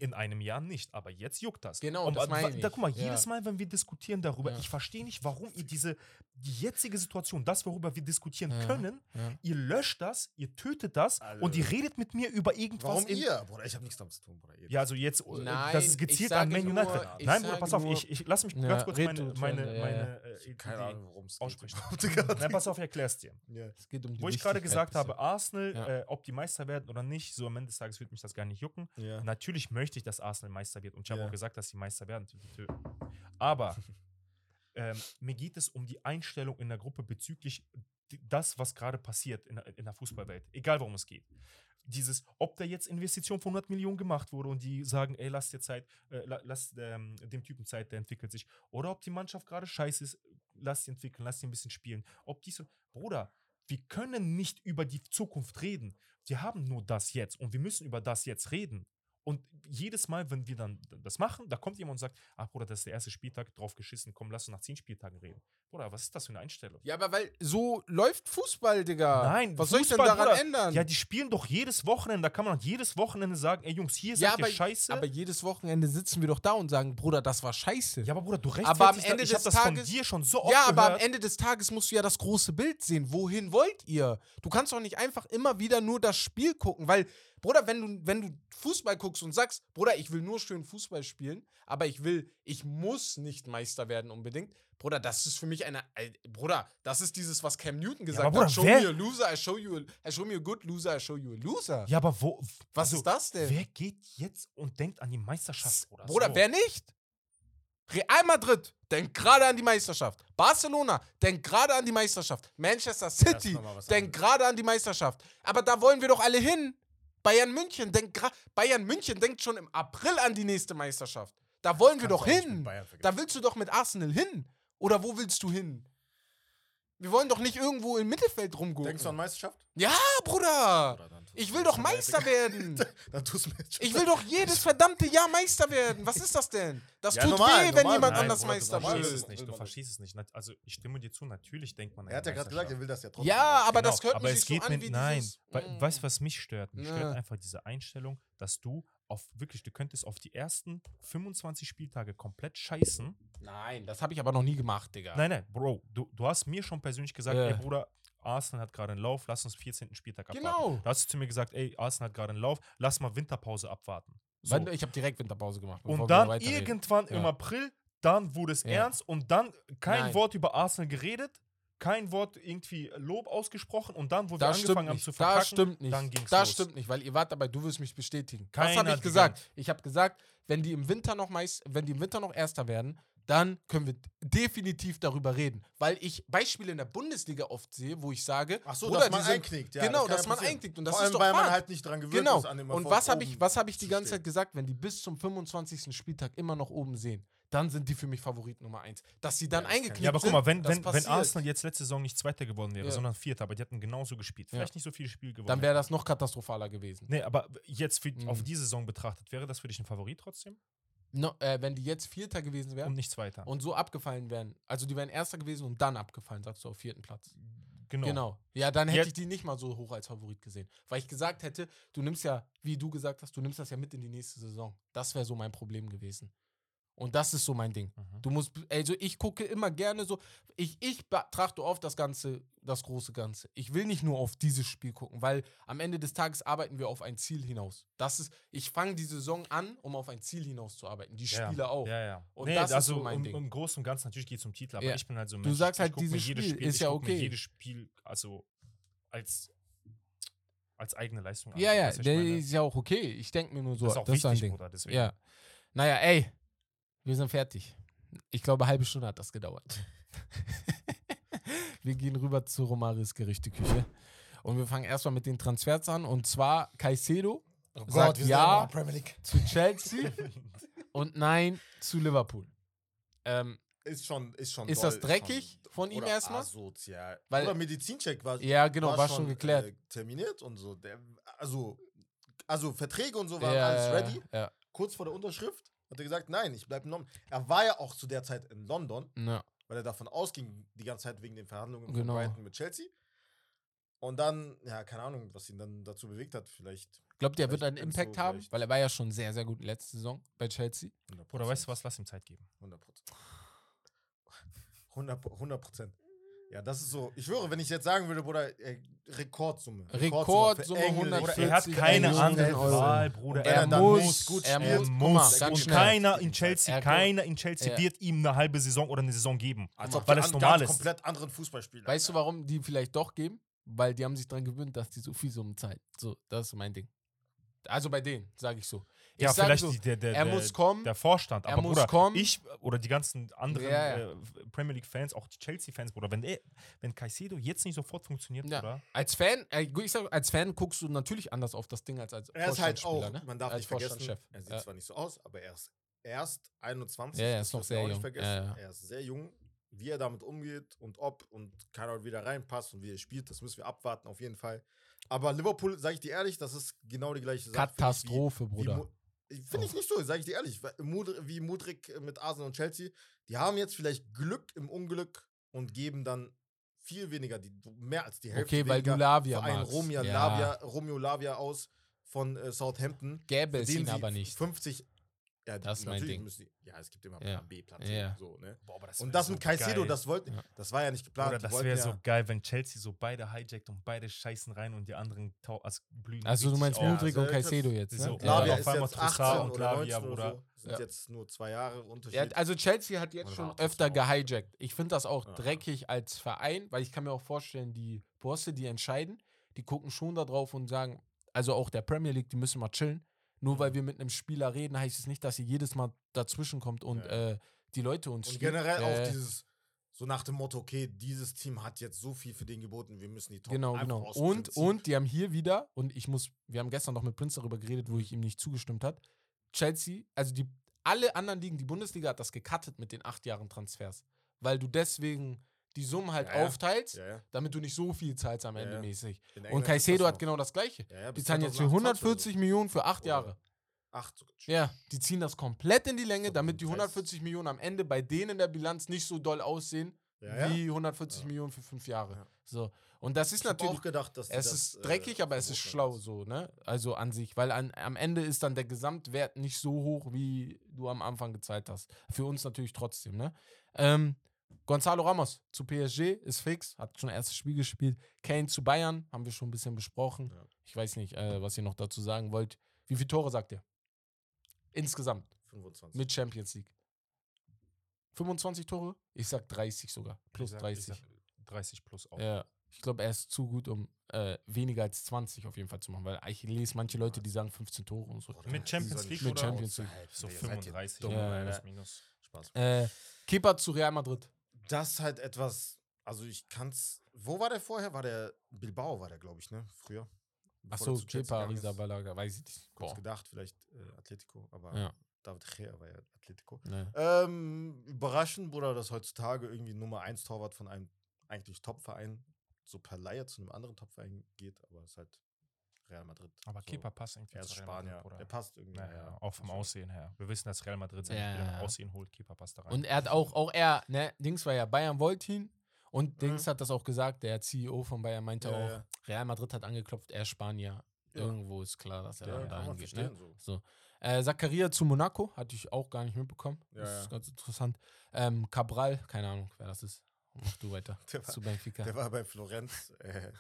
Speaker 1: in einem Jahr nicht, aber jetzt juckt das.
Speaker 2: Genau,
Speaker 1: Und,
Speaker 2: das
Speaker 1: äh,
Speaker 2: meine
Speaker 1: wa-
Speaker 2: ich.
Speaker 1: Da, guck mal,
Speaker 2: Ja.
Speaker 1: jedes Mal, wenn wir diskutieren darüber,
Speaker 2: Ja.
Speaker 1: ich verstehe nicht, warum ihr diese die jetzige Situation, das, worüber wir diskutieren
Speaker 2: Ja.
Speaker 1: können,
Speaker 2: Ja.
Speaker 1: ihr löscht das, ihr tötet das und ihr redet mit mir über irgendwas.
Speaker 3: Warum
Speaker 1: im-
Speaker 3: ihr? Bruder, ich habe nichts damit zu tun, Bruder. Ihr-
Speaker 1: Ja, also jetzt, äh,
Speaker 2: Nein,
Speaker 1: das
Speaker 2: ich
Speaker 1: ist gezielt
Speaker 2: sage
Speaker 1: an Man
Speaker 2: nur-
Speaker 1: United.
Speaker 2: ich
Speaker 1: Nein, Bruder,
Speaker 2: sage
Speaker 1: pass auf,
Speaker 2: nur-
Speaker 1: ich, ich lass mich
Speaker 2: Ja,
Speaker 1: ganz kurz
Speaker 2: red
Speaker 1: meine,
Speaker 2: du zu
Speaker 1: meine,
Speaker 2: Ende, ja,
Speaker 1: meine äh,
Speaker 3: Keine
Speaker 1: Idee
Speaker 3: Ahnung, worum es geht.
Speaker 1: aussprechen. Nein,
Speaker 3: Digga.
Speaker 1: pass auf, ich erklär's dir.
Speaker 3: Ja.
Speaker 2: Es geht um die
Speaker 1: Wo ich gerade
Speaker 2: Wichtigkeit
Speaker 1: gesagt habe,
Speaker 2: bisschen.
Speaker 1: Arsenal,
Speaker 2: Ja.
Speaker 1: äh, ob die Meister werden oder nicht, so am Ende des Tages wird mich das gar nicht jucken.
Speaker 3: Ja.
Speaker 1: Natürlich möchte ich, dass Arsenal Meister wird und ich habe
Speaker 3: Ja.
Speaker 1: auch gesagt, dass sie Meister werden. Tü-tü-tü. Aber ähm, mir geht es um die Einstellung in der Gruppe bezüglich d- das, was gerade passiert in, der- in der Fußballwelt. Egal, worum es geht. Dieses, ob da jetzt Investition von 100 Millionen gemacht wurde und die sagen, ey, lass dir Zeit, äh, la- lass ähm, dem Typen Zeit, der entwickelt sich. Oder ob die Mannschaft gerade scheiße ist, lass sie entwickeln, lass sie ein bisschen spielen. Ob dies und. Bruder, wir können nicht über die Zukunft reden. Wir haben nur das jetzt und wir müssen über das jetzt reden. Und jedes Mal, wenn wir dann d- das machen, da kommt jemand und sagt, ach Bruder, das ist der erste Spieltag, drauf geschissen, komm, lass uns nach zehn Spieltagen reden. Bruder, was ist das für eine Einstellung?
Speaker 2: Ja, aber weil so läuft Fußball, Digga.
Speaker 1: Nein,
Speaker 2: was soll ich denn
Speaker 1: Fußball,
Speaker 2: daran
Speaker 1: Bruder,
Speaker 2: ändern?
Speaker 1: Ja, die spielen doch jedes Wochenende, da kann man doch jedes Wochenende sagen, ey Jungs, hier ist
Speaker 2: Ja,
Speaker 1: ja, ihr scheiße.
Speaker 2: aber jedes Wochenende sitzen wir doch da und sagen, Bruder, das war scheiße.
Speaker 1: ja, aber Bruder, du rechtfertigst
Speaker 2: Aber am
Speaker 1: da-
Speaker 2: Ende
Speaker 1: ich hab
Speaker 2: des
Speaker 1: das von
Speaker 2: Tages-
Speaker 1: dir schon so oft
Speaker 2: Ja, aber am
Speaker 1: gehört.
Speaker 2: Ende des Tages musst du ja das große Bild sehen. Wohin wollt ihr? Du kannst doch nicht einfach immer wieder nur das Spiel gucken, weil, Bruder, wenn du, wenn du Fußball guckst und sagst, Bruder, ich will nur schön Fußball spielen, aber ich will, ich muss nicht Meister werden unbedingt. Bruder, das ist für mich eine. äh, Bruder, das ist dieses, was Cam Newton gesagt
Speaker 1: aber Bruder,
Speaker 2: hat. Show
Speaker 1: wer-
Speaker 2: me a loser, I show you a, I show me a good loser, I show you a loser.
Speaker 1: Ja, aber wo.
Speaker 2: Was
Speaker 1: also,
Speaker 2: ist das denn?
Speaker 1: Wer geht jetzt und denkt an die Meisterschaft, Bruder?
Speaker 2: Bruder,
Speaker 1: So.
Speaker 2: wer nicht? Real Madrid denkt gerade an die Meisterschaft. Barcelona denkt gerade an die Meisterschaft. Manchester City
Speaker 3: nochmal was
Speaker 2: denkt gerade an die Meisterschaft. Aber da wollen wir doch alle hin. Bayern München denkt gra- Bayern München denkt schon im April an die nächste Meisterschaft. Da wollen wir
Speaker 3: Kannst
Speaker 2: doch
Speaker 3: du auch nicht mit
Speaker 2: hin.
Speaker 3: Bayern vergleichen.
Speaker 2: Da willst du doch mit Arsenal hin. Oder wo willst du hin? Wir wollen doch nicht irgendwo im Mittelfeld rumgucken.
Speaker 3: Denkst du an Meisterschaft?
Speaker 2: ja, Bruder.
Speaker 3: Oder dann tust
Speaker 2: Ich
Speaker 3: du
Speaker 2: will
Speaker 3: mir
Speaker 2: doch
Speaker 3: schon leid,
Speaker 2: Meister
Speaker 3: Digga.
Speaker 2: werden.
Speaker 3: Dann tust du mir jetzt schon
Speaker 2: Ich will doch jedes verdammte Jahr Meister werden. Was ist das denn? Das
Speaker 3: Ja,
Speaker 2: tut
Speaker 3: normal,
Speaker 2: weh, wenn
Speaker 3: normal.
Speaker 2: jemand
Speaker 3: Nein,
Speaker 2: anders
Speaker 1: Bruder,
Speaker 2: Meister
Speaker 1: Du verstehst
Speaker 3: will.
Speaker 1: es
Speaker 2: wird.
Speaker 1: nicht,
Speaker 3: Will
Speaker 1: du
Speaker 3: man
Speaker 1: verstehst es nicht. Na- Also, ich stimme dir zu, natürlich denkt man an
Speaker 3: Er hat
Speaker 1: die
Speaker 3: ja gerade gesagt,
Speaker 1: Meisterschaft.
Speaker 3: er will das ja trotzdem.
Speaker 2: Ja, aber
Speaker 1: Genau,
Speaker 2: das hört
Speaker 1: aber
Speaker 2: mich
Speaker 1: es
Speaker 2: so
Speaker 1: geht
Speaker 2: an
Speaker 1: mit,
Speaker 2: wie
Speaker 1: nein,
Speaker 2: dieses... Ne.
Speaker 1: weil,
Speaker 2: Mm.
Speaker 1: weißt du, was mich stört? Mich
Speaker 2: Ja.
Speaker 1: stört einfach diese Einstellung, dass du auf, wirklich, du könntest auf die ersten 25 Spieltage komplett scheißen.
Speaker 2: Nein, das habe ich aber noch nie gemacht, Digga.
Speaker 1: Nein, nein, Bro, du, du hast mir schon persönlich gesagt,
Speaker 2: Ja.
Speaker 1: ey Bruder, Arsenal hat gerade einen Lauf, lass uns 14. Spieltag abwarten.
Speaker 2: Genau.
Speaker 1: Da hast du zu mir gesagt, ey, Arsenal hat gerade einen Lauf, lass mal Winterpause abwarten. So.
Speaker 2: Weil Ich habe direkt Winterpause gemacht. bevor wir
Speaker 1: Und dann
Speaker 2: weiterreden.
Speaker 1: irgendwann im
Speaker 2: Ja.
Speaker 1: April, dann wurde es
Speaker 2: Ja.
Speaker 1: ernst und dann kein
Speaker 2: Nein.
Speaker 1: Wort über Arsenal geredet, kein Wort irgendwie Lob ausgesprochen und dann, wo wir
Speaker 2: Das stimmt,
Speaker 1: angefangen haben
Speaker 2: nicht,
Speaker 1: zu verkacken,
Speaker 2: das stimmt nicht.
Speaker 1: dann ging's
Speaker 2: das
Speaker 1: los.
Speaker 2: stimmt nicht, weil ihr wart dabei, du wirst mich bestätigen. Was
Speaker 1: Keiner
Speaker 2: habe ich
Speaker 1: hat
Speaker 2: gesagt? Ich habe gesagt, wenn die im Winter noch meist, wenn die im Winter noch Erster werden, dann können wir definitiv darüber reden. Weil ich Beispiele in der Bundesliga oft sehe, wo ich sage,
Speaker 3: Ach so,
Speaker 2: Bruder,
Speaker 3: dass man
Speaker 2: die sind-
Speaker 3: einknickt. Ja,
Speaker 2: genau,
Speaker 3: kann
Speaker 2: dass
Speaker 3: ja
Speaker 2: man
Speaker 3: passieren.
Speaker 2: einknickt. Und das
Speaker 3: Vor
Speaker 2: ist
Speaker 3: allem,
Speaker 2: doch
Speaker 3: weil man
Speaker 2: wahr.
Speaker 3: halt nicht dran gewöhnt
Speaker 2: Genau.
Speaker 3: ist an dem
Speaker 2: Und
Speaker 3: Erfolg
Speaker 2: was habe ich,
Speaker 3: oben
Speaker 2: was hab ich die
Speaker 3: zu
Speaker 2: ganze
Speaker 3: stehen.
Speaker 2: Zeit gesagt? Wenn die bis zum 25. Spieltag immer noch oben sehen, dann sind die für mich Favorit Nummer 1. Dass sie dann
Speaker 3: Ja, das kann-
Speaker 2: eingeknickt sind.
Speaker 1: Ja, aber guck mal, wenn,
Speaker 2: das
Speaker 1: wenn, wenn
Speaker 2: passiert,
Speaker 1: Arsenal jetzt letzte Saison nicht Zweiter geworden wäre,
Speaker 2: Ja.
Speaker 1: sondern Vierter, aber die hatten genauso gespielt, vielleicht nicht so viele Spiele gewonnen.
Speaker 2: dann wäre das noch katastrophaler gewesen.
Speaker 1: Nee, aber jetzt für, auf
Speaker 2: Mhm.
Speaker 1: die Saison betrachtet, wäre das für dich ein Favorit trotzdem?
Speaker 2: No, äh, wenn die jetzt Vierter gewesen wären
Speaker 1: Und nicht Zweiter.
Speaker 2: und so abgefallen wären, also die wären Erster gewesen und dann abgefallen, sagst du auf vierten Platz.
Speaker 1: genau.
Speaker 2: Genau. Ja, dann hätte
Speaker 1: Jetzt-
Speaker 2: ich die nicht mal so hoch als Favorit gesehen. Weil ich gesagt hätte, du nimmst ja, wie du gesagt hast, du nimmst das ja mit in die nächste Saison. Das wäre so mein Problem gewesen. Und das ist so mein Ding.
Speaker 1: Mhm.
Speaker 2: Du musst, also ich gucke immer gerne so, ich, ich betrachte oft das Ganze, das große Ganze. Ich will nicht nur auf dieses Spiel gucken, weil am Ende des Tages arbeiten wir auf ein Ziel hinaus. Das ist, ich fange die Saison an, um auf ein Ziel hinaus zu arbeiten. Die
Speaker 1: Ja,
Speaker 2: Spieler auch.
Speaker 1: Ja, ja.
Speaker 2: Und das ist
Speaker 1: also
Speaker 2: so mein
Speaker 1: im,
Speaker 2: Ding.
Speaker 1: im Großen und Ganzen natürlich geht es um Titel, aber
Speaker 2: Ja.
Speaker 1: ich bin halt so ein
Speaker 2: Du
Speaker 1: Mensch,
Speaker 2: sagst
Speaker 1: ich
Speaker 2: halt,
Speaker 1: guck mir
Speaker 2: dieses
Speaker 1: jedes
Speaker 2: Spiel ist
Speaker 1: ich
Speaker 2: ja
Speaker 1: guck mir
Speaker 2: okay.
Speaker 1: Jedes Spiel, also als, als eigene Leistung an.
Speaker 2: Ja, ja,
Speaker 1: Weißt du, was
Speaker 2: der
Speaker 1: ich meine?
Speaker 2: ist ja auch okay. Ich denke mir nur so,
Speaker 1: Das
Speaker 2: das
Speaker 1: ist auch
Speaker 2: ist so ein
Speaker 1: wichtig,
Speaker 2: Ding.
Speaker 1: Bruder, deswegen.
Speaker 2: Ja. Naja, ey, wir sind fertig. Ich glaube, eine halbe Stunde hat das gedauert. wir gehen rüber zu Romaris Gerichteküche. Und wir fangen erstmal mit den Transfers an. Und zwar Caicedo
Speaker 3: Oh Gott,
Speaker 2: sagt
Speaker 3: wir sind immer
Speaker 2: ja
Speaker 3: noch Premier League.
Speaker 2: zu Chelsea und nein zu Liverpool. Ähm,
Speaker 3: Ist schon, ist schon.
Speaker 2: Ist
Speaker 3: doll,
Speaker 2: das dreckig
Speaker 3: schon-
Speaker 2: von ihm
Speaker 3: oder
Speaker 2: erstmal?
Speaker 3: Asozial.
Speaker 2: Weil-
Speaker 3: oder Medizincheck war,
Speaker 2: ja, genau, war, schon geklärt.
Speaker 3: äh, terminiert und so. Der, also, also Verträge und so
Speaker 2: ja,
Speaker 3: waren alles ready.
Speaker 2: Ja, ja.
Speaker 3: Kurz vor der Unterschrift hat er gesagt, nein, ich bleibe in London. Er war ja auch zu der Zeit in London,
Speaker 2: Ja.
Speaker 3: weil er davon ausging, die ganze Zeit wegen den Verhandlungen
Speaker 2: Genau.
Speaker 3: von Brighton mit Chelsea. Und dann, ja, keine Ahnung, was ihn dann dazu bewegt hat, vielleicht.
Speaker 2: Glaubt ihr, er wird einen
Speaker 3: Vielleicht kannst
Speaker 2: Impact
Speaker 3: du
Speaker 2: haben?
Speaker 3: vielleicht-
Speaker 2: Weil er war ja schon sehr, sehr gut letzte Saison bei Chelsea.
Speaker 3: 100%.
Speaker 1: Bruder, weißt du was? Lass ihm Zeit geben.
Speaker 3: 100 Prozent. 100 Pro- 100 Prozent. Ja, das ist so. Ich schwöre, wenn ich jetzt sagen würde, Bruder, äh, Rekordsumme.
Speaker 2: Rekordsumme
Speaker 3: für Engel.
Speaker 2: 100
Speaker 1: Bruder, er hat
Speaker 2: 40
Speaker 1: keine
Speaker 3: Millionen
Speaker 1: andere
Speaker 3: Euro.
Speaker 1: Wahl, Bruder.
Speaker 3: Und wenn er dann
Speaker 2: muss,
Speaker 1: gut
Speaker 2: er
Speaker 1: spielen.
Speaker 2: muss.
Speaker 1: Er
Speaker 2: Guck mal,
Speaker 1: muss.
Speaker 2: ganz
Speaker 1: und
Speaker 2: schnell.
Speaker 1: keiner in Chelsea,
Speaker 2: Er-
Speaker 1: keiner in Chelsea
Speaker 2: Ja.
Speaker 1: wird ihm eine halbe Saison oder eine Saison geben.
Speaker 3: Als
Speaker 2: Guck
Speaker 3: ob
Speaker 1: mal. Weil
Speaker 3: die
Speaker 1: das
Speaker 3: an-
Speaker 1: normal
Speaker 3: ganz
Speaker 1: ist.
Speaker 3: komplett anderen Fußballspieler.
Speaker 2: Weißt du, warum die vielleicht doch geben? Weil die haben sich dran gewöhnt, dass die so viel Summen zahlen. So, das ist mein Ding. Also bei denen, sage ich so. Ich
Speaker 1: Ja,
Speaker 2: sag
Speaker 1: vielleicht
Speaker 2: so,
Speaker 1: die- der, der,
Speaker 2: er
Speaker 1: der,
Speaker 2: muss kommen.
Speaker 1: der Vorstand.
Speaker 2: Mhm. er
Speaker 1: Aber
Speaker 2: muss
Speaker 1: Bruder,
Speaker 2: kommen.
Speaker 1: ich oder die ganzen anderen
Speaker 2: Ja, ja.
Speaker 1: äh, Premier League-Fans, auch Chelsea-Fans, Bruder, wenn, er, wenn Caicedo jetzt nicht sofort funktioniert,
Speaker 2: Ja.
Speaker 1: Bruder,
Speaker 2: Als Fan, äh, gut, ich sag, als Fan guckst du natürlich anders auf das Ding als als
Speaker 3: Er ist halt
Speaker 2: Vorstandsspieler,
Speaker 3: auch,
Speaker 2: ne?
Speaker 3: man darf
Speaker 2: als
Speaker 3: nicht vergessen,
Speaker 2: Vorstandschef. Äh,
Speaker 3: er sieht
Speaker 2: Ja.
Speaker 3: zwar nicht so aus, aber er ist erst 21.
Speaker 2: Ja, ja,
Speaker 3: das
Speaker 2: ist noch
Speaker 3: dürfen wir
Speaker 2: sehr
Speaker 3: auch nicht
Speaker 2: jung.
Speaker 3: vergessen.
Speaker 2: Ja, ja.
Speaker 3: Er ist sehr jung. Wie er damit umgeht und ob und keiner wieder reinpasst und wie er spielt, das müssen wir abwarten auf jeden Fall. Aber Liverpool, sage ich dir ehrlich, das ist genau die gleiche Sache. finde ich, wie-
Speaker 2: Katastrophe,
Speaker 3: wie
Speaker 2: Bruder. Oh.
Speaker 3: Mu- Ich Finde ich nicht so, sage ich dir ehrlich. Weil Mudri- Wie Mudrik äh, mit Arsenal und Chelsea, die haben jetzt vielleicht Glück im Unglück und geben dann viel weniger, die, mehr als die Hälfte
Speaker 2: Okay, weil du
Speaker 3: weniger
Speaker 2: Lavia
Speaker 3: für einen
Speaker 2: magst.
Speaker 3: Romeo,
Speaker 2: Ja.
Speaker 3: Lavia, Romeo Lavia aus von äh, Southampton.
Speaker 2: Gäbe
Speaker 3: für
Speaker 2: es
Speaker 3: den
Speaker 2: ihn
Speaker 3: sie
Speaker 2: aber nicht.
Speaker 3: 50. Ja,
Speaker 2: Das ist mein
Speaker 3: natürlich
Speaker 2: Ding.
Speaker 3: Müssen die, ja, es gibt immer
Speaker 2: Ja.
Speaker 3: Plan B, Plan C.
Speaker 2: Ja.
Speaker 3: So, ne?
Speaker 1: boah, aber das
Speaker 3: Und
Speaker 1: wär
Speaker 3: das
Speaker 1: so
Speaker 3: mit Caicedo,
Speaker 1: geil.
Speaker 3: das wollten,
Speaker 2: Ja.
Speaker 3: das war ja nicht geplant.
Speaker 1: Bruder,
Speaker 3: die
Speaker 1: das
Speaker 3: wollten
Speaker 1: wäre
Speaker 3: ja,
Speaker 1: so geil, wenn Chelsea so beide hijackt und beide scheißen rein und die anderen tau- also blühen.
Speaker 2: Also du
Speaker 1: richtig
Speaker 2: meinst
Speaker 1: auf.
Speaker 3: Ja,
Speaker 2: Mudrik und
Speaker 3: sehr krass.
Speaker 2: Caicedo jetzt, ne?
Speaker 1: So,
Speaker 2: ja.
Speaker 3: Lavia
Speaker 1: auf
Speaker 3: ist
Speaker 1: einmal
Speaker 3: jetzt
Speaker 1: Trossard
Speaker 3: 18
Speaker 1: und
Speaker 3: oder
Speaker 1: Lavia,
Speaker 3: 19
Speaker 1: Bruder.
Speaker 3: oder so. Sind
Speaker 2: Ja.
Speaker 3: jetzt nur zwei Jahre
Speaker 2: Ja,
Speaker 3: Unterschied.
Speaker 2: also Chelsea hat jetzt
Speaker 3: Oder
Speaker 2: schon
Speaker 3: war das
Speaker 2: öfter
Speaker 3: auch?
Speaker 2: gehijackt. Ich finde das auch
Speaker 3: Ja.
Speaker 2: dreckig als Verein, weil ich kann mir auch vorstellen, die Bosse, die entscheiden, die gucken schon da drauf und sagen, also auch der Premier League, die müssen mal chillen. Nur
Speaker 3: Mhm.
Speaker 2: weil wir mit einem Spieler reden, heißt es nicht, dass ihr jedes Mal dazwischen kommt und
Speaker 3: Ja.
Speaker 2: äh, die Leute uns
Speaker 3: Und
Speaker 2: schlägt.
Speaker 3: generell
Speaker 2: Äh,
Speaker 3: auch dieses, so nach dem Motto, okay, dieses Team hat jetzt so viel für den geboten, wir müssen die Top
Speaker 2: Genau,
Speaker 3: einfach
Speaker 2: genau.
Speaker 3: aus
Speaker 2: Und,
Speaker 3: Prinzip.
Speaker 2: und die haben hier wieder, und ich muss, wir haben gestern noch mit Prinz darüber geredet, wo ich ihm nicht zugestimmt hat. Chelsea, also die, alle anderen Ligen, die Bundesliga hat das gecuttet mit den acht Jahren Transfers. Weil du deswegen die Summen halt
Speaker 3: Ja, ja.
Speaker 2: aufteilst,
Speaker 3: Ja, ja.
Speaker 2: damit du nicht so viel zahlst am
Speaker 3: Ja,
Speaker 2: Ende
Speaker 3: ja.
Speaker 2: mäßig.
Speaker 3: In
Speaker 2: Und
Speaker 3: England ist das
Speaker 2: Caicedo hat
Speaker 3: noch.
Speaker 2: genau das gleiche.
Speaker 3: Ja, ja,
Speaker 2: Die
Speaker 3: bis
Speaker 2: zahlen jetzt für
Speaker 3: 2028 oder
Speaker 2: 140 Millionen für acht
Speaker 3: Oder-
Speaker 2: Jahre.
Speaker 3: so. Acht sogar.
Speaker 2: Ja, die ziehen das komplett in die Länge,
Speaker 3: So,
Speaker 2: damit die
Speaker 3: das heißt-
Speaker 2: 140 Millionen am Ende bei denen in der Bilanz nicht so doll aussehen
Speaker 3: Ja, ja.
Speaker 2: wie 140
Speaker 3: Ja.
Speaker 2: Millionen für fünf Jahre.
Speaker 3: Ja.
Speaker 2: So. Und das ist
Speaker 3: Ich hab
Speaker 2: natürlich
Speaker 3: auch gedacht, dass die
Speaker 2: es
Speaker 3: das,
Speaker 2: ist
Speaker 3: äh,
Speaker 2: dreckig, aber es ist
Speaker 3: verboten
Speaker 2: schlau
Speaker 3: haben.
Speaker 2: so, ne? Also an sich, weil an, am Ende ist dann der Gesamtwert nicht so hoch, wie du am Anfang gezahlt hast. Für uns natürlich trotzdem, ne? Ähm, Gonzalo Ramos zu PSG ist fix, hat schon erstes Spiel gespielt. Kane zu Bayern haben wir schon ein bisschen besprochen.
Speaker 3: Ja.
Speaker 2: Ich weiß nicht, äh, was ihr noch dazu sagen wollt. Wie viele Tore sagt ihr? Insgesamt
Speaker 3: 25.
Speaker 2: mit Champions League. 25 Tore? Ich sag 30 sogar.
Speaker 1: Ich
Speaker 2: Plus
Speaker 1: sag- ich
Speaker 2: 30.
Speaker 1: sag 30 plus auch.
Speaker 2: Ja, ich glaube, er ist zu gut, um äh, weniger als 20 auf jeden Fall zu machen, weil ich lese manche Leute, die sagen 15 Tore und so.
Speaker 3: Boah,
Speaker 1: Mit
Speaker 3: die
Speaker 1: Champions
Speaker 3: sollen
Speaker 1: League
Speaker 3: nicht
Speaker 1: oder-
Speaker 2: Champions League.
Speaker 3: Alter,
Speaker 1: So
Speaker 3: ihr seid jetzt
Speaker 1: 35
Speaker 3: dumm.
Speaker 2: Ja, ja.
Speaker 1: minus minus.
Speaker 3: Spaß.
Speaker 2: Äh, Kepa zu Real Madrid.
Speaker 3: Das ist halt etwas, also ich kann's. Wo war der vorher? War der Bilbao, war der, glaube ich, ne? Früher. Bevor
Speaker 2: Achso,
Speaker 3: der zu Chelsea
Speaker 2: Kepa,
Speaker 3: gegangen ist.
Speaker 2: Risabalaga, weiß ich nicht.
Speaker 3: kurz
Speaker 2: Boah.
Speaker 3: gedacht, vielleicht äh, Atletico, aber
Speaker 2: Ja.
Speaker 3: David Gea war ja Atletico.
Speaker 2: Nee.
Speaker 3: Ähm, überraschend, Bruder, dass heutzutage irgendwie Nummer 1 Torwart von einem eigentlich Topverein so per Leihe zu einem anderen Topverein geht, aber es ist halt Real Madrid.
Speaker 1: Aber
Speaker 3: so.
Speaker 1: Kepa passt irgendwie
Speaker 3: er ist
Speaker 1: zu Real Madrid,
Speaker 3: Spanier,
Speaker 1: Bruder.
Speaker 3: der passt irgendwie.
Speaker 1: Ja, ja, auch vom
Speaker 3: So.
Speaker 1: Aussehen her. Wir wissen, dass Real Madrid seine
Speaker 2: Also Ja,
Speaker 1: Spieler
Speaker 2: ja,
Speaker 1: nach
Speaker 2: ja.
Speaker 1: Aussehen holt. Kepa passt da rein.
Speaker 2: Und er hat auch, auch er, ne, Dings war ja Bayern wollte ihn und Dings hat das auch gesagt, der CEO von Bayern meinte
Speaker 3: Mhm. Ja,
Speaker 2: auch,
Speaker 3: ja.
Speaker 2: Real Madrid hat angeklopft, er Spanier.
Speaker 3: Ja.
Speaker 2: Irgendwo ist klar, dass
Speaker 3: Ja,
Speaker 2: er dann
Speaker 3: kann
Speaker 2: dahin
Speaker 3: man
Speaker 2: geht. Ne?
Speaker 3: verstehen so.
Speaker 2: So. Äh, Zakaria zu Monaco, hatte ich auch gar nicht mitbekommen.
Speaker 3: Ja,
Speaker 2: das
Speaker 3: ja.
Speaker 2: ist ganz interessant. Ähm, Cabral, keine Ahnung, wer das ist. Mach du weiter.
Speaker 3: Der war-
Speaker 2: zu Benfica.
Speaker 3: Der war bei Florenz. Äh,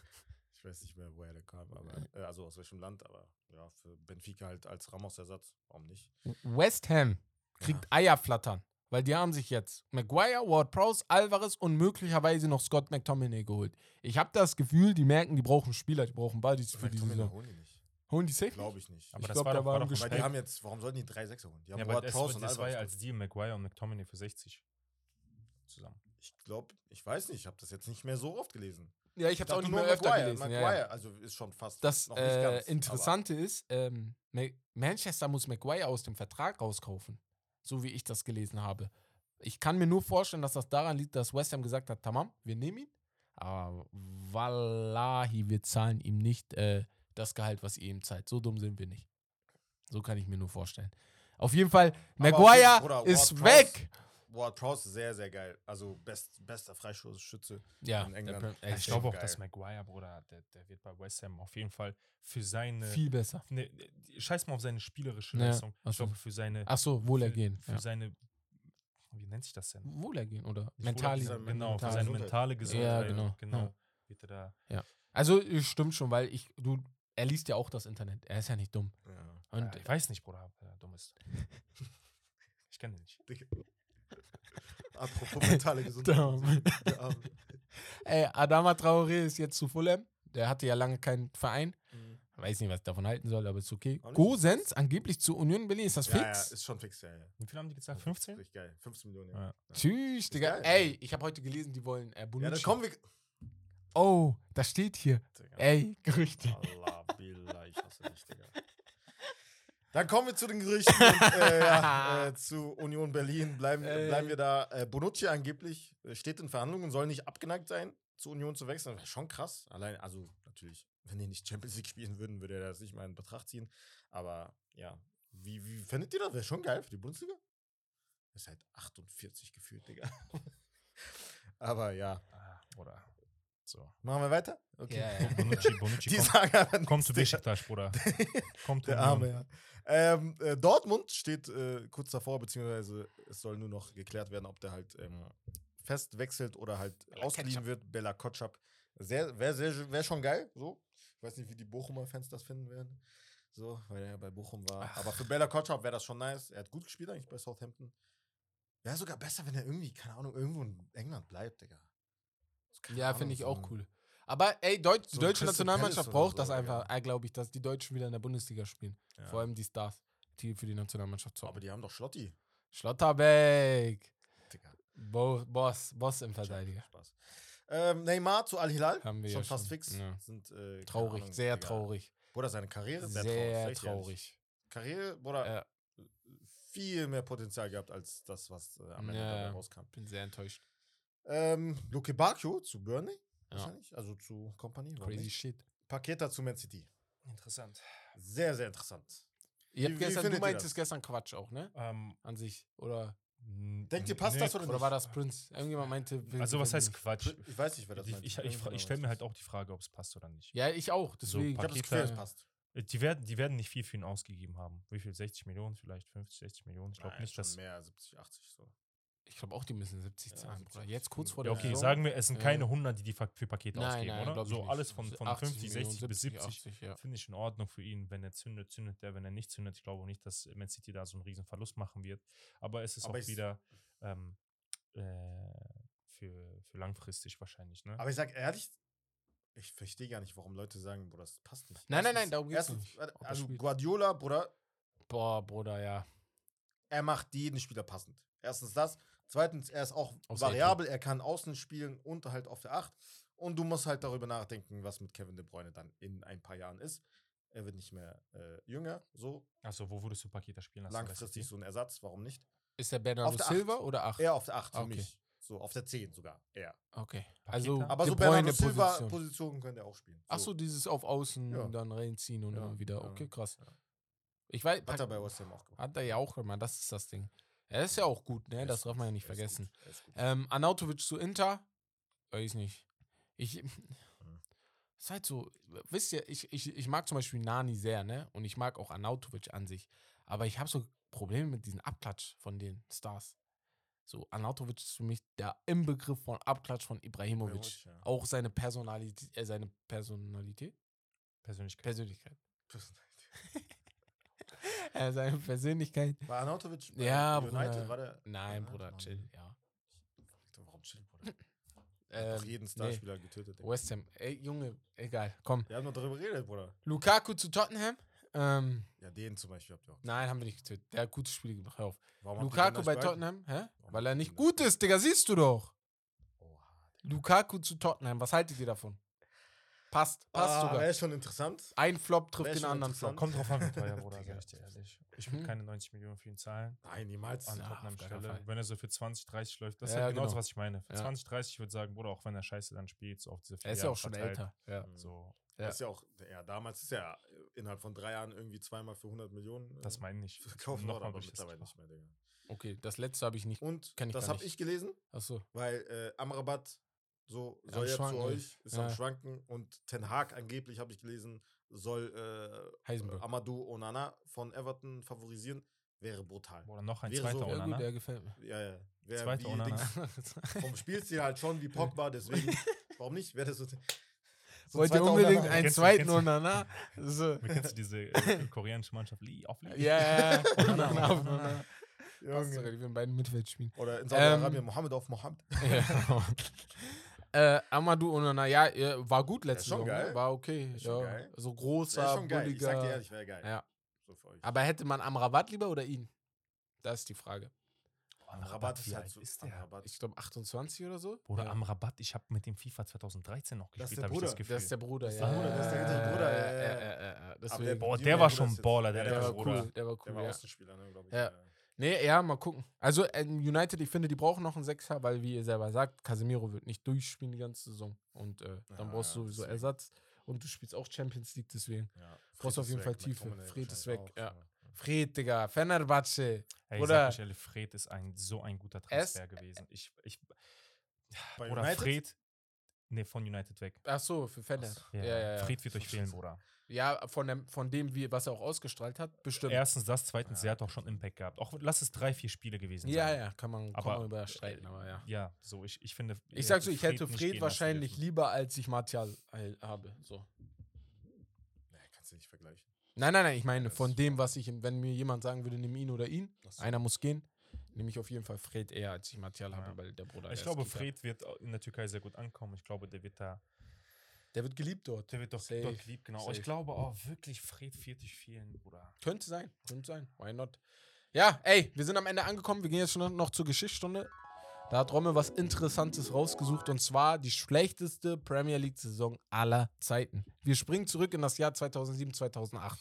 Speaker 3: ich weiß nicht mehr, woher der kam, aber äh, also aus welchem Land, aber ja, für Benfica halt als Ramos-Ersatz. Warum nicht?
Speaker 2: West Ham kriegt Eier flattern, weil die haben sich jetzt Maguire, Ward Prowse, Alvarez und möglicherweise noch Scott McTominay geholt. Ich habe das Gefühl, die merken, die brauchen Spieler, die brauchen Ball die für die
Speaker 3: McTominay
Speaker 2: Saison.
Speaker 3: holen die nicht.
Speaker 2: Holen die safe?
Speaker 3: Glaube ich nicht.
Speaker 1: aber das
Speaker 2: glaub,
Speaker 1: war
Speaker 2: der
Speaker 1: doch
Speaker 2: war
Speaker 1: war
Speaker 2: im
Speaker 1: doch
Speaker 3: Weil
Speaker 2: Gespräch.
Speaker 3: die
Speaker 1: Welt-
Speaker 3: haben jetzt, warum sollten die drei Sechser holen? Die haben
Speaker 1: ja, aber
Speaker 3: Ward
Speaker 1: das,
Speaker 3: Prowse und
Speaker 1: das war
Speaker 3: Alvarez
Speaker 1: ja
Speaker 3: geholt.
Speaker 1: als Deal Maguire und McTominay für 60 zusammen.
Speaker 3: Ich glaube, ich weiß nicht, ich habe das jetzt nicht mehr so oft gelesen.
Speaker 2: Ja, ich habe es auch
Speaker 3: dachte
Speaker 2: nicht
Speaker 3: nur
Speaker 2: mehr öfter
Speaker 3: Maguire,
Speaker 2: gelesen.
Speaker 3: Maguire,
Speaker 2: Ja, ja.
Speaker 3: also ist schon fast.
Speaker 2: Das
Speaker 3: noch nicht
Speaker 2: äh,
Speaker 3: ganz,
Speaker 2: Interessante ist, ähm, Ma- Manchester muss Maguire aus dem Vertrag rauskaufen, so wie ich das gelesen habe. Ich kann mir nur vorstellen, dass das daran liegt, dass West Ham gesagt hat, tamam, wir nehmen ihn, aber wallahi, wir zahlen ihm nicht äh, das Gehalt, was ihr ihm zahlt. So dumm sind wir nicht. So kann ich mir nur vorstellen. Auf jeden Fall,
Speaker 3: Aber-
Speaker 2: Maguire
Speaker 3: Bruder,
Speaker 2: ist
Speaker 3: Ward-Prowse.
Speaker 2: weg.
Speaker 3: Ward Prowse ist sehr, sehr geil. Also best, bester Freistoßschütze.
Speaker 2: Ja,
Speaker 3: in England.
Speaker 2: der äh, Prem-
Speaker 3: Ja,
Speaker 2: ey,
Speaker 3: ist
Speaker 1: ich
Speaker 3: schon
Speaker 1: glaube auch,
Speaker 3: geil.
Speaker 1: dass Maguire, Bruder, der, der wird bei West Ham auf jeden Fall für seine.
Speaker 2: viel besser.
Speaker 1: Ne, scheiß mal auf seine spielerische
Speaker 2: Ja,
Speaker 1: Leistung.
Speaker 2: ach
Speaker 1: Ich
Speaker 2: so.
Speaker 1: glaube, für seine.
Speaker 2: Ach so, Wohlergehen.
Speaker 1: Für, für
Speaker 2: Ja.
Speaker 1: seine. Wie nennt sich das denn?
Speaker 2: Wohlergehen oder
Speaker 1: Nicht
Speaker 2: mental.
Speaker 1: Wohler-
Speaker 3: Seine
Speaker 1: Genau, für
Speaker 2: mentale
Speaker 1: seine
Speaker 3: Gesundheit.
Speaker 1: mentale Gesundheit.
Speaker 2: genau, ja.
Speaker 1: Wird er da.
Speaker 2: Also äh, stimmt schon, weil ich du er liest ja auch das Internet. Er ist ja nicht dumm.
Speaker 3: Ja.
Speaker 2: Und
Speaker 1: ja, äh, ich weiß nicht, Bruder, ob er dumm ist. ich kenne ihn nicht.
Speaker 3: Apropos mentale Gesundheit. Der Arme.
Speaker 2: Ey, Adama Traoré ist jetzt zu Fulham. Der hatte ja lange keinen Verein.
Speaker 3: Mhm.
Speaker 2: Weiß nicht, was ich davon halten soll, aber ist okay.
Speaker 3: Auch nicht.
Speaker 2: Gosens angeblich zu Union Berlin. Ist das
Speaker 3: ja, ja,
Speaker 2: fix?
Speaker 3: ist schon fix, ja, ja.
Speaker 1: Wie viel haben die gezahlt?
Speaker 3: Das ist
Speaker 1: 15?
Speaker 3: Richtig geil. 15 Millionen,
Speaker 1: Ja.
Speaker 3: ja.
Speaker 2: Tschüss, Digga.
Speaker 3: geil.
Speaker 2: Ey, ich habe heute gelesen, die wollen äh,
Speaker 3: Ja, dann
Speaker 2: Bonucci.
Speaker 3: kommen wir.
Speaker 2: oh, das steht hier.
Speaker 3: Digga.
Speaker 2: Ey, Gerüchte.
Speaker 3: Allah, Billah, ich hasse dich, Digga. Dann kommen wir zu den Gerüchten und, äh, ja, äh, zu Union Berlin. Bleiben,
Speaker 2: Ey.
Speaker 3: bleiben wir da. Äh, Bonucci angeblich äh, steht in Verhandlungen, soll nicht abgeneigt sein, zu Union zu wechseln. Wäre schon krass. Allein, also natürlich, wenn die nicht Champions League spielen würden, würde er das nicht mal in Betracht ziehen. Aber ja, wie, wie findet ihr das? Wäre schon geil für die Bundesliga. Ist halt 48 gefühlt, Digga. Aber ja,
Speaker 1: Ah, Bruder. So.
Speaker 3: machen wir weiter? Okay.
Speaker 2: Ja, ja.
Speaker 1: Bonucci, Bonucci,
Speaker 3: Die
Speaker 1: komm,
Speaker 3: sagen aber
Speaker 1: komm zu
Speaker 3: nichts, Digga.
Speaker 1: Besiktas, Bruder. Komm zu
Speaker 2: Genau.
Speaker 3: Der
Speaker 1: Union.
Speaker 3: Arme, ja. Ähm, äh, Dortmund steht äh, kurz davor, beziehungsweise es soll nur noch geklärt werden, ob der halt ähm, fest wechselt oder halt ausgeliehen wird. Bella Kotschap. Sehr, wäre sehr, wär schon geil, so. Ich weiß nicht, wie die Bochumer Fans das finden werden. So, weil er bei Bochum war. Aber für Bella Kotschap wäre das schon nice. Er hat gut gespielt eigentlich bei Southampton. Wäre sogar besser, wenn er irgendwie, keine Ahnung, irgendwo in England bleibt, Digga. Keine
Speaker 2: Ja,
Speaker 3: Ahnung,
Speaker 2: finde ich
Speaker 3: so
Speaker 2: auch
Speaker 3: ein-
Speaker 2: cool. Aber ey, Deutsch, die
Speaker 3: So ein
Speaker 2: deutsche
Speaker 3: Crystal
Speaker 2: Nationalmannschaft
Speaker 3: Palace oder
Speaker 2: braucht
Speaker 3: so,
Speaker 2: das
Speaker 3: Digga.
Speaker 2: einfach, äh, glaube ich, dass die Deutschen wieder in der Bundesliga spielen.
Speaker 3: Ja.
Speaker 2: Vor allem die Stars, die für die Nationalmannschaft
Speaker 3: Aber
Speaker 2: zocken.
Speaker 3: die haben doch Schlotti.
Speaker 2: Schlotterbeck.
Speaker 3: Digga.
Speaker 2: Bo Boss, Boss im Verteidiger.
Speaker 3: Spaß. Ähm, Neymar zu Al-Hilal.
Speaker 2: Haben wir
Speaker 3: schon
Speaker 2: ja
Speaker 3: fast
Speaker 2: schon,
Speaker 3: fix.
Speaker 2: ja.
Speaker 3: Sind, äh, keine
Speaker 2: Traurig,
Speaker 3: Ahnung,
Speaker 2: sehr
Speaker 3: Digga.
Speaker 2: traurig.
Speaker 3: Bruder, seine Karriere ist
Speaker 2: Sehr
Speaker 3: sag ich dir ehrlich.
Speaker 2: traurig.
Speaker 3: Karriere, Bruder,
Speaker 2: Ja,
Speaker 3: viel mehr Potenzial gehabt als das, was äh, am Ende
Speaker 2: Ja.
Speaker 3: dabei rauskam.
Speaker 2: bin sehr enttäuscht.
Speaker 3: Ähm, Luke Bacchio zu Burnley,
Speaker 2: Ja.
Speaker 3: wahrscheinlich. Also zu Company. warum
Speaker 2: Crazy
Speaker 3: nicht?
Speaker 2: shit.
Speaker 3: Paketa zu Man City.
Speaker 1: Interessant.
Speaker 3: Sehr, sehr interessant.
Speaker 2: Ihr
Speaker 3: Wie-
Speaker 2: habt
Speaker 3: wie
Speaker 2: gestern, du
Speaker 3: findet ihr
Speaker 2: meintest
Speaker 3: das?
Speaker 2: gestern Quatsch auch, ne?
Speaker 1: Ähm,
Speaker 2: An sich. Oder,
Speaker 1: Denkt
Speaker 3: ihr, passt das oder
Speaker 2: oder
Speaker 3: nicht?
Speaker 2: war das Prinz? Irgendjemand meinte. Prinz
Speaker 1: Also, was
Speaker 2: findet
Speaker 1: heißt
Speaker 2: nicht.
Speaker 1: Quatsch?
Speaker 3: Ich weiß nicht, wer das
Speaker 1: Ich,
Speaker 3: meint.
Speaker 1: ich, ich, fra-
Speaker 3: Irgendeiner
Speaker 1: ich stelle mir
Speaker 3: weiß
Speaker 1: halt
Speaker 3: das.
Speaker 1: auch die Frage, ob es passt oder nicht.
Speaker 2: Ja, ich auch. Deswegen.
Speaker 3: Ich habe das Gefühl, es passt.
Speaker 1: Äh, Die, werden, die werden nicht viel für ihn ausgegeben haben. Wie viel? 60 Millionen, vielleicht 50, 60 Millionen? Ich glaube
Speaker 3: Nein,
Speaker 1: nicht,
Speaker 3: schon
Speaker 1: dass.
Speaker 3: Mehr, 70, 80 so.
Speaker 2: ich glaube auch, die müssen 70
Speaker 3: Ja,
Speaker 2: zahlen, Bruder.
Speaker 3: 70,
Speaker 2: Jetzt kurz vor
Speaker 1: Ja,
Speaker 2: der
Speaker 1: okay,
Speaker 2: Saison.
Speaker 1: sagen wir, es sind
Speaker 2: Ja.
Speaker 1: keine 100, die die Fa- für Pakete
Speaker 2: nein,
Speaker 1: ausgeben,
Speaker 2: nein,
Speaker 1: oder?
Speaker 2: glaub ich
Speaker 1: So
Speaker 2: nicht.
Speaker 1: alles von, von
Speaker 2: 80
Speaker 1: 50,
Speaker 2: Millionen,
Speaker 1: 60 bis 70.
Speaker 2: 80, ja.
Speaker 1: Finde ich in Ordnung für ihn. Wenn er zündet, zündet er. Wenn er nicht zündet, ich glaube auch nicht, dass Man City da so einen riesen Verlust machen wird. Aber es ist
Speaker 3: Aber
Speaker 1: auch
Speaker 3: ich-
Speaker 1: wieder ähm, äh, für, für langfristig wahrscheinlich. Ne?
Speaker 3: Aber ich sag ehrlich, ich verstehe gar nicht, warum Leute sagen, Bruder, das passt nicht.
Speaker 2: Nein, nein, nein, darum geht's
Speaker 3: erstens,
Speaker 2: nicht,
Speaker 3: warte,
Speaker 2: ob er
Speaker 3: Also
Speaker 2: spielt.
Speaker 3: Guardiola, Bruder,
Speaker 2: Boah, Bruder, ja.
Speaker 3: er macht jeden Spieler passend. Erstens das. Zweitens, er ist auch
Speaker 2: Aufs
Speaker 3: variabel, er kann außen spielen und halt auf der Acht. Und du musst halt darüber nachdenken, was mit Kevin De Bruyne dann in ein paar Jahren ist. Er wird nicht mehr äh, jünger, so
Speaker 1: Achso, wo würdest du Pakete spielen lassen? bei
Speaker 3: langfristig
Speaker 1: City?
Speaker 3: so ein Ersatz, warum nicht?
Speaker 2: Ist der Bernardo
Speaker 3: Auf der
Speaker 2: Silva oder 8?
Speaker 3: Eher auf der Acht für
Speaker 2: Ah, Okay.
Speaker 3: mich. So, auf der 10 sogar, eher.
Speaker 2: Okay. Also,
Speaker 1: Paketa?
Speaker 3: Aber
Speaker 2: De
Speaker 3: so
Speaker 2: Bruyne
Speaker 3: Bernardo Silva
Speaker 2: Position.
Speaker 3: Positionen könnte er auch spielen.
Speaker 2: Ach so, dieses auf Außen
Speaker 3: Ja.
Speaker 2: dann reinziehen und
Speaker 3: Ja,
Speaker 2: dann wieder.
Speaker 3: ja.
Speaker 2: Okay, krass. Ich weiß,
Speaker 3: Hat er
Speaker 2: Pak-
Speaker 3: bei West Ham auch gemacht.
Speaker 2: hat er ja auch immer, das ist das Ding. Er ist ja auch gut, ne?
Speaker 3: Er
Speaker 2: Das
Speaker 3: ist
Speaker 2: darf
Speaker 3: gut,
Speaker 2: man ja nicht
Speaker 3: er ist gut,
Speaker 2: vergessen.
Speaker 3: er ist gut.
Speaker 2: Ähm, Anautovic zu Inter? Weiß nicht. Ich.
Speaker 3: Hm.
Speaker 2: Ist halt so, wisst ihr, ich, ich, ich mag zum Beispiel Nani sehr, ne? Und ich mag auch Anautovic an sich. Aber ich habe so Probleme mit diesem Abklatsch von den Stars. So, Anautovic ist für mich der Inbegriff von Abklatsch von Ibrahimovic.
Speaker 3: Ibrahimovic, ja.
Speaker 2: Auch seine Personalität, äh, seine Personalität?
Speaker 1: Persönlichkeit.
Speaker 2: Persönlichkeit. Äh, seine Persönlichkeit.
Speaker 3: War Arnautovic bei
Speaker 2: Ja,
Speaker 3: United
Speaker 2: Bruder.
Speaker 3: war der.
Speaker 2: Nein,
Speaker 3: Ja,
Speaker 2: Bruder,
Speaker 3: Mann.
Speaker 2: chill, ja.
Speaker 3: Warum chill, Bruder? Hat
Speaker 2: Ähm,
Speaker 3: doch jeden
Speaker 2: nee.
Speaker 3: Starspieler getötet. Ey.
Speaker 2: West Ham. Ey, Junge, egal, komm.
Speaker 3: Wir haben noch darüber geredet, Bruder.
Speaker 2: Lukaku zu Tottenham? Ähm,
Speaker 3: Ja, den zum Beispiel habt ihr auch.
Speaker 2: nein, haben wir nicht getötet. Der hat gute Spiele gemacht. Hör auf.
Speaker 3: Warum habt ihr den
Speaker 2: Lukaku
Speaker 3: nicht
Speaker 2: bei
Speaker 3: behalten?
Speaker 2: Tottenham? Hä?
Speaker 3: Warum
Speaker 2: Weil er
Speaker 3: habt ihr
Speaker 2: nicht
Speaker 3: den
Speaker 2: gut ist, Digga, siehst du doch.
Speaker 3: Oha.
Speaker 2: Lukaku zu Tottenham, was haltet ihr davon? Passt, passt
Speaker 3: ah,
Speaker 2: sogar.
Speaker 3: Wäre schon interessant.
Speaker 2: Ein Flop
Speaker 3: wär
Speaker 2: trifft den
Speaker 3: schon
Speaker 2: anderen
Speaker 3: interessant.
Speaker 2: Flop.
Speaker 1: Kommt drauf an, wie teuer, Bruder,
Speaker 3: Digga.
Speaker 1: sag ich dir ehrlich. Ich will
Speaker 2: Mhm.
Speaker 1: keine 90 Millionen für ihn zahlen.
Speaker 3: Nein, niemals.
Speaker 1: an
Speaker 2: Ja,
Speaker 1: Tottenham
Speaker 2: auf keinen
Speaker 1: Stelle.
Speaker 2: Fall.
Speaker 1: Wenn er so für 20, 30 läuft, das ist
Speaker 2: Ja,
Speaker 1: halt genau das,
Speaker 2: genau.
Speaker 1: was ich meine. Für
Speaker 2: Ja.
Speaker 1: 20, 30 ich würde sagen, Bruder, auch wenn er scheiße dann spielt, so auf diese vier
Speaker 2: Er ist ja
Speaker 1: Jahre
Speaker 2: auch schon
Speaker 1: verteilt, Mhm.
Speaker 2: älter. Ja.
Speaker 1: So,
Speaker 2: Ja.
Speaker 3: Hm. Ist ja auch, ja, damals ist ja innerhalb von drei Jahren irgendwie zweimal für 100 Millionen.
Speaker 1: das
Speaker 3: äh,
Speaker 1: meine ich.
Speaker 2: Mhm.
Speaker 3: verkauft worden,
Speaker 1: Nochmal
Speaker 3: aber
Speaker 1: würde ich das
Speaker 3: mittlerweile
Speaker 1: nicht
Speaker 3: nicht mehr, Digga.
Speaker 2: Okay, das letzte habe ich nicht.
Speaker 3: Und
Speaker 2: Kenn ich
Speaker 3: das
Speaker 2: gar
Speaker 3: habe
Speaker 2: nicht.
Speaker 3: ich gelesen,
Speaker 2: Achso.
Speaker 3: weil äh, Amrabat so
Speaker 2: Ja, am
Speaker 3: soll ja zu
Speaker 2: Schwanken
Speaker 3: euch,
Speaker 2: ist.
Speaker 3: ist am
Speaker 2: Ja.
Speaker 3: Schwanken und Ten Hag angeblich, habe ich gelesen, soll äh,
Speaker 2: Heisenberg.
Speaker 3: Amadou Onana von Everton favorisieren. Wäre brutal.
Speaker 1: Oder noch ein
Speaker 3: Wäre
Speaker 1: zweiter
Speaker 3: so.
Speaker 2: Ja,
Speaker 1: Onana.
Speaker 2: gut, der gefällt mir.
Speaker 3: Ja, ja. Wer
Speaker 1: Zweiter
Speaker 3: wie
Speaker 1: Onana.
Speaker 3: Dings- vom Spielstil halt schon wie Pogba, deswegen, warum nicht? Wäre das so, so
Speaker 2: Wollt ihr
Speaker 3: zweiter ne?
Speaker 2: unbedingt
Speaker 3: Onana.
Speaker 1: ein-
Speaker 2: einen
Speaker 1: Kennst du-
Speaker 2: zweiten
Speaker 1: kennst du-
Speaker 2: Onana? So.
Speaker 1: Wie kennst du diese äh, koreanische Mannschaft? Lee, auf Lee.
Speaker 2: Ja, ja, ja.
Speaker 1: Onana,
Speaker 2: Onana Genau. auf
Speaker 1: Onana.
Speaker 2: Onana. Passt sogar,
Speaker 3: Junge.
Speaker 2: die werden beiden Mitwelt spielen.
Speaker 3: Oder in Saudi-Arabien,
Speaker 2: Ähm,
Speaker 3: Mohammed auf Mohammed.
Speaker 2: Ja. äh, Amadou Onana, ja, äh, war gut
Speaker 3: ist
Speaker 2: letzte
Speaker 3: schon
Speaker 2: Woche.
Speaker 3: geil.
Speaker 2: War okay.
Speaker 3: Ist schon
Speaker 2: ja.
Speaker 3: geil.
Speaker 2: So
Speaker 3: Wär
Speaker 2: großer,
Speaker 3: schon geil. Ich sag dir
Speaker 2: bulliger.
Speaker 3: ehrlich, wäre geil.
Speaker 2: Ja.
Speaker 3: So für euch.
Speaker 2: Aber hätte man Amrabat lieber oder ihn? Das ist die Frage.
Speaker 1: Am
Speaker 3: Rabatt ist
Speaker 1: wie
Speaker 3: halt
Speaker 1: alt
Speaker 3: so.
Speaker 1: Ist
Speaker 3: am
Speaker 1: der?
Speaker 3: Rabatt.
Speaker 2: Ich glaube 28 oder so.
Speaker 1: Oder
Speaker 2: ja.
Speaker 1: am Rabatt, ich habe mit dem FIFA 2013 noch
Speaker 3: Das ist
Speaker 1: gespielt,
Speaker 3: der
Speaker 1: habe ich das
Speaker 3: Bruder.
Speaker 1: Gefühl.
Speaker 2: Das ist der Bruder,
Speaker 3: ist
Speaker 2: ja.
Speaker 3: der Bruder, das ist der ältere Bruder, ja, ja,
Speaker 2: Äh,
Speaker 3: ja.
Speaker 2: äh, äh, äh,
Speaker 3: der
Speaker 2: deswegen.
Speaker 1: Boah,
Speaker 3: Die
Speaker 1: der
Speaker 3: Jungen
Speaker 1: war
Speaker 3: ist
Speaker 1: schon
Speaker 3: jetzt-
Speaker 1: Baller, der,
Speaker 3: Ja,
Speaker 2: Der,
Speaker 1: der,
Speaker 2: war cool,
Speaker 1: Bruder.
Speaker 2: der war cool.
Speaker 3: Der war
Speaker 2: ja.
Speaker 3: Außenspieler, ne, glaube ich.
Speaker 2: Ja. Nee, ja, mal gucken. Also ähm, United, ich finde, die brauchen noch einen Sechser, weil wie ihr selber sagt, Casemiro wird nicht durchspielen die ganze Saison und äh, dann
Speaker 3: Ja,
Speaker 2: brauchst du
Speaker 3: ja,
Speaker 2: sowieso
Speaker 3: deswegen.
Speaker 2: Ersatz und du spielst auch Champions League deswegen.
Speaker 3: Ja.
Speaker 2: Brauchst auf
Speaker 3: Fred ist
Speaker 2: jeden
Speaker 3: weg,
Speaker 2: Fall Tiefe.
Speaker 3: McTominay
Speaker 2: Fred ist
Speaker 3: wahrscheinlich
Speaker 2: weg, ja.
Speaker 3: ne?
Speaker 2: Fred, Digga, Fenerbahce.
Speaker 1: Ey,
Speaker 2: Bruder.
Speaker 1: sag mich ehrlich, Fred ist ein, so ein guter Transfer gewesen. Ich, ich,
Speaker 3: Bei
Speaker 1: oder
Speaker 3: United?
Speaker 1: Fred, nee, von United weg.
Speaker 2: Ach so, für Fener.
Speaker 3: Ach
Speaker 2: Ja, ja, ja.
Speaker 1: Fred wird euch fehlen, Bruder.
Speaker 2: ja von, dem, von dem, wie, was er auch ausgestrahlt hat, bestimmt.
Speaker 1: Erstens das, zweitens, er
Speaker 3: Ja.
Speaker 1: hat auch schon Impact gehabt. Auch lass es drei, vier Spiele gewesen
Speaker 2: ja,
Speaker 1: sein.
Speaker 2: ja, kann man,
Speaker 1: Aber,
Speaker 2: kann man überstreiten, aber ja.
Speaker 1: Ja, so, ich, ich finde. ihr
Speaker 2: Ich sag
Speaker 1: hättet
Speaker 2: so, ich hätte
Speaker 1: nicht
Speaker 2: Fred
Speaker 1: gehen lassen
Speaker 2: wahrscheinlich
Speaker 1: dürfen.
Speaker 2: lieber, als ich Martial heil- habe. So.
Speaker 3: Nee, kannst du nicht vergleichen.
Speaker 2: Nein, nein, nein, ich meine,
Speaker 3: das
Speaker 2: von
Speaker 3: ist
Speaker 2: dem, was ich, wenn mir jemand sagen würde, nimm ihn oder ihn,
Speaker 3: Ach so.
Speaker 2: einer muss gehen, nehme ich auf jeden Fall Fred eher, als ich Martial habe,
Speaker 1: Ja.
Speaker 2: weil der Bruder. der
Speaker 1: Ich
Speaker 2: ist
Speaker 1: glaube,
Speaker 2: Kicker.
Speaker 1: Fred wird in der Türkei sehr gut ankommen. Ich glaube, der wird da.
Speaker 2: Der wird geliebt dort.
Speaker 1: Der wird doch
Speaker 2: Safe,
Speaker 1: dort geliebt, genau.
Speaker 2: safe.
Speaker 1: Ich glaube auch wirklich, Fred wird dich fehlen, Bruder.
Speaker 2: Könnte sein, könnte sein. Why not? Ja, ey, wir sind am Ende angekommen. Wir gehen jetzt schon noch zur Geschichtsstunde. Da hat Rommel was Interessantes rausgesucht und zwar die schlechteste Premier League-Saison aller Zeiten. Wir springen zurück in das Jahr 2007, 2008.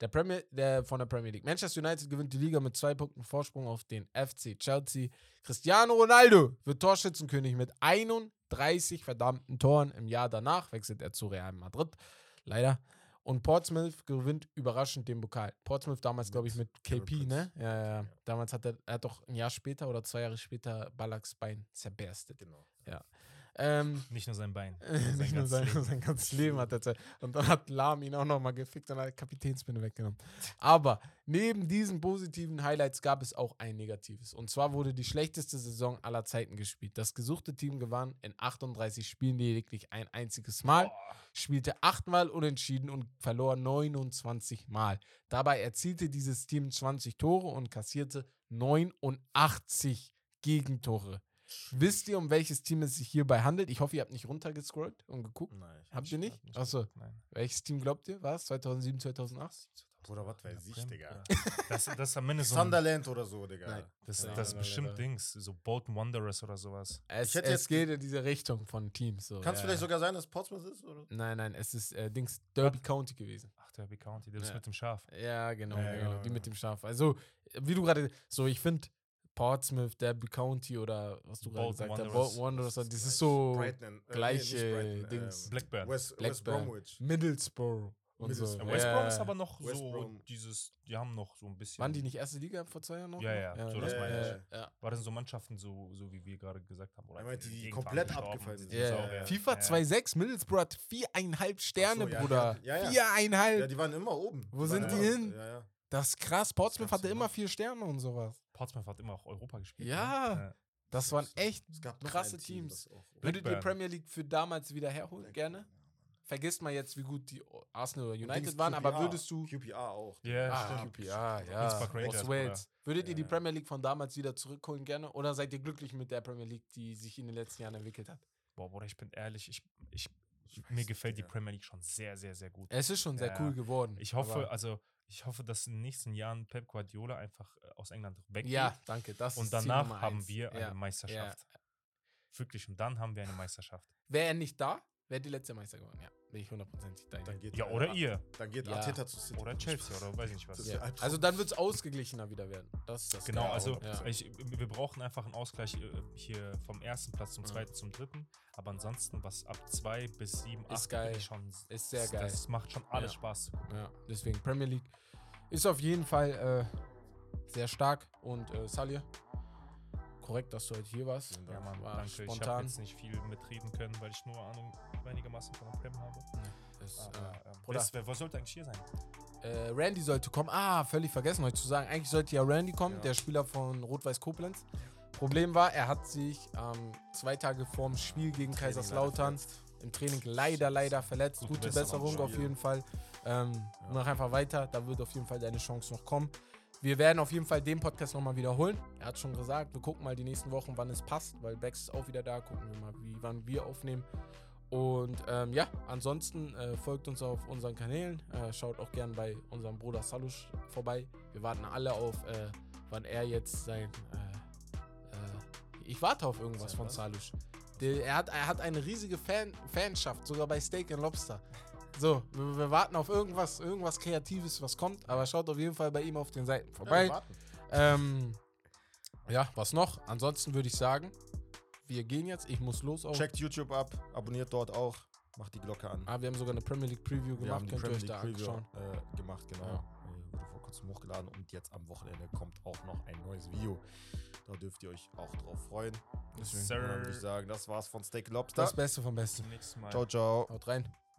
Speaker 2: Der Premier, der von der Premier League. Manchester United gewinnt die Liga mit zwei Punkten Vorsprung auf den FC Chelsea. Cristiano Ronaldo wird Torschützenkönig mit 31 verdammten Toren. Im Jahr danach wechselt er zu Real Madrid. Leider. Und Portsmouth gewinnt überraschend den Pokal. Portsmouth damals, glaube ich, mit
Speaker 3: Kevin
Speaker 2: KP, ne?
Speaker 3: Prince.
Speaker 2: Ja, ja, ja.
Speaker 3: Ja.
Speaker 2: Damals hat er, er hat doch ein Jahr später oder zwei Jahre später Ballacks Bein zerberstet.
Speaker 3: Genau.
Speaker 2: Ähm,
Speaker 1: Nicht nur sein Bein.
Speaker 2: nicht nur
Speaker 1: ganzes
Speaker 2: sein,
Speaker 1: Leben.
Speaker 2: sein ganzes Leben hat er Zeit. Und dann hat Lahm ihn auch nochmal gefickt und hat Kapitänsbinde weggenommen. Aber neben diesen positiven Highlights gab es auch ein negatives. Und zwar wurde die schlechteste Saison aller Zeiten gespielt. Das gesuchte Team gewann in 38 Spielen lediglich ein einziges Mal, spielte achtmal unentschieden und verlor 29 Mal. Dabei erzielte dieses Team 20 Tore und kassierte 89 Gegentore. Wisst ihr, um welches Team es sich hierbei handelt? Ich hoffe, ihr habt nicht runtergescrollt und geguckt.
Speaker 3: Nein. ich-
Speaker 2: Habt ihr nicht?
Speaker 1: Nicht
Speaker 2: Achso,
Speaker 1: gut, Nein.
Speaker 2: welches Team glaubt ihr? War es 2007, 2008?
Speaker 3: Bruder, was weiß ich,
Speaker 1: Prem,
Speaker 3: Digga.
Speaker 1: Bruder. Das, das ist am Ende so. Ein,
Speaker 3: Sunderland oder so, Digga.
Speaker 2: Nein.
Speaker 1: das,
Speaker 2: Keine
Speaker 1: das ist
Speaker 2: Ahnung,
Speaker 1: bestimmt
Speaker 2: Alter.
Speaker 1: Dings. So Bolton Wanderers oder sowas.
Speaker 2: Es,
Speaker 3: Ich hätte
Speaker 2: es
Speaker 3: jetzt-
Speaker 2: geht in diese Richtung von Teams. So.
Speaker 3: Kann es
Speaker 2: ja,
Speaker 3: vielleicht
Speaker 2: ja.
Speaker 3: sogar sein, dass Portsmouth ist? Oder?
Speaker 2: Nein, nein, es ist äh, Dings Derby County gewesen.
Speaker 1: Ach, Derby County. Das
Speaker 2: Ja.
Speaker 1: ist mit dem Schaf.
Speaker 2: Ja, genau,
Speaker 3: Ja,
Speaker 2: genau,
Speaker 3: genau,
Speaker 2: die mit
Speaker 3: genau.
Speaker 2: dem Schaf. Also, wie du gerade, so ich finde Portsmouth, Derby County oder was du gerade
Speaker 1: Bolton
Speaker 2: gesagt hast,
Speaker 1: Wanderers.
Speaker 2: Bolton Wanderers, das
Speaker 3: Das
Speaker 2: ist so
Speaker 3: Brighton, äh,
Speaker 2: gleiche
Speaker 3: nicht Brighton,
Speaker 2: Dings.
Speaker 3: Ähm,
Speaker 1: Blackburn.
Speaker 3: West, West
Speaker 2: Blackburn.
Speaker 3: Bromwich.
Speaker 2: Middlesbrough und so.
Speaker 3: Middlesbrough.
Speaker 1: Ja, West Brom ist
Speaker 2: Ja.
Speaker 1: aber noch
Speaker 3: West
Speaker 1: so
Speaker 3: Brom.
Speaker 1: dieses, die haben noch so ein bisschen.
Speaker 2: Waren die nicht erste Liga vor zwei Jahren noch?
Speaker 1: Ja, ja, so das
Speaker 2: ja,
Speaker 1: meine ich.
Speaker 2: ja, ja.
Speaker 1: War das so Mannschaften, so, so wie wir gerade gesagt haben? Oder
Speaker 3: Einmal die
Speaker 1: irgendwann
Speaker 3: komplett
Speaker 1: gestorben
Speaker 3: abgefallen
Speaker 1: sind,
Speaker 3: sind.
Speaker 1: so,
Speaker 2: Ja,
Speaker 3: ja, ja.
Speaker 2: FIFA
Speaker 1: Ja, ja.
Speaker 2: 2.6, Middlesbrough hat viereinhalb Sterne,
Speaker 3: ja, die
Speaker 2: Bruder.
Speaker 3: hatten- ja, ja.
Speaker 2: Viereinhalb.
Speaker 3: Ja, die waren immer oben.
Speaker 2: Wo
Speaker 3: waren
Speaker 2: sind die
Speaker 3: immer-
Speaker 2: hin?
Speaker 3: Ja, ja.
Speaker 2: Das ist krass. Portsmouth
Speaker 3: kannst
Speaker 2: hatte
Speaker 3: du
Speaker 2: immer
Speaker 3: machen.
Speaker 2: vier Sterne und sowas.
Speaker 1: Portsmouth hat immer auch Europa gespielt.
Speaker 2: Ja.
Speaker 1: Ne?
Speaker 2: Das waren
Speaker 3: ist-
Speaker 2: echt
Speaker 3: Es gab noch
Speaker 2: krasse
Speaker 3: ein Team, das
Speaker 2: Teams.
Speaker 3: auch oben-
Speaker 2: Würdet ihr
Speaker 1: Blackburn.
Speaker 2: Premier League für damals wieder herholen?
Speaker 3: Blackburn,
Speaker 2: Gerne. Vergisst mal jetzt, wie gut die Arsenal oder
Speaker 3: Und
Speaker 2: United
Speaker 3: Dings
Speaker 2: waren, aber
Speaker 3: QPR.
Speaker 2: würdest du.
Speaker 3: QPR auch.
Speaker 1: ne? Ja, ja
Speaker 2: Ah,
Speaker 1: stimmt.
Speaker 2: QPR, ja.
Speaker 1: East Park Rangers,
Speaker 2: Aus Wales. Würdet ihr die
Speaker 3: Ja.
Speaker 2: Premier League von damals wieder zurückholen gerne? Oder seid ihr glücklich mit der Premier League, die sich in den letzten Jahren entwickelt hat?
Speaker 1: Boah, Bruder, ich bin ehrlich, ich, ich,
Speaker 3: Ich weiß
Speaker 1: mir
Speaker 3: nicht,
Speaker 1: gefällt die
Speaker 3: Digga.
Speaker 1: Premier League schon sehr, sehr, sehr gut.
Speaker 2: Es ist schon sehr
Speaker 1: Ja.
Speaker 2: cool geworden.
Speaker 1: Ich hoffe,
Speaker 2: aber-
Speaker 1: also ich hoffe, dass in den nächsten Jahren Pep Guardiola einfach äh, aus England weggeht.
Speaker 2: Ja, danke. Das
Speaker 1: und
Speaker 2: ist Ziel
Speaker 1: danach
Speaker 2: Nummer
Speaker 1: haben
Speaker 2: eins.
Speaker 1: wir eine
Speaker 2: Ja.
Speaker 1: Meisterschaft. Wirklich, und dann haben wir eine Meisterschaft.
Speaker 2: Wäre er nicht da, wäre die letzte Meister geworden. Ja, bin ich hundertprozentig da.
Speaker 3: Dann geht
Speaker 1: Ja,
Speaker 3: äh,
Speaker 1: oder
Speaker 3: Ar-
Speaker 1: ihr.
Speaker 3: Dann geht
Speaker 2: Ja.
Speaker 3: Arteta zu City.
Speaker 1: Oder Chelsea, oder weiß ich nicht was.
Speaker 3: Das ist der
Speaker 2: Ja.
Speaker 3: Albtraum.
Speaker 2: Also dann wird es ausgeglichener wieder werden. Das ist das
Speaker 1: Genau,
Speaker 2: Geile.
Speaker 1: also
Speaker 2: Ja.
Speaker 1: ich, wir brauchen einfach einen Ausgleich äh, hier vom ersten Platz zum zweiten zum dritten. Aber ansonsten, was ab zwei bis sieben,
Speaker 2: Ist
Speaker 1: acht bin
Speaker 2: geil.
Speaker 1: ich schon.
Speaker 2: Ist sehr
Speaker 1: das-
Speaker 2: geil.
Speaker 1: Das macht schon alles
Speaker 2: Ja.
Speaker 1: Spaß zu gucken.
Speaker 2: Ja, deswegen Premier League ist auf jeden Fall äh, sehr stark. Und äh, Salih, korrekt, dass du heute hier warst.
Speaker 1: Ja, Mann,
Speaker 2: war
Speaker 1: danke. Ich habe
Speaker 2: spontan.
Speaker 1: jetzt nicht viel mitreden können, weil ich nur Ahnung einigermaßen von der Prem habe.
Speaker 2: Das,
Speaker 1: Aber,
Speaker 2: äh,
Speaker 1: ähm,
Speaker 2: Bruder,
Speaker 1: wer, wer sollte eigentlich hier sein?
Speaker 2: äh, Randy sollte kommen. Ah, völlig vergessen euch zu sagen. Eigentlich sollte ja Randy kommen,
Speaker 1: Ja.
Speaker 2: der Spieler von Rot-Weiß Koblenz. Problem war, er hat sich ähm, zwei Tage vorm Spiel gegen Kaiserslautern im Training leider, leider verletzt.
Speaker 1: Gute
Speaker 2: Gute
Speaker 1: Besserung
Speaker 2: Besserung
Speaker 1: schon
Speaker 2: auf
Speaker 1: wieder.
Speaker 2: jeden Fall. Ähm, Mach einfach weiter, da wird auf jeden Fall deine Chance noch kommen. Wir werden auf jeden Fall den Podcast nochmal wiederholen. Er hat schon gesagt, wir gucken mal die nächsten Wochen, wann es passt, weil Bex ist auch wieder da. Gucken wir mal, wie, wann wir aufnehmen. Und ähm, ja, ansonsten äh, folgt uns auf unseren Kanälen. Äh, schaut auch gern bei unserem Bruder Salusch vorbei. Wir warten alle auf, äh, wann er jetzt sein. Äh, äh, ich warte auf irgendwas
Speaker 1: Sein
Speaker 2: von
Speaker 1: was?
Speaker 2: Salusch. Der, er, hat, er hat eine riesige Fan, Fanschaft, sogar bei Steak and Lobster. So, wir, wir warten auf irgendwas, irgendwas Kreatives, was kommt. Aber schaut auf jeden Fall bei ihm auf den Seiten vorbei.
Speaker 3: Ja, warten.
Speaker 2: Ähm, ja, was noch? Ansonsten würde ich sagen, wir gehen jetzt. Ich muss los. Auch.
Speaker 3: Checkt YouTube ab, abonniert dort auch, macht die Glocke an.
Speaker 2: Oh. Ah, wir haben sogar eine Premier League Preview
Speaker 3: Wir
Speaker 2: gemacht.
Speaker 3: haben die
Speaker 2: Könnt ihr
Speaker 3: Premier
Speaker 2: euch
Speaker 3: League
Speaker 2: da
Speaker 3: Preview
Speaker 2: anschauen.
Speaker 3: äh, gemacht, genau.
Speaker 2: Ja.
Speaker 3: Äh, Wurde vor kurzem hochgeladen und jetzt am Wochenende kommt auch noch ein neues Video. Da dürft ihr euch auch drauf freuen.
Speaker 1: Yes,
Speaker 3: Und dann
Speaker 1: Sir.
Speaker 3: würde ich sagen, das war's von Steak Lobster.
Speaker 2: genau. Das Beste vom Besten.
Speaker 1: Zum nächsten Mal.
Speaker 3: Ciao, ciao.
Speaker 2: Haut rein.